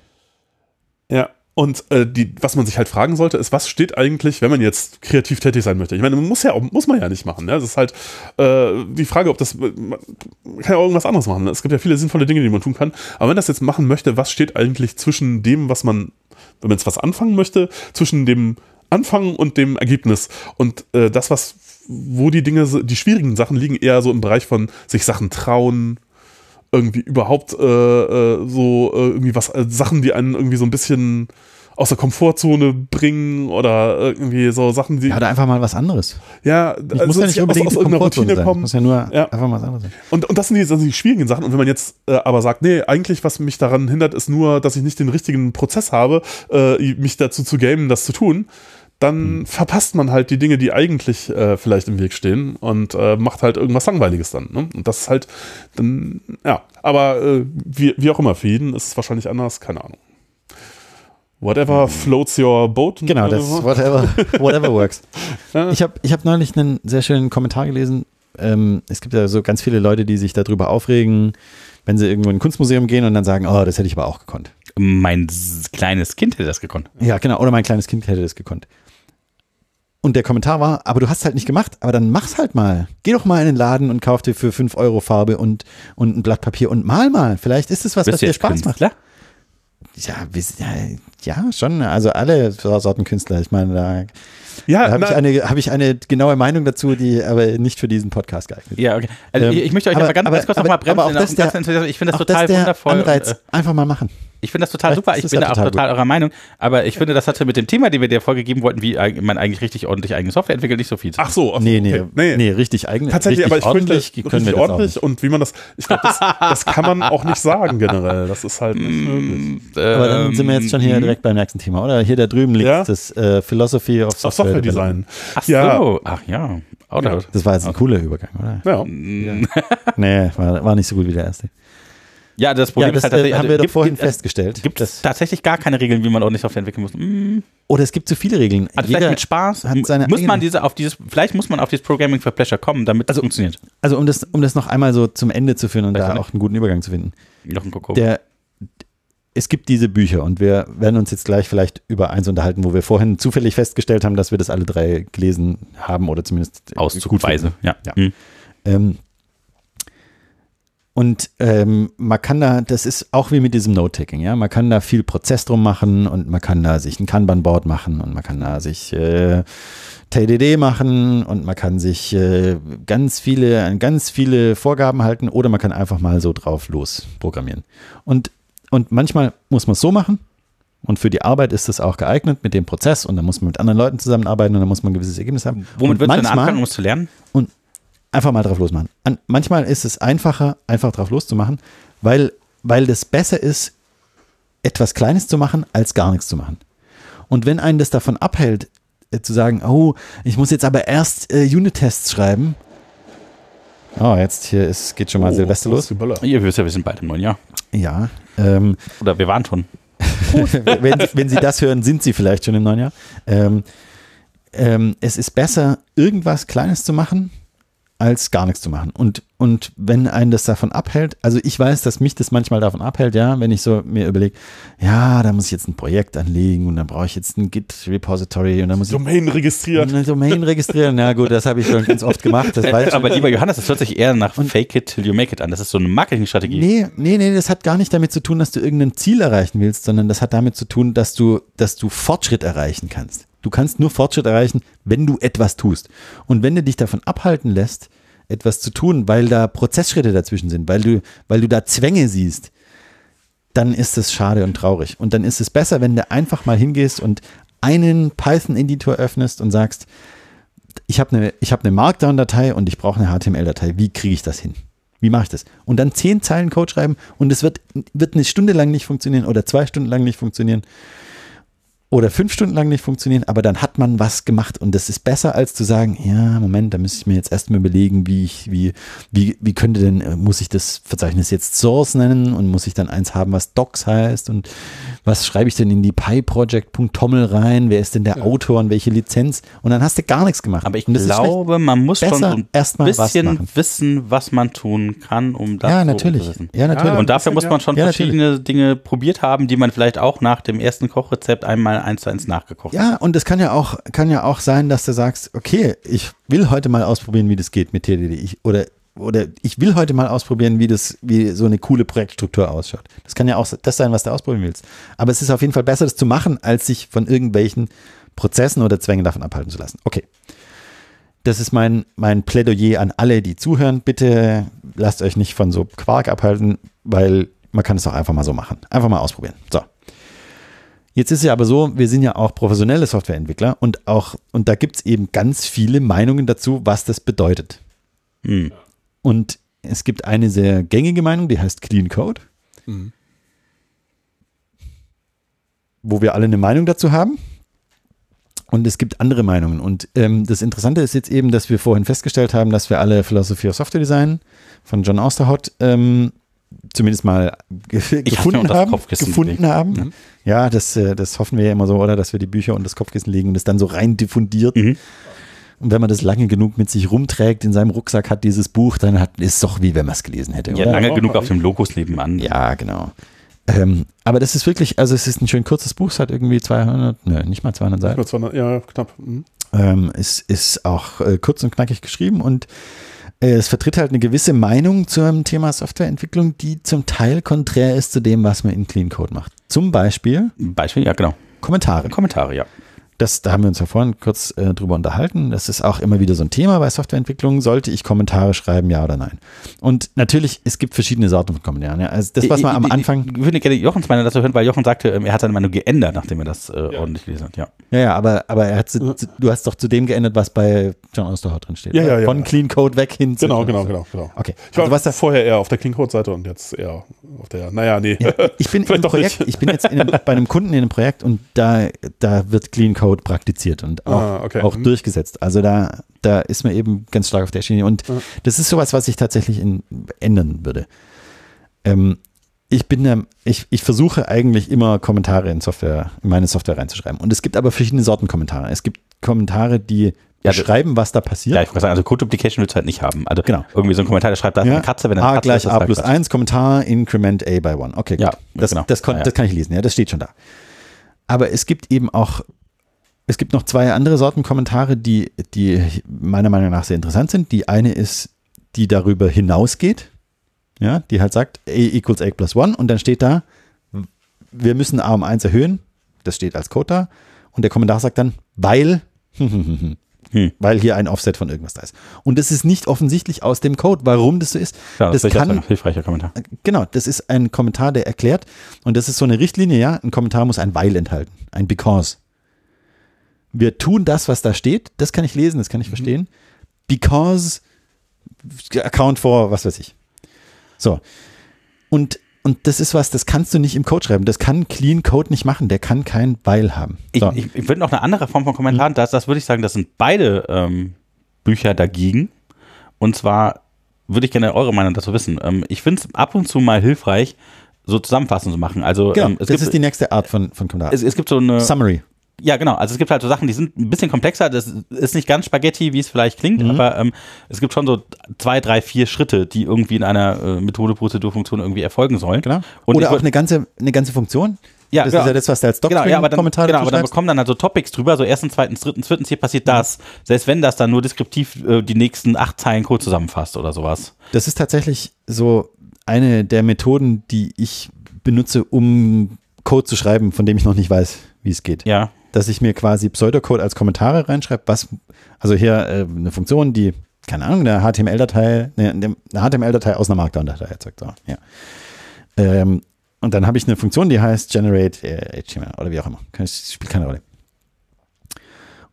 [SPEAKER 2] Ja. Und äh, die, was man sich halt fragen sollte, ist, was steht eigentlich, wenn man jetzt kreativ tätig sein möchte? Ich meine, man muss ja auch, muss man ja nicht machen. Ne? Das ist halt äh, die Frage, ob das man kann ja auch irgendwas anderes machen. ne? Es gibt ja viele sinnvolle Dinge, die man tun kann. Aber wenn das jetzt machen möchte, was steht eigentlich zwischen dem, was man, wenn man jetzt was anfangen möchte, zwischen dem Anfang und dem Ergebnis und äh, das, was wo die Dinge, die schwierigen Sachen liegen, eher so im Bereich von sich Sachen trauen, irgendwie überhaupt äh, äh, so äh, irgendwie was äh, Sachen, die einen irgendwie so ein bisschen aus der Komfortzone bringen oder irgendwie so Sachen, die
[SPEAKER 3] Ja,
[SPEAKER 2] ja,
[SPEAKER 3] oder einfach mal was anderes. Ich
[SPEAKER 2] also
[SPEAKER 3] muss ja nicht
[SPEAKER 2] aus-
[SPEAKER 3] unbedingt
[SPEAKER 2] aus
[SPEAKER 3] die
[SPEAKER 2] irgendeiner
[SPEAKER 3] Komfortzone
[SPEAKER 2] Routine
[SPEAKER 3] sein.
[SPEAKER 2] kommen.
[SPEAKER 3] Muss ja nur
[SPEAKER 2] Ja.
[SPEAKER 3] einfach mal was anderes sein.
[SPEAKER 2] Und, und das sind, die, das sind die schwierigen Sachen. Und wenn man jetzt äh, aber sagt, nee, eigentlich, was mich daran hindert, ist nur, dass ich nicht den richtigen Prozess habe, äh, mich dazu zu gamen, das zu tun,
[SPEAKER 3] Hm.
[SPEAKER 2] dann verpasst man halt die Dinge, die eigentlich äh, vielleicht im Weg stehen und äh, macht halt irgendwas Langweiliges dann. Ne? Und das ist halt dann, ja. Aber äh, wie, wie auch immer, für jeden ist es wahrscheinlich anders, keine Ahnung. Whatever floats your boat.
[SPEAKER 3] Hm. Genau, das whatever, whatever works.
[SPEAKER 2] Ja.
[SPEAKER 3] Ich habe ich hab neulich einen sehr schönen Kommentar gelesen. Ähm, es gibt ja so ganz viele Leute, die sich darüber aufregen, wenn sie irgendwo in ein Kunstmuseum gehen und dann sagen, oh, das hätte ich aber auch gekonnt.
[SPEAKER 1] Mein s- kleines Kind hätte das gekonnt.
[SPEAKER 3] Ja, genau. Oder mein kleines Kind hätte das gekonnt. Und der Kommentar war, aber du hast halt nicht gemacht, aber dann mach's halt mal. Geh doch mal in den Laden und kauf dir für 5 Euro Farbe und, und ein Blatt Papier und mal mal. Vielleicht ist es was, was dir Spaß macht.
[SPEAKER 1] Klar.
[SPEAKER 3] Ja, wir, sind ja, ja, schon. Also alle Sorten Künstler. Ich meine, da
[SPEAKER 2] Ja,
[SPEAKER 3] Da habe
[SPEAKER 2] na,
[SPEAKER 3] ich, eine- hab ich eine genaue Meinung dazu, die aber nicht für diesen Podcast geeignet ist.
[SPEAKER 1] Ja, okay. Also
[SPEAKER 3] Ähm,
[SPEAKER 1] ich, ich möchte euch
[SPEAKER 3] aber-
[SPEAKER 1] aber, ganz,
[SPEAKER 3] aber-
[SPEAKER 1] ganz kurz
[SPEAKER 3] aber-
[SPEAKER 1] nochmal
[SPEAKER 3] aber
[SPEAKER 1] bremsen.
[SPEAKER 3] auch das
[SPEAKER 1] und
[SPEAKER 3] der-
[SPEAKER 1] ganz enthusiasm- ich finde das
[SPEAKER 3] Auch
[SPEAKER 1] total
[SPEAKER 3] das der
[SPEAKER 1] wundervoll.
[SPEAKER 3] Anreiz,
[SPEAKER 1] äh,
[SPEAKER 3] einfach mal machen.
[SPEAKER 1] Ich finde das total
[SPEAKER 3] Vielleicht
[SPEAKER 1] super.
[SPEAKER 3] ist
[SPEAKER 1] Ich
[SPEAKER 3] das
[SPEAKER 1] bin
[SPEAKER 3] ja
[SPEAKER 1] da auch
[SPEAKER 3] total
[SPEAKER 1] total, eurer Meinung. Aber ich finde, das hatte mit dem Thema, den wir dir vorgegeben wollten, wie eig- man eigentlich richtig ordentlich eigene Software entwickelt, nicht so viel. zu
[SPEAKER 2] ach so. ach so,
[SPEAKER 3] Nee, nee,
[SPEAKER 2] okay.
[SPEAKER 3] nee, richtig eigene.
[SPEAKER 2] Tatsächlich,
[SPEAKER 3] richtig
[SPEAKER 2] aber ich finde,
[SPEAKER 3] ordentlich können wir
[SPEAKER 2] richtig
[SPEAKER 3] das auch
[SPEAKER 2] ordentlich und wie man das, ich glaube, das, das kann man auch nicht sagen generell. Das ist halt
[SPEAKER 3] Mm,
[SPEAKER 2] nicht möglich.
[SPEAKER 1] tun.
[SPEAKER 3] nicht. Aber dann sind wir jetzt schon hier
[SPEAKER 1] Ähm,
[SPEAKER 3] direkt beim nächsten Thema, oder? Hier da drüben liegt
[SPEAKER 2] Ja.
[SPEAKER 3] das äh, Philosophy of
[SPEAKER 2] Auf
[SPEAKER 3] Software.
[SPEAKER 2] Software Design.
[SPEAKER 1] Ach
[SPEAKER 2] Ja.
[SPEAKER 1] so. Ach ja. Oder?
[SPEAKER 3] Das war jetzt ein cooler Übergang, oder?
[SPEAKER 2] Ja.
[SPEAKER 3] Nee, war, war nicht so gut wie der erste.
[SPEAKER 1] Ja, das
[SPEAKER 3] Ja,
[SPEAKER 1] Problem
[SPEAKER 3] das
[SPEAKER 1] ist halt
[SPEAKER 3] äh,
[SPEAKER 1] tatsächlich,
[SPEAKER 3] haben
[SPEAKER 1] also
[SPEAKER 3] wir doch
[SPEAKER 1] gibt-
[SPEAKER 3] vorhin
[SPEAKER 1] gibt- also
[SPEAKER 3] festgestellt.
[SPEAKER 1] Gibt es
[SPEAKER 3] dass,
[SPEAKER 1] tatsächlich gar keine Regeln, wie man ordentlich Software entwickeln muss? Mm.
[SPEAKER 3] oder es gibt zu viele Regeln.
[SPEAKER 1] Also
[SPEAKER 3] Jeder-
[SPEAKER 1] vielleicht mit Spaß
[SPEAKER 3] hat seine
[SPEAKER 1] muss man
[SPEAKER 3] eigene-
[SPEAKER 1] diese auf dieses vielleicht muss man auf dieses Programming for Pleasure kommen, damit das funktioniert.
[SPEAKER 3] also um das, um das noch einmal so zum Ende zu führen und da
[SPEAKER 1] nicht.
[SPEAKER 3] auch einen guten Übergang zu finden.
[SPEAKER 1] Noch ein Koko.
[SPEAKER 3] der, es gibt diese Bücher und wir werden uns jetzt gleich vielleicht über eins unterhalten, wo wir vorhin zufällig festgestellt haben, dass wir das alle drei gelesen haben oder zumindest
[SPEAKER 1] Auszugsweise. Ja.
[SPEAKER 3] Ja.
[SPEAKER 1] Mhm.
[SPEAKER 3] Ähm, und ähm, man kann da, das ist auch wie mit diesem Note-Taking, ja, man kann da viel Prozess drum machen und man kann da sich ein Kanban-Board machen und man kann da sich äh, TDD machen und man kann sich äh, ganz viele, an ganz viele Vorgaben halten oder man kann einfach mal so drauf los programmieren. Und, und manchmal muss man es so machen und für die Arbeit ist es auch geeignet mit dem Prozess und dann muss man mit anderen Leuten zusammenarbeiten und dann muss man ein gewisses Ergebnis haben.
[SPEAKER 1] Womit würdest
[SPEAKER 3] und
[SPEAKER 1] du denn
[SPEAKER 3] manchmal-
[SPEAKER 1] anfangen, um es zu lernen?
[SPEAKER 3] einfach mal drauf losmachen. An, manchmal ist es einfacher, einfach drauf loszumachen, weil, weil das besser ist, etwas Kleines zu machen, als gar nichts zu machen. Und wenn einen das davon abhält, äh, zu sagen, oh, ich muss jetzt aber erst äh, Unit-Tests schreiben. Oh, jetzt hier ist, geht
[SPEAKER 2] Oh,
[SPEAKER 3] schon mal Silvester los.
[SPEAKER 1] Ihr wisst ja, wir sind bald im neuen Jahr.
[SPEAKER 3] Ja. Ähm,
[SPEAKER 1] Oder wir waren schon.
[SPEAKER 3] wenn, Sie- wenn Sie das hören, sind Sie vielleicht schon im neuen Jahr. Ähm, ähm, es ist besser, irgendwas Kleines zu machen, als gar nichts zu machen. Und, und wenn einen das davon abhält, also ich weiß, dass mich das manchmal davon abhält, ja, wenn ich so mir überlege, ja, da muss ich jetzt ein Projekt anlegen und dann brauche ich jetzt ein Git-Repository und dann muss ich
[SPEAKER 2] Domain registriert.
[SPEAKER 3] eine Domain registrieren. Na gut, das habe ich schon ganz oft gemacht, das weiß ich.
[SPEAKER 1] Äh, Aber lieber Johannes, das hört sich eher nach Fake it till you make it an. Das ist so eine Marketingstrategie.
[SPEAKER 3] Nee, nee, nee, das hat gar nicht damit zu tun, dass du irgendein Ziel erreichen willst, sondern das hat damit zu tun, dass du, dass du Fortschritt erreichen kannst. Du kannst nur Fortschritt erreichen, wenn du etwas tust. Und wenn du dich davon abhalten lässt, etwas zu tun, weil da Prozessschritte dazwischen sind, weil du, weil du da Zwänge siehst, dann ist es schade und traurig. Und dann ist es besser, wenn du einfach mal hingehst und einen Python-Editor öffnest und sagst, ich habe eine ich hab eine Markdown-Datei und ich ne brauche eine HTML-Datei. Wie kriege ich das hin? Wie mache ich das? Und dann zehn Zeilen Code schreiben und es wird, wird eine Stunde lang nicht funktionieren oder zwei Stunden lang nicht funktionieren. oder fünf Stunden lang nicht funktionieren, aber dann hat man was gemacht und das ist besser als zu sagen, ja, Moment, da müsste ich mir jetzt erstmal überlegen, wie ich, wie, wie, wie könnte denn, äh, muss ich das Verzeichnis jetzt Source nennen und muss ich dann eins haben, was Docs heißt und was schreibe ich denn in die PyProject.toml rein, wer ist denn der Autor und welche Lizenz und dann hast du gar nichts gemacht.
[SPEAKER 1] Aber ich
[SPEAKER 3] und das ist vielleicht-
[SPEAKER 1] glaube, man muss schon so
[SPEAKER 3] besser
[SPEAKER 1] ein
[SPEAKER 3] erst mal was
[SPEAKER 1] bisschen
[SPEAKER 3] machen.
[SPEAKER 1] wissen, was man tun kann, um das
[SPEAKER 3] ja,
[SPEAKER 1] so
[SPEAKER 3] natürlich.
[SPEAKER 1] umzusetzen.
[SPEAKER 3] ja, natürlich.
[SPEAKER 2] Ja,
[SPEAKER 1] Und dafür
[SPEAKER 2] bisschen,
[SPEAKER 1] muss man schon
[SPEAKER 3] Ah, Ja, natürlich.
[SPEAKER 1] verschiedene Dinge probiert haben, die man vielleicht auch nach dem ersten Kochrezept einmal eins zu eins nachgekocht hat.
[SPEAKER 3] Ja, und es kann ja auch, kann ja auch sein, dass du sagst, okay, ich will heute mal ausprobieren, wie das geht mit TDD. Ich, oder, oder ich will heute mal ausprobieren, wie das, wie so eine coole Projektstruktur ausschaut. Das kann ja auch das sein, was du ausprobieren willst. Aber es ist auf jeden Fall besser, das zu machen, als sich von irgendwelchen Prozessen oder Zwängen davon abhalten zu lassen. Okay. Das ist mein, mein Plädoyer an alle, die zuhören. Bitte lasst euch nicht von so Quark abhalten, weil man kann es auch einfach mal so machen. Einfach mal ausprobieren. So. Jetzt ist ja aber so, wir sind ja auch professionelle Softwareentwickler und auch, und da gibt es eben ganz viele Meinungen dazu, was das bedeutet.
[SPEAKER 1] Hm.
[SPEAKER 3] Und es gibt eine sehr gängige Meinung, die heißt Clean Code,
[SPEAKER 2] Mhm.
[SPEAKER 3] wo wir alle eine Meinung dazu haben. Und es gibt andere Meinungen. Und ähm, das Interessante ist jetzt eben, dass wir vorhin festgestellt haben, dass wir alle Philosophy of Software Design von John Austerhot ähm, zumindest mal ge
[SPEAKER 1] Ich hab's mir
[SPEAKER 3] gefunden
[SPEAKER 1] unter das
[SPEAKER 3] haben.
[SPEAKER 1] Kopfkissen
[SPEAKER 3] Gefunden
[SPEAKER 1] gelegt.
[SPEAKER 3] haben.
[SPEAKER 2] Mhm.
[SPEAKER 3] Ja, das, äh, das hoffen wir ja immer so, oder? Dass wir die Bücher und das Kopfkissen legen und das dann so rein diffundiert.
[SPEAKER 1] Mhm.
[SPEAKER 3] Und wenn man das lange genug mit sich rumträgt, in seinem Rucksack hat dieses Buch, dann hat, ist es doch wie wenn man es gelesen hätte.
[SPEAKER 1] Ja,
[SPEAKER 3] oder?
[SPEAKER 1] lange genug auf dem Lokus nebenan.
[SPEAKER 3] Ja, genau. Ähm, aber das ist wirklich, also es ist ein schön kurzes Buch, es hat irgendwie 200, nö, nicht mal 200 Seiten.
[SPEAKER 2] Über 200, ja, knapp. Mhm.
[SPEAKER 3] Ähm, es ist auch äh, kurz und knackig geschrieben und äh, es vertritt halt eine gewisse Meinung zum Thema Softwareentwicklung, die zum Teil konträr ist zu dem, was man in Clean Code macht. Zum Beispiel
[SPEAKER 1] Beispiel, ja, genau.
[SPEAKER 3] Kommentare.
[SPEAKER 1] Kommentare, ja.
[SPEAKER 3] Das, da haben wir uns ja vorhin kurz äh, drüber unterhalten. Das ist auch immer wieder so ein Thema bei Softwareentwicklung. Sollte ich Kommentare schreiben, ja oder nein? Und natürlich, es gibt verschiedene Sorten von Kommentaren. Ja. Also
[SPEAKER 2] Äh,
[SPEAKER 3] das, was man am
[SPEAKER 1] Ich- ich-
[SPEAKER 3] Anfang.
[SPEAKER 1] Ich würde gerne Jochens Meinung dazu hören, weil Jochen sagte, ähm, er hat seine Meinung geändert, nachdem er das äh, ordentlich gelesen hat. Ja.
[SPEAKER 3] Ja, ja, aber, aber er hat, zu, zu, du hast doch zu dem geändert, was bei John Osterhart drin steht.
[SPEAKER 2] Ja, ja, ja.
[SPEAKER 3] Von Clean Code weg hin zu.
[SPEAKER 2] Genau, genau, genau, genau.
[SPEAKER 3] Okay.
[SPEAKER 2] Ich war
[SPEAKER 3] Also was da-
[SPEAKER 2] vorher eher auf der Clean Code Seite und jetzt eher auf der, naja, nee.
[SPEAKER 3] Ja, ich bin, in einem
[SPEAKER 2] Vielleicht doch
[SPEAKER 3] Projekt,
[SPEAKER 2] nicht.
[SPEAKER 3] ich bin jetzt in einem, bei einem Kunden in einem Projekt und da, da wird Clean Code praktiziert und auch,
[SPEAKER 2] Ah, okay.
[SPEAKER 3] auch
[SPEAKER 2] Mhm.
[SPEAKER 3] durchgesetzt. Also da, da ist man eben ganz stark auf der Schiene. Und das ist sowas, was ich tatsächlich in, ändern würde. Ähm, ich bin der, ich, ich versuche eigentlich immer Kommentare in Software, in meine Software reinzuschreiben. Und es gibt aber verschiedene Sorten Kommentare. Es gibt Kommentare, die
[SPEAKER 1] Ja,
[SPEAKER 3] beschreiben, was da passiert.
[SPEAKER 1] Ja, ich wollte sagen, also Code Duplication willst du halt nicht haben. Also
[SPEAKER 3] Genau.
[SPEAKER 1] irgendwie so ein Kommentar, der schreibt, da ist
[SPEAKER 3] Ja.
[SPEAKER 1] eine Katze, wenn da eine
[SPEAKER 3] A
[SPEAKER 1] Katze
[SPEAKER 3] gleich
[SPEAKER 1] ist,
[SPEAKER 3] A
[SPEAKER 1] das
[SPEAKER 3] plus
[SPEAKER 1] war Quatsch.
[SPEAKER 3] 1, Kommentar, Increment A by 1. Okay, gut.
[SPEAKER 1] Ja,
[SPEAKER 3] das,
[SPEAKER 1] genau.
[SPEAKER 3] das, kon
[SPEAKER 1] Ja, ja.
[SPEAKER 3] das kann ich lesen, ja, das steht schon da. Aber es gibt eben auch, es gibt noch zwei andere Sorten Kommentare, die, die meiner Meinung nach sehr interessant sind. Die eine ist, die darüber hinausgeht, ja, die halt sagt, A equals A plus 1 und dann steht da, wir müssen A um 1 erhöhen, das steht als Code da und der Kommentar sagt dann, weil
[SPEAKER 1] Hm.
[SPEAKER 3] weil hier ein Offset von irgendwas da ist. Und das ist nicht offensichtlich aus dem Code, warum das so ist.
[SPEAKER 1] Ja, das,
[SPEAKER 3] das
[SPEAKER 1] ist durchaus
[SPEAKER 3] kann,
[SPEAKER 1] ein hilfreicher Kommentar.
[SPEAKER 3] genau, das ist ein Kommentar, der erklärt, und das ist so eine Richtlinie, ja, ein Kommentar muss ein Weil enthalten, ein Because. Wir tun das, was da steht, das kann ich lesen, das
[SPEAKER 1] Mhm.
[SPEAKER 3] kann ich verstehen. Because Account for was weiß ich. So. Und, und das ist was, das kannst du nicht im Code schreiben. Das kann Clean Code nicht machen. Der kann kein Weil haben.
[SPEAKER 1] Ich,
[SPEAKER 3] So. Hm.
[SPEAKER 1] ich, ich würde noch eine andere Form von Kommentaren, das, das würde ich sagen, das sind beide ähm, Bücher dagegen. Und zwar würde ich gerne eure Meinung dazu wissen. Ähm, ich finde es ab und zu mal hilfreich, so Zusammenfassungen zu machen. Also
[SPEAKER 3] genau,
[SPEAKER 1] ähm, es,
[SPEAKER 3] das
[SPEAKER 1] gibt,
[SPEAKER 3] ist die nächste Art von, von Kommentar.
[SPEAKER 1] es, es gibt so eine.
[SPEAKER 3] Summary.
[SPEAKER 1] Ja, genau. Also es gibt halt so Sachen, die sind ein bisschen komplexer. Das ist nicht ganz Spaghetti, wie es vielleicht klingt,
[SPEAKER 3] Mhm.
[SPEAKER 1] aber ähm, es gibt schon so zwei, drei, vier Schritte, die irgendwie in einer äh, Methode, Prozedur, Funktion irgendwie erfolgen sollen.
[SPEAKER 3] Genau.
[SPEAKER 1] Und
[SPEAKER 3] Oder
[SPEAKER 1] ich
[SPEAKER 3] auch
[SPEAKER 1] würd-
[SPEAKER 3] eine ganze, eine ganze Funktion.
[SPEAKER 1] Ja,
[SPEAKER 3] das
[SPEAKER 1] genau.
[SPEAKER 3] ist ja das, was du als
[SPEAKER 1] Genau, ja, aber dann,
[SPEAKER 3] Docstring-Kommentar
[SPEAKER 1] genau, aber
[SPEAKER 3] dazu
[SPEAKER 1] dann
[SPEAKER 3] schreibst.
[SPEAKER 1] bekommen dann also Topics drüber, so erstens, zweitens, drittens, viertens, hier passiert
[SPEAKER 3] Mhm.
[SPEAKER 1] das. Selbst wenn das dann nur deskriptiv äh, die nächsten acht Zeilen Code zusammenfasst oder sowas.
[SPEAKER 3] Das ist tatsächlich so eine der Methoden, die ich benutze, um Code zu schreiben, von dem ich noch nicht weiß, wie es geht.
[SPEAKER 1] Ja.
[SPEAKER 3] Dass ich mir quasi Pseudocode als Kommentare reinschreibe, was, also hier äh, eine Funktion, die, keine Ahnung, eine HTML-Datei, eine, eine HTML-Datei aus einer Markdown-Datei erzeugt. So, ja. ähm, und dann habe ich eine Funktion, die heißt generate äh, HTML oder wie auch immer. Kann- Spielt keine Rolle.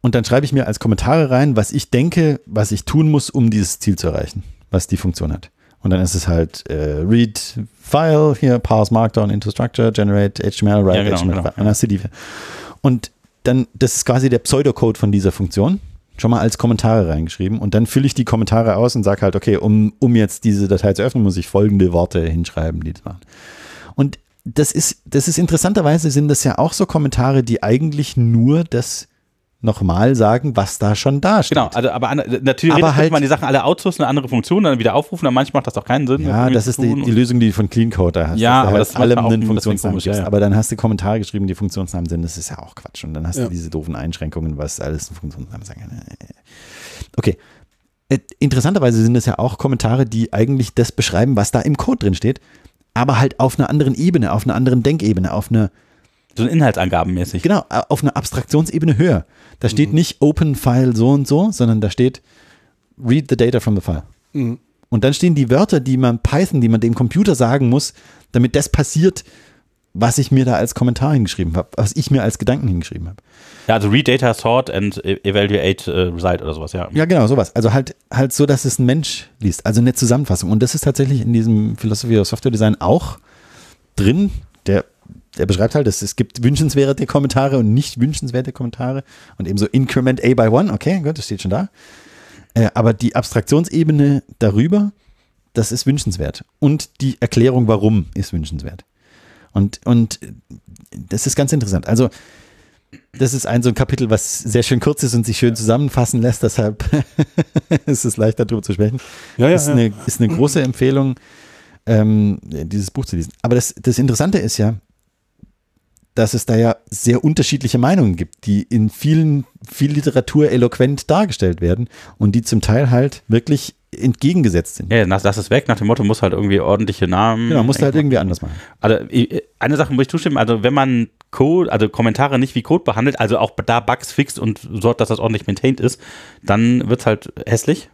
[SPEAKER 3] Und dann schreibe ich mir als Kommentare rein, was ich denke, was ich tun muss, um dieses Ziel zu erreichen, was die Funktion hat. Und dann ist es halt äh, read file, hier parse markdown into structure, generate HTML, write
[SPEAKER 1] Ja, genau,
[SPEAKER 3] HTML.
[SPEAKER 1] genau.
[SPEAKER 3] File. Und dann hast du die. Und dann, das ist quasi der Pseudocode von dieser Funktion. Schon mal als Kommentare reingeschrieben. Und dann fülle ich die Kommentare aus und sage halt, okay, um, um jetzt diese Datei zu öffnen, muss ich folgende Worte hinschreiben, die das machen. Und das ist, das ist interessanterweise sind das ja auch so Kommentare, die eigentlich nur das nochmal sagen, was da schon da steht.
[SPEAKER 1] Genau, also, aber an, natürlich
[SPEAKER 3] Aber
[SPEAKER 1] könnte
[SPEAKER 3] halt-
[SPEAKER 1] man die Sachen alle outsourcen, eine andere Funktion, dann wieder aufrufen, dann manchmal macht das doch keinen Sinn.
[SPEAKER 3] Ja, das ist die, die Lösung, die du von Clean Code da hast.
[SPEAKER 1] Ja, aber das
[SPEAKER 3] dass du
[SPEAKER 1] macht
[SPEAKER 3] halt
[SPEAKER 1] ja
[SPEAKER 3] allem
[SPEAKER 1] auch
[SPEAKER 3] einen
[SPEAKER 1] deswegen
[SPEAKER 3] Funktionsnamen
[SPEAKER 1] komisch,
[SPEAKER 3] gibst.
[SPEAKER 1] ja, ja.
[SPEAKER 3] Aber dann hast du Kommentare geschrieben, die Funktionsnamen sind. Das ist ja auch Quatsch. Und dann hast
[SPEAKER 2] Ja.
[SPEAKER 3] du diese doofen Einschränkungen, was alles ein Funktionsnamen sein kann. Okay. Äh, Interessanterweise sind das ja auch Kommentare, die eigentlich das beschreiben, was da im Code drin steht, aber halt auf einer anderen Ebene, auf einer anderen Denkebene, auf einer
[SPEAKER 1] So ein Inhaltsangabenmäßig.
[SPEAKER 3] Genau, auf einer Abstraktionsebene höher. Da steht nicht Open File so und so, sondern da steht Read the data from the file.
[SPEAKER 2] Mhm.
[SPEAKER 3] Und dann stehen die Wörter, die man Python, die man dem Computer sagen muss, damit das passiert, was ich mir da als Kommentar hingeschrieben habe, was ich mir als Gedanken hingeschrieben habe.
[SPEAKER 1] Ja, also read data, sort and e- evaluate äh, result oder sowas, ja.
[SPEAKER 3] Ja, genau, sowas. Also halt, halt so, dass es ein Mensch liest. Also eine Zusammenfassung. Und das ist tatsächlich in diesem Philosophy of Software Design auch drin. Der, der beschreibt halt, dass es gibt wünschenswerte Kommentare und nicht wünschenswerte Kommentare. Und ebenso Increment A by One. Okay, gut, das steht schon da. Äh, aber die Abstraktionsebene darüber, das ist wünschenswert. Und die Erklärung, warum, ist wünschenswert. Und, und das ist ganz interessant. Also, das ist ein so ein Kapitel, was sehr schön kurz ist und sich schön zusammenfassen lässt. Deshalb ist es leicht, darüber zu sprechen.
[SPEAKER 2] Ja, ja,
[SPEAKER 3] ist,
[SPEAKER 2] ja.
[SPEAKER 3] eine, ist eine große Empfehlung, ähm, dieses Buch zu lesen. Aber das, das Interessante ist ja, dass es da ja sehr unterschiedliche Meinungen gibt, die in vielen, viel Literatur eloquent dargestellt werden und die zum Teil halt wirklich entgegengesetzt sind.
[SPEAKER 1] Ja, lass, lass es weg, nach dem Motto, muss halt irgendwie ordentliche Namen.
[SPEAKER 3] Genau, musst du halt irgendwie anders machen.
[SPEAKER 1] Also äh, eine Sache muss ich zustimmen, also wenn man Code, also Kommentare nicht wie Code behandelt, also auch da Bugs fixt und sorgt, dass das ordentlich maintained ist, dann wird's halt hässlich.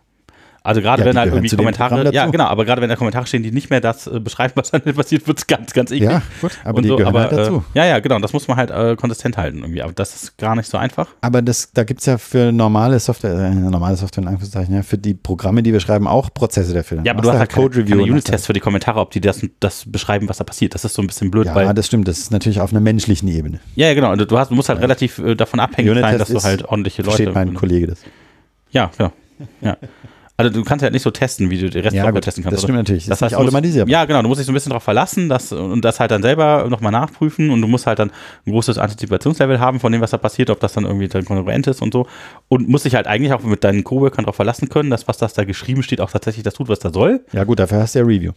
[SPEAKER 1] Also gerade
[SPEAKER 3] Ja,
[SPEAKER 1] wenn
[SPEAKER 3] die
[SPEAKER 1] halt
[SPEAKER 3] gehören
[SPEAKER 1] irgendwie
[SPEAKER 3] zu dem Programm
[SPEAKER 1] Kommentare,
[SPEAKER 3] dazu.
[SPEAKER 1] ja genau, aber gerade wenn da Kommentare stehen, die nicht mehr das äh, beschreiben, was dann passiert, wird's ganz, ganz eklig.
[SPEAKER 3] Ja, gut, aber
[SPEAKER 1] Und
[SPEAKER 3] die gehören halt
[SPEAKER 1] Äh,
[SPEAKER 3] dazu.
[SPEAKER 1] ja, ja, genau, das muss man halt äh, konsistent halten irgendwie, aber das ist gar nicht so einfach.
[SPEAKER 3] Aber das, da gibt's ja für normale Software, äh, normale Software in Anführungszeichen, ja, für die Programme, die wir schreiben, auch Prozesse dafür. Dann
[SPEAKER 1] Ja, aber
[SPEAKER 3] machst
[SPEAKER 1] du hast halt keine, keine
[SPEAKER 3] und hast
[SPEAKER 1] Unit-Tests für die Kommentare, ob die das, das beschreiben, was da passiert. Das ist so ein bisschen blöd,
[SPEAKER 3] dann- Ja,
[SPEAKER 1] weil
[SPEAKER 3] das stimmt. Das ist natürlich auf einer menschlichen Ebene.
[SPEAKER 1] Ja, ja, genau. Und Du hast, musst halt relativ äh, davon abhängig sein,
[SPEAKER 3] Unit-Test
[SPEAKER 1] dass du
[SPEAKER 3] ist-
[SPEAKER 1] halt ordentliche Leute.
[SPEAKER 3] Versteht mein Kollege das.
[SPEAKER 1] ja, ja, ja. Also du kannst halt nicht so testen, wie du den Rest
[SPEAKER 3] Ja,
[SPEAKER 1] auch
[SPEAKER 3] gut,
[SPEAKER 1] testen kannst.
[SPEAKER 3] das
[SPEAKER 1] oder?
[SPEAKER 3] stimmt natürlich. Das ist nicht
[SPEAKER 1] du musst-
[SPEAKER 3] automatisierbar.
[SPEAKER 1] Ja, genau. Du musst dich so ein bisschen drauf verlassen dass, und das halt dann selber nochmal nachprüfen und du musst halt dann ein großes Antizipationslevel haben von dem, was da passiert, ob das dann irgendwie dann kongruent ist und so. Und musst dich halt eigentlich auch mit deinen Coworkern drauf verlassen können, dass was das da geschrieben steht, auch tatsächlich das tut, was da soll.
[SPEAKER 3] Ja, gut, dafür hast du ja Review.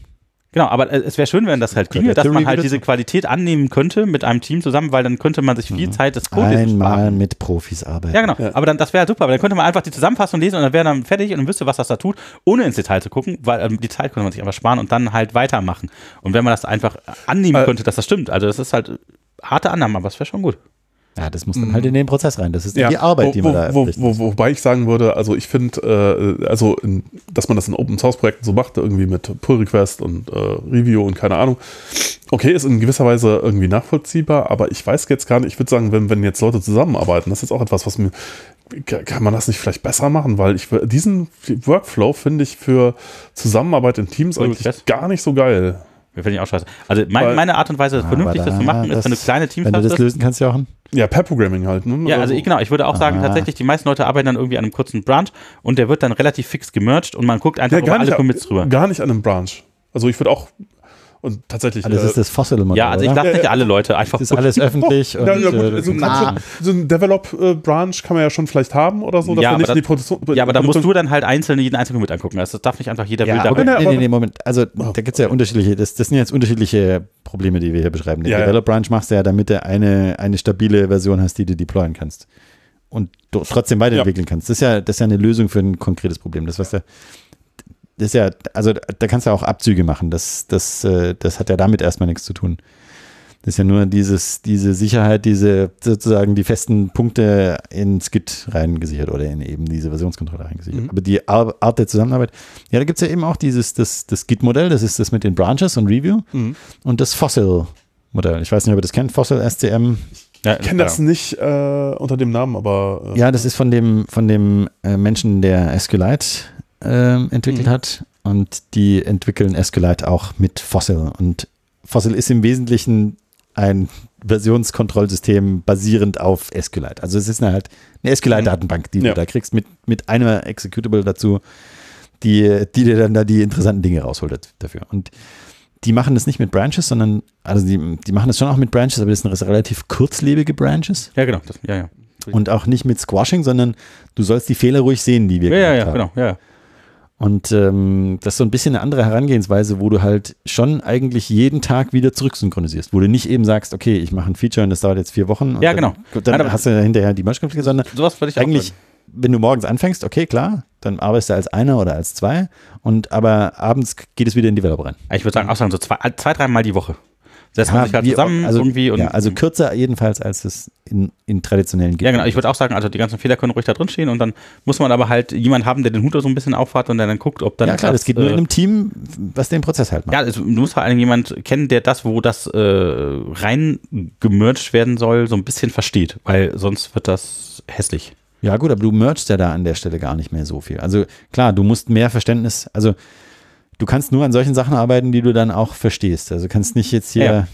[SPEAKER 1] Genau, aber äh, es wäre schön, wenn das halt
[SPEAKER 3] Gehört
[SPEAKER 1] ginge,
[SPEAKER 3] der
[SPEAKER 1] dass man
[SPEAKER 3] Theorie
[SPEAKER 1] halt
[SPEAKER 3] dazu.
[SPEAKER 1] diese Qualität annehmen könnte mit einem Team zusammen, weil dann könnte man sich viel Zeit des Codings sparen.
[SPEAKER 3] Mhm. Einmal mit Profis arbeiten.
[SPEAKER 1] Ja, genau. Aber dann, das wäre super. Aber dann könnte man einfach die Zusammenfassung lesen und dann wäre dann fertig und dann wüsste, was das da tut, ohne ins Detail zu gucken, weil ähm, die Zeit könnte man sich einfach sparen und dann halt weitermachen. Und wenn man das einfach annehmen
[SPEAKER 2] Äh,
[SPEAKER 1] könnte, dass das stimmt. Also, das ist halt äh, harte Annahme, aber es wäre schon gut.
[SPEAKER 3] Ja, das muss dann
[SPEAKER 1] Mhm.
[SPEAKER 3] halt in den Prozess rein. Das ist die Arbeit, die
[SPEAKER 2] wo,
[SPEAKER 3] man da
[SPEAKER 2] wo,
[SPEAKER 3] erbricht.
[SPEAKER 2] wo, Wobei ich sagen würde, also ich finde, äh, also in, dass man das in Open Source Projekten so macht, irgendwie mit Pull Request und äh, Review und keine Ahnung, okay, ist in gewisser Weise irgendwie nachvollziehbar, aber ich weiß jetzt gar nicht, ich würde sagen, wenn, wenn jetzt Leute zusammenarbeiten, das ist auch etwas, was mir, ka- kann man das nicht vielleicht besser machen, weil ich wür- diesen Workflow finde ich für Zusammenarbeit in Teams
[SPEAKER 1] Pull
[SPEAKER 2] eigentlich
[SPEAKER 1] Request?
[SPEAKER 2] gar nicht so geil.
[SPEAKER 1] Mir finde ich auch scheiße. Also, mein,
[SPEAKER 2] Weil-
[SPEAKER 1] meine Art und Weise, das
[SPEAKER 3] Aber
[SPEAKER 1] vernünftig das
[SPEAKER 3] da-
[SPEAKER 1] zu machen, ist, wenn du
[SPEAKER 3] Ah, das-
[SPEAKER 1] kleine Teams
[SPEAKER 3] Wenn du
[SPEAKER 1] hast.
[SPEAKER 3] das lösen kannst, Jochen.
[SPEAKER 2] Ja, Pair-Programming halt. Ne?
[SPEAKER 1] Ja, also ich, genau, ich würde auch sagen,
[SPEAKER 3] Ah.
[SPEAKER 1] tatsächlich, die meisten Leute arbeiten dann irgendwie an einem kurzen Branch und der wird dann relativ fix gemerged und man guckt einfach über alle Commits drüber.
[SPEAKER 2] Gar nicht an einem Branch. Also ich würde auch und tatsächlich.
[SPEAKER 3] Ah, das
[SPEAKER 2] äh,
[SPEAKER 3] ist das Fossil-Modell.
[SPEAKER 1] Ja, also ich
[SPEAKER 3] oder?
[SPEAKER 1] lasse nicht alle Leute einfach
[SPEAKER 3] Das ist alles öffentlich. und,
[SPEAKER 2] ja, ja,
[SPEAKER 3] äh,
[SPEAKER 2] gut, so, ein-
[SPEAKER 3] na.
[SPEAKER 2] so ein Develop-Branch kann man ja schon vielleicht haben oder so, dass
[SPEAKER 1] Ja,
[SPEAKER 2] man
[SPEAKER 1] aber
[SPEAKER 2] nicht
[SPEAKER 1] das-
[SPEAKER 2] in die Produktion.
[SPEAKER 1] Ja, aber da musst
[SPEAKER 2] Produktion-
[SPEAKER 1] du dann halt einzeln jeden einzelnen mit angucken. Also das darf nicht einfach jeder
[SPEAKER 3] Ja,
[SPEAKER 1] Bild
[SPEAKER 3] aber
[SPEAKER 1] dabei.
[SPEAKER 2] dabei.
[SPEAKER 3] nee, nee, nee, Moment. Also da gibt es ja unterschiedliche, das, das sind jetzt unterschiedliche Probleme, die wir hier beschreiben. Den
[SPEAKER 2] Ja, ja.
[SPEAKER 3] Develop Branch machst du ja, damit du eine, eine stabile Version hast, die du deployen kannst. Und du trotzdem weiterentwickeln kannst. Das ist, ja, das ist ja eine Lösung für ein konkretes Problem. Das, was da, das ist ja, also da kannst du ja auch Abzüge machen. Das, das, äh, das hat ja damit erstmal nichts zu tun. Das ist ja nur dieses, diese Sicherheit, diese sozusagen die festen Punkte in Skid reingesichert oder in eben diese Versionskontrolle reingesichert. Aber die Ar- Art der Zusammenarbeit, ja, da gibt es ja eben auch dieses, das, das Skid-Modell, das ist das mit den Branches und Review
[SPEAKER 2] Mhm.
[SPEAKER 3] und das Fossil-Modell. Ich weiß nicht, ob ihr das kennt, Fossil SCM.
[SPEAKER 1] Ja, genau.
[SPEAKER 2] Ich kenne das nicht äh, unter dem Namen, aber äh,
[SPEAKER 3] Ja, das ist von dem, von dem äh, Menschen, der SQLite ähm,
[SPEAKER 2] Mhm.
[SPEAKER 3] entwickelt hat. Und die entwickeln SQLite auch mit Fossil. Und Fossil ist im Wesentlichen ein Versionskontrollsystem basierend auf SQLite. Also es ist eine, halt eine SQLite-Datenbank, die
[SPEAKER 2] Ja.
[SPEAKER 3] du da kriegst mit, mit einer Executable dazu, die, die dir dann da die interessanten Dinge rausholt dat- dafür. Und die machen das nicht mit Branches, sondern, also die, die machen das schon auch mit Branches, aber das sind relativ kurzlebige Branches
[SPEAKER 1] Ja, genau. Das, ja, ja.
[SPEAKER 3] und auch nicht mit Squashing, sondern du sollst die Fehler ruhig sehen, die wir
[SPEAKER 1] Ja,
[SPEAKER 3] gemacht
[SPEAKER 1] ja, ja,
[SPEAKER 3] haben.
[SPEAKER 1] genau. Ja, ja.
[SPEAKER 3] Und ähm, das ist so ein bisschen eine andere Herangehensweise, wo du halt schon eigentlich jeden Tag wieder zurücksynchronisierst, wo du nicht eben sagst, okay, ich mache ein Feature und das dauert jetzt vier Wochen. Und
[SPEAKER 1] Ja, genau.
[SPEAKER 3] dann, Dann
[SPEAKER 1] Nein, aber-
[SPEAKER 3] hast du hinterher die Merge-Konflikte, sondern
[SPEAKER 1] Sowas würde ich auch
[SPEAKER 3] eigentlich,
[SPEAKER 1] sagen.
[SPEAKER 3] wenn du morgens anfängst, okay, klar, dann arbeitest du als einer oder als zwei und aber abends geht es wieder in Developer rein.
[SPEAKER 1] Ich würde sagen, auch sagen, so zwei, zwei dreimal die Woche. Setzt man sich halt
[SPEAKER 3] wie-
[SPEAKER 1] zusammen
[SPEAKER 3] also,
[SPEAKER 1] irgendwie und mhm.
[SPEAKER 3] ja, also kürzer jedenfalls, als es in, in traditionellen
[SPEAKER 1] Ja, genau. Ich würde auch sagen, also die ganzen Fehler können ruhig da drin stehen und dann muss man aber halt jemanden haben, der den Hut da so ein bisschen aufhat und der dann guckt, ob dann.
[SPEAKER 3] Ja, klar, das geht nur
[SPEAKER 1] äh,
[SPEAKER 3] in einem Team, was den Prozess halt macht.
[SPEAKER 1] Ja, es, du musst halt jemand kennen, der das, wo das äh, reingemerged werden soll, so ein bisschen versteht, weil sonst wird das hässlich.
[SPEAKER 3] Ja, gut, aber du mergst ja da an der Stelle gar nicht mehr so viel. Also klar, du musst mehr Verständnis, also du kannst nur an solchen Sachen arbeiten, die du dann auch verstehst. Also du kannst nicht jetzt hier
[SPEAKER 1] Ja.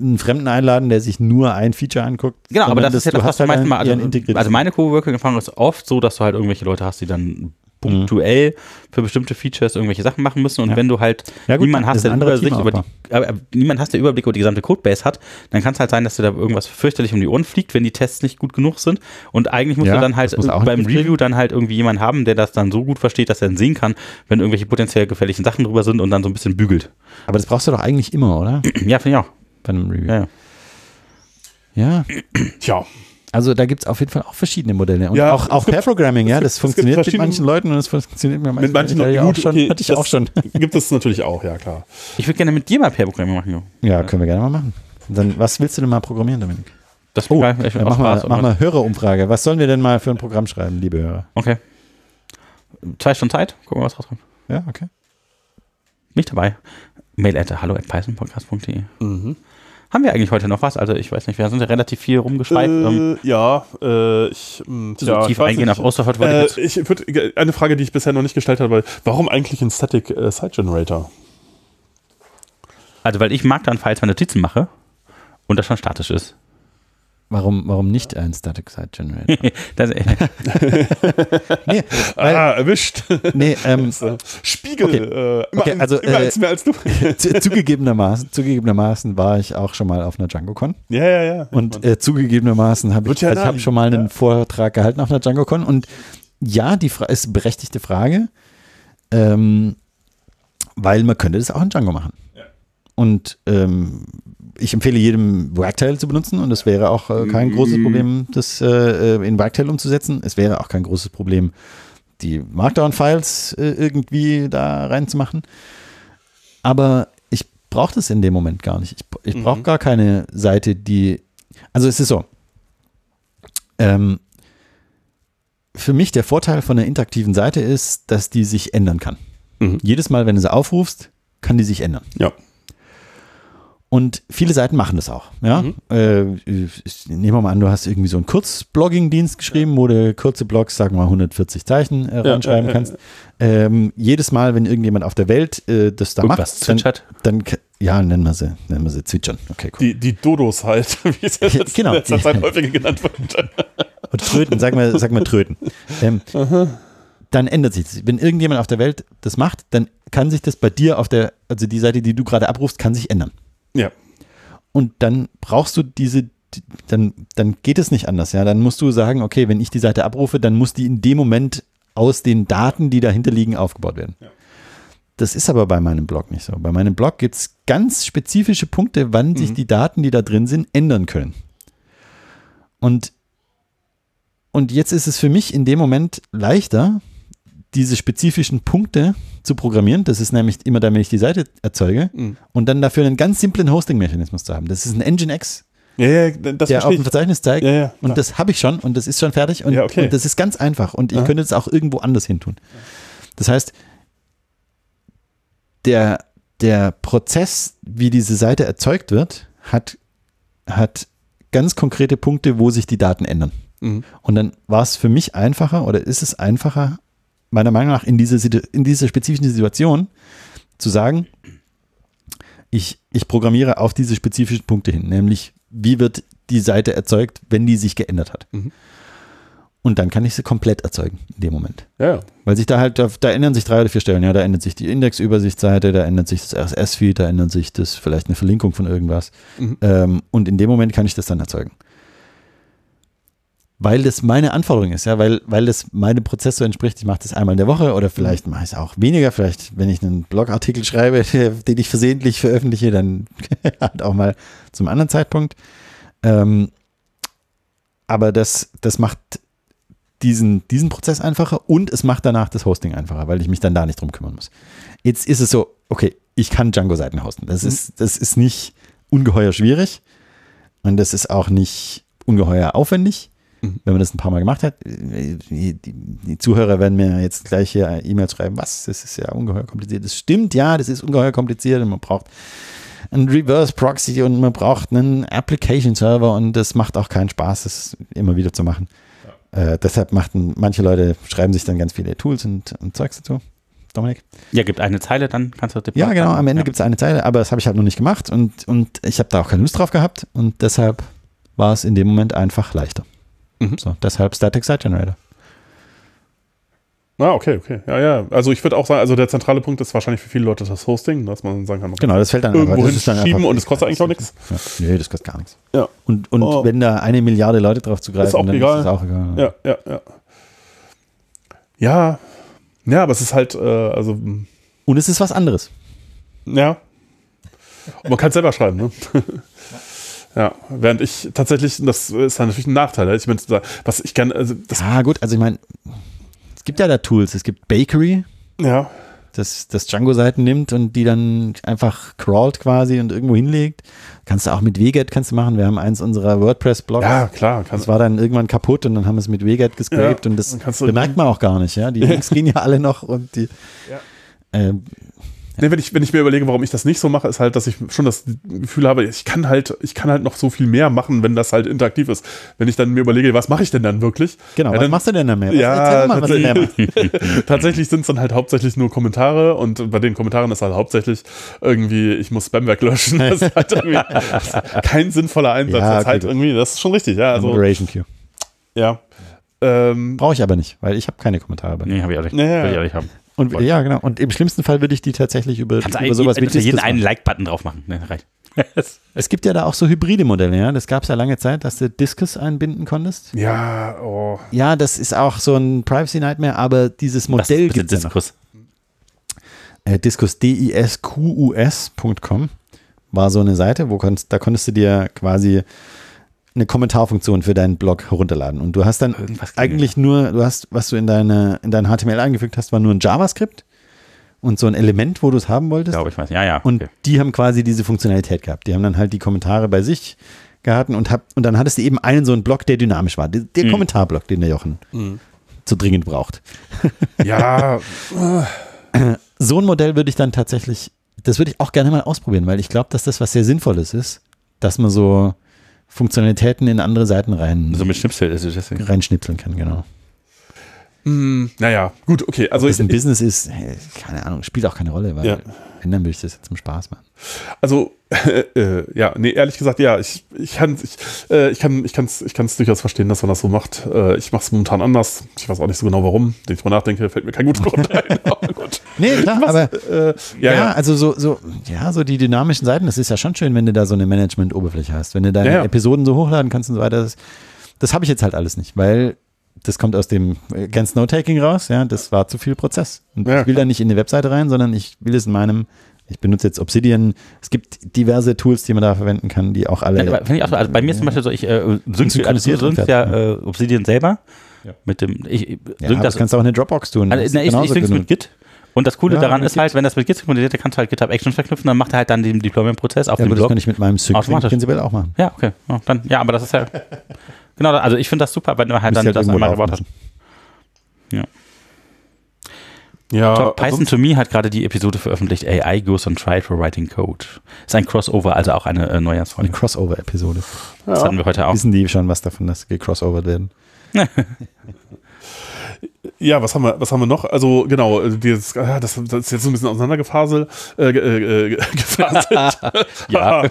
[SPEAKER 3] einen Fremden einladen, der sich nur ein Feature anguckt.
[SPEAKER 1] Genau, aber
[SPEAKER 3] sondern
[SPEAKER 1] das ist
[SPEAKER 3] dass
[SPEAKER 1] ja das,
[SPEAKER 3] du
[SPEAKER 1] was
[SPEAKER 3] hast
[SPEAKER 1] du meistens mal.
[SPEAKER 3] halt einen,
[SPEAKER 1] Also, also meine Coworking-Erfahrung ist oft so, dass du halt irgendwelche Leute hast, die dann punktuell für bestimmte Features irgendwelche Sachen machen müssen und
[SPEAKER 3] Ja.
[SPEAKER 1] wenn du halt
[SPEAKER 3] Ja, gut,
[SPEAKER 1] niemand
[SPEAKER 3] das
[SPEAKER 1] hast,
[SPEAKER 3] ist ein
[SPEAKER 1] der
[SPEAKER 3] anderer
[SPEAKER 1] Übersicht über die,
[SPEAKER 3] Teamaufbau.
[SPEAKER 1] aber, aber niemand hast, der Überblick über die gesamte Codebase hat, dann kann es halt sein, dass dir da irgendwas fürchterlich um die Ohren fliegt, wenn die Tests nicht gut genug sind und eigentlich musst
[SPEAKER 3] Ja,
[SPEAKER 1] du dann halt
[SPEAKER 3] das muss auch
[SPEAKER 1] beim
[SPEAKER 3] hinkriegen.
[SPEAKER 1] Review dann halt irgendwie jemanden haben, der das dann so gut versteht, dass er dann sehen kann, wenn irgendwelche potenziell gefährlichen Sachen drüber sind und dann so ein bisschen bügelt.
[SPEAKER 3] aber das brauchst du doch eigentlich immer, oder?
[SPEAKER 1] Ja, finde ich auch.
[SPEAKER 3] Bei einem Review.
[SPEAKER 1] Ja, ja.
[SPEAKER 3] Ja,
[SPEAKER 2] Tja,
[SPEAKER 3] also da gibt es auf jeden Fall auch verschiedene Modelle. Und
[SPEAKER 2] Ja,
[SPEAKER 3] auch,
[SPEAKER 2] es
[SPEAKER 3] auch
[SPEAKER 2] gibt-
[SPEAKER 3] Pair Programming, ja, das funktioniert mit
[SPEAKER 2] verschiedene-
[SPEAKER 3] manchen Leuten und das funktioniert mit manchen,
[SPEAKER 2] mit manchen
[SPEAKER 3] Leuten.
[SPEAKER 2] Leuten
[SPEAKER 3] Ja, auch
[SPEAKER 2] gut,
[SPEAKER 3] schon,
[SPEAKER 2] okay,
[SPEAKER 3] hatte ich
[SPEAKER 2] das
[SPEAKER 3] auch schon.
[SPEAKER 2] Gibt es natürlich auch, ja klar.
[SPEAKER 1] Ich würde gerne mit dir mal Pair-Programming machen, Jo.
[SPEAKER 3] Ja, können wir gerne mal machen. Dann, was willst du denn mal programmieren, Dominik?
[SPEAKER 1] Das ist mir egal, ich
[SPEAKER 3] Oh, Ja,
[SPEAKER 1] will auch
[SPEAKER 3] mach, mal,
[SPEAKER 1] Spaß,
[SPEAKER 3] mach
[SPEAKER 1] aber-
[SPEAKER 3] mal Hörerumfrage. Was sollen wir denn mal für ein Programm schreiben, liebe Hörer?
[SPEAKER 1] Okay. Zwei Stunden Zeit. Gucken wir, was rauskommt.
[SPEAKER 3] Ja, okay.
[SPEAKER 1] Nicht dabei. Mail at hallo at pythonpodcast.de. Haben wir eigentlich heute noch was? Also ich weiß nicht, wir sind ja relativ viel rumgeschweift. ähm,
[SPEAKER 2] Äh, ja, äh, ich. Mh,
[SPEAKER 1] so
[SPEAKER 2] ja, ich
[SPEAKER 1] tief
[SPEAKER 2] weiß
[SPEAKER 1] eingehen
[SPEAKER 2] nicht.
[SPEAKER 1] auf Osterfahrt wollte
[SPEAKER 2] Äh,
[SPEAKER 1] ich jetzt.
[SPEAKER 2] ich würde eine Frage, die ich bisher noch nicht gestellt habe, weil warum eigentlich ein Static äh, Site Generator?
[SPEAKER 1] Also weil ich mag dann Files meine Notizen mache und das schon statisch ist.
[SPEAKER 3] Warum, warum nicht ein Static Site Generator?
[SPEAKER 1] das, äh,
[SPEAKER 3] nee, weil,
[SPEAKER 2] Ah, erwischt.
[SPEAKER 3] nee ähm,
[SPEAKER 2] Äh, Spiegel.
[SPEAKER 3] Okay.
[SPEAKER 2] Äh, immer
[SPEAKER 3] Okay,
[SPEAKER 2] ein-
[SPEAKER 3] also,
[SPEAKER 2] immer
[SPEAKER 3] äh,
[SPEAKER 2] eins mehr als du.
[SPEAKER 3] zu- zugegebenermaßen, zugegebenermaßen war ich auch schon mal auf einer DjangoCon.
[SPEAKER 2] ja, ja, ja.
[SPEAKER 3] Und äh, zugegebenermaßen habe ich,
[SPEAKER 2] Wird ja
[SPEAKER 3] also ich habe
[SPEAKER 2] naheliegend,
[SPEAKER 3] schon mal einen
[SPEAKER 2] ja.
[SPEAKER 3] Vortrag gehalten auf einer DjangoCon. Und ja, die Fra ist berechtigte Frage, ähm, weil man könnte das auch in Django machen. Und ähm, ich empfehle jedem Wagtail zu benutzen und es wäre auch äh, kein großes Problem, das äh, äh, in Wagtail umzusetzen. Es wäre auch kein großes Problem, die Markdown-Files äh, irgendwie da reinzumachen. Aber ich brauche das in dem Moment gar nicht. Ich, ich brauche gar keine Seite, die. Also es ist so. Ähm, für mich der Vorteil von einer interaktiven Seite ist, dass die sich ändern kann.
[SPEAKER 2] Mhm.
[SPEAKER 3] Jedes Mal, wenn du sie aufrufst, kann die sich ändern.
[SPEAKER 2] ja.
[SPEAKER 3] Und viele Seiten machen das auch. Ja?
[SPEAKER 2] Mhm.
[SPEAKER 3] Äh, ich- nehmen wir mal an, du hast irgendwie so einen Kurzblogging-Dienst geschrieben, wo du kurze Blogs, sagen wir mal 140 Zeichen äh,
[SPEAKER 2] Ja,
[SPEAKER 3] reinschreiben
[SPEAKER 2] ja, ja,
[SPEAKER 3] kannst. Ähm, jedes Mal, wenn irgendjemand auf der Welt äh, das da
[SPEAKER 1] Irgendwas
[SPEAKER 3] macht, dann,
[SPEAKER 1] zwitschert.
[SPEAKER 3] dann k- ja, nennen wir sie, nennen wir sie zwitschern. Okay, cool.
[SPEAKER 2] Die, die Dodos halt, wie es ja jetzt
[SPEAKER 3] Genau,
[SPEAKER 2] in letzter
[SPEAKER 3] die-
[SPEAKER 2] Zeit häufiger genannt wird.
[SPEAKER 3] Und Tröten, sagen wir, sagen wir Tröten. Ähm, dann ändert sich das. Wenn irgendjemand auf der Welt das macht, dann kann sich das bei dir auf der, also die Seite, die du gerade abrufst, kann sich ändern.
[SPEAKER 2] ja.
[SPEAKER 3] Und dann brauchst du diese, die- dann, dann geht es nicht anders, ja. Dann musst du sagen, okay, wenn ich die Seite abrufe, dann muss die in dem Moment aus den Daten, die dahinter liegen, aufgebaut werden. Das ist aber bei meinem Blog nicht so. Bei meinem Blog gibt es ganz spezifische Punkte, wann sich die Daten, die da drin sind, ändern können. Und, und jetzt ist es für mich in dem Moment leichter, diese spezifischen Punkte zu programmieren. Das ist nämlich immer, damit ich die Seite erzeuge. Und dann dafür einen ganz simplen Hosting-Mechanismus zu haben. Das ist ein Nginx,
[SPEAKER 2] Ja, ja, das
[SPEAKER 3] der auf
[SPEAKER 2] verstehe
[SPEAKER 3] dem
[SPEAKER 2] ich.
[SPEAKER 3] Verzeichnis zeigt.
[SPEAKER 2] Ja, ja, klar.
[SPEAKER 3] und das habe ich schon und das ist schon fertig. Und,
[SPEAKER 2] Ja, okay.
[SPEAKER 3] und das ist ganz einfach. Und ich könnte es auch irgendwo anders hin tun. Das heißt, der, der Prozess, wie diese Seite erzeugt wird, hat, hat ganz konkrete Punkte, wo sich die Daten ändern.
[SPEAKER 2] Mhm.
[SPEAKER 3] Und dann war es für mich einfacher oder ist es einfacher, meiner Meinung nach, in diese, Situ- in diese spezifische Situation zu sagen, ich, ich programmiere auf diese spezifischen Punkte hin, nämlich wie wird die Seite erzeugt, wenn die sich geändert hat.
[SPEAKER 2] Mhm.
[SPEAKER 3] Und dann kann ich sie komplett erzeugen in dem Moment.
[SPEAKER 2] Ja, ja.
[SPEAKER 3] Weil sich da halt, da, da ändern sich drei oder vier Stellen. Ja, da ändert sich die Indexübersichtsseite, da ändert sich das RSS-Feed, da ändert sich das vielleicht eine Verlinkung von irgendwas.
[SPEAKER 2] Mhm.
[SPEAKER 3] Ähm, und in dem Moment kann ich das dann erzeugen. Weil das meine Anforderung ist, ja, weil, weil das meinem Prozess so entspricht. Ich mache das einmal in der Woche oder vielleicht mache ich es auch weniger. Vielleicht, wenn ich einen Blogartikel schreibe, den ich versehentlich veröffentliche, dann halt auch mal zum anderen Zeitpunkt. Ähm, aber das, das macht diesen, diesen Prozess einfacher und es macht danach das Hosting einfacher, weil ich mich dann da nicht drum kümmern muss. Jetzt ist es so, okay, ich kann Django-Seiten hosten. Das, ist, das ist nicht ungeheuer schwierig und das ist auch nicht ungeheuer aufwendig,
[SPEAKER 2] Mhm.
[SPEAKER 3] wenn man das ein paar Mal gemacht hat. Die, die, die Zuhörer werden mir jetzt gleich hier E-Mails schreiben, was, das ist ja ungeheuer kompliziert. Das stimmt, ja, das ist ungeheuer kompliziert und man braucht einen Reverse Proxy und man braucht einen Application Server und das macht auch keinen Spaß, das immer wieder zu machen. Äh, deshalb machten manche Leute, schreiben sich dann ganz viele Tools und, und Zeugs dazu. Dominik?
[SPEAKER 1] Ja, gibt eine Zeile, dann kannst du
[SPEAKER 3] Ja, genau. Am Ende
[SPEAKER 1] ja.
[SPEAKER 3] gibt es eine Zeile, aber das habe ich halt noch nicht gemacht und, und ich habe da auch keine Lust drauf gehabt und deshalb war es in dem Moment einfach leichter.
[SPEAKER 2] Mhm.
[SPEAKER 3] So, deshalb Static Site Generator.
[SPEAKER 2] Ah, okay, okay. Ja, ja. Also ich würde auch sagen, also der zentrale Punkt ist wahrscheinlich für viele Leute das Hosting, dass man sagen kann, okay,
[SPEAKER 3] Genau, das fällt dann
[SPEAKER 2] irgendwo
[SPEAKER 3] das ist dann
[SPEAKER 2] hinschieben und es kostet eigentlich auch nichts.
[SPEAKER 3] Ja, nee, das kostet gar nichts.
[SPEAKER 2] Ja.
[SPEAKER 3] Und, und
[SPEAKER 2] Oh.
[SPEAKER 3] wenn da eine Milliarde Leute drauf zugreifen,
[SPEAKER 2] Ist auch
[SPEAKER 3] dann
[SPEAKER 2] egal.
[SPEAKER 3] ist es auch egal.
[SPEAKER 2] Ja, ja, ja. Ja, ja, aber es ist halt, äh, also, mh,
[SPEAKER 3] Und es ist was anderes.
[SPEAKER 2] ja. Und man kann es selber schreiben, ne? Ja, während ich tatsächlich, das ist dann natürlich ein Nachteil. ne? Ich meine, was ich gerne, also das,
[SPEAKER 3] Ah, gut, also ich meine, es gibt ja da Tools. Es gibt Bakery,
[SPEAKER 2] ja,
[SPEAKER 3] das, das Django-Seiten nimmt und die dann einfach crawlt quasi und irgendwo hinlegt. Kannst du auch mit WGET kannst du machen. Wir haben eins unserer WordPress-Blogs.
[SPEAKER 2] ja, klar, kann,
[SPEAKER 3] Das war dann irgendwann kaputt und dann haben wir es mit WGET gescraped
[SPEAKER 2] Ja,
[SPEAKER 3] und das
[SPEAKER 2] dann kannst du-
[SPEAKER 3] bemerkt man auch gar nicht. Ja, die Links gehen ja alle noch und die.
[SPEAKER 2] Ja.
[SPEAKER 3] Ähm,
[SPEAKER 2] Nee, wenn, ich, wenn ich mir überlege, warum ich das nicht so mache, ist halt, dass ich schon das Gefühl habe, ich kann halt, ich kann halt noch so viel mehr machen, wenn das halt interaktiv ist. Wenn ich dann mir überlege, was mache ich denn dann wirklich?
[SPEAKER 3] genau.
[SPEAKER 2] Ja,
[SPEAKER 3] was
[SPEAKER 2] dann-
[SPEAKER 3] machst du denn da mehr? Was,
[SPEAKER 2] Ja,
[SPEAKER 3] erzähl mal, was du denn da machst.
[SPEAKER 2] tatsächlich, tatsächlich sind es dann halt hauptsächlich nur Kommentare und bei den Kommentaren ist halt hauptsächlich irgendwie, ich muss Spam weglöschen. Das ist halt irgendwie kein sinnvoller Einsatz.
[SPEAKER 3] Ja,
[SPEAKER 2] das ist
[SPEAKER 3] okay,
[SPEAKER 2] halt
[SPEAKER 3] gut.
[SPEAKER 2] irgendwie, das ist schon richtig, ja. Also,
[SPEAKER 3] Moderation Queue.
[SPEAKER 2] ja. Ähm,
[SPEAKER 3] Brauche ich aber nicht, weil ich habe keine Kommentare. Bei.
[SPEAKER 1] Nee, habe ich auch nicht.
[SPEAKER 2] Ja, ja.
[SPEAKER 1] Will ich auch nicht haben.
[SPEAKER 3] Und ja, genau. Und im schlimmsten Fall würde ich die tatsächlich über,
[SPEAKER 1] Kannst
[SPEAKER 3] über
[SPEAKER 1] du
[SPEAKER 3] sowas
[SPEAKER 1] sowas
[SPEAKER 3] wie
[SPEAKER 1] mit jeden
[SPEAKER 3] Diskus
[SPEAKER 1] einen
[SPEAKER 3] machen.
[SPEAKER 1] Like-Button drauf machen. Ne, reicht.
[SPEAKER 3] Es gibt ja da auch so hybride Modelle, ja. Das gab es ja lange Zeit, dass du Diskus einbinden konntest.
[SPEAKER 2] ja, oh.
[SPEAKER 3] Ja, das ist auch so ein Privacy Nightmare, aber dieses
[SPEAKER 1] Was
[SPEAKER 3] Modell
[SPEAKER 1] bitte
[SPEAKER 3] gibt es ja noch.
[SPEAKER 1] Diskus?
[SPEAKER 3] Äh, Diskus, disqus.com war so eine Seite, wo konntest, da konntest du dir quasi eine Kommentarfunktion für deinen Blog herunterladen. Und du hast dann
[SPEAKER 1] Irgendwas ging
[SPEAKER 3] eigentlich nur, du hast, was du in deine, in dein HTML eingefügt hast, war nur ein JavaScript und so ein Element, wo du es haben wolltest.
[SPEAKER 1] Glaube ich weiß. Ja, ja.
[SPEAKER 3] Und
[SPEAKER 1] okay.
[SPEAKER 3] die haben quasi diese Funktionalität gehabt. Die haben dann halt die Kommentare bei sich gehabt und, hab, und dann hattest du eben einen so einen Block, der dynamisch war. Der, der
[SPEAKER 1] Hm.
[SPEAKER 3] Kommentarblock, den der Jochen so dringend braucht.
[SPEAKER 2] Ja,
[SPEAKER 3] So ein Modell würde ich dann tatsächlich, das würde ich auch gerne mal ausprobieren, weil ich glaube, dass das was sehr Sinnvolles ist, dass man so Funktionalitäten in andere Seiten rein,
[SPEAKER 1] so mit Schnipsel ist es deswegen.
[SPEAKER 3] reinschnipseln kann, genau.
[SPEAKER 2] hm, naja, gut, okay. Also
[SPEAKER 3] Ob das
[SPEAKER 2] ich,
[SPEAKER 3] ein Business ist, hey, keine Ahnung, spielt auch keine Rolle, weil
[SPEAKER 2] Ja.
[SPEAKER 3] wenn, dann würde ich das jetzt zum Spaß machen.
[SPEAKER 2] Also, äh, äh, ja, nee, ehrlich gesagt, ja, ich, ich kann ich, äh, ich kann, ich kann's, ich kann's durchaus verstehen, dass man das so macht. Äh, ich mache es momentan anders. Ich weiß auch nicht so genau warum. Wenn ich drüber nachdenke, fällt mir kein guter Grund ein. Aber gut.
[SPEAKER 3] Nee, klar, aber
[SPEAKER 2] Äh,
[SPEAKER 3] Ja,
[SPEAKER 2] ja, ja.
[SPEAKER 3] also so, so, ja, so die dynamischen Seiten, das ist ja schon schön, wenn du da so eine Management-Oberfläche hast, wenn du deine
[SPEAKER 2] Ja, ja.
[SPEAKER 3] Episoden so hochladen kannst und so weiter. Das, das habe ich jetzt halt alles nicht, weil das kommt aus dem äh, ganz No-Taking raus, ja, das war zu viel Prozess. Und
[SPEAKER 2] Ja,
[SPEAKER 3] ich will da nicht in eine Webseite rein, sondern ich will es in meinem, ich benutze jetzt Obsidian, es gibt diverse Tools, die man da verwenden kann, die auch alle.
[SPEAKER 1] Nein, aber finde ich auch, so. also bei mir ist zum Beispiel so, ich äh,
[SPEAKER 3] synchronisiert
[SPEAKER 1] synchronisiere sonst
[SPEAKER 3] und
[SPEAKER 1] ja äh,
[SPEAKER 3] fertig,
[SPEAKER 1] Obsidian selber.
[SPEAKER 3] Ja.
[SPEAKER 1] Mit dem, ich, ich
[SPEAKER 3] ja,
[SPEAKER 1] sync
[SPEAKER 3] aber das
[SPEAKER 1] das,
[SPEAKER 3] kannst du auch in eine Dropbox tun.
[SPEAKER 1] also,
[SPEAKER 3] das
[SPEAKER 1] na, ich, ich
[SPEAKER 3] genauso
[SPEAKER 1] sync's
[SPEAKER 3] genug.
[SPEAKER 1] mit Git. Und das Coole
[SPEAKER 3] Ja,
[SPEAKER 1] daran
[SPEAKER 3] mit
[SPEAKER 1] ist halt, wenn das mit Git synchronisiert, dann kannst du halt GitHub Actions verknüpfen, dann macht er halt dann den Deployment-Prozess auf
[SPEAKER 3] ja,
[SPEAKER 1] dem
[SPEAKER 3] aber das
[SPEAKER 1] Blog.
[SPEAKER 3] kann ich mit meinem Sync
[SPEAKER 1] Automatisch.
[SPEAKER 3] prinzipiell auch machen.
[SPEAKER 1] Ja, okay. Ja, dann, ja, aber das ist ja. Genau, also ich finde das super, wenn man halt dann
[SPEAKER 3] Müsste halt
[SPEAKER 1] das
[SPEAKER 3] irgendwo
[SPEAKER 1] einmal
[SPEAKER 3] drauf
[SPEAKER 1] gebaut hat.
[SPEAKER 3] machen.
[SPEAKER 2] ja
[SPEAKER 1] Top, Python
[SPEAKER 2] ansonsten-
[SPEAKER 1] to Me hat gerade die Episode veröffentlicht, AI goes on trial for writing code. Ist ein Crossover, also auch eine äh,
[SPEAKER 3] Eine
[SPEAKER 1] Neujahrsfolge.
[SPEAKER 3] Crossover-Episode.
[SPEAKER 1] Das
[SPEAKER 2] ja.
[SPEAKER 1] hatten wir heute auch.
[SPEAKER 3] Wissen die schon was davon, dass gecrossovert werden?
[SPEAKER 2] Ja, was haben wir, was haben wir noch? Also genau, äh, dieses, ah, das, das ist jetzt so ein bisschen auseinandergefaselt. Äh, ge- äh, ge- gefaselt.
[SPEAKER 1] Ja.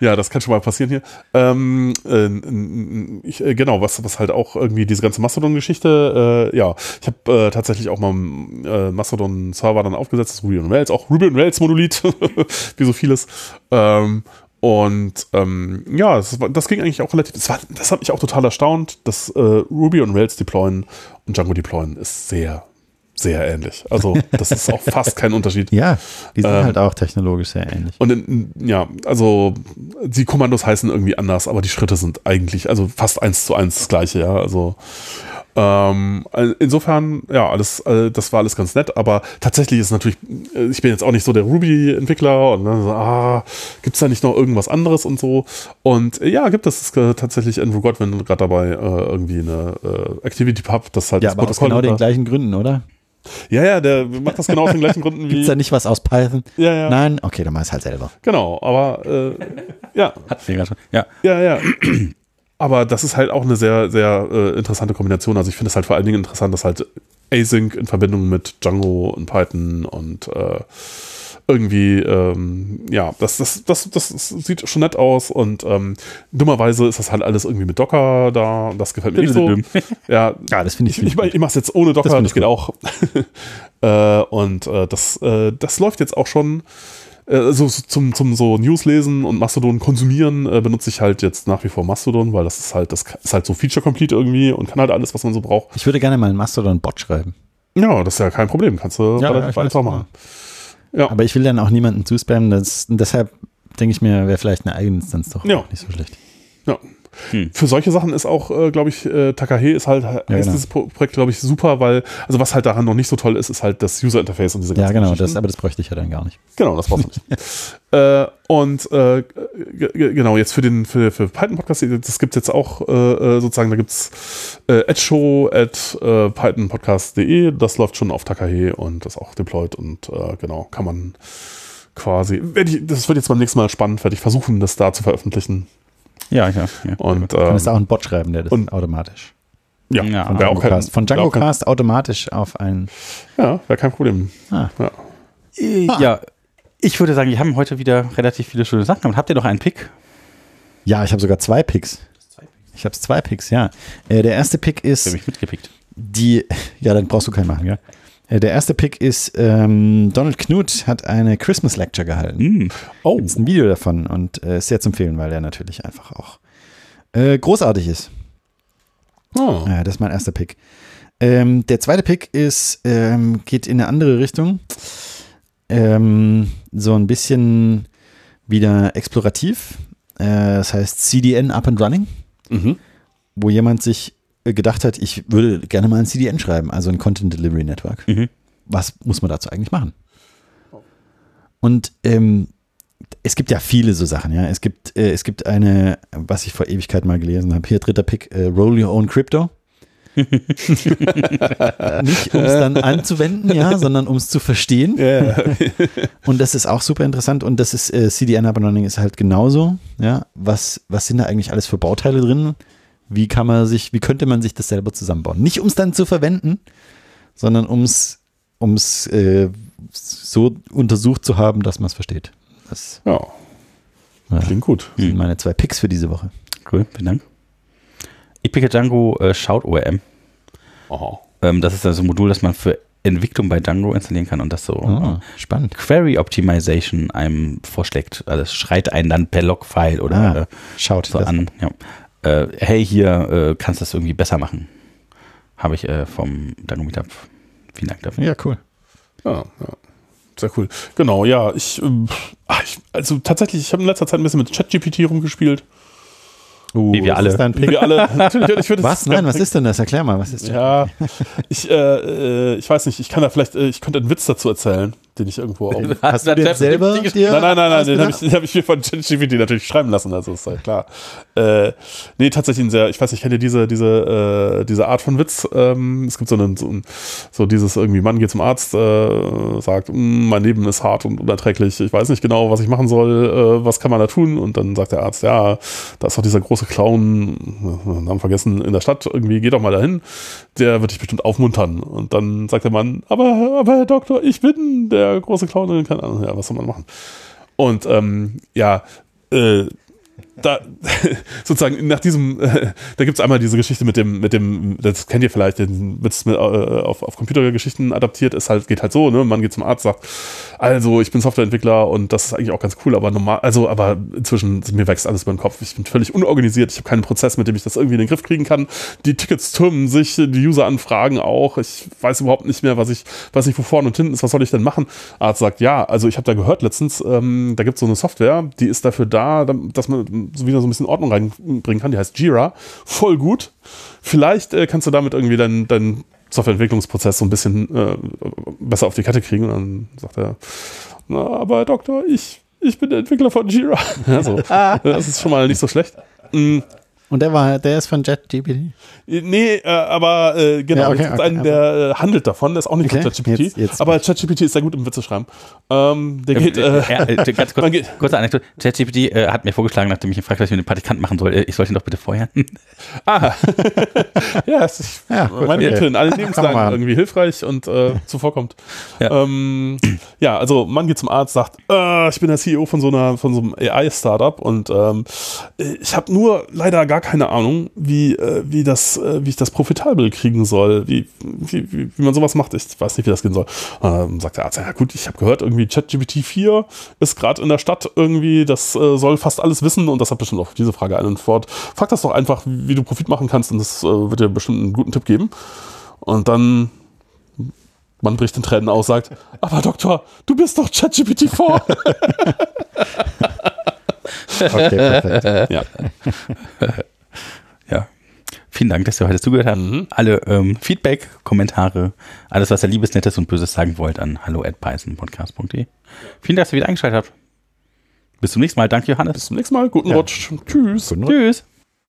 [SPEAKER 2] ja, das kann schon mal passieren hier. Ähm, äh, n- n- ich, äh, genau, was, was halt auch irgendwie diese ganze Mastodon-Geschichte, äh, ja, ich habe äh, tatsächlich auch mal einen äh, Mastodon-Server dann aufgesetzt, das Ruby on Rails, auch Ruby on Rails-Monolit, wie so vieles. Ähm, und ähm, ja, das, war, das ging eigentlich auch relativ. Das, war, das hat mich auch total erstaunt, dass äh, Ruby on Rails deployen und Django deployen ist sehr, sehr ähnlich. Also, das ist auch fast kein Unterschied.
[SPEAKER 3] Ja, die sind
[SPEAKER 2] Ähm,
[SPEAKER 3] halt auch technologisch sehr ähnlich.
[SPEAKER 2] Und in, ja, also die Kommandos heißen irgendwie anders, aber die Schritte sind eigentlich, also fast eins zu eins das gleiche, ja. Also ähm, also insofern, ja, alles, äh, das war alles ganz nett, aber tatsächlich ist natürlich, äh, ich bin jetzt auch nicht so der Ruby-Entwickler und dann so, ah, gibt's da nicht noch irgendwas anderes und so. Und äh, ja, gibt es ist, äh, tatsächlich Andrew Godwin gerade dabei äh, irgendwie eine äh, Activity Pub, das halt
[SPEAKER 3] Ja,
[SPEAKER 2] das
[SPEAKER 3] aber aus genau den
[SPEAKER 2] unter-
[SPEAKER 3] gleichen Gründen, oder?
[SPEAKER 2] Ja, ja, der macht das genau aus den gleichen Gründen
[SPEAKER 3] Gibt
[SPEAKER 2] wie.
[SPEAKER 3] es da nicht was aus Python?
[SPEAKER 2] Ja, ja.
[SPEAKER 3] Nein? Okay, dann mach es halt selber.
[SPEAKER 2] Genau, aber äh, ja,
[SPEAKER 1] Hatten wir gerade schon. Ja,
[SPEAKER 2] Ja, ja. Aber das ist halt auch eine sehr, sehr äh, interessante Kombination. Also ich finde es halt vor allen Dingen interessant, dass halt Async in Verbindung mit Django und Python und äh, irgendwie, ähm, ja, das, das, das, das, das sieht schon nett aus und ähm, dummerweise ist das halt alles irgendwie mit Docker da und das gefällt mir nicht so. Ja,
[SPEAKER 3] Ja, das finde ich,
[SPEAKER 2] ich, ich, mach- ich mache es jetzt ohne Docker,
[SPEAKER 3] Das
[SPEAKER 2] das,
[SPEAKER 3] find
[SPEAKER 2] geht auch. äh, und äh, das, äh, das läuft jetzt auch schon. Äh, so, so zum, zum so News lesen und Mastodon konsumieren äh, benutze ich halt jetzt nach wie vor Mastodon, weil das ist halt, das ist halt so feature-complete irgendwie und kann halt alles, was man so braucht.
[SPEAKER 3] Ich würde gerne mal einen Mastodon-Bot schreiben.
[SPEAKER 2] Ja, das ist ja kein Problem. Kannst du
[SPEAKER 3] Ja,
[SPEAKER 2] relativ
[SPEAKER 3] ja, ich
[SPEAKER 2] einfach
[SPEAKER 3] weiß.
[SPEAKER 2] machen. Ja.
[SPEAKER 3] Aber ich will dann auch niemanden zuspammen. Das, deshalb denke ich mir, wäre vielleicht eine eigene Instanz doch
[SPEAKER 2] Ja.
[SPEAKER 3] auch nicht so schlecht.
[SPEAKER 2] Ja.
[SPEAKER 1] Hm.
[SPEAKER 2] Für solche Sachen ist auch, äh, glaube ich, äh, Takahe ist halt, heißt
[SPEAKER 3] genau.
[SPEAKER 2] dieses Pro Projekt, glaube ich, super, weil, also was halt daran noch nicht so toll ist, ist halt das User-Interface und diese
[SPEAKER 3] Ja,
[SPEAKER 2] ganzen
[SPEAKER 3] genau,
[SPEAKER 2] Geschichten.
[SPEAKER 3] das, aber das bräuchte ich ja dann gar nicht.
[SPEAKER 2] Genau, das brauchst du nicht. äh, und äh, ge- ge- genau, jetzt für den für, für Python Podcast, das gibt es jetzt auch äh, äh, sozusagen, da gibt es äh, at show at äh, pythonpodcast.de, das läuft schon auf Takahe und ist auch deployed und äh, genau, kann man quasi, werd ich, das wird jetzt beim nächsten Mal spannend, werde ich versuchen, das da zu veröffentlichen.
[SPEAKER 1] ja, ja. ja.
[SPEAKER 2] Und
[SPEAKER 3] Du
[SPEAKER 2] ähm,
[SPEAKER 3] kannst auch einen Bot schreiben, der das
[SPEAKER 2] und-
[SPEAKER 3] automatisch.
[SPEAKER 2] ja,
[SPEAKER 1] Ja,
[SPEAKER 2] wäre auch
[SPEAKER 3] Django
[SPEAKER 2] kein,
[SPEAKER 3] Cast, von
[SPEAKER 2] wär
[SPEAKER 3] Django
[SPEAKER 2] auch kein,
[SPEAKER 3] Cast automatisch auf einen.
[SPEAKER 2] ja, wäre kein Problem.
[SPEAKER 3] Ah,
[SPEAKER 1] Äh, ja, ich würde sagen, wir haben heute wieder relativ viele schöne Sachen. gemacht. Habt ihr noch einen Pick?
[SPEAKER 3] ja, ich habe sogar zwei Picks. Ich habe zwei Picks, ja. Äh, der erste Pick
[SPEAKER 1] Ich
[SPEAKER 3] ist
[SPEAKER 1] habe mich mitgepickt.
[SPEAKER 3] die. Ja, dann brauchst du keinen machen, ja. Äh, der erste Pick ist, ähm, Donald Knuth hat eine Christmas Lecture gehalten.
[SPEAKER 1] Hm.
[SPEAKER 2] Oh,
[SPEAKER 3] Gibt es ein Video davon und äh, ist sehr zu empfehlen, weil der natürlich einfach auch äh, großartig ist.
[SPEAKER 2] oh.
[SPEAKER 3] Ja, das ist mein erster Pick. Ähm, der zweite Pick ist, ähm, geht in eine andere Richtung. Ähm, so ein bisschen wieder explorativ. Äh, das heißt CDN Up and Running,
[SPEAKER 2] Mhm.
[SPEAKER 3] wo jemand sich äh, gedacht hat, ich würde gerne mal ein CDN schreiben, also ein Content Delivery Network.
[SPEAKER 1] Mhm.
[SPEAKER 3] Was muss man dazu eigentlich machen? Und ähm, es gibt ja viele so Sachen, ja. Es gibt, äh, es gibt eine, was ich vor Ewigkeit mal gelesen habe, hier dritter Pick, äh, Roll Your Own Crypto. Nicht, um es dann anzuwenden, ja, sondern um es zu verstehen. Und das ist auch super interessant. Und das ist äh, CDN Up and Running ist halt genauso. Ja, was, was sind da eigentlich alles für Bauteile drin? Wie kann man sich, wie könnte man sich das selber zusammenbauen? Nicht um es dann zu verwenden, sondern um es um's, äh, so untersucht zu haben, dass man es versteht. Das
[SPEAKER 2] Ja.
[SPEAKER 3] Ja.
[SPEAKER 2] Klingt gut.
[SPEAKER 3] sind
[SPEAKER 1] Hm.
[SPEAKER 3] meine zwei Picks für diese Woche.
[SPEAKER 1] Cool, vielen Dank. Ich picke Django äh, Shout ORM.
[SPEAKER 2] Aha.
[SPEAKER 1] Ähm, das ist also ein Modul, das man für Entwicklung bei Django installieren kann und das so
[SPEAKER 3] Ah,
[SPEAKER 1] äh,
[SPEAKER 3] spannend.
[SPEAKER 1] Query Optimization einem vorschlägt. Also es schreit einen dann per Log-File oder
[SPEAKER 3] Ah,
[SPEAKER 1] äh,
[SPEAKER 3] schaut.
[SPEAKER 1] so
[SPEAKER 3] das-
[SPEAKER 1] an. Ja. Äh, hey, hier äh, kannst du das irgendwie besser machen. Habe ich äh, vom Django Meetup. Vielen Dank dafür.
[SPEAKER 3] Ja, cool.
[SPEAKER 2] Ja, ja. Sehr cool. Genau, ja, ich, ähm, ah, ich also tatsächlich, ich habe in letzter Zeit ein bisschen mit ChatGPT rumgespielt. Oh,
[SPEAKER 1] Wie wir
[SPEAKER 3] ist
[SPEAKER 1] alle. ne?
[SPEAKER 3] das dein Pick?
[SPEAKER 2] Wir alle, natürlich, ich würde
[SPEAKER 3] Was? Nein, was ist denn das? Erklär mal, was ist
[SPEAKER 2] Ja, ich, äh, äh, ich weiß nicht, ich kann da vielleicht, äh, ich könnte einen Witz dazu erzählen. den ich irgendwo auf. nein,
[SPEAKER 3] Hast du den selber dir
[SPEAKER 2] nein, nein, nein, den habe ich,
[SPEAKER 3] ausgedacht?
[SPEAKER 2] den hab ich mir von ChatGPT natürlich schreiben lassen, also ist ja klar. Äh, nee, tatsächlich ein sehr, ich weiß nicht, kennt ihr diese, diese, äh, diese Art von Witz? Ähm, es gibt so, einen, so, ein, so dieses irgendwie, Mann geht zum Arzt, äh, sagt, "Mm, mein Leben ist hart und unerträglich, ich weiß nicht genau, was ich machen soll, äh, was kann man da tun? Und dann sagt der Arzt, ja, da ist doch dieser große Clown, äh, Namen vergessen, in der Stadt, irgendwie, geh doch mal dahin, der wird dich bestimmt aufmuntern. Und dann sagt der Mann, aber, aber Herr Doktor, ich bin der große Clown, und keine Ahnung, ja, was soll man machen? Und ähm, ja, äh, da sozusagen nach diesem, äh, da gibt's einmal diese Geschichte mit dem, mit dem, das kennt ihr vielleicht, den Witz mit, äh, auf, auf Computergeschichten adaptiert, ist halt, geht halt so, ne? Man geht zum Arzt, sagt, also ich bin Softwareentwickler und das ist eigentlich auch ganz cool, aber normal, also, aber inzwischen, mir wächst alles über den Kopf. Ich bin völlig unorganisiert, ich habe keinen Prozess, mit dem ich das irgendwie in den Griff kriegen kann. Die Tickets türmen sich, die User-Anfragen auch, ich weiß überhaupt nicht mehr, was ich, weiß nicht, wo vorne und hinten ist, was soll ich denn machen? Arzt sagt, ja, also ich habe da gehört letztens, ähm, da gibt's so eine Software, die ist dafür da, dam- dass man so wieder so ein bisschen Ordnung reinbringen kann, die heißt Jira, voll gut. Vielleicht äh, kannst du damit irgendwie deinen deinen Softwareentwicklungsprozess so ein bisschen äh, besser auf die Kette kriegen und dann sagt er, na, aber Herr Doktor, ich, ich bin der Entwickler von Jira. Ja, so.
[SPEAKER 3] Ah.
[SPEAKER 2] Das ist schon mal nicht so schlecht. Mm.
[SPEAKER 3] Und der war, der ist von JetGPT.
[SPEAKER 2] Nee, äh, aber äh, genau,
[SPEAKER 3] Ja, okay,
[SPEAKER 2] es gibt
[SPEAKER 3] okay, also.
[SPEAKER 2] einen, der äh, handelt davon, der ist auch nicht
[SPEAKER 3] Okay,
[SPEAKER 2] von ChatGPT.
[SPEAKER 3] jetzt- jetzt-
[SPEAKER 2] aber ChatGPT ist da gut im Witze schreiben. Ähm, der geht, äh,
[SPEAKER 1] Ja, äh, ganz kurz,
[SPEAKER 2] man geht-
[SPEAKER 1] kurze Anekdote. ChatGPT äh, hat mir vorgeschlagen, nachdem ich ihn fragte, was ich mit dem Praktikant machen soll, äh, ich sollte ihn doch bitte feuern.
[SPEAKER 2] ah, ja, es ist
[SPEAKER 3] Ja, gut,
[SPEAKER 2] meine
[SPEAKER 3] okay.
[SPEAKER 2] Güte, in allen
[SPEAKER 3] Kann man
[SPEAKER 2] Lebenslagen
[SPEAKER 3] machen.
[SPEAKER 2] irgendwie hilfreich und äh, zuvorkommt.
[SPEAKER 1] Ja.
[SPEAKER 2] Ja. Ähm, ja, also man geht zum Arzt, sagt, äh, ich bin der CEO von so einer von so einem AI-Startup und ähm, ich habe nur leider gar keine Ahnung, wie äh, wie das äh, wie ich das profitabel kriegen soll, wie wie, wie, wie man sowas macht. Ich weiß nicht, wie das gehen soll. Ähm, sagt der Arzt, ja gut, ich habe gehört, irgendwie ChatGPT 4 ist gerade in der Stadt irgendwie, das äh, soll fast alles wissen und das hat bestimmt auch diese Frage eine Antwort. Frag das doch einfach, wie du Profit machen kannst und das äh, wird dir bestimmt einen guten Tipp geben. Und dann, man bricht in Tränen aus, sagt, aber Doktor, du bist doch ChatGPT 4.
[SPEAKER 3] Okay, perfekt.
[SPEAKER 2] ja.
[SPEAKER 1] Ja. Vielen Dank, dass ihr heute zugehört habt. Alle ähm, Feedback, Kommentare, alles, was ihr Liebes, Nettes und Böses sagen wollt, an hallo at pythonpodcast.de. Vielen Dank, dass ihr wieder eingeschaltet habt. Bis zum nächsten Mal. Danke, Johannes.
[SPEAKER 2] Bis zum nächsten Mal, guten Rutsch. Tschüss.
[SPEAKER 3] Guten Rutsch.
[SPEAKER 1] Tschüss.